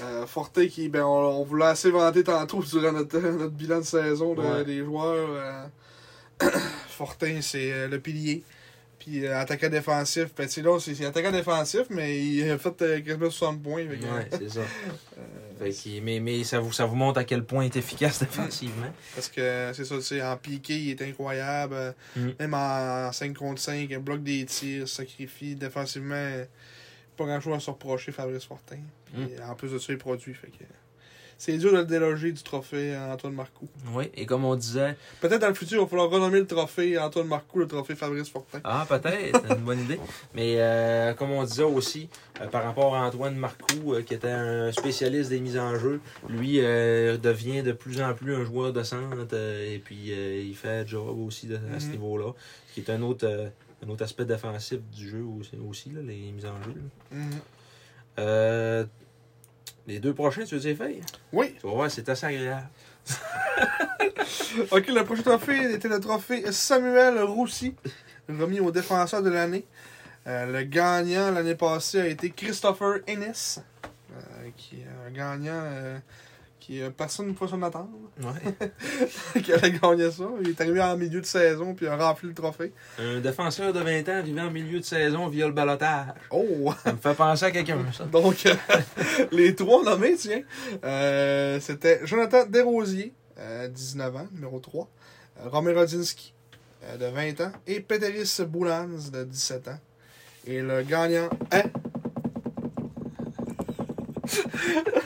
B: Euh, Forté qui, ben, on, on vous l'a assez vanté tantôt durant notre, euh, notre bilan de saison de-
A: Ouais.
B: des joueurs. euh, Fortin, c'est euh, le pilier. Puis euh, attaquant défensif, ben, tu sais, là, c'est c'est attaquant défensif, mais il a fait euh, quasiment 60 points. fait que,
A: Ouais, c'est ça. Fait qu'il- mais mais ça, vous, ça vous montre à quel point il est efficace défensivement.
B: Parce que c'est ça, tu sais, en piqué, il est incroyable. Euh,
A: Mm.
B: Même en 5 contre 5, il bloque des tirs, sacrifie. Défensivement, euh, pas grand chose à se reprocher, Fabrice Fortin. Puis, En plus de ça, il produit. Fait que... C'est dur de le déloger du trophée euh, Antoine Marcoux.
A: Oui, et comme on disait,
B: Peut-être dans le futur, il va falloir renommer le trophée Antoine Marcoux le trophée Fabrice Fortin.
A: ah peut-être, une bonne idée. Mais euh, comme on disait aussi, euh, par rapport à Antoine Marcoux, euh, qui était un spécialiste des mises en jeu, lui euh, devient de plus en plus un joueur de centre euh, et puis euh, il fait job aussi de- à ce
B: Mhm.
A: niveau-là, ce qui est un autre, euh, un autre aspect défensif du jeu aussi, aussi, là, les mises en jeu. là.
B: Mhm.
A: Euh, les deux prochains, tu veux dire faire?
B: Oui.
A: Tu vas voir, c'est assez agréable.
B: Ok, le prochain trophée était le trophée Samuel Roussy, remis au défenseur de l'année. Euh, le gagnant l'année passée a été Christopher Ennis, euh, qui est un gagnant euh, qui euh, personne ne peut s'en attendre.
A: Ouais.
B: qui allait gagner ça. Il est arrivé en milieu de saison puis a rempli le trophée.
A: Un défenseur de 20 ans arrivé en milieu de saison via le balotage.
B: Oh!
A: Ça me fait penser à quelqu'un, ça.
B: Donc, euh, les trois nommés, tiens, euh, c'était Jonathan Desrosiers, euh, 19 ans, numéro 3, euh, Romain Rodzinski, euh, de 20 ans, et Peteris Boulans, de 17 ans. Et le gagnant hein? est...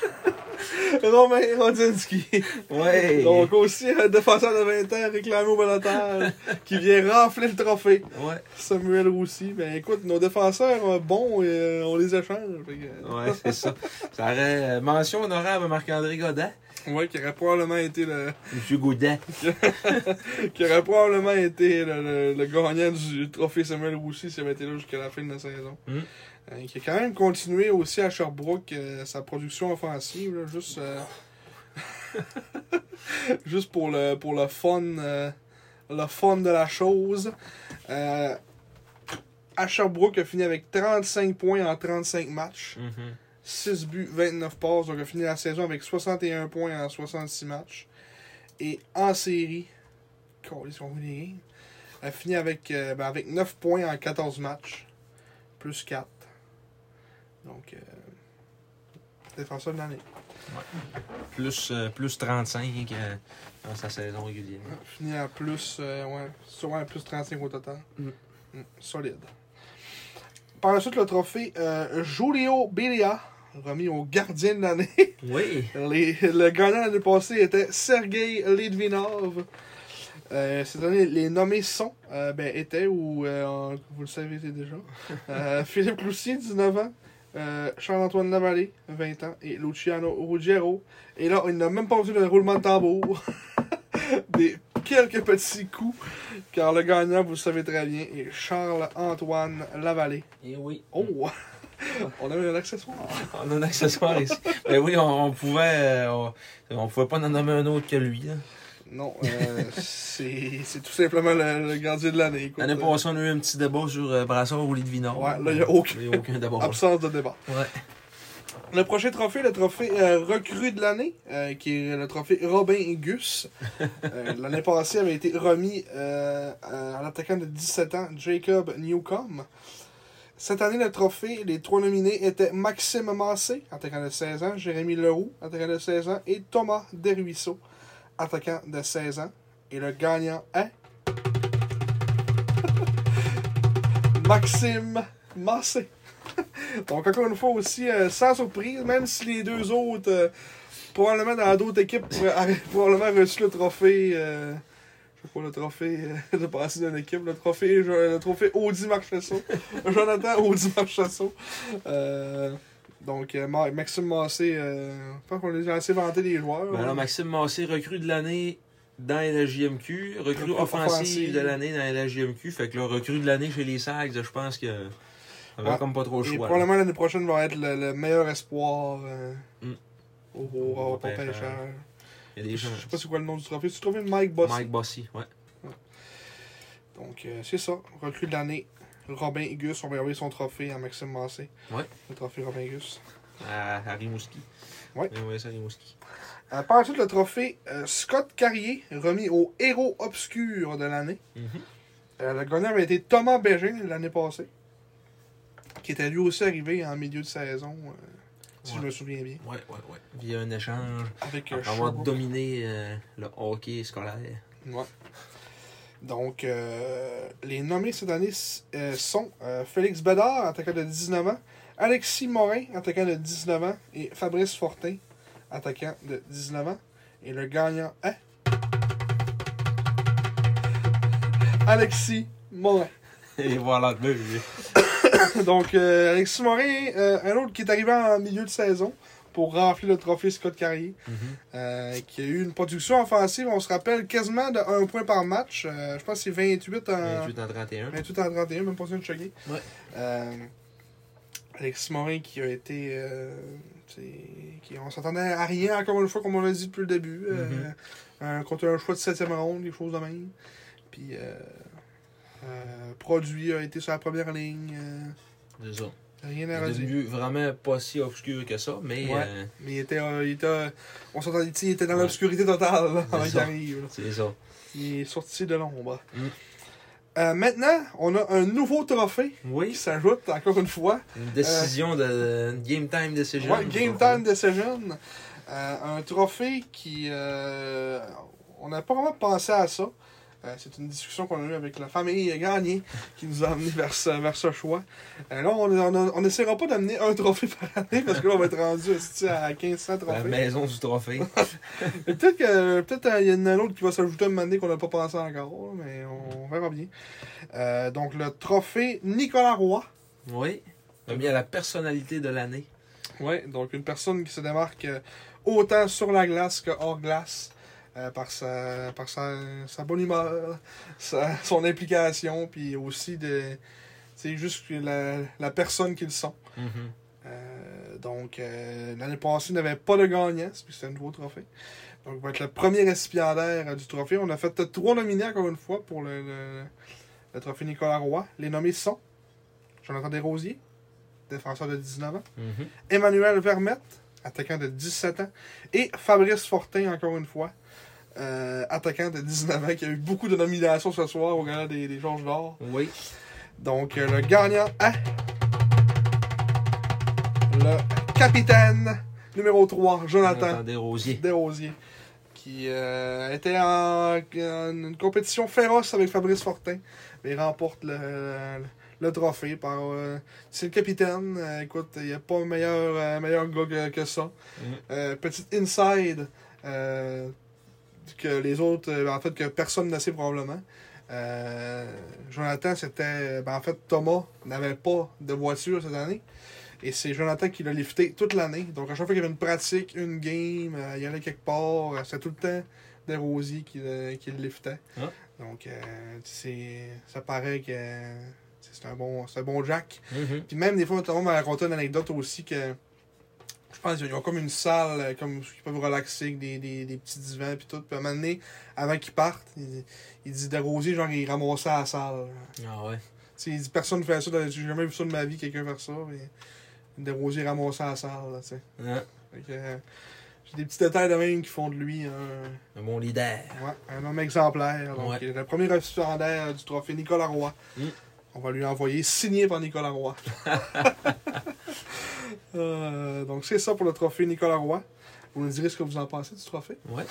B: Romain Rodzinski.
A: Ouais.
B: Donc aussi un défenseur de 20 ans réclamé au balotage qui vient rafler le trophée.
A: Ouais.
B: Samuel Roussy. Ben écoute, nos défenseurs euh, bons, euh, on les échange. Fait que-
A: Ouais, c'est ça. Ça aurait euh, mention honorable à Marc-André Godin.
B: Ouais, qui aurait probablement été le,
A: Monsieur Godin.
B: qui aurait probablement été le, le- le gagnant du trophée Samuel Roussy s'il avait été là jusqu'à la fin de la saison.
A: Mm.
B: Euh, qui a quand même continué aussi à Sherbrooke euh, sa production offensive, là, juste euh, Juste pour le, pour le fun, euh, le fun de la chose. Euh, à Sherbrooke, a fini avec 35 points en 35 matchs.
A: Mhm.
B: 6 buts, 29 passes. Donc, a fini la saison avec 61 points en 66 matchs. Et en série, Calais, ils ont vu les games. Elle finit avec, euh, ben, avec 9 points en 14 matchs. Plus 4. Donc, euh, défenseur de l'année.
A: Plus, euh, plus 35 euh, dans sa saison régulière.
B: Ouais, Fini à plus, euh, ouais, souvent à plus 35 au total.
A: Mm.
B: Mm, solide. Par la suite, le trophée euh, Julio Beria, remis au gardien de l'année.
A: Oui.
B: Les- le gagnant l'année passée était Sergei Litvinov. Euh, cette année, les nommés sont, euh, ben, étaient ou, euh, vous le savez déjà, euh, Philippe Cloussier, 19 ans, euh, Charles-Antoine Lavallée, 20 ans, et Luciano Ruggiero. Et là, il n'a même pas vu le roulement de tambour. Des quelques petits coups, car le gagnant, vous le savez très bien, est Charles-Antoine Lavallée.
A: Et Eh oui.
B: Oh! On a eu un accessoire.
A: On a un accessoire ici. Ben oui, on, on pouvait. euh, on, on pouvait pas en nommer un autre que lui. là.
B: Non, euh, c'est c'est tout simplement le, le gardien de l'année. écoute. euh,
A: L'année passée, on a eu un petit débat sur euh, Brassard ou Lidvinor.
B: Ouais, là, il y a aucun-
A: Il y a aucun débat.
B: Absence de débat.
A: Ouais.
B: Le prochain trophée, le trophée euh, recrue de l'année, euh, qui est le trophée Robin Gus. Euh, l'année passée avait été remis euh, à l'attaquant de 17 ans, Jacob Newcomb. Cette année, le trophée, les trois nominés étaient Maxime Massé, attaquant de 16 ans, Jérémy Leroux, attaquant de 16 ans, et Thomas Desruisseaux, attaquant de 16 ans. Et le gagnant est. Maxime Massé. Donc, encore une fois aussi, euh, sans surprise, même si les deux autres, euh, probablement dans d'autres équipes, pourraient- auraient probablement reçu le trophée. euh, je sais pas, le trophée euh, de passer d'une équipe, le trophée, je- le trophée Audi Marchessault. Jonathan Audi Marchessault. Euh, donc, euh, Ma- Maxime Massé, euh, je pense qu'on les a assez vanté les joueurs.
A: Ben là, Maxime Massé, recrue de l'année dans la JMQ, recrue offensive de l'année dans la JMQ. Fait que là, recrue de l'année chez les Sags, je pense que on avait
B: Ouais.
A: comme pas trop le
B: Et
A: choix. là.
B: Ah, probablement l'année prochaine va être le, le meilleur espoir euh,
A: Mm.
B: au, au- au
A: Au repêchage.
B: repêchage.
A: Il y a des
B: Je
A: gens.
B: sais pas c'est quoi le nom du trophée. C'est le trophée Mike Boss.
A: Mike Bossy, ouais.
B: Donc, euh, c'est ça. Recrue de l'année. Robin Gus, on va envoyer son trophée à Maxime Massé.
A: Ouais.
B: Le trophée Robin Gus.
A: À, à Rimouski.
B: Ouais.
A: On va ça à Rimouski.
B: Euh, par la suite, le trophée euh, Scott Carrier, remis au héros obscur de l'année.
A: Mhm.
B: Euh, le gagnant avait été Thomas Bégin l'année passée, qui était lui aussi arrivé en milieu de saison, euh, si
A: Ouais.
B: je me souviens bien.
A: Ouais, ouais, ouais. Via un échange.
B: Avec euh,
A: Après avoir
B: Sherbrooke.
A: dominé euh, le hockey scolaire.
B: Ouais. Donc, euh, les nommés cette année s- euh, sont euh, Félix Bédard, attaquant de 19 ans, Alexis Morin, attaquant de 19 ans, et Fabrice Fortin, attaquant de 19 ans. Et le gagnant est. Alexis Morin.
A: Et voilà, ben, oui.
B: Donc, euh, Alexis Morin, euh, un autre qui est arrivé en milieu de saison pour remplir le trophée Scott Carrier.
A: Mhm.
B: Euh, qui a eu une production offensive, on se rappelle, quasiment de 1 point par match. Euh, je pense que c'est 28 en
A: 28 en 31.
B: 28 en 31, même pas besoin de choquer.
A: Ouais.
B: Euh, Alexis Morin qui a été. euh, c'est- qui, on s'attendait à rien, encore une fois, comme on l'a dit depuis le début. Euh,
A: Mhm.
B: un- contre un choix de 7 ronde, des choses de même. Puis. euh, euh, produit a été sur la première ligne. euh,
A: C'est ça.
B: rien à
A: C'est
B: redire.
A: devenu vraiment pas si obscur que ça, mais
B: Ouais.
A: euh,
B: Mais il était. euh, il était euh, on s'entendait, tu sais, il était dans
A: Ouais.
B: l'obscurité totale là,
A: C'est
B: avant qu'il
A: ça.
B: arrive. là.
A: c'est ça.
B: Il est sorti de l'ombre.
A: Mm.
B: Euh, maintenant, on a un nouveau trophée qui
A: Oui,
B: s'ajoute encore une fois.
A: une décision de une game time decision.
B: Ouais, Game Time Decision. Euh, un trophée qui. euh, on n'a pas vraiment pensé à ça. Euh, c'est une discussion qu'on a eue avec la famille Gagné qui nous a amené vers ce, vers ce choix. Euh, là, on n'essaiera pas d'amener un trophée par année parce que là, on va être rendu esti, à 1500
A: La
B: trophées.
A: maison du trophée.
B: Mais Peut-être que peut-être euh, il y en a un autre qui va s'ajouter à un moment donné qu'on n'a pas pensé encore, mais on verra bien. Euh, donc le trophée Nicolas Roy.
A: oui. Remis à la personnalité de l'année.
B: Ouais, donc une personne qui se démarque euh, autant sur la glace que hors glace euh, par sa par sa, sa bonne humeur, sa- son implication, puis aussi de c'est juste que la, la personne qu'ils sont. Euh, donc, euh, l'année passée, il n'avait pas de gagnant, c'est- c'est un nouveau trophée. Donc, il va être le premier récipiendaire euh, du trophée. On a fait euh, trois nominés encore une fois pour le, le- le trophée Nicolas Roy. Les nommés sont Jonathan Desrosiers, défenseur de 19 ans,
A: Mhm.
B: Mm-hmm. Emmanuel Vermette, attaquant de 17 ans, et Fabrice Fortin, encore une fois, euh, attaquant de 19 ans, qui a eu beaucoup de nominations ce soir au gala des, des Georges d'Or.
A: Oui.
B: Donc, euh, le gagnant est le capitaine numéro 3, Jonathan
A: Jonathan Desrosiers.
B: Desrosiers, qui euh, était en, en une compétition féroce avec Fabrice Fortin, mais remporte le, le- le trophée par. euh, c'est le capitaine. euh, écoute, il n'y a pas meilleur, euh, meilleur gars que, que ça.
A: Mhm.
B: Euh, petite inside euh, que les autres, euh, en fait, que personne ne sait probablement. Euh, Jonathan, c'était. ben, en fait, Thomas n'avait pas de voiture cette année. Et c'est Jonathan qui l'a lifté toute l'année. Donc, à chaque fois qu'il y avait une pratique, une game, euh, il y allait quelque part, euh, c'était tout le temps Desrosiers qui, le- qui le liftait.
A: Ah.
B: Donc, euh, c'est, ça paraît que euh, c'est un, bon, c'est un bon Jack.
A: Mhm.
B: Puis même des fois, on m'a raconté une anecdote aussi que je pense qu'ils ont comme une salle euh, comme ils peuvent relaxer avec des, des, des petits divans puis tout. Puis à un moment donné, avant qu'ils partent, il, il dit Desrosiers, genre, il ramassait la salle.
A: Ah ouais.
B: Tu sais, il dit personne ne fait ça, dans- j'ai jamais vu ça de ma vie, quelqu'un faire ça. Mais Desrosiers ramassait la salle, là, tu sais.
A: Ah,
B: Fait que, euh, J'ai des petits détails de même qui font de lui un,
A: Un bon leader.
B: ouais, un homme exemplaire. Donc,
A: Ouais.
B: il est le premier récipiendaire du trophée Nicolas Roy.
A: Mm.
B: On va lui envoyer signé par Nicolas Roy. Euh, donc, c'est ça pour le trophée Nicolas Roy. Vous nous direz ce que vous en pensez du trophée.
A: Ouais.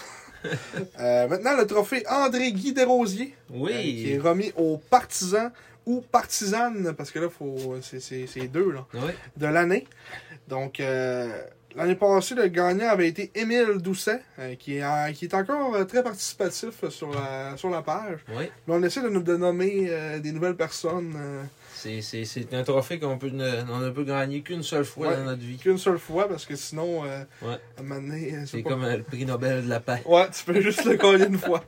B: Euh, maintenant, le trophée André-Guy Desrosiers, euh, qui est
A: Oui.
B: remis aux partisans ou partisanes, parce que là, faut, c'est- c'est c'est deux, là
A: Ouais.
B: de l'année. Donc, euh, l'année passée, le gagnant avait été Émile Doucet, euh, qui, est, en- qui est encore euh, très participatif euh, sur la, sur la page.
A: Ouais.
B: Mais on essaie de nous de nommer euh, des nouvelles personnes euh,
A: C'est- C'est c'est un trophée qu'on peut ne- on ne peut gagner qu'une seule fois
B: Ouais.
A: dans notre vie.
B: qu'une seule fois, parce que sinon, euh,
A: Ouais.
B: à un moment donné, euh, c'est
A: C'est
B: pas-
A: comme euh, le prix Nobel de la paix.
B: Ouais, tu peux juste le coller une fois.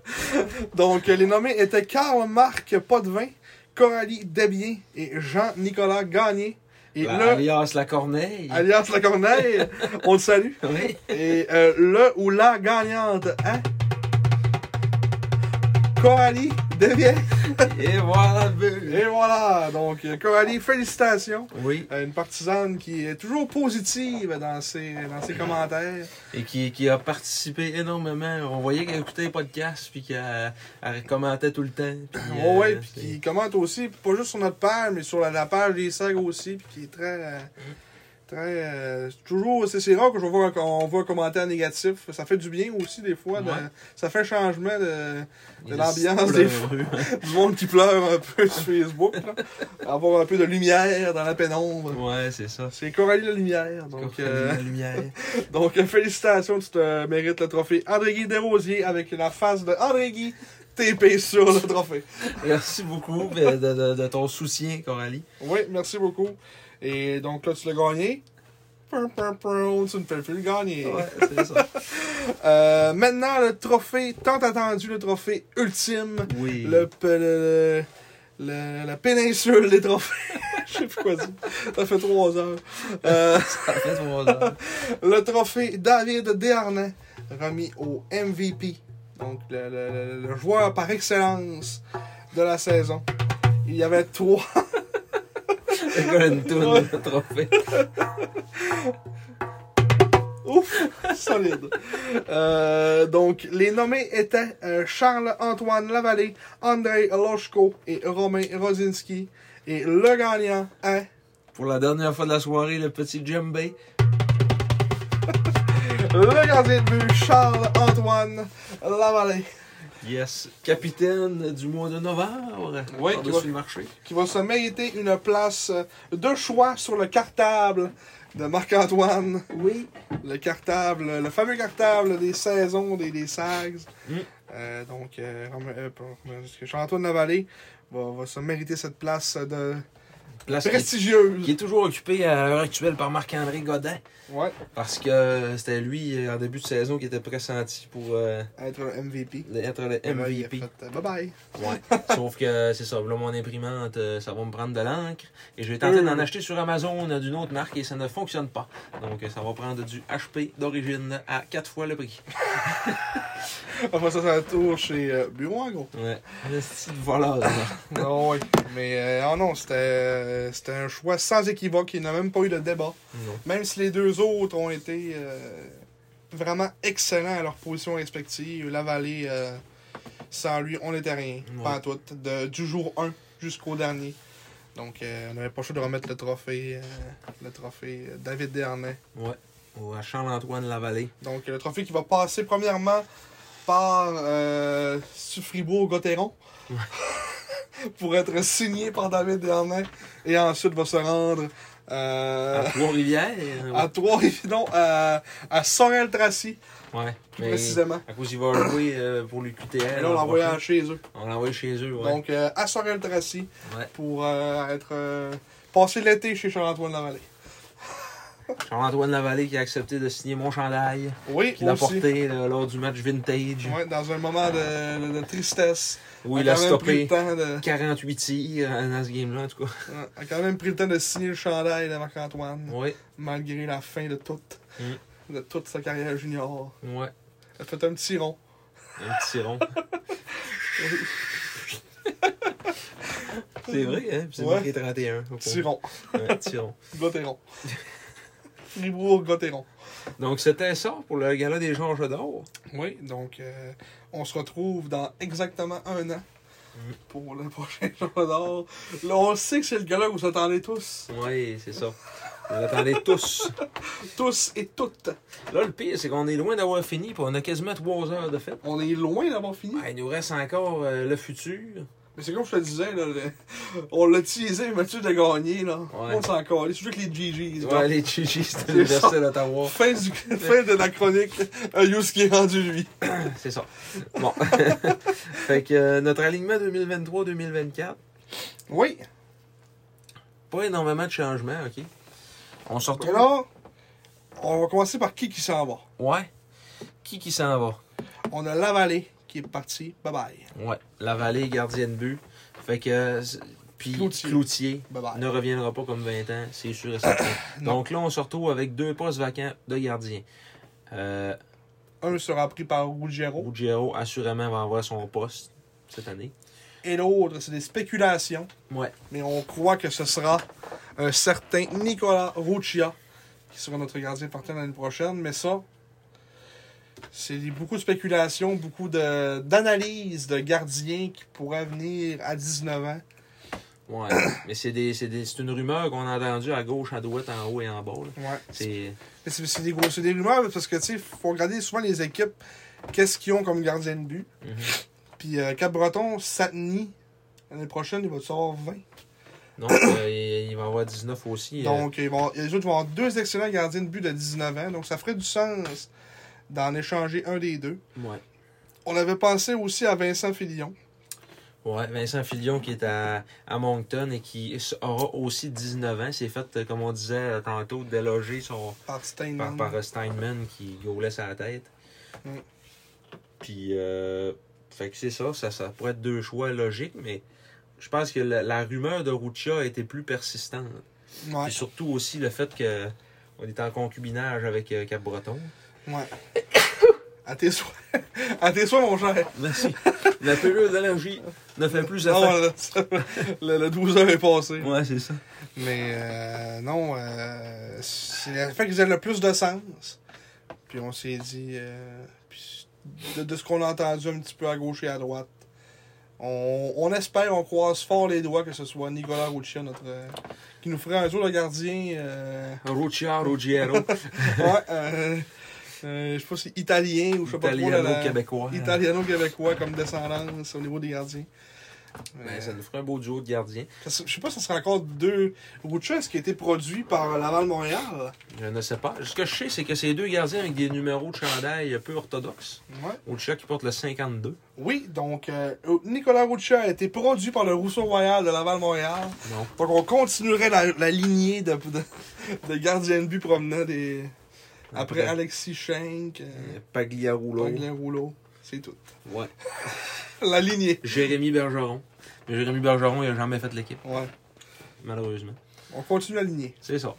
B: Donc, euh, les nommés étaient Karl-Marc Potvin, Coralie Desbiens et Jean-Nicolas Gagné. Et
A: La-
B: le,
A: Bah, Alias la Corneille.
B: alias La Corneille, on le salue.
A: Oui.
B: Et euh, le ou la gagnante hein? Coralie devient.
A: Et voilà, Bull.
B: Et voilà, donc euh, Coralie, félicitations.
A: Oui.
B: Euh, Une partisane qui est toujours positive dans ses, dans ses commentaires.
A: Et qui, qui a participé énormément. On voyait qu'elle écoutait les podcasts, puis qu'elle elle commentait tout le temps. Puis,
B: Oh ouais,
A: euh,
B: puis
A: c'est-
B: qui commente aussi, pas juste sur notre page, mais sur la, la page des sags aussi, puis qui est très. euh, très euh, toujours, c'est, c'est rare que je vois un, on voit un commentaire négatif. Ça fait du bien aussi, des fois. de-
A: Ouais.
B: ça fait un changement de.
A: il est
B: l'ambiance des
A: pleureux.
B: du monde qui pleure un peu sur Facebook. Là. Avoir un peu de lumière dans la pénombre.
A: Ouais, c'est ça.
B: C'est Coralie la lumière. Donc,
A: Coralie
B: euh,
A: la lumière.
B: donc euh, félicitations, tu te mérites le trophée André-Guy Desrosiers avec la face de André-Guy TP sur le trophée.
A: Merci beaucoup de, de- de- de ton soutien, Coralie.
B: Oui, merci beaucoup. Et donc là, tu l'as gagné. Prum, prum, prum, tu ne fais plus le gagner.
A: Ouais, c'est ça.
B: Euh, maintenant, le trophée tant attendu, le trophée ultime.
A: Oui.
B: le, pe- le- le- le- la péninsule des trophées. Je sais plus quoi dire. Ça fait trois heures. Euh,
A: Ça fait trois heures.
B: le trophée David Desharnais, remis au MVP. Donc, le, le- le- le joueur par excellence de la saison. Il y avait trois.
A: C'est comme une toune de trophée.
B: Ouf! Solide. Euh, donc, les nommés étaient euh, Charles-Antoine Lavallée, Andrei Loshko et Romain Rosinski. Et le gagnant est
A: Pour la dernière fois de la soirée, le petit djembé.
B: Le gardien de but, Charles-Antoine Lavallée,
A: Yes. Capitaine du mois de novembre.
B: Oui,
A: Par-dessus
B: tu vois.
A: le marché.
B: qui va se mériter une place euh, de choix sur le cartable de Marc-Antoine.
A: Oui.
B: Le cartable, le fameux cartable des saisons des, des Sags.
A: Mm.
B: Euh, donc, euh, Rom- euh, pas Romain, parce que Charles-Antoine Lavallée va, va se mériter cette place de,
A: place qui,
B: Prestigieuse.
A: qui est toujours occupée à l'heure actuelle par Marc-André Godin.
B: Ouais,
A: Parce que c'était lui, en début de saison, qui était pressenti pour euh,
B: être un MVP.
A: être le MVP.
B: euh, Bye bye.
A: Ouais. Sauf que c'est ça, là, mon imprimante, euh, ça va me prendre de l'encre. Et je vais
B: Euh.
A: tenter d'en acheter sur Amazon euh, d'une autre marque et ça ne fonctionne pas. Donc euh, ça va prendre du HP d'origine à 4 fois le prix.
B: Après ça, c'est un tour chez euh, Bureau en gros.
A: Ouais. Le style voleur. là.
B: Non, oui. Ah Mais euh, oh non, c'était euh, c'était un choix sans équivoque. Il n'a même pas eu de débat.
A: Non.
B: Même si les deux autres ont été euh, vraiment excellents à leurs positions respectives, la vallée, euh, sans lui, on n'était rien.
A: Ouais.
B: Pas à tout. De, du jour 1 jusqu'au dernier. Donc, euh, on n'avait pas le choix de remettre le trophée, euh, le trophée euh, David Dernay.
A: Ouais. Ou à Charles-Antoine Lavallée.
B: Donc, le trophée qui va passer premièrement par euh, Fribourg-Gotteron pour être signé par David Dernay et ensuite va se rendre euh, Ah,
A: À Trois-Rivières. euh,
B: à trois non, à, à Sorel-Tracy,
A: Ouais.
B: plus
A: Mais
B: précisément.
A: à cause il va jouer euh, pour
B: Et
A: l'UQTL.
B: là, on l'a envoyé
A: prochain.
B: chez eux.
A: On l'a envoyé chez eux, ouais.
B: Donc, euh, à Sorel-Tracy
A: Ouais.
B: pour euh, être euh, passer l'été chez Charles-Antoine Lavallée.
A: Charles-Antoine Lavallée qui a accepté de signer mon chandail.
B: Oui,
A: Qu'il a
B: aussi.
A: porté euh, lors du match vintage.
B: Ouais, dans un moment de, de- de tristesse.
A: Où il a
B: quand même pris
A: stoppé
B: le temps de-
A: 48 tirs euh, dans ce game-là, en tout cas.
B: Ouais, a quand même pris le temps de signer le chandail de Marc-Antoine,
A: Ouais, Mm.
B: malgré la fin de toute, de toute sa carrière junior.
A: ouais.
B: Elle a fait un petit rond.
A: Un petit rond. c'est vrai, hein? Puis C'est
B: Ouais.
A: marqué 31. au
B: Petit
A: fond.
B: rond.
A: Ouais, petit rond.
B: Gotteron. Fribourg-Gotteron.
A: Donc, c'était ça pour le gala des Georges d'or.
B: Oui, donc euh, on se retrouve dans exactement un an pour le prochain jour d'or. Là, on sait que c'est le gala que vous attendez tous.
A: Ouais, c'est ça. Vous attendez tous.
B: Tous et toutes.
A: Là, le pire, c'est qu'on est loin d'avoir fini, puis on a quasiment 3 heures de fête.
B: On est loin d'avoir fini.
A: Ah, il nous reste encore euh, le futur.
B: Mais c'est comme je te disais, là, le- on l'a teasé, Mathieu de gagné, là. On s'en calait. C'est juste que les GG's.
A: Ouais, les chichis de l'Université d'Ottawa.
B: Fin, du- fin de la chronique, Ayus qui est rendu lui.
A: C'est ça. Bon. fait que euh, notre alignement 2023-2024,
B: Oui,
A: pas énormément de changements, OK? On se
B: et
A: retrouve.
B: là, on va commencer par qui qui s'en va.
A: Ouais. Qui qui s'en va?
B: On a Lavalée qui est parti, bye bye.
A: Ouais. La vallée, gardien de but. Fait que. euh, c'est- Puis
B: Cloutier.
A: Cloutier,
B: Bye bye.
A: ne reviendra pas comme 20 ans, c'est sûr et certain. Donc là, on se retrouve avec deux postes vacants de gardien. Euh,
B: Un sera pris par Ruggiero
A: Ruggiero, assurément, va avoir son poste cette année.
B: et l'autre, c'est des spéculations,
A: Ouais.
B: mais on croit que ce sera un certain Nicolas Ruccia qui sera notre gardien partant l'année prochaine, mais ça, c'est beaucoup de spéculations, beaucoup de- d'analyses de, gardiens qui pourraient venir à 19 ans.
A: Ouais. Mais c'est des, c'est des- c'est une rumeur qu'on a entendue à gauche, à droite, en haut et en bas. là.
B: Ouais.
A: C'est.
B: Mais C'est c'est des, gros- c'est des rumeurs parce que, tu sais, faut regarder souvent les équipes, qu'est-ce qu'ils ont comme gardien de but.
A: Mhm.
B: Puis euh, Cap-Breton, Satni, l'année prochaine, il va avoir 20.
A: Non, euh, il, il va avoir 19 aussi. euh,
B: Donc, ils vont, les autres vont avoir deux excellents gardiens de but de 19 ans. Donc, ça ferait du sens d'en échanger un des deux.
A: ouais.
B: On avait pensé aussi à Vincent Fillon.
A: Ouais, Vincent Filion qui est à, à Moncton et qui s- aura aussi 19 ans. C'est fait, euh, comme on disait euh, tantôt, déloger son,
B: Par
A: par,
B: Steinman.
A: par euh, Steinman qui gaulait sa tête.
B: Mm.
A: Puis, euh, fait que c'est ça, ça, ça pourrait être deux choix logiques, mais je pense que la, la rumeur de Ruccia a été plus persistante.
B: Ouais,
A: Puis surtout aussi le fait que on est en concubinage avec euh, Cap-Breton.
B: ouais. à tes soins. à tes soins, mon cher. Ah,
A: Merci. la période d'allergie ne fait plus
B: Non,
A: affaire.
B: le, le- le 12 heures est passé.
A: Ah, Ouais, c'est ça.
B: Mais euh, non, euh, c'est le fait qu'ils aient le plus de sens. Puis on s'est dit, euh, puis de, de ce qu'on a entendu un petit peu à gauche et à droite, on, on espère, on croise fort les doigts que ce soit Nicolas Ruccia, notre euh, qui nous ferait un jour le gardien. euh,
A: Ruccia, Ruggiero.
B: ouais, euh, euh, je sais pas si italien ou je sais pas trop. là, la-
A: hein. Italiano-québécois.
B: Italiano-québécois comme descendance au niveau des gardiens. Euh,
A: Ben, ça nous ferait un beau duo de gardiens.
B: Ça se- Je sais pas si ça sera encore deux Rucha, est-ce qui a été produit par Laval Montréal?
A: Je ne sais pas. Ce que je sais, c'est que ces deux gardiens avec des numéros de chandail peu orthodoxes.
B: Ouais.
A: Ocha qui porte le 52.
B: Oui, donc euh, Nicolas Rucha a été produit par le Rousseau Royal de Laval Montréal.
A: Non.
B: Donc on continuerait la, la lignée de, de, de gardiens de but provenant des. Après
A: Après.
B: Alexis Schenk, euh,
A: Pagliarulo.
B: Anglais Rouleau, c'est tout.
A: Ouais.
B: La lignée.
A: Jérémy Bergeron. Mais Jérémy Bergeron, il n'a jamais fait l'équipe,
B: Ouais.
A: malheureusement.
B: On continue la lignée.
A: C'est ça.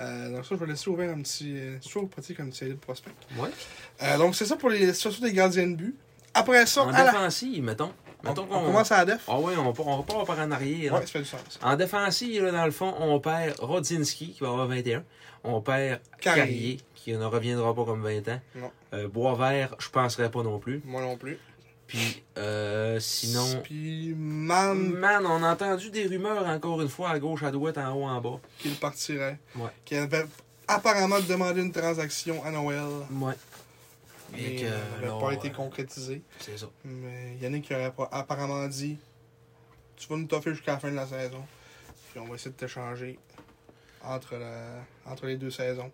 B: Euh, donc ça, je vais laisser ouvert un petit euh, show pratique comme petit de prospect.
A: Ouais.
B: Euh, donc c'est ça pour les situations des gardiens de but. Après ça,
A: En
B: à la-
A: défensive, mettons.
B: on,
A: Mettons
B: on
A: qu'on.
B: commence à la def.
A: Ah ouais, on, part- on repart par en arrière. hein.
B: Ouais, ça fait du sens.
A: En défensive, là, dans le fond, on perd Rodzinski, qui va avoir 21. On perd
B: Carrier.
A: Carrier, qui ne reviendra pas comme 20 ans.
B: Non.
A: Euh, Boisvert, je penserais pas non plus.
B: Moi non plus.
A: Puis, euh, sinon...
B: Puis Man
A: Man, on a entendu des rumeurs, encore une fois, à gauche, à droite, en haut, en bas.
B: qu'il partirait.
A: Ouais.
B: Qui avait apparemment demandé une transaction à Noël.
A: Ouais.
B: Mais
A: que,
B: elle n'avait
A: non,
B: pas été
A: euh,
B: concrétisée.
A: C'est ça.
B: Mais Yannick aurait pas- apparemment dit Tu vas nous toffer jusqu'à la fin de la saison. Puis on va essayer de t'échanger entre, la- entre les deux saisons.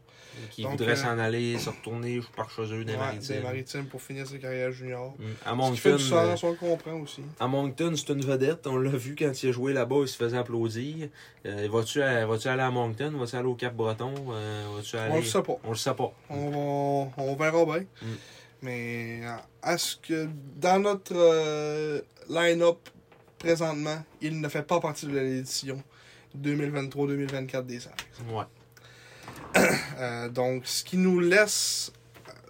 A: Qui
B: Donc,
A: voudrait
B: euh,
A: s'en aller, se retourner par chez eux, des
B: Ouais, des
A: maritimes.
B: maritimes pour finir sa carrière junior.
A: Mm. À
B: Ce qui fait
A: Moncton,
B: du
A: euh,
B: sens, on le comprend aussi.
A: à Moncton, c'est une vedette. On l'a vu quand il a joué là-bas, il se faisait applaudir. Euh, vas-tu, à- vas-tu aller à Moncton? Vas-tu aller au Cap-Breton? Euh, vas-tu aller...
B: On le sait pas.
A: On le sait pas.
B: On, va- on verra bien.
A: Mm.
B: Mais à ce que dans notre euh, line-up présentement, il ne fait pas partie de l'édition 2023-2024 des Saints.
A: Ouais.
B: Euh, donc, ce qui nous laisse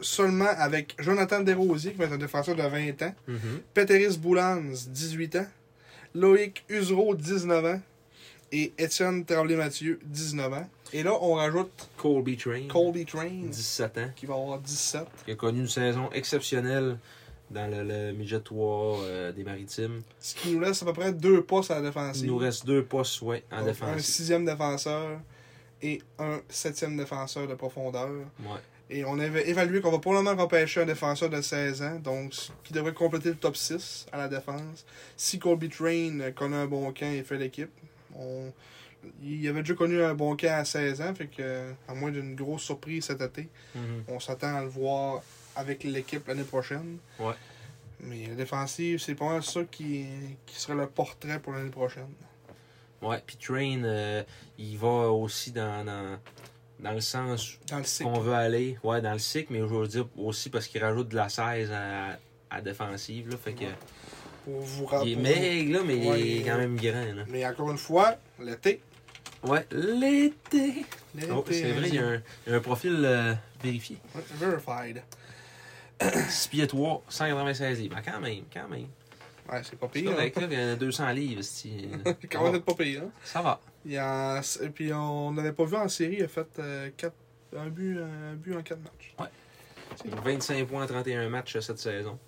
B: seulement avec Jonathan Desrosiers, qui va être un défenseur de 20 ans,
A: Mhm.
B: Peteris Boulans, 18 ans, Loïc Usereau, 19 ans, et Étienne Tremblay-Mathieu, 19 ans. Et là, on rajoute
A: Colby Train,
B: Colby Train,
A: 17 ans,
B: qui va avoir 17.
A: qui a connu une saison exceptionnelle dans le, le midget 3 euh, des Maritimes.
B: Ce qui nous laisse à peu près deux postes à la
A: Il
B: défensive.
A: nous reste deux postes ouais, en
B: Donc, Un
A: défense.
B: sixième défenseur et un septième défenseur de profondeur.
A: Ouais.
B: Et on avait évalué qu'on va probablement repêcher un défenseur de 16 ans, donc ce qui devrait compléter le top 6 à la défense. Si Colby Train euh, connaît un bon camp et fait l'équipe, on... il avait déjà connu un bon camp à 16 ans, fait que, euh, à moins d'une grosse surprise cet été,
A: Mhm.
B: on s'attend à le voir avec l'équipe l'année prochaine.
A: Ouais.
B: Mais la défensive, c'est pas mal ça qui, qui serait le portrait pour l'année prochaine.
A: Ouais, puis Train, euh, il va aussi dans, dans, dans le sens
B: Dans le cycle.
A: qu'on veut aller. Ouais, dans le cycle, mais je veux dire aussi parce qu'il rajoute de la 16 à, à défensive. Là, fait que,
B: Ouais. Pour vous
A: Il
B: rappeler.
A: est maigre, là, mais
B: Ouais,
A: il est
B: il-
A: quand même grand. Là.
B: Mais encore une fois, l'été.
A: Ouais, l'été. Oh,
B: L'été,
A: c'est
B: hein.
A: vrai, il y a un, il y a un profil euh, vérifié.
B: Ouais, Verified.
A: 6 pieds 3, 196 livres. Ah, quand même, quand même.
B: Ouais, c'est pas
A: C'est
B: pire.
A: correct, là, il y a 200 livres. c'ti.
B: Quand même, c'est pas pire. hein.
A: Ça va.
B: Il y a... Et puis, on n'avait pas vu en série, il a fait euh, quatre... un, but, un but en quatre matchs. C'est bon.
A: 25 points en 31 matchs euh, cette saison.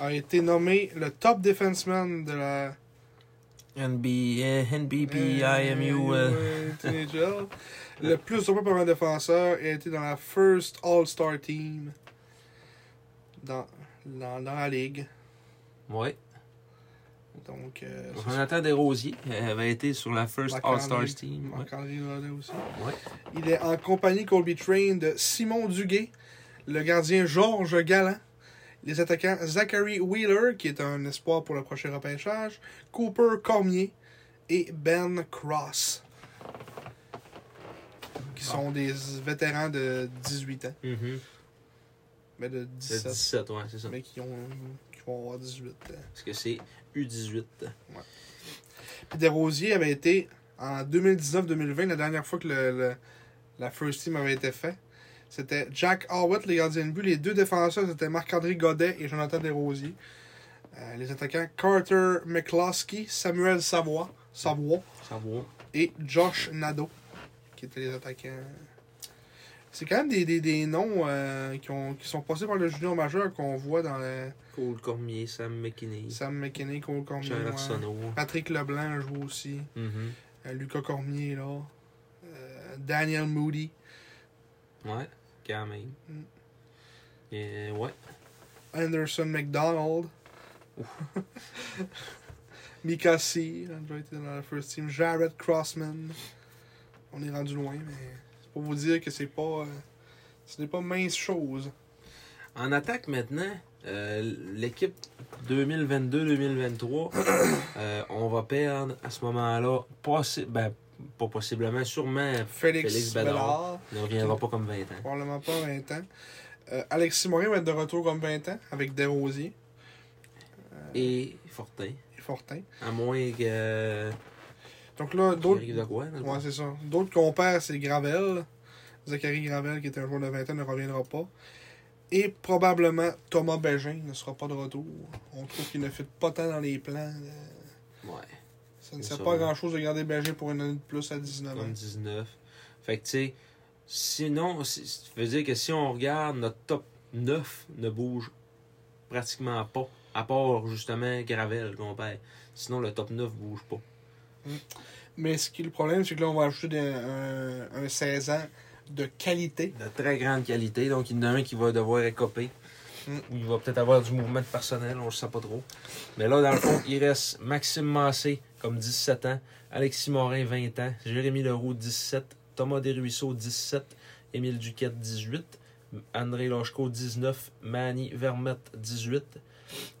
B: A été nommé le top defenseman de la
A: NB, NBPIMU.
B: Euh, NHL. Le plus de points par un défenseur il a été dans la first All-Star team dans, dans, dans la ligue.
A: Ouais.
B: Donc, euh, c'est
A: Jonathan Desrosiers euh, avait été sur la First
B: Marc-André.
A: All-Stars Team. Ouais.
B: Marc-André Rollet aussi.
A: Ouais.
B: Il est en compagnie Colby Train de Simon Duguay, le gardien Georges Galland, les attaquants Zachary Wheeler, qui est un espoir pour le prochain repêchage, Cooper Cormier et Ben Cross, qui sont des vétérans de 18 ans,
A: Mhm.
B: mais de
A: C'est
B: 17,
A: 17, ouais, c'est ça.
B: mais qui, ont, qui vont avoir 18 ans.
A: Parce que c'est U18.
B: Puis Desrosiers avait été en 2019-2020, la dernière fois que le, le- la First Team avait été fait. C'était Jack Howard, les gardiens de but. Les deux défenseurs, c'était Marc-André Godet et Jonathan Desrosiers. Euh, les attaquants, Carter McCloskey, Samuel Savoie, Savoie
A: Ça va.
B: et Josh Nadeau, qui étaient les attaquants. C'est quand même des, des, des noms euh, qui, ont, qui sont passés par le junior majeur qu'on voit dans le
A: Cole Cormier, Sam McKinney,
B: Sam McKinney, Cole Cormier,
A: Charles
B: ouais.
A: Arsenault.
B: Patrick Leblanc joue aussi.
A: Mhm.
B: Euh, Lucas Cormier, là. Euh, Daniel Moody.
A: Ouais, quand même.
B: Mm.
A: Et, ouais.
B: Anderson McDonald. Mika C a déjà été dans la first team. Jared Crossman. On est rendu loin, mais c'est pour vous dire que c'est pas. euh, ce n'est pas mince chose.
A: En attaque maintenant, euh, l'équipe 2022-2023, euh, on va perdre à ce moment-là, possi- ben, pas possiblement, sûrement,
B: Félix,
A: Félix Bédard.
B: Bédard.
A: il ne reviendra pas comme 20 ans.
B: Probablement pas 20 ans. Euh, Alexis Morin va être de retour comme 20 ans avec Desrosiers
A: Et Fortin,
B: et Fortin.
A: à moins que... euh,
B: Donc là,
A: qu'il
B: d'autres.
A: arrive de quoi? dans le
B: Ouais, c'est ça. D'autres qu'on perd, c'est Gravel. Zachary Gravel, qui était un joueur de 20 ans, ne reviendra pas. Et probablement Thomas Bégin ne sera pas de retour. On trouve qu'il ne fit pas tant dans les plans. euh,
A: Ouais,
B: Ça ne
A: C'est
B: sert
A: ça,
B: pas à
A: ouais.
B: grand chose de garder Bégin pour une année de plus à 19 ans.
A: comme 19. Fait que, tu sais, sinon, si- ça veut dire que si on regarde, notre top 9 ne bouge pratiquement pas, à part, justement, Gravel qu'on perd. Sinon, le top 9 bouge pas.
B: Mais ce qui est le problème, c'est que là, on va ajouter des- un, un 16 ans de qualité.
A: de très grande qualité. Donc, il y en a un qui va devoir écoper.
B: Mm.
A: Ou il va peut-être avoir du mouvement de personnel, on ne sait pas trop. Mais là, dans le fond, il reste Maxime Massé, comme 17 ans, Alexis Morin, 20 ans, Jérémy Leroux, 17, Thomas Desruisseaux, 17, Émile Duquette, 18, André Lochko, 19, Manny Vermette, 18,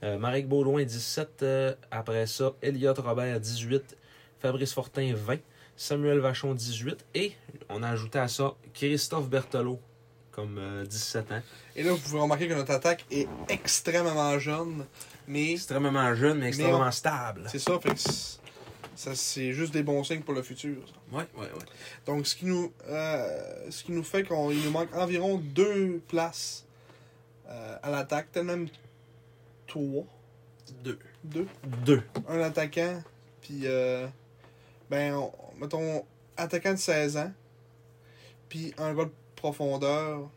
A: euh, Marek Baudouin, 17, euh, après ça, Elliot Robert, 18, Fabrice Fortin, 20, Samuel Vachon, 18, et on a ajouté à ça Christophe Berthelot, comme euh, 17 ans.
B: Et là, vous pouvez remarquer que notre attaque est extrêmement jeune. Mais
A: Extrêmement jeune, mais extrêmement
B: Mais
A: stable.
B: c'est ça, fait que c'est- ça, c'est juste des bons signes pour le futur. ça.
A: Ouais, ouais, ouais.
B: Donc, ce qui nous, euh, ce qui nous fait qu'on il nous manque environ deux places euh, à l'attaque, peut-être même trois,
A: Deux.
B: deux.
A: Deux.
B: Un attaquant, puis, euh, ben, on- mettons, attaquant de 16 ans, puis un gars de profondeur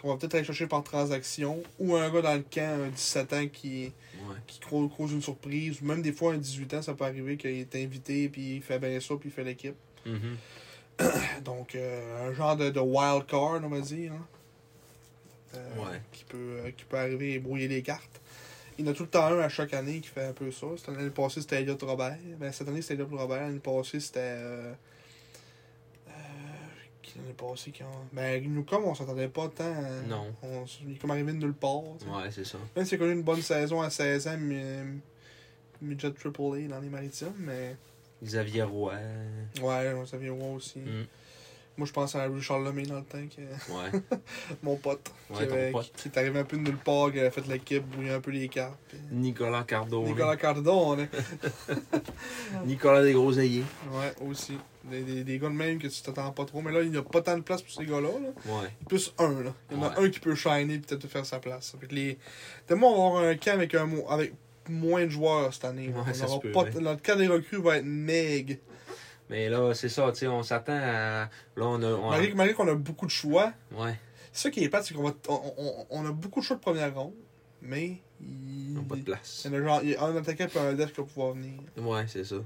B: qu'on va peut-être aller chercher par transaction, ou un gars dans le camp, un 17 ans qui,
A: Ouais.
B: qui cro- cause une surprise, ou même des fois un 18 ans, ça peut arriver qu'il est invité, puis il fait bien ça, puis il fait l'équipe.
A: Mhm.
B: Donc, euh, un genre de, de wild card, on va dire. hein. Euh,
A: Ouais.
B: qui, peut, euh, qui peut arriver et brouiller les cartes. Il y en a tout le temps un à chaque année qui fait un peu ça. Cette année, l'année passée, c'était Elliot Robert. Ben, cette année, c'était Elliot Robert. L'année passée, c'était. Euh, euh, qui l'année passée qui en- Ben, nous, comme on s'attendait pas tant. hein,
A: Non.
B: On, s- il est comme arrivé de nulle part. tu sais.
A: Ouais, c'est ça.
B: Même s'il a connu une bonne saison à 16 ans, mais, midget triple A dans les maritimes, mais.
A: Xavier Roy.
B: Ouais, on savait voir aussi.
A: Mm.
B: Moi, je pense à Richard Lemay dans le temps, que,
A: Ouais.
B: mon pote, qui,
A: Ouais, ton
B: avait-
A: pote.
B: qui est arrivé un peu de nulle part, qui avait fait l'équipe, brouillé un peu les cartes. puis-
A: Nicolas Cardone.
B: Nicolas
A: Nicolas,
B: Cardone, hein.
A: des Groseilliers.
B: ouais, aussi. Des, des, des gars de même que tu t'attends pas trop, mais là, il n'y a pas tant de place pour ces gars-là. là.
A: Ouais.
B: Plus un, là. Il y en a
A: Ouais.
B: un qui peut shiner et peut-être faire sa place. Fait que les... Tellement on va avoir un camp avec, un, mo- avec moins de joueurs cette année. là.
A: Ouais,
B: On
A: ça se
B: aura
A: peut,
B: pas-
A: ouais.
B: Notre camp des recrues va être meg.
A: Mais là, c'est ça, tu sais, on s'attend à. Là, on a. on a-
B: Malgré, malgré qu'on a beaucoup de choix,
A: Ouais.
B: ce qui est plate, c'est qu'on va t- on, on- on a beaucoup de choix de première ronde, mais il...
A: On n'a pas de
B: Il
A: place.
B: y en a genre, il y a un attaquant et un def qui va pouvoir venir.
A: Ouais, c'est ça.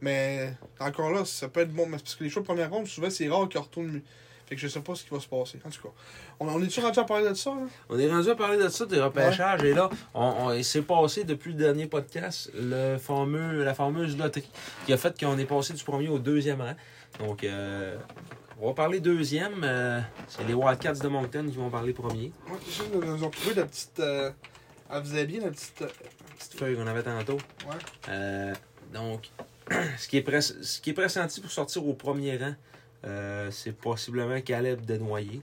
B: Mais encore là, ça peut être bon. Mais c'est parce que les choix de première ronde, souvent, c'est rare qu'ils retournent. mieux. Fait que je sais pas ce qui va se passer. En tout cas, on, on est-tu rendu à parler de ça? là?
A: On est rendu à parler de ça, des repêchages, et là, on, on- il s'est passé depuis le dernier podcast le fameux, la fameuse loterie qui a fait qu'on est passé du premier au deuxième rang. Donc, euh, on va parler deuxième. euh, c'est les Wildcats de Moncton qui vont parler premier.
B: Ouais, c'est juste qu'ils nous ont trouvé la petite. euh, elle faisait bien la petite. euh,
A: Petite feuille qu'on avait tantôt.
B: ouais.
A: Euh, donc, ce qui, est press- ce qui est pressenti pour sortir au premier rang, euh, c'est possiblement Caleb Desnoyers.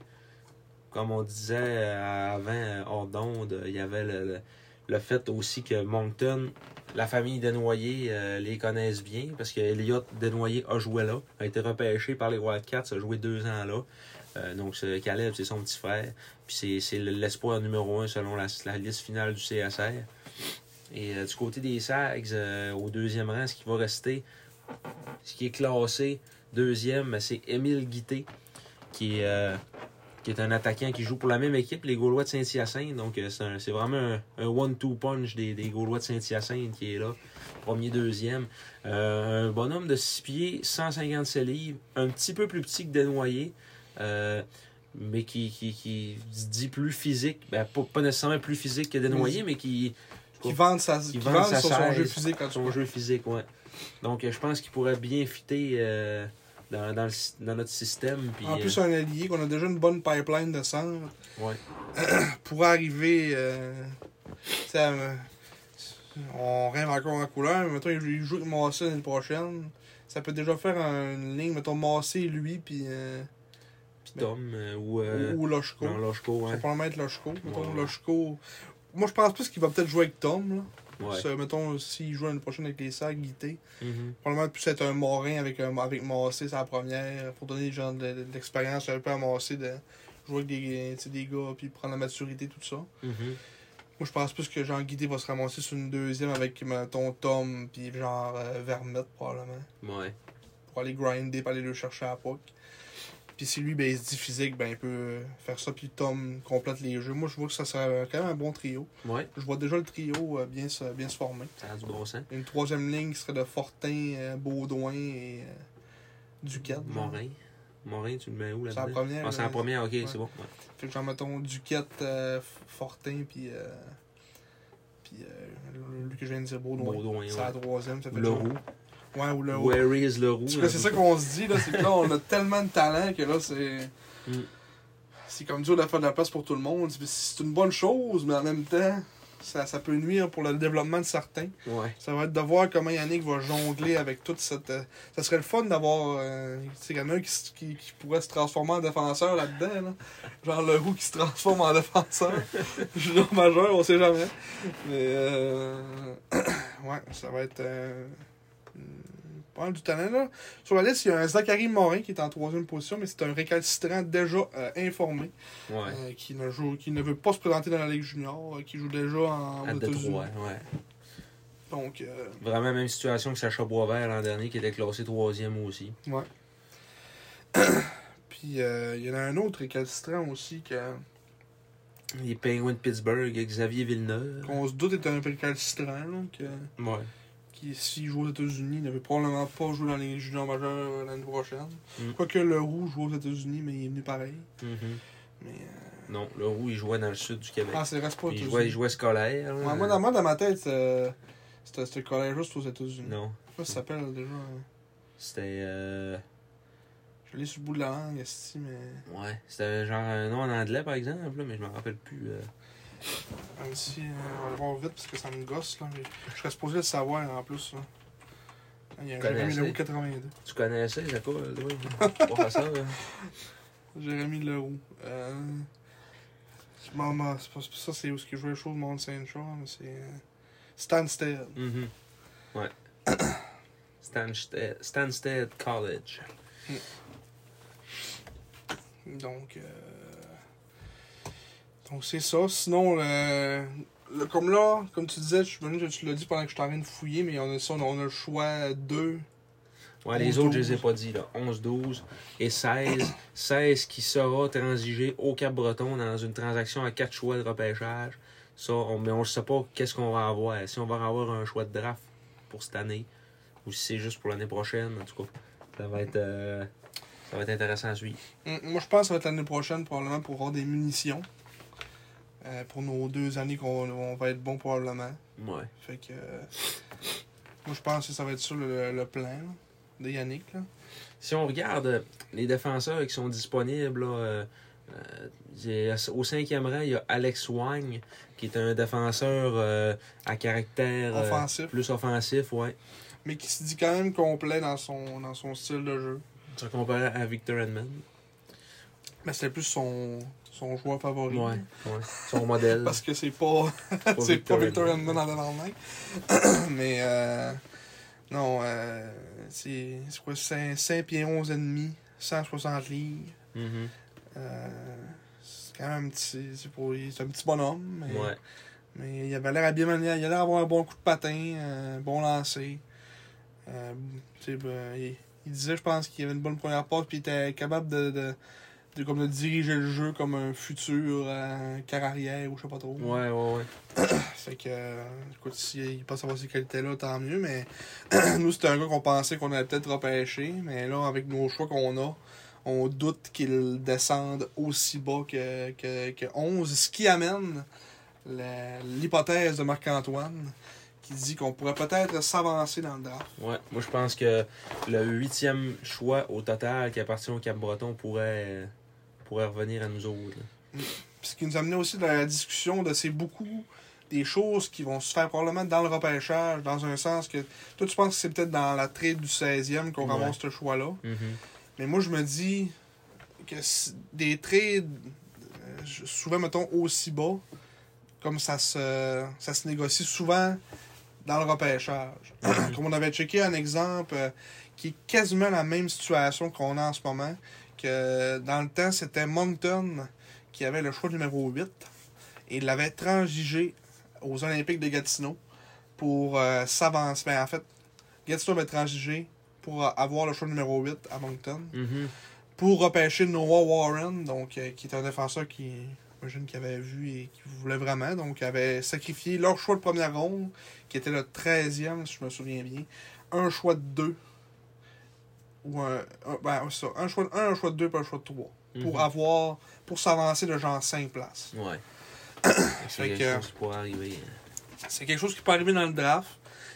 A: Comme on disait euh, avant, euh, hors d'onde, euh, il y avait le, le- le fait aussi que Moncton, la famille Desnoyers, euh, les connaissent bien parce que Elliot Desnoyers a joué là, a été repêché par les Wildcats, a joué deux ans là. Euh, donc, ce Caleb, c'est son petit frère. Puis c'est- c'est l'espoir numéro un selon la, la liste finale du CSR. Et euh, du côté des Sags, euh, au deuxième rang, ce qui va rester, ce qui est classé deuxième, ben, c'est Émile Guité, qui est, euh, qui est un attaquant qui joue pour la même équipe, les Gaulois de Saint-Hyacinthe. Donc, euh, c'est un- c'est vraiment un, un one-two punch des, des Gaulois de Saint-Hyacinthe qui est là, premier, deuxième. Euh, un bonhomme de 6 pieds, 157 livres, un petit peu plus petit que Desnoyers. euh, mais qui, qui, qui se dit plus physique, ben, pas, pas nécessairement plus physique que Desnoyers, mais qui,
B: Qui vendent sa, qui vendent
A: sa
B: sur son
A: chaise,
B: jeu physique en tout
A: Son
B: cas.
A: jeu physique, ouais. Donc, euh, je pense qu'il pourrait bien fitter euh, dans, dans, le sy- dans notre système. Puis,
B: En plus,
A: euh,
B: un allié qu'on a déjà une bonne pipeline de sang
A: ouais.
B: pour arriver. euh, tu sais, euh, on rêve encore en couleur, mais mettons, il joue avec Massé l'année prochaine. Ça peut déjà faire une ligne, mettons, Massé, lui, puis. euh,
A: Puis Tom euh, ou, euh,
B: ou, ou Loshko.
A: non, Loshko,
B: Ça
A: ouais.
B: va probablement être Loshko. Mettons,
A: Ouais.
B: Loshko. Moi, je pense plus qu'il va peut-être jouer avec Tom. Là.
A: ouais.
B: Ça, mettons, s'il joue l'année prochaine avec les sacs, guité.
A: Mhm.
B: Probablement plus être un morin avec, un, avec Massé, c'est la première, pour donner genre, de, de- de l'expérience un peu à Massé de jouer avec des, tu sais, des gars, puis prendre la maturité, tout ça.
A: Mhm.
B: Moi, je pense plus que Jean Guidé va se ramasser sur une deuxième avec, mettons, Tom, puis genre euh, Vermette, probablement,
A: Ouais.
B: pour aller grinder, pour aller le chercher à la puck. Puis si lui, ben, il se dit physique, ben, il peut euh, faire ça, puis Tom complète les jeux. Moi, je vois que ça serait quand même un bon trio.
A: Ouais.
B: Je vois déjà le trio euh, bien, se, bien se former.
A: Ça a du bon sens.
B: Une troisième ligne qui serait de Fortin, euh, Baudouin et euh, Duquette. genre.
A: Morin. Morin, tu le mets où
B: C'est la
A: là-dedans?
B: première,
A: Ah, c'est la
B: euh,
A: première, ok,
B: ouais.
A: c'est bon. ouais.
B: Fait que genre, mettons, Duquette, euh, F- Fortin, puis... euh, puis euh, lui que je viens de dire, Baudouin.
A: Baudouin,
B: C'est
A: ouais.
B: la troisième, ça fait déjà-
A: Leroux.
B: Ouais, ou le haut.
A: Where is Leroux?
B: En tout cas, c'est ça qu'on se dit, là, c'est que là, on a tellement de talent que là, c'est.
A: Mm.
B: C'est comme dur de faire de la place pour tout le monde. Puis C'est une bonne chose, mais en même temps, ça, ça peut nuire pour le développement de certains.
A: Ouais.
B: Ça va être de voir comment Yannick va jongler avec toute cette. euh, Ça serait le fun d'avoir. Euh, tu sais, quelqu'un qui, s- qui, qui pourrait se transformer en défenseur là-dedans. Là. Genre le roux qui se transforme en défenseur. Junior majeur, on sait jamais. Mais. Euh... ouais, ça va être. Euh... hum, Pas mal du talent, là. Sur la liste, il y a un Zachary Morin qui est en troisième position, mais c'est un récalcitrant déjà euh, informé
A: Ouais.
B: euh, qui, ne joue, qui ne veut pas se présenter dans la Ligue Junior, euh, qui joue déjà en.
A: À
B: aux États-Unis.
A: Détroit, ouais.
B: Donc. euh,
A: Vraiment même situation que Sacha Boisvert l'an dernier qui était classé troisième aussi.
B: Ouais. Puis euh, il y en a un autre récalcitrant aussi que-
A: Les Penguins de Pittsburgh, Xavier Villeneuve.
B: qu'on se doute est un récalcitrant, là, que,
A: Ouais.
B: qui s'il joue aux États-Unis ne veut probablement pas jouer dans les juniors majeurs euh, l'année prochaine.
A: Mm.
B: Quoique le roux joue aux États-Unis, mais il est venu pareil.
A: Mhm.
B: Mais euh,
A: Non, Leroux, il jouait dans le sud du Québec.
B: ah, c'est reste pas aux
A: il, jouait, il
B: États-Unis.
A: jouait scolaire. là.
B: Ouais, moi, dans, moi, dans ma tête, euh, c'était c'était collège juste aux États-Unis.
A: Non,
B: Comment ça s'appelle déjà hein?
A: c'était. euh,
B: Je l'ai sur le bout de la langue, esti, mais.
A: Ouais, c'était genre un nom en anglais par exemple, là, mais je m'en rappelle plus. euh.
B: Même si, euh, on va le voir vite parce que ça me gosse, là. mais Je serais supposé le savoir en plus, là. Il y a
A: Connais
B: Jérémy
A: assez.
B: Leroux 82.
A: Tu connaissais, c'est quoi, le droit pas ça, là.
B: Jérémy Leroux. Euh... je m'en- m'en- c'est pas- Ça, c'est où ce que jouait le show de Mont Saint-Jean, mais c'est. euh, Stansted.
A: Mhm. Ouais. Stansted, Stansted College.
B: Donc, euh, donc c'est ça. Sinon, le... le- comme là, comme tu disais, je suis venu, tu l'as dit pendant que je suis en train de fouiller, mais on a, ça, on a, on a le choix 2.
A: Ouais, les
B: 11,
A: autres, je les ai
B: 12.
A: pas dit, là. 11, 12 et 16. 16 qui sera transigé au Cap-Breton dans une transaction à 4 choix de repêchage. Ça, on, mais on ne sait pas qu'est-ce qu'on va avoir. Si on va avoir un choix de draft pour cette année ou si c'est juste pour l'année prochaine, en tout cas. Ça va être, euh, ça va être intéressant à suivre.
B: Moi, je pense que ça va être l'année prochaine, probablement, pour avoir des munitions. Euh, pour nos deux années qu'on on va être bon, probablement.
A: Ouais.
B: Fait que. euh, moi, je pense que ça va être ça le, le plan là, de Yannick. Là.
A: Si on regarde euh, les défenseurs qui sont disponibles, là, euh, euh, j'ai- au cinquième rang, il y a Alex Wang, qui est un défenseur euh, à caractère euh,
B: Offensif.
A: plus offensif, ouais.
B: Mais qui se dit quand même complet dans son, dans son style de jeu.
A: Tu comparé à Victor Edmond.
B: Mais c'était plus son, son joueur favori.
A: Ouais, ouais. Son modèle.
B: Parce que c'est pas, c'est pas Victor Edmond dans l'avant-main. Mais euh, non, euh, c'est c'est quoi 5, pieds 11 et demi, 160 livres.
A: Mhm.
B: Euh, c'est quand même un petit, c'est pour- c'est un petit bonhomme. mais-
A: Mhm. Ouais.
B: Mais il avait l'air à bien manier- il a l'air d'avoir un bon coup de patin, euh, un bon lancer. Euh, tu sais, ben, il, il disait, je pense, qu'il avait une bonne première passe, puis il était capable de, de, de- comme de diriger le jeu comme un futur euh, carrière ou je sais pas trop.
A: Ouais, ouais, ouais.
B: Fait que, euh, écoute, s'il il pense avoir ces qualités-là, tant mieux, mais nous, c'était un gars qu'on pensait qu'on allait peut-être repêcher, mais là, avec nos choix qu'on a, on doute qu'il descende aussi bas que, que, que 11, ce qui amène la- l'hypothèse de Marc-Antoine qui dit qu'on pourrait peut-être s'avancer dans le draft.
A: Ouais, moi je pense que le huitième choix au total qui appartient au Cap-Breton pourrait, pourrait revenir à nous autres. là.
B: Puis ce qui nous amenait aussi dans la discussion de c'est beaucoup des choses qui vont se faire probablement dans le repêchage, dans un sens que toi tu penses que c'est peut-être dans la trade du 16e qu'on
A: Ouais.
B: ramasse ce choix-là.
A: Mhm.
B: Mais moi, je me dis que si- des trades, euh, je- souvent, mettons, aussi bas, comme ça se, ça se négocie souvent dans le repêchage. comme on avait checké un exemple euh, qui est quasiment la même situation qu'on a en ce moment, que dans le temps, c'était Moncton qui avait le choix numéro 8 et il l'avait transigé aux Olympiques de Gatineau pour euh, s'avancer. Mais en fait, Gatineau avait transigé pour euh, avoir le choix numéro 8 à Moncton
A: Mhm.
B: pour repêcher Noah Warren, donc euh, qui est un défenseur qui j'imagine qu'il avait vu et qui voulait vraiment, donc avait sacrifié leur choix de première ronde, qui était le 13e, si je me souviens bien, un choix de deux. Ou un, un- ben, c'est ça, un choix de 1, un choix de 2, puis un choix de 3. Pour
A: Mhm.
B: avoir. Pour s'avancer de genre 5 places.
A: Ouais. C'est
B: Fait
A: quelque
B: que-
A: chose qui pourrait arriver.
B: C'est quelque chose qui peut arriver dans le draft.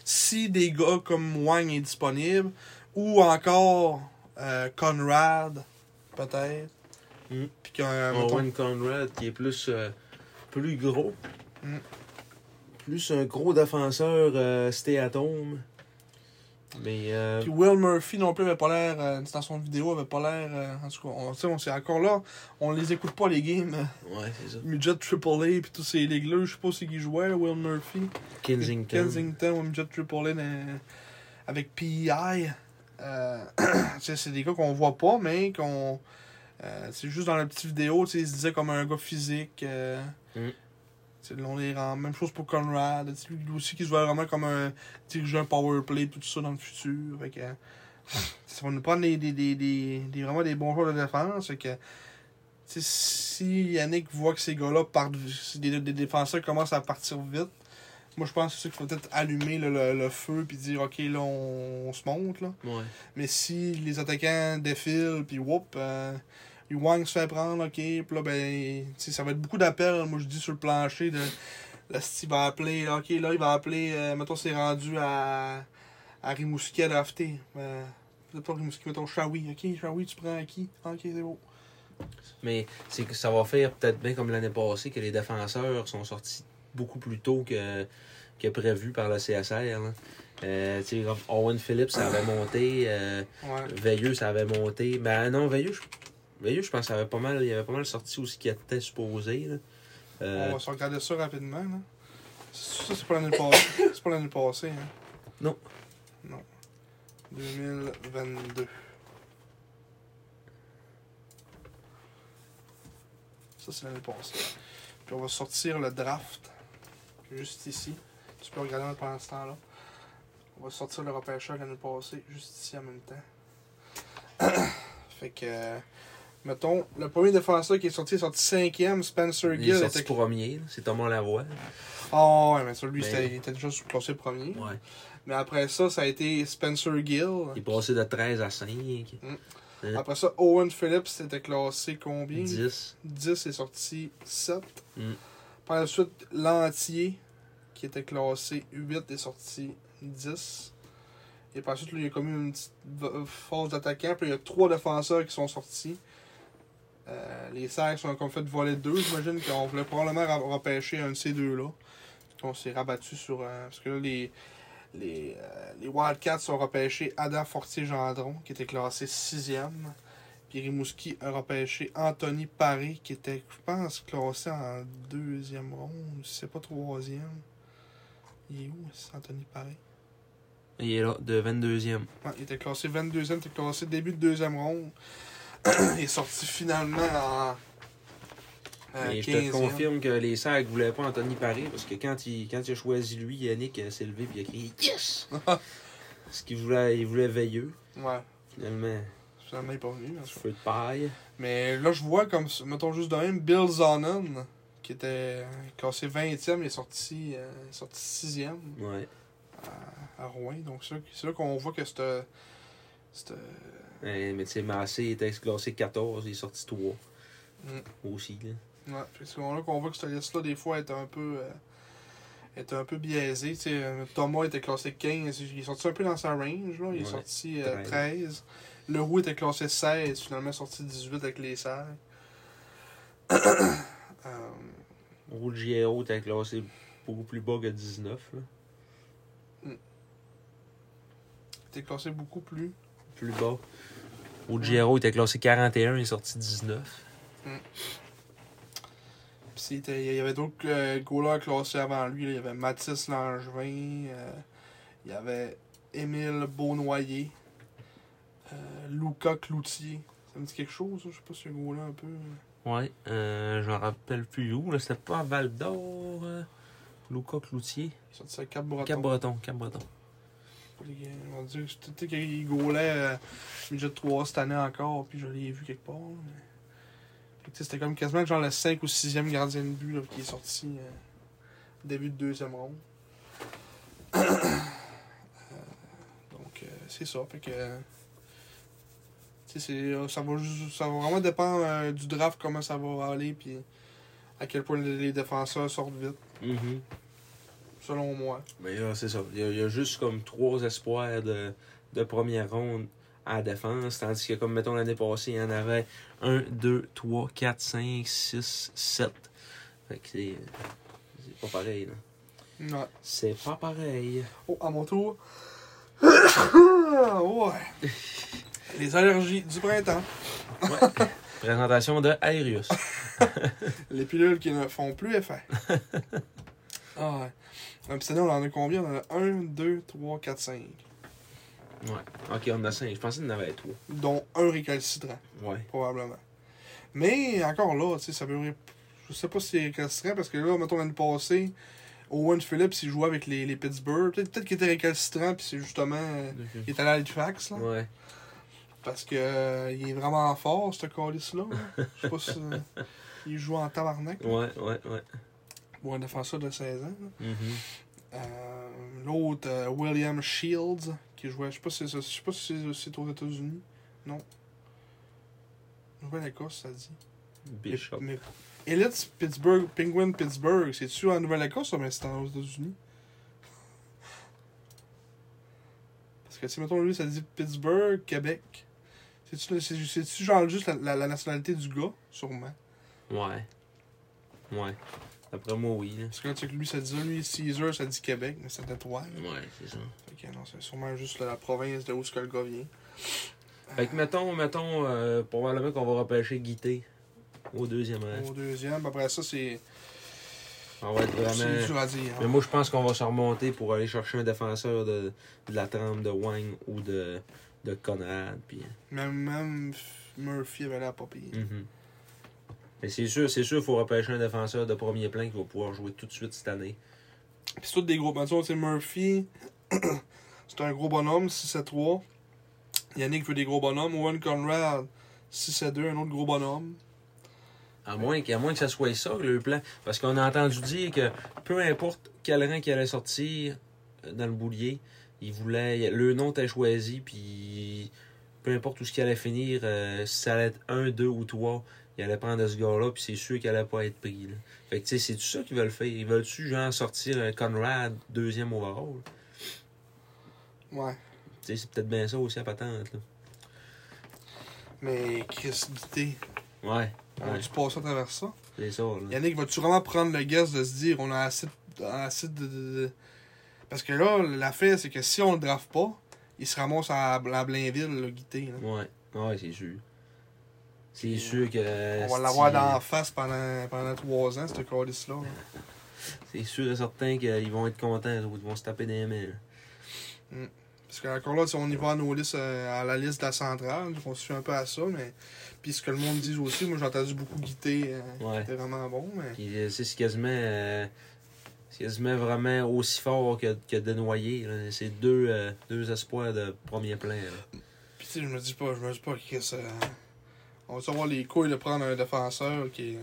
B: Si des gars comme Wang est disponible, ou encore euh, Conrad, peut-être.
A: Mhm.
B: Puis qu'un. mettons,
A: Owen Conrad qui est plus, euh, plus gros.
B: Mm.
A: Plus un gros défenseur euh, stéatome. Mais euh,
B: Puis Will Murphy non plus avait pas l'air, euh, une station de vidéo avait pas l'air. euh, en tout cas, on, tu sais, on c'est encore là, on les écoute pas les games. euh,
A: ouais, c'est ça.
B: Midget Triple A puis tous ces ligues-là, je sais pas c'est qui jouait, Will Murphy.
A: Kensington.
B: Kensington ou Midget Triple A dans- avec PEI. Euh, tu sais, c'est des gars qu'on voit pas, mais qu'on. euh, c'est juste dans la petite vidéo, tu sais, ils se disaient comme un gars physique. euh,
A: Mm.
B: tu sais, on les rend. Même chose pour Conrad. tu sais, Lui aussi qui se voit vraiment comme un. Tu sais, jouer un power play, tout ça dans le futur. Fait que, ça va nous prendre des, des, des, des, des- vraiment des bons joueurs de défense. Fait que, tu sais, si Yannick voit que ces gars-là partent. Si des, des défenseurs commencent à partir vite, moi je pense que c'est ça qu'il faut peut-être allumer le, le- le feu puis dire ok, là on, on se monte. Là.
A: Ouais.
B: Mais si les attaquants défilent, puis whoop, euh, Wang se fait prendre, ok, puis là, ben, tu sais, ça va être beaucoup d'appels, moi je dis sur le plancher, de, là, si il va appeler, là, ok, là, il va appeler, euh, mettons, c'est rendu à, à Rimouski à drafter. Euh, peut-être pas Rimouski, mettons, Shawi, ok, Shawi, tu prends à qui Ok, c'est beau.
A: Mais c'est que ça va faire peut-être bien comme l'année passée que les défenseurs sont sortis beaucoup plus tôt que, que prévu par le CSR. là. Euh, tu sais, comme Owen Phillips, ça avait monté. euh,
B: Ouais.
A: Veilleux, ça avait monté. Ben non, Veilleux, je, Veilleux, je pense que ça avait pas mal. Il avait pas mal sorti aussi qui était supposé. là. Euh,
B: On va se regarder ça rapidement, là. Ça, c'est pas l'année passée. c'est pas l'année passée, hein.
A: Non.
B: Non. 2022. Ça, c'est l'année passée. Puis on va sortir le draft. Juste ici. Tu peux regarder pendant ce temps-là. On va sortir le repêcheur l'année passée, juste ici en même temps. fait que. Mettons, le premier défenseur qui est sorti est sorti cinquième, Spencer
A: il est
B: Gill.
A: sorti
B: était-
A: premier, là. c'est Thomas Lavoie.
B: Oh, ouais, mais ça, lui,
A: Mais-
B: c'était- il était déjà classé premier.
A: Ouais.
B: Mais après ça, ça a été Spencer
A: Il est
B: Gill.
A: passé de 13 à 5, 10.
B: Après ça, Owen Phillips était classé combien
A: 10.
B: 10 est sorti 7.
A: Mm.
B: Par la suite, Lantier, qui était classé 8, est sorti 10. Et par la suite, lui, il a commis une petite v- force d'attaquant. Puis il y a trois défenseurs qui sont sortis. Euh, les Serres sont comme fait voler deux. J'imagine qu'on voulait probablement ra- repêcher un de ces deux-là. On s'est rabattu sur. euh, parce que là, les, les, euh, les Wildcats ont repêché Adam Fortier-Gendron, qui était classé 6e. Puis Rimouski a repêché Anthony Paré, qui était, je pense, classé en deuxième ronde, si c'est pas troisième. Il est où, c'est Anthony Paré?
A: Il est là, de 22e.
B: Ouais, il était classé 22e, il était classé début de deuxième ronde. il est sorti finalement en euh,
A: Mais je te
B: 15e.
A: confirme que les Sags voulaient pas Anthony Paré parce que quand il, quand il a choisi lui, Yannick euh, s'est levé et il a crié Yes! parce qu'il voulait, il voulait veilleux.
B: Ouais,
A: Finalement,
B: finalement, il est pas venu. en tout cas.
A: feu de paille.
B: Mais là, je vois comme, ça, mettons juste de même, Bill Zonnen, qui était classé 20e, il est sorti, euh, il est sorti 6e.
A: Ouais.
B: à Rouen. Donc, c'est là- c'est là qu'on voit que c'est. c'est-
A: Euh, mais tu sais, Massé était classé 14, il est sorti 3.
B: Mm.
A: Aussi, là.
B: Ouais, fait que c'est là qu'on voit que cette liste-là, des fois, est un peu, euh, est un peu biaisée. Tu sais, euh, Thomas était classé 15, il est sorti un peu dans sa range. Là. Il est
A: Ouais,
B: sorti euh,
A: 13.
B: 13. Le Roux était classé 16, finalement sorti 18 avec les serres. Euh,
A: Rouge Giro était classé beaucoup plus bas que 19. là.
B: il était classé beaucoup plus.
A: Plus bas. Ruggiero était classé 41, il est sorti 19.
B: Puis c'était- il y avait d'autres euh, goalers classés avant lui. là. Il y avait Mathis Langevin, euh, il y avait Émile Beaunoyer, euh, Lucas Cloutier. Ça me dit quelque chose, ça? je sais pas si ce goaler un peu.
A: Ouais, euh, je me rappelle plus où, là, c'était pas à Val d'Or. euh, Luca Cloutier.
B: Il sortit à Cap-Breton.
A: Cap-Breton, Cap-Breton.
B: Les- On va dire que je- tu sais qu'il gaulait euh, midget 3 cette année encore, puis je l'ai vu quelque part. là, mais- Fait que, tu sais, C'était comme quasiment genre le 5 ou 6e gardien de but là, qui est sorti euh, début de deuxième ronde. Euh, donc euh, c'est ça. Fait que, euh, tu sais, c'est, euh, ça, va juste- ça va vraiment dépendre euh, du draft, comment ça va aller, puis à quel point les les défenseurs sortent vite,
A: Mhm.
B: selon moi.
A: Mais là, c'est ça. Il y, a, il y a juste comme trois espoirs de, de première ronde à la défense. Tandis que, comme mettons l'année passée, il y en avait 1, 2, 3, 4, 5, 6, 7. Fait que c'est. C'est pas pareil, là.
B: Ouais.
A: C'est pas pareil.
B: Oh, à mon tour. ouais. Les allergies du printemps.
A: Présentation de Arius.
B: Les pilules qui ne font plus effet. ah ouais. Un petit on en a combien On en a 1, 2, 3, 4, 5.
A: Ouais. Ok, on en a 5. Je pensais qu'il y en avait 3.
B: Dont un récalcitrant,
A: Ouais.
B: probablement. Mais encore là, tu sais, ça veut dire- Je sais pas si c'est récalcitrant parce que là, mettons l'année passée, Owen Phillips, il jouait avec les, les Pittsburgh. Peut-être peut-être qu'il était récalcitrant, puis c'est justement. euh, Il est allé à Halifax, là.
A: Ouais.
B: Parce que euh, il est vraiment fort, ce calice-là. là. Je sais pas si. euh, il joue en tabarnak. là,
A: Ouais, ouais, ouais.
B: Pour un défenseur de 16 ans. là.
A: Mhm.
B: Euh, L'autre, euh, William Shields, qui jouait. Je sais pas si c'est je sais pas si c'est- c'est aux États-Unis. Non. Nouvelle-Écosse, ça dit.
A: Bishop.
B: Mais, mais Elite Pittsburgh, Penguin Pittsburgh, c'est-tu en Nouvelle-Écosse ou mais c'est en- aux États-Unis? Parce que si, mettons, lui, ça dit Pittsburgh, Québec. C'est-tu c'est- c'est-tu genre juste la, la- la nationalité du gars? Sûrement.
A: Ouais. Ouais. D'après moi, oui, là.
B: Parce que là, tu sais que lui, ça dit, lui, Caesar, ça dit Québec, mais c'était toi.
A: Ouais, c'est ça.
B: Fait que non, c'est sûrement juste la, la province de où ce que le gars vient.
A: Fait que mettons, mettons, euh, probablement qu'on va repêcher Guité au deuxième rang.
B: Au deuxième, après ça, c'est
A: On va être
B: c'est
A: vraiment.
B: dur à dire. hein.
A: Mais moi, je pense qu'on va se remonter pour aller chercher un défenseur de, de la trempe de Wang ou de, de Conrad. Puis... hein.
B: Même, même F- Murphy avait l'air pas pire.
A: Mhm. Mais c'est sûr, c'est sûr, il faut repêcher un défenseur de premier plan qui va pouvoir jouer tout de suite cette année.
B: Puis c'est tous des gros bonhommes. Tu sais, Murphy, c'est un gros bonhomme, 6-3. Yannick veut des gros bonhommes. Owen Conrad, 6-2, un autre gros bonhomme.
A: À moins, que- à moins que ça soit ça, le plan. Parce qu'on a entendu dire que peu importe quel rang qui allait sortir euh, dans le boulier, il voulait, le nom était choisi, puis peu importe où ce qui allait finir, euh, si ça allait être 1, 2 ou 3, il allait prendre ce gars-là, puis c'est sûr qu'il allait pas être pris. là. Fait que, tu sais, c'est tout ça qu'ils veulent faire. Ils veulent-tu, genre, sortir un Conrad deuxième overall?
B: Ouais.
A: Tu sais, c'est peut-être bien ça aussi à patente. là.
B: Mais Chris Guité,
A: Ouais,
B: on
A: ouais,
B: va-tu passer à travers ça?
A: c'est ça. Là.
B: Yannick, vas-tu vraiment prendre le gaz de se dire on a assez, de- assez de, de- de- Parce que là, l'affaire, c'est que si on le draft pas, il se ramasse à, à Blainville, le Guité. là.
A: Ouais, ouais, c'est sûr. C'est
B: Puis,
A: sûr que. euh,
B: On va l'avoir d'en face pendant, pendant trois ans, ce calice-là. là.
A: C'est sûr et certain qu'ils vont être contents, les autres, ils vont se taper des mains. là.
B: Parce que encore là, si on y va à nos listes, euh, à la liste de la centrale, donc on se suit un peu à ça, mais. Puis ce que le monde dit aussi, moi j'ai entendu beaucoup guiter, euh,
A: Ouais.
B: c'était vraiment bon, mais.
A: Puis euh, tu sais, c'est quasiment, euh, c'est quasiment vraiment aussi fort que, que de noyer. là. C'est deux, euh, deux espoirs de premier plan. là.
B: Puis tu sais, je me dis pas, je me dis pas que ça. On va savoir les couilles de prendre un défenseur qui.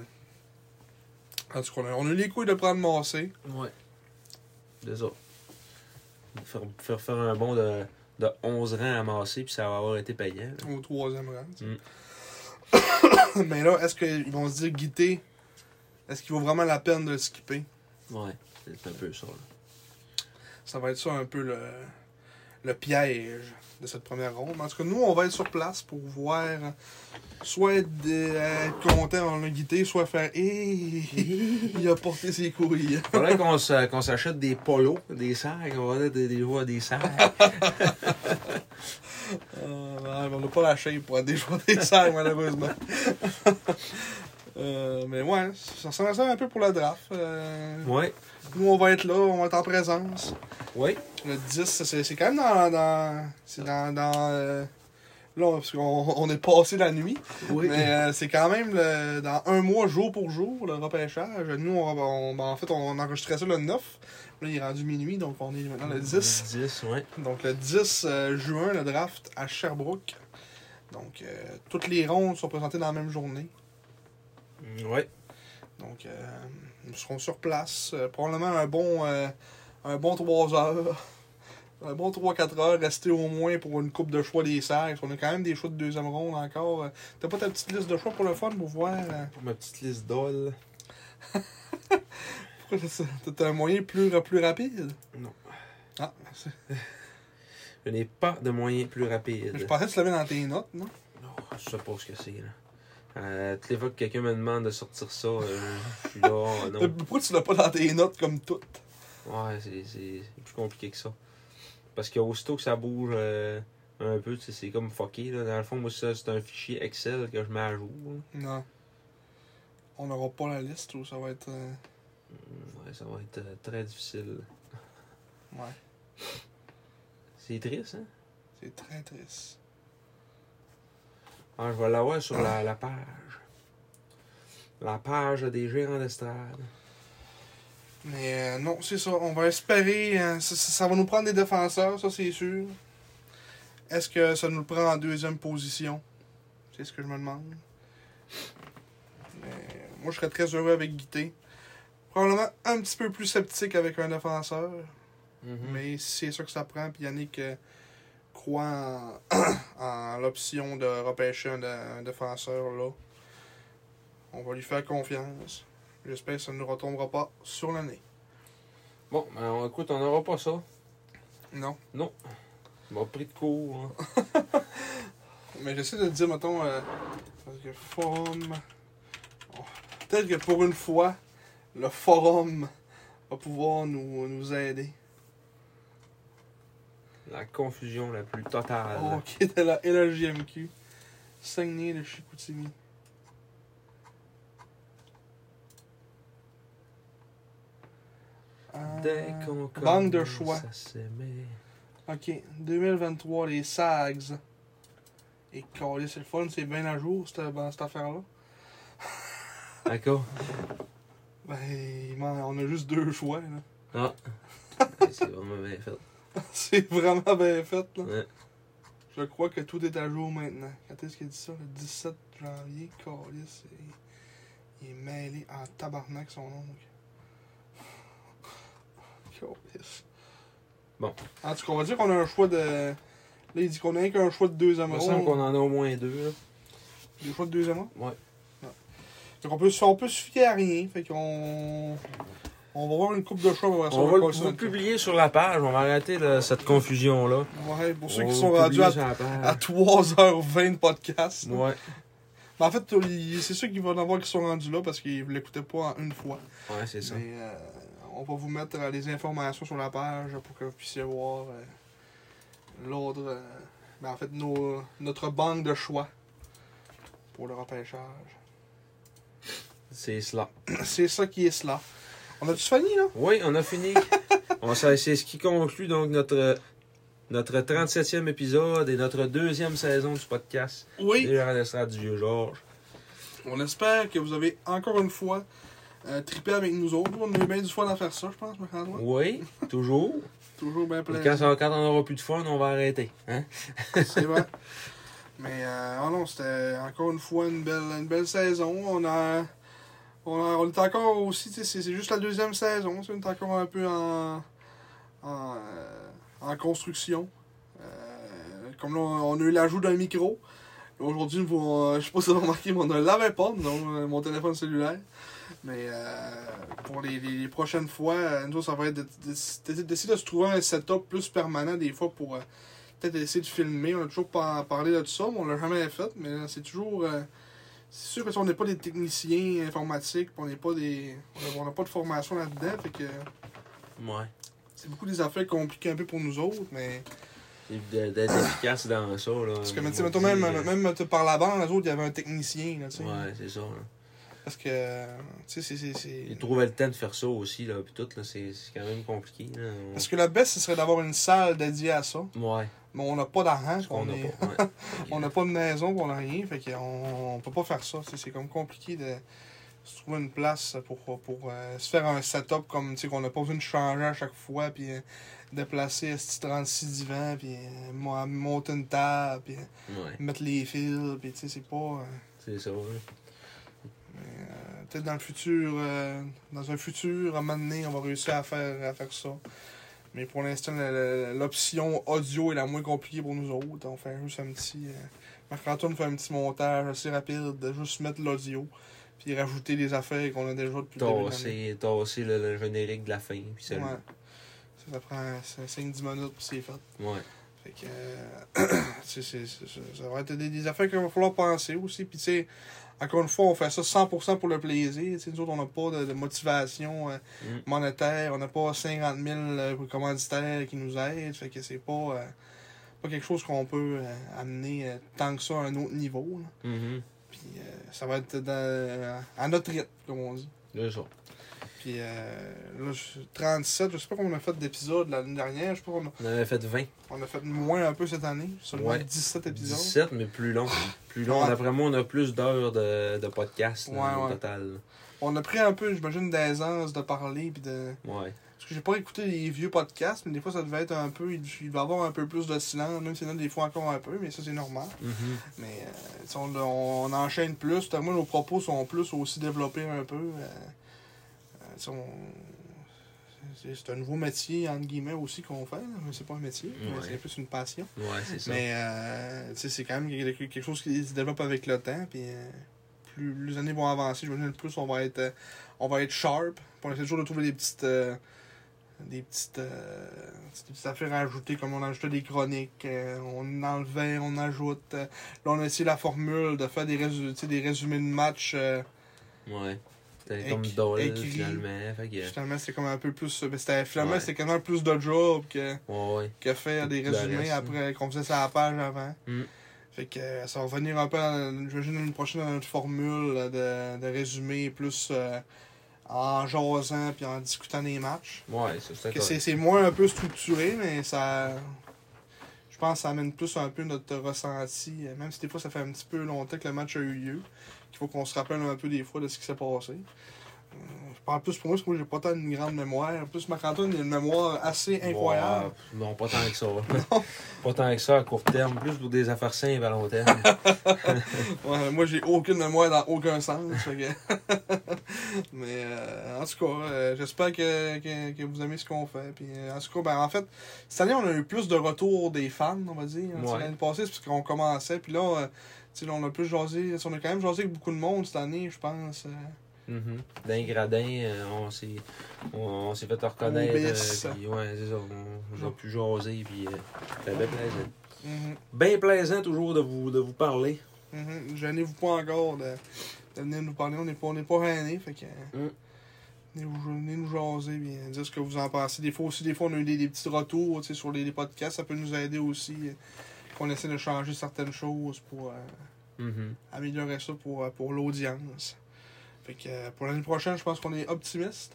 B: En tout cas, on a, on a eu les couilles de prendre Massé.
A: C'est ça. Faire, faire, faire un bond de, de 11 rangs amassé, puis ça va avoir été payant. là. Mm.
B: au troisième rang. tu sais. mais là, est-ce qu'ils vont se dire guiter Est-ce qu'il vaut vraiment la peine de le skipper?
A: Ouais, c'est un peu ça. là.
B: Ça va être ça un peu le, le piège de cette première ronde. En tout cas, nous, on va être sur place pour voir euh, soit être, euh, être content, on l'a guidé, soit faire Hé, il a porté ses couilles.
A: Faudrait qu'on s'a- qu'on s'achète des polos, des sacs, on va donner des, des joueurs à des sacs.
B: Euh, ouais, mais on n'a pas la shape pour être des joueurs des serres, malheureusement. Euh, mais ouais, ça ressemble à ça un peu pour le draft. Euh,
A: ouais,
B: Nous, on va être là, on va être en présence.
A: ouais.
B: Le 10, ça, c'est c'est quand même dans. dans c'est dans. dans euh, là, on- parce qu'on on est passé la nuit.
A: Oui.
B: Mais euh, c'est quand même le- dans un mois, jour pour jour, le repêchage. Nous, on, on- ben, en fait, on enregistrait ça le 9. Là, il est rendu minuit, donc on est maintenant le 10.
A: 10, ouais.
B: Donc le 10 euh, juin, le draft à Sherbrooke. Donc euh, toutes les rondes sont présentées dans la même journée.
A: Ouais.
B: Donc euh, nous serons sur place. euh, probablement un bon euh, un bon 3 heures. Un bon 3-4 heures, rester au moins pour une coupe de choix des sacs. On a quand même des choix de deuxième ronde encore. Euh, T'as pas ta petite liste de choix pour le fun pour voir. euh,
A: Pour ma petite liste d'ol.
B: pourquoi c'est ça? T'as un moyen plus, plus rapide?
A: Non.
B: Ah, c'est-
A: Je n'ai pas de moyen plus
B: je
A: rapide.
B: pensais que tu l'avais dans tes notes, non?
A: Non, je sais pas ce que c'est, là. Euh, toutes les fois que quelqu'un me demande de sortir ça, euh, je suis là, oh,
B: Euh,
A: non.
B: Pourquoi tu l'as pas dans tes notes comme toutes?
A: Ouais, c'est- c'est c'est plus compliqué que ça. Parce qu'aussitôt que ça bouge euh, un peu, tu sais, c'est comme fucké, là. Dans le fond, moi, ça, c'est un fichier Excel que je mets à jour, là.
B: Non. On n'aura pas la liste ou ça va être. euh,
A: Ouais, ça va être euh, très difficile.
B: Ouais.
A: C'est triste, hein?
B: C'est très triste.
A: Ah, je vais l'avoir sur la, la page. La page des gérants d'estrade.
B: Mais euh, non, c'est ça. On va espérer. euh, ça, ça- ça va nous prendre des défenseurs, ça c'est sûr. Est-ce que ça nous le prend en deuxième position C'est ce que je me demande. Mais moi, je serais très heureux avec Guité. Probablement un petit peu plus sceptique avec un défenseur.
A: Mhm.
B: Mais c'est ça que ça prend. Puis Yannick euh, croit en, en l'option de repêcher un, dé- un défenseur là. On va lui faire confiance. J'espère que ça ne retombera pas sur le nez.
A: Bon, ben, on- écoute, on n'aura pas ça.
B: Non.
A: On m'a pris de court. hein.
B: Mais j'essaie de dire, mettons, euh, parce que forum. Oh. Peut-être que pour une fois, le forum va pouvoir nous, nous aider.
A: La confusion la plus totale.
B: Ok, de la LGMQ. Saguenay de Chicoutimi. Ah,
A: Dès qu'on
B: Banque de
A: commence
B: choix.
A: à s'aimer.
B: Ok, 2023, les SAGs. Et calé, c'est le fun, c'est bien à jour cette, ben, cette affaire-là.
A: D'accord.
B: Ben, il m'en- on a juste deux choix, là.
A: Ah. Ouais, c'est vraiment bien fait.
B: c'est vraiment bien fait, là.
A: Ouais.
B: Je crois que tout est à jour maintenant. Quand est-ce qu'il dit ça? Le 17 janvier, Carlis, il est mêlé en tabarnak, son oncle. Carlis.
A: Bon.
B: En tout cas, on va dire qu'on a un choix de... Là, il dit qu'on a rien qu'un choix de
A: Il
B: deuxième
A: me semble qu'on
B: ronde.
A: en a au moins deux. Là.
B: Des choix de deuxième ronde?
A: Ouais.
B: Donc, on peut, on peut se fier à rien. Fait qu'on... On va voir une coupe de choix. On va,
A: On va le- vous le publier sur la page. On va arrêter là, cette confusion-là.
B: Ouais, pour ceux
A: On
B: qui
A: va
B: sont
A: le
B: rendus
A: publier
B: à,
A: sur la page.
B: à 3h20 de podcast. là.
A: Ah. Ouais.
B: Mais en fait, il- c'est sûr qu'il va en avoir qui sont rendus là parce qu'ils ne l'écoutaient pas en une fois.
A: Ouais, c'est ça.
B: Mais euh, on va vous mettre euh, les informations sur la page pour que vous puissiez voir euh, l'ordre. euh, ben, en fait, nos, notre banque de choix pour le repêchage.
A: C'est cela.
B: C'est ça qui est cela. On a-tu fini, là?
A: Oui, on a fini. on s'est- c'est ce qui conclut donc notre, notre 37e épisode et notre deuxième saison du podcast
B: Oui.
A: Les Gérants d'Estrade du Vieux-Georges.
B: On espère que vous avez encore une fois euh, trippé avec nous autres. On a eu bien du fun à faire ça, je pense, Marc-Antoine.
A: Oui, toujours.
B: Toujours bien
A: Et
B: plaisant.
A: Quand, ça- quand on n'aura plus de fun, on va arrêter. Hein?
B: C'est vrai. Mais euh, oh non, c'était encore une fois une belle, une belle saison. On a. On, a- on est encore aussi, tu sais, c'est c'est juste la deuxième saison. tu sais, On est encore un peu en. en, euh, en construction. Euh, comme là, on on a eu l'ajout d'un micro. Aujourd'hui, nous pouvons- je sais pas si vous avez remarqué, mais on a un lave donc euh, mon téléphone cellulaire. Mais euh, pour les, les- les prochaines fois, euh, nous, autres, ça va être de- de- de- d'essayer de se trouver un setup plus permanent des fois pour euh, peut-être essayer de filmer. On a toujours par- parlé de ça, mais on l'a jamais fait. Mais euh, c'est toujours. euh, c'est sûr que si on n'est pas des techniciens informatiques, puis on n'est pas des. on a- On n'a pas de formation là-dedans, fait que
A: Ouais.
B: c'est beaucoup des affaires compliquées un peu pour nous autres, mais.
A: D'être d'être efficace dans ça, là.
B: Parce que, mais, tu sais, mettons, même, même euh, par la bande, les autres, il y avait un technicien, là, tu sais.
A: Ouais, c'est ça, là.
B: Parce que, euh, tu sais, c'est- c'est- c'est...
A: Ils trouvaient le temps de faire ça aussi, là, puis tout, là, c'est c'est quand même compliqué, là. On-
B: Parce que la best, ce serait d'avoir une salle dédiée à ça.
A: Ouais,
B: Mais on n'a pas d'argent,
A: ce
B: on
A: qu'on a
B: est-
A: pas. ouais.
B: on n'a pas de maison, on n'a rien, fait qu'on on peut pas faire ça. tu sais, C'est comme compliqué de se trouver une place pour, pour euh, se faire un setup comme, tu sais, qu'on n'a pas besoin de changer à chaque fois, puis euh, déplacer euh, ce petit 36 divans, puis euh, mo- monter une table, puis euh,
A: Ouais,
B: mettre les fils, puis tu sais, c'est pas... euh,
A: c'est ça, hein. là.
B: Peut-être dans le futur, euh, dans un futur, à un moment donné, on va réussir à faire, à faire ça. Mais pour l'instant, la- la- l'option audio est la moins compliquée pour nous autres. On fait juste un petit. euh, Marc-Antoine fait un petit montage assez rapide, de juste mettre l'audio, puis rajouter les affaires qu'on a déjà depuis le début de l'année.
A: Tasser, tasser le, le générique de la fin, puis salut.
B: Ouais. Ça, ça prend 5-10 minutes, puis c'est fait.
A: Ouais.
B: Fait que. euh, c'est- c'est- c'est- c'est- ça va être des, des affaires qu'il va falloir penser aussi. Puis, tu sais, encore une fois, on fait ça 100% pour le plaisir. Tu sais, nous autres, on n'a pas de, de motivation euh,
A: Mm.
B: monétaire. On n'a pas 50 000 euh, commanditaires qui nous aident. Fait que c'est pas. euh, pas quelque chose qu'on peut euh, amener euh, tant que ça à un autre niveau. là.
A: Mhm.
B: Puis euh, ça va être dans- euh, à notre rythme, comme on dit.
A: C'est ça.
B: Puis euh, là, je- 37, je sais pas combien on a fait d'épisodes l'année dernière. Je sais pas combien
A: On avait fait 20.
B: on a fait moins un peu cette année, seulement
A: Ouais.
B: 17 épisodes.
A: 17, mais plus long. Plus long.
B: Ouais.
A: D'après moi, on a plus d'heures de, de podcast là,
B: Ah. Ouais,
A: au
B: ouais.
A: total.
B: On a pris un peu, j'imagine, d'aisance de parler puis de.
A: Ouais.
B: Parce que j'ai pas écouté les vieux podcasts, mais des fois ça devait être un peu. Il il devait y avoir un peu plus de silence, même s'il y en a des fois encore un peu, mais ça c'est normal.
A: Mhm.
B: Mais euh, tu sais, on, on enchaîne plus. Au moins, nos propos sont plus aussi développés un peu. euh, euh, tu sais, on- c'est- C'est un nouveau métier, entre guillemets, aussi qu'on fait. là. Mais C'est pas un métier, mais
A: Ouais.
B: c'est plus une passion.
A: Ouais, c'est ça.
B: Mais euh, tu sais, c'est quand même quelque quelque chose qui se développe avec le temps. Puis euh, plus les années vont avancer, je me dis plus on va être, euh, on va être sharp. Puis on essaie toujours de trouver des petites, euh, des petites, euh, des petites affaires à ajouter, comme on ajoutait des chroniques, euh, on enlevait, on ajoute. euh. là, on a essayé la formule de faire des, résu- tu sais, des résumés de matchs. euh,
A: Ouais. C'était
B: Éc-
A: comme Doyle,
B: écrit.
A: finalement. Fait que...
B: Finalement, c'était comme un peu plus. ben, c'était, finalement,
A: Ouais.
B: c'était quand même plus de job que.
A: Ouais, ouais.
B: que faire des
A: Tout le
B: résumés
A: reste,
B: après qu'on faisait ça à la page avant.
A: Mm.
B: Fait que euh, ça va revenir un peu, à- j'imagine, une prochaine à notre formule là, de, de résumé plus euh, en jasant puis en discutant des matchs.
A: Ouais, ça, c'était
B: Que c'est,
A: correct.
B: c'est moins un peu structuré, mais ça. Je pense que ça amène plus un peu notre ressenti, euh, même si des fois ça fait un petit peu longtemps que le match a eu lieu, qu'il faut qu'on se rappelle un peu des fois de ce qui s'est passé. Euh, Je parle plus pour moi parce que moi j'ai pas tant une grande mémoire. En plus, Marc-Antoine il a une mémoire assez incroyable.
A: Ouais, pff, non, pas tant que ça. pas tant que ça à court terme. Plus pour des affaires simples à long terme.
B: Ouais, moi j'ai aucune mémoire dans aucun sens. fait que- Mais euh, en tout cas, euh, j'espère que, que, que vous aimez ce qu'on fait. Puis, euh, en tout cas, ben, en fait, cette année, on a eu plus de retours des fans, on va dire. hein, tu sais,
A: Ouais.
B: L'année passée, c'est parce qu'on commençait. Puis là, euh, tu sais, là, on a plus jasé. On a quand même jasé avec beaucoup de monde cette année, je pense. euh,
A: Mhm. D'un gradin, euh, on s'est on, on s'est fait reconnaître.
B: OBS.
A: euh, puis ouais, c'est ça. On, on a pu jaser, puis euh, c'était bien plaisant.
B: mhm,
A: Bien plaisant toujours de vous, de vous parler.
B: mhm. Gênez-vous pas encore de, de venir nous parler. On n'est pas, on n'est pas gênés. Fait que. euh,
A: Mm.
B: Venez nous, venez nous jaser, puis euh, dire ce que vous en pensez. Des fois aussi, des fois, on a eu des, des petits retours tu sais, sur les, les podcasts. Ça peut nous aider aussi euh, qu'on essaie de changer certaines choses pour euh,
A: Mhm.
B: améliorer ça pour, euh, pour l'audience. Fait que euh, pour l'année prochaine, je pense qu'on est optimiste.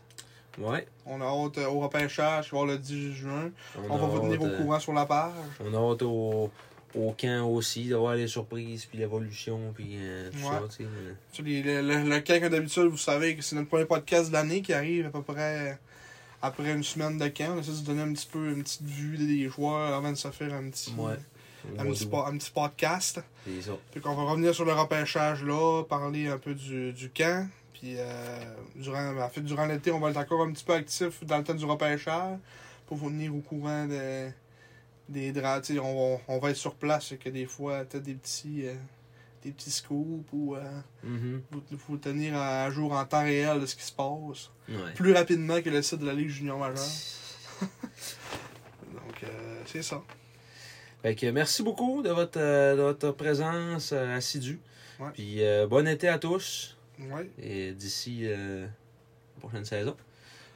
A: Ouais.
B: On a hâte euh, au repêchage qui va avoir le 10 juin. On, va vous
A: hâte,
B: tenir au
A: euh,
B: courant sur la page.
A: On a hâte au, au camp aussi, d'avoir les surprises, puis l'évolution, puis euh, tout ça.
B: Ouais.
A: tu sais, euh.
B: Tu sais, les- le, le, le camp, comme d'habitude, vous savez que c'est notre premier podcast de l'année qui arrive à peu près euh, après une semaine de camp. On essaie de se donner un petit peu une petite vue des joueurs avant de se faire un petit,
A: Ouais. Au
B: un,
A: mois
B: petit,
A: d'août,
B: po- un petit podcast.
A: C'est ça.
B: Puis qu'on va revenir sur le repêchage là, parler un peu du, du camp. Puis euh, durant, en fait, durant l'été, on va être encore un petit peu actif dans le temps du repêchage pour vous tenir au courant de- des drafts. Tu sais, On, va- on va être sur place, fait que des fois, peut-être des petits. euh, des petits scoops ou euh,
A: Mhm.
B: vous, vous tenir à jour en temps réel de ce qui se passe.
A: Ouais.
B: Plus rapidement que le site de la Ligue junior majeure. Donc, euh, c'est ça.
A: Fait que merci beaucoup de votre, euh, de votre présence euh, assidue.
B: Ouais.
A: Puis euh, bon été à tous.
B: Ouais.
A: Et d'ici euh, la prochaine saison,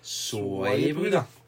A: soyez,
B: Soyez
A: prudents.
B: prudents.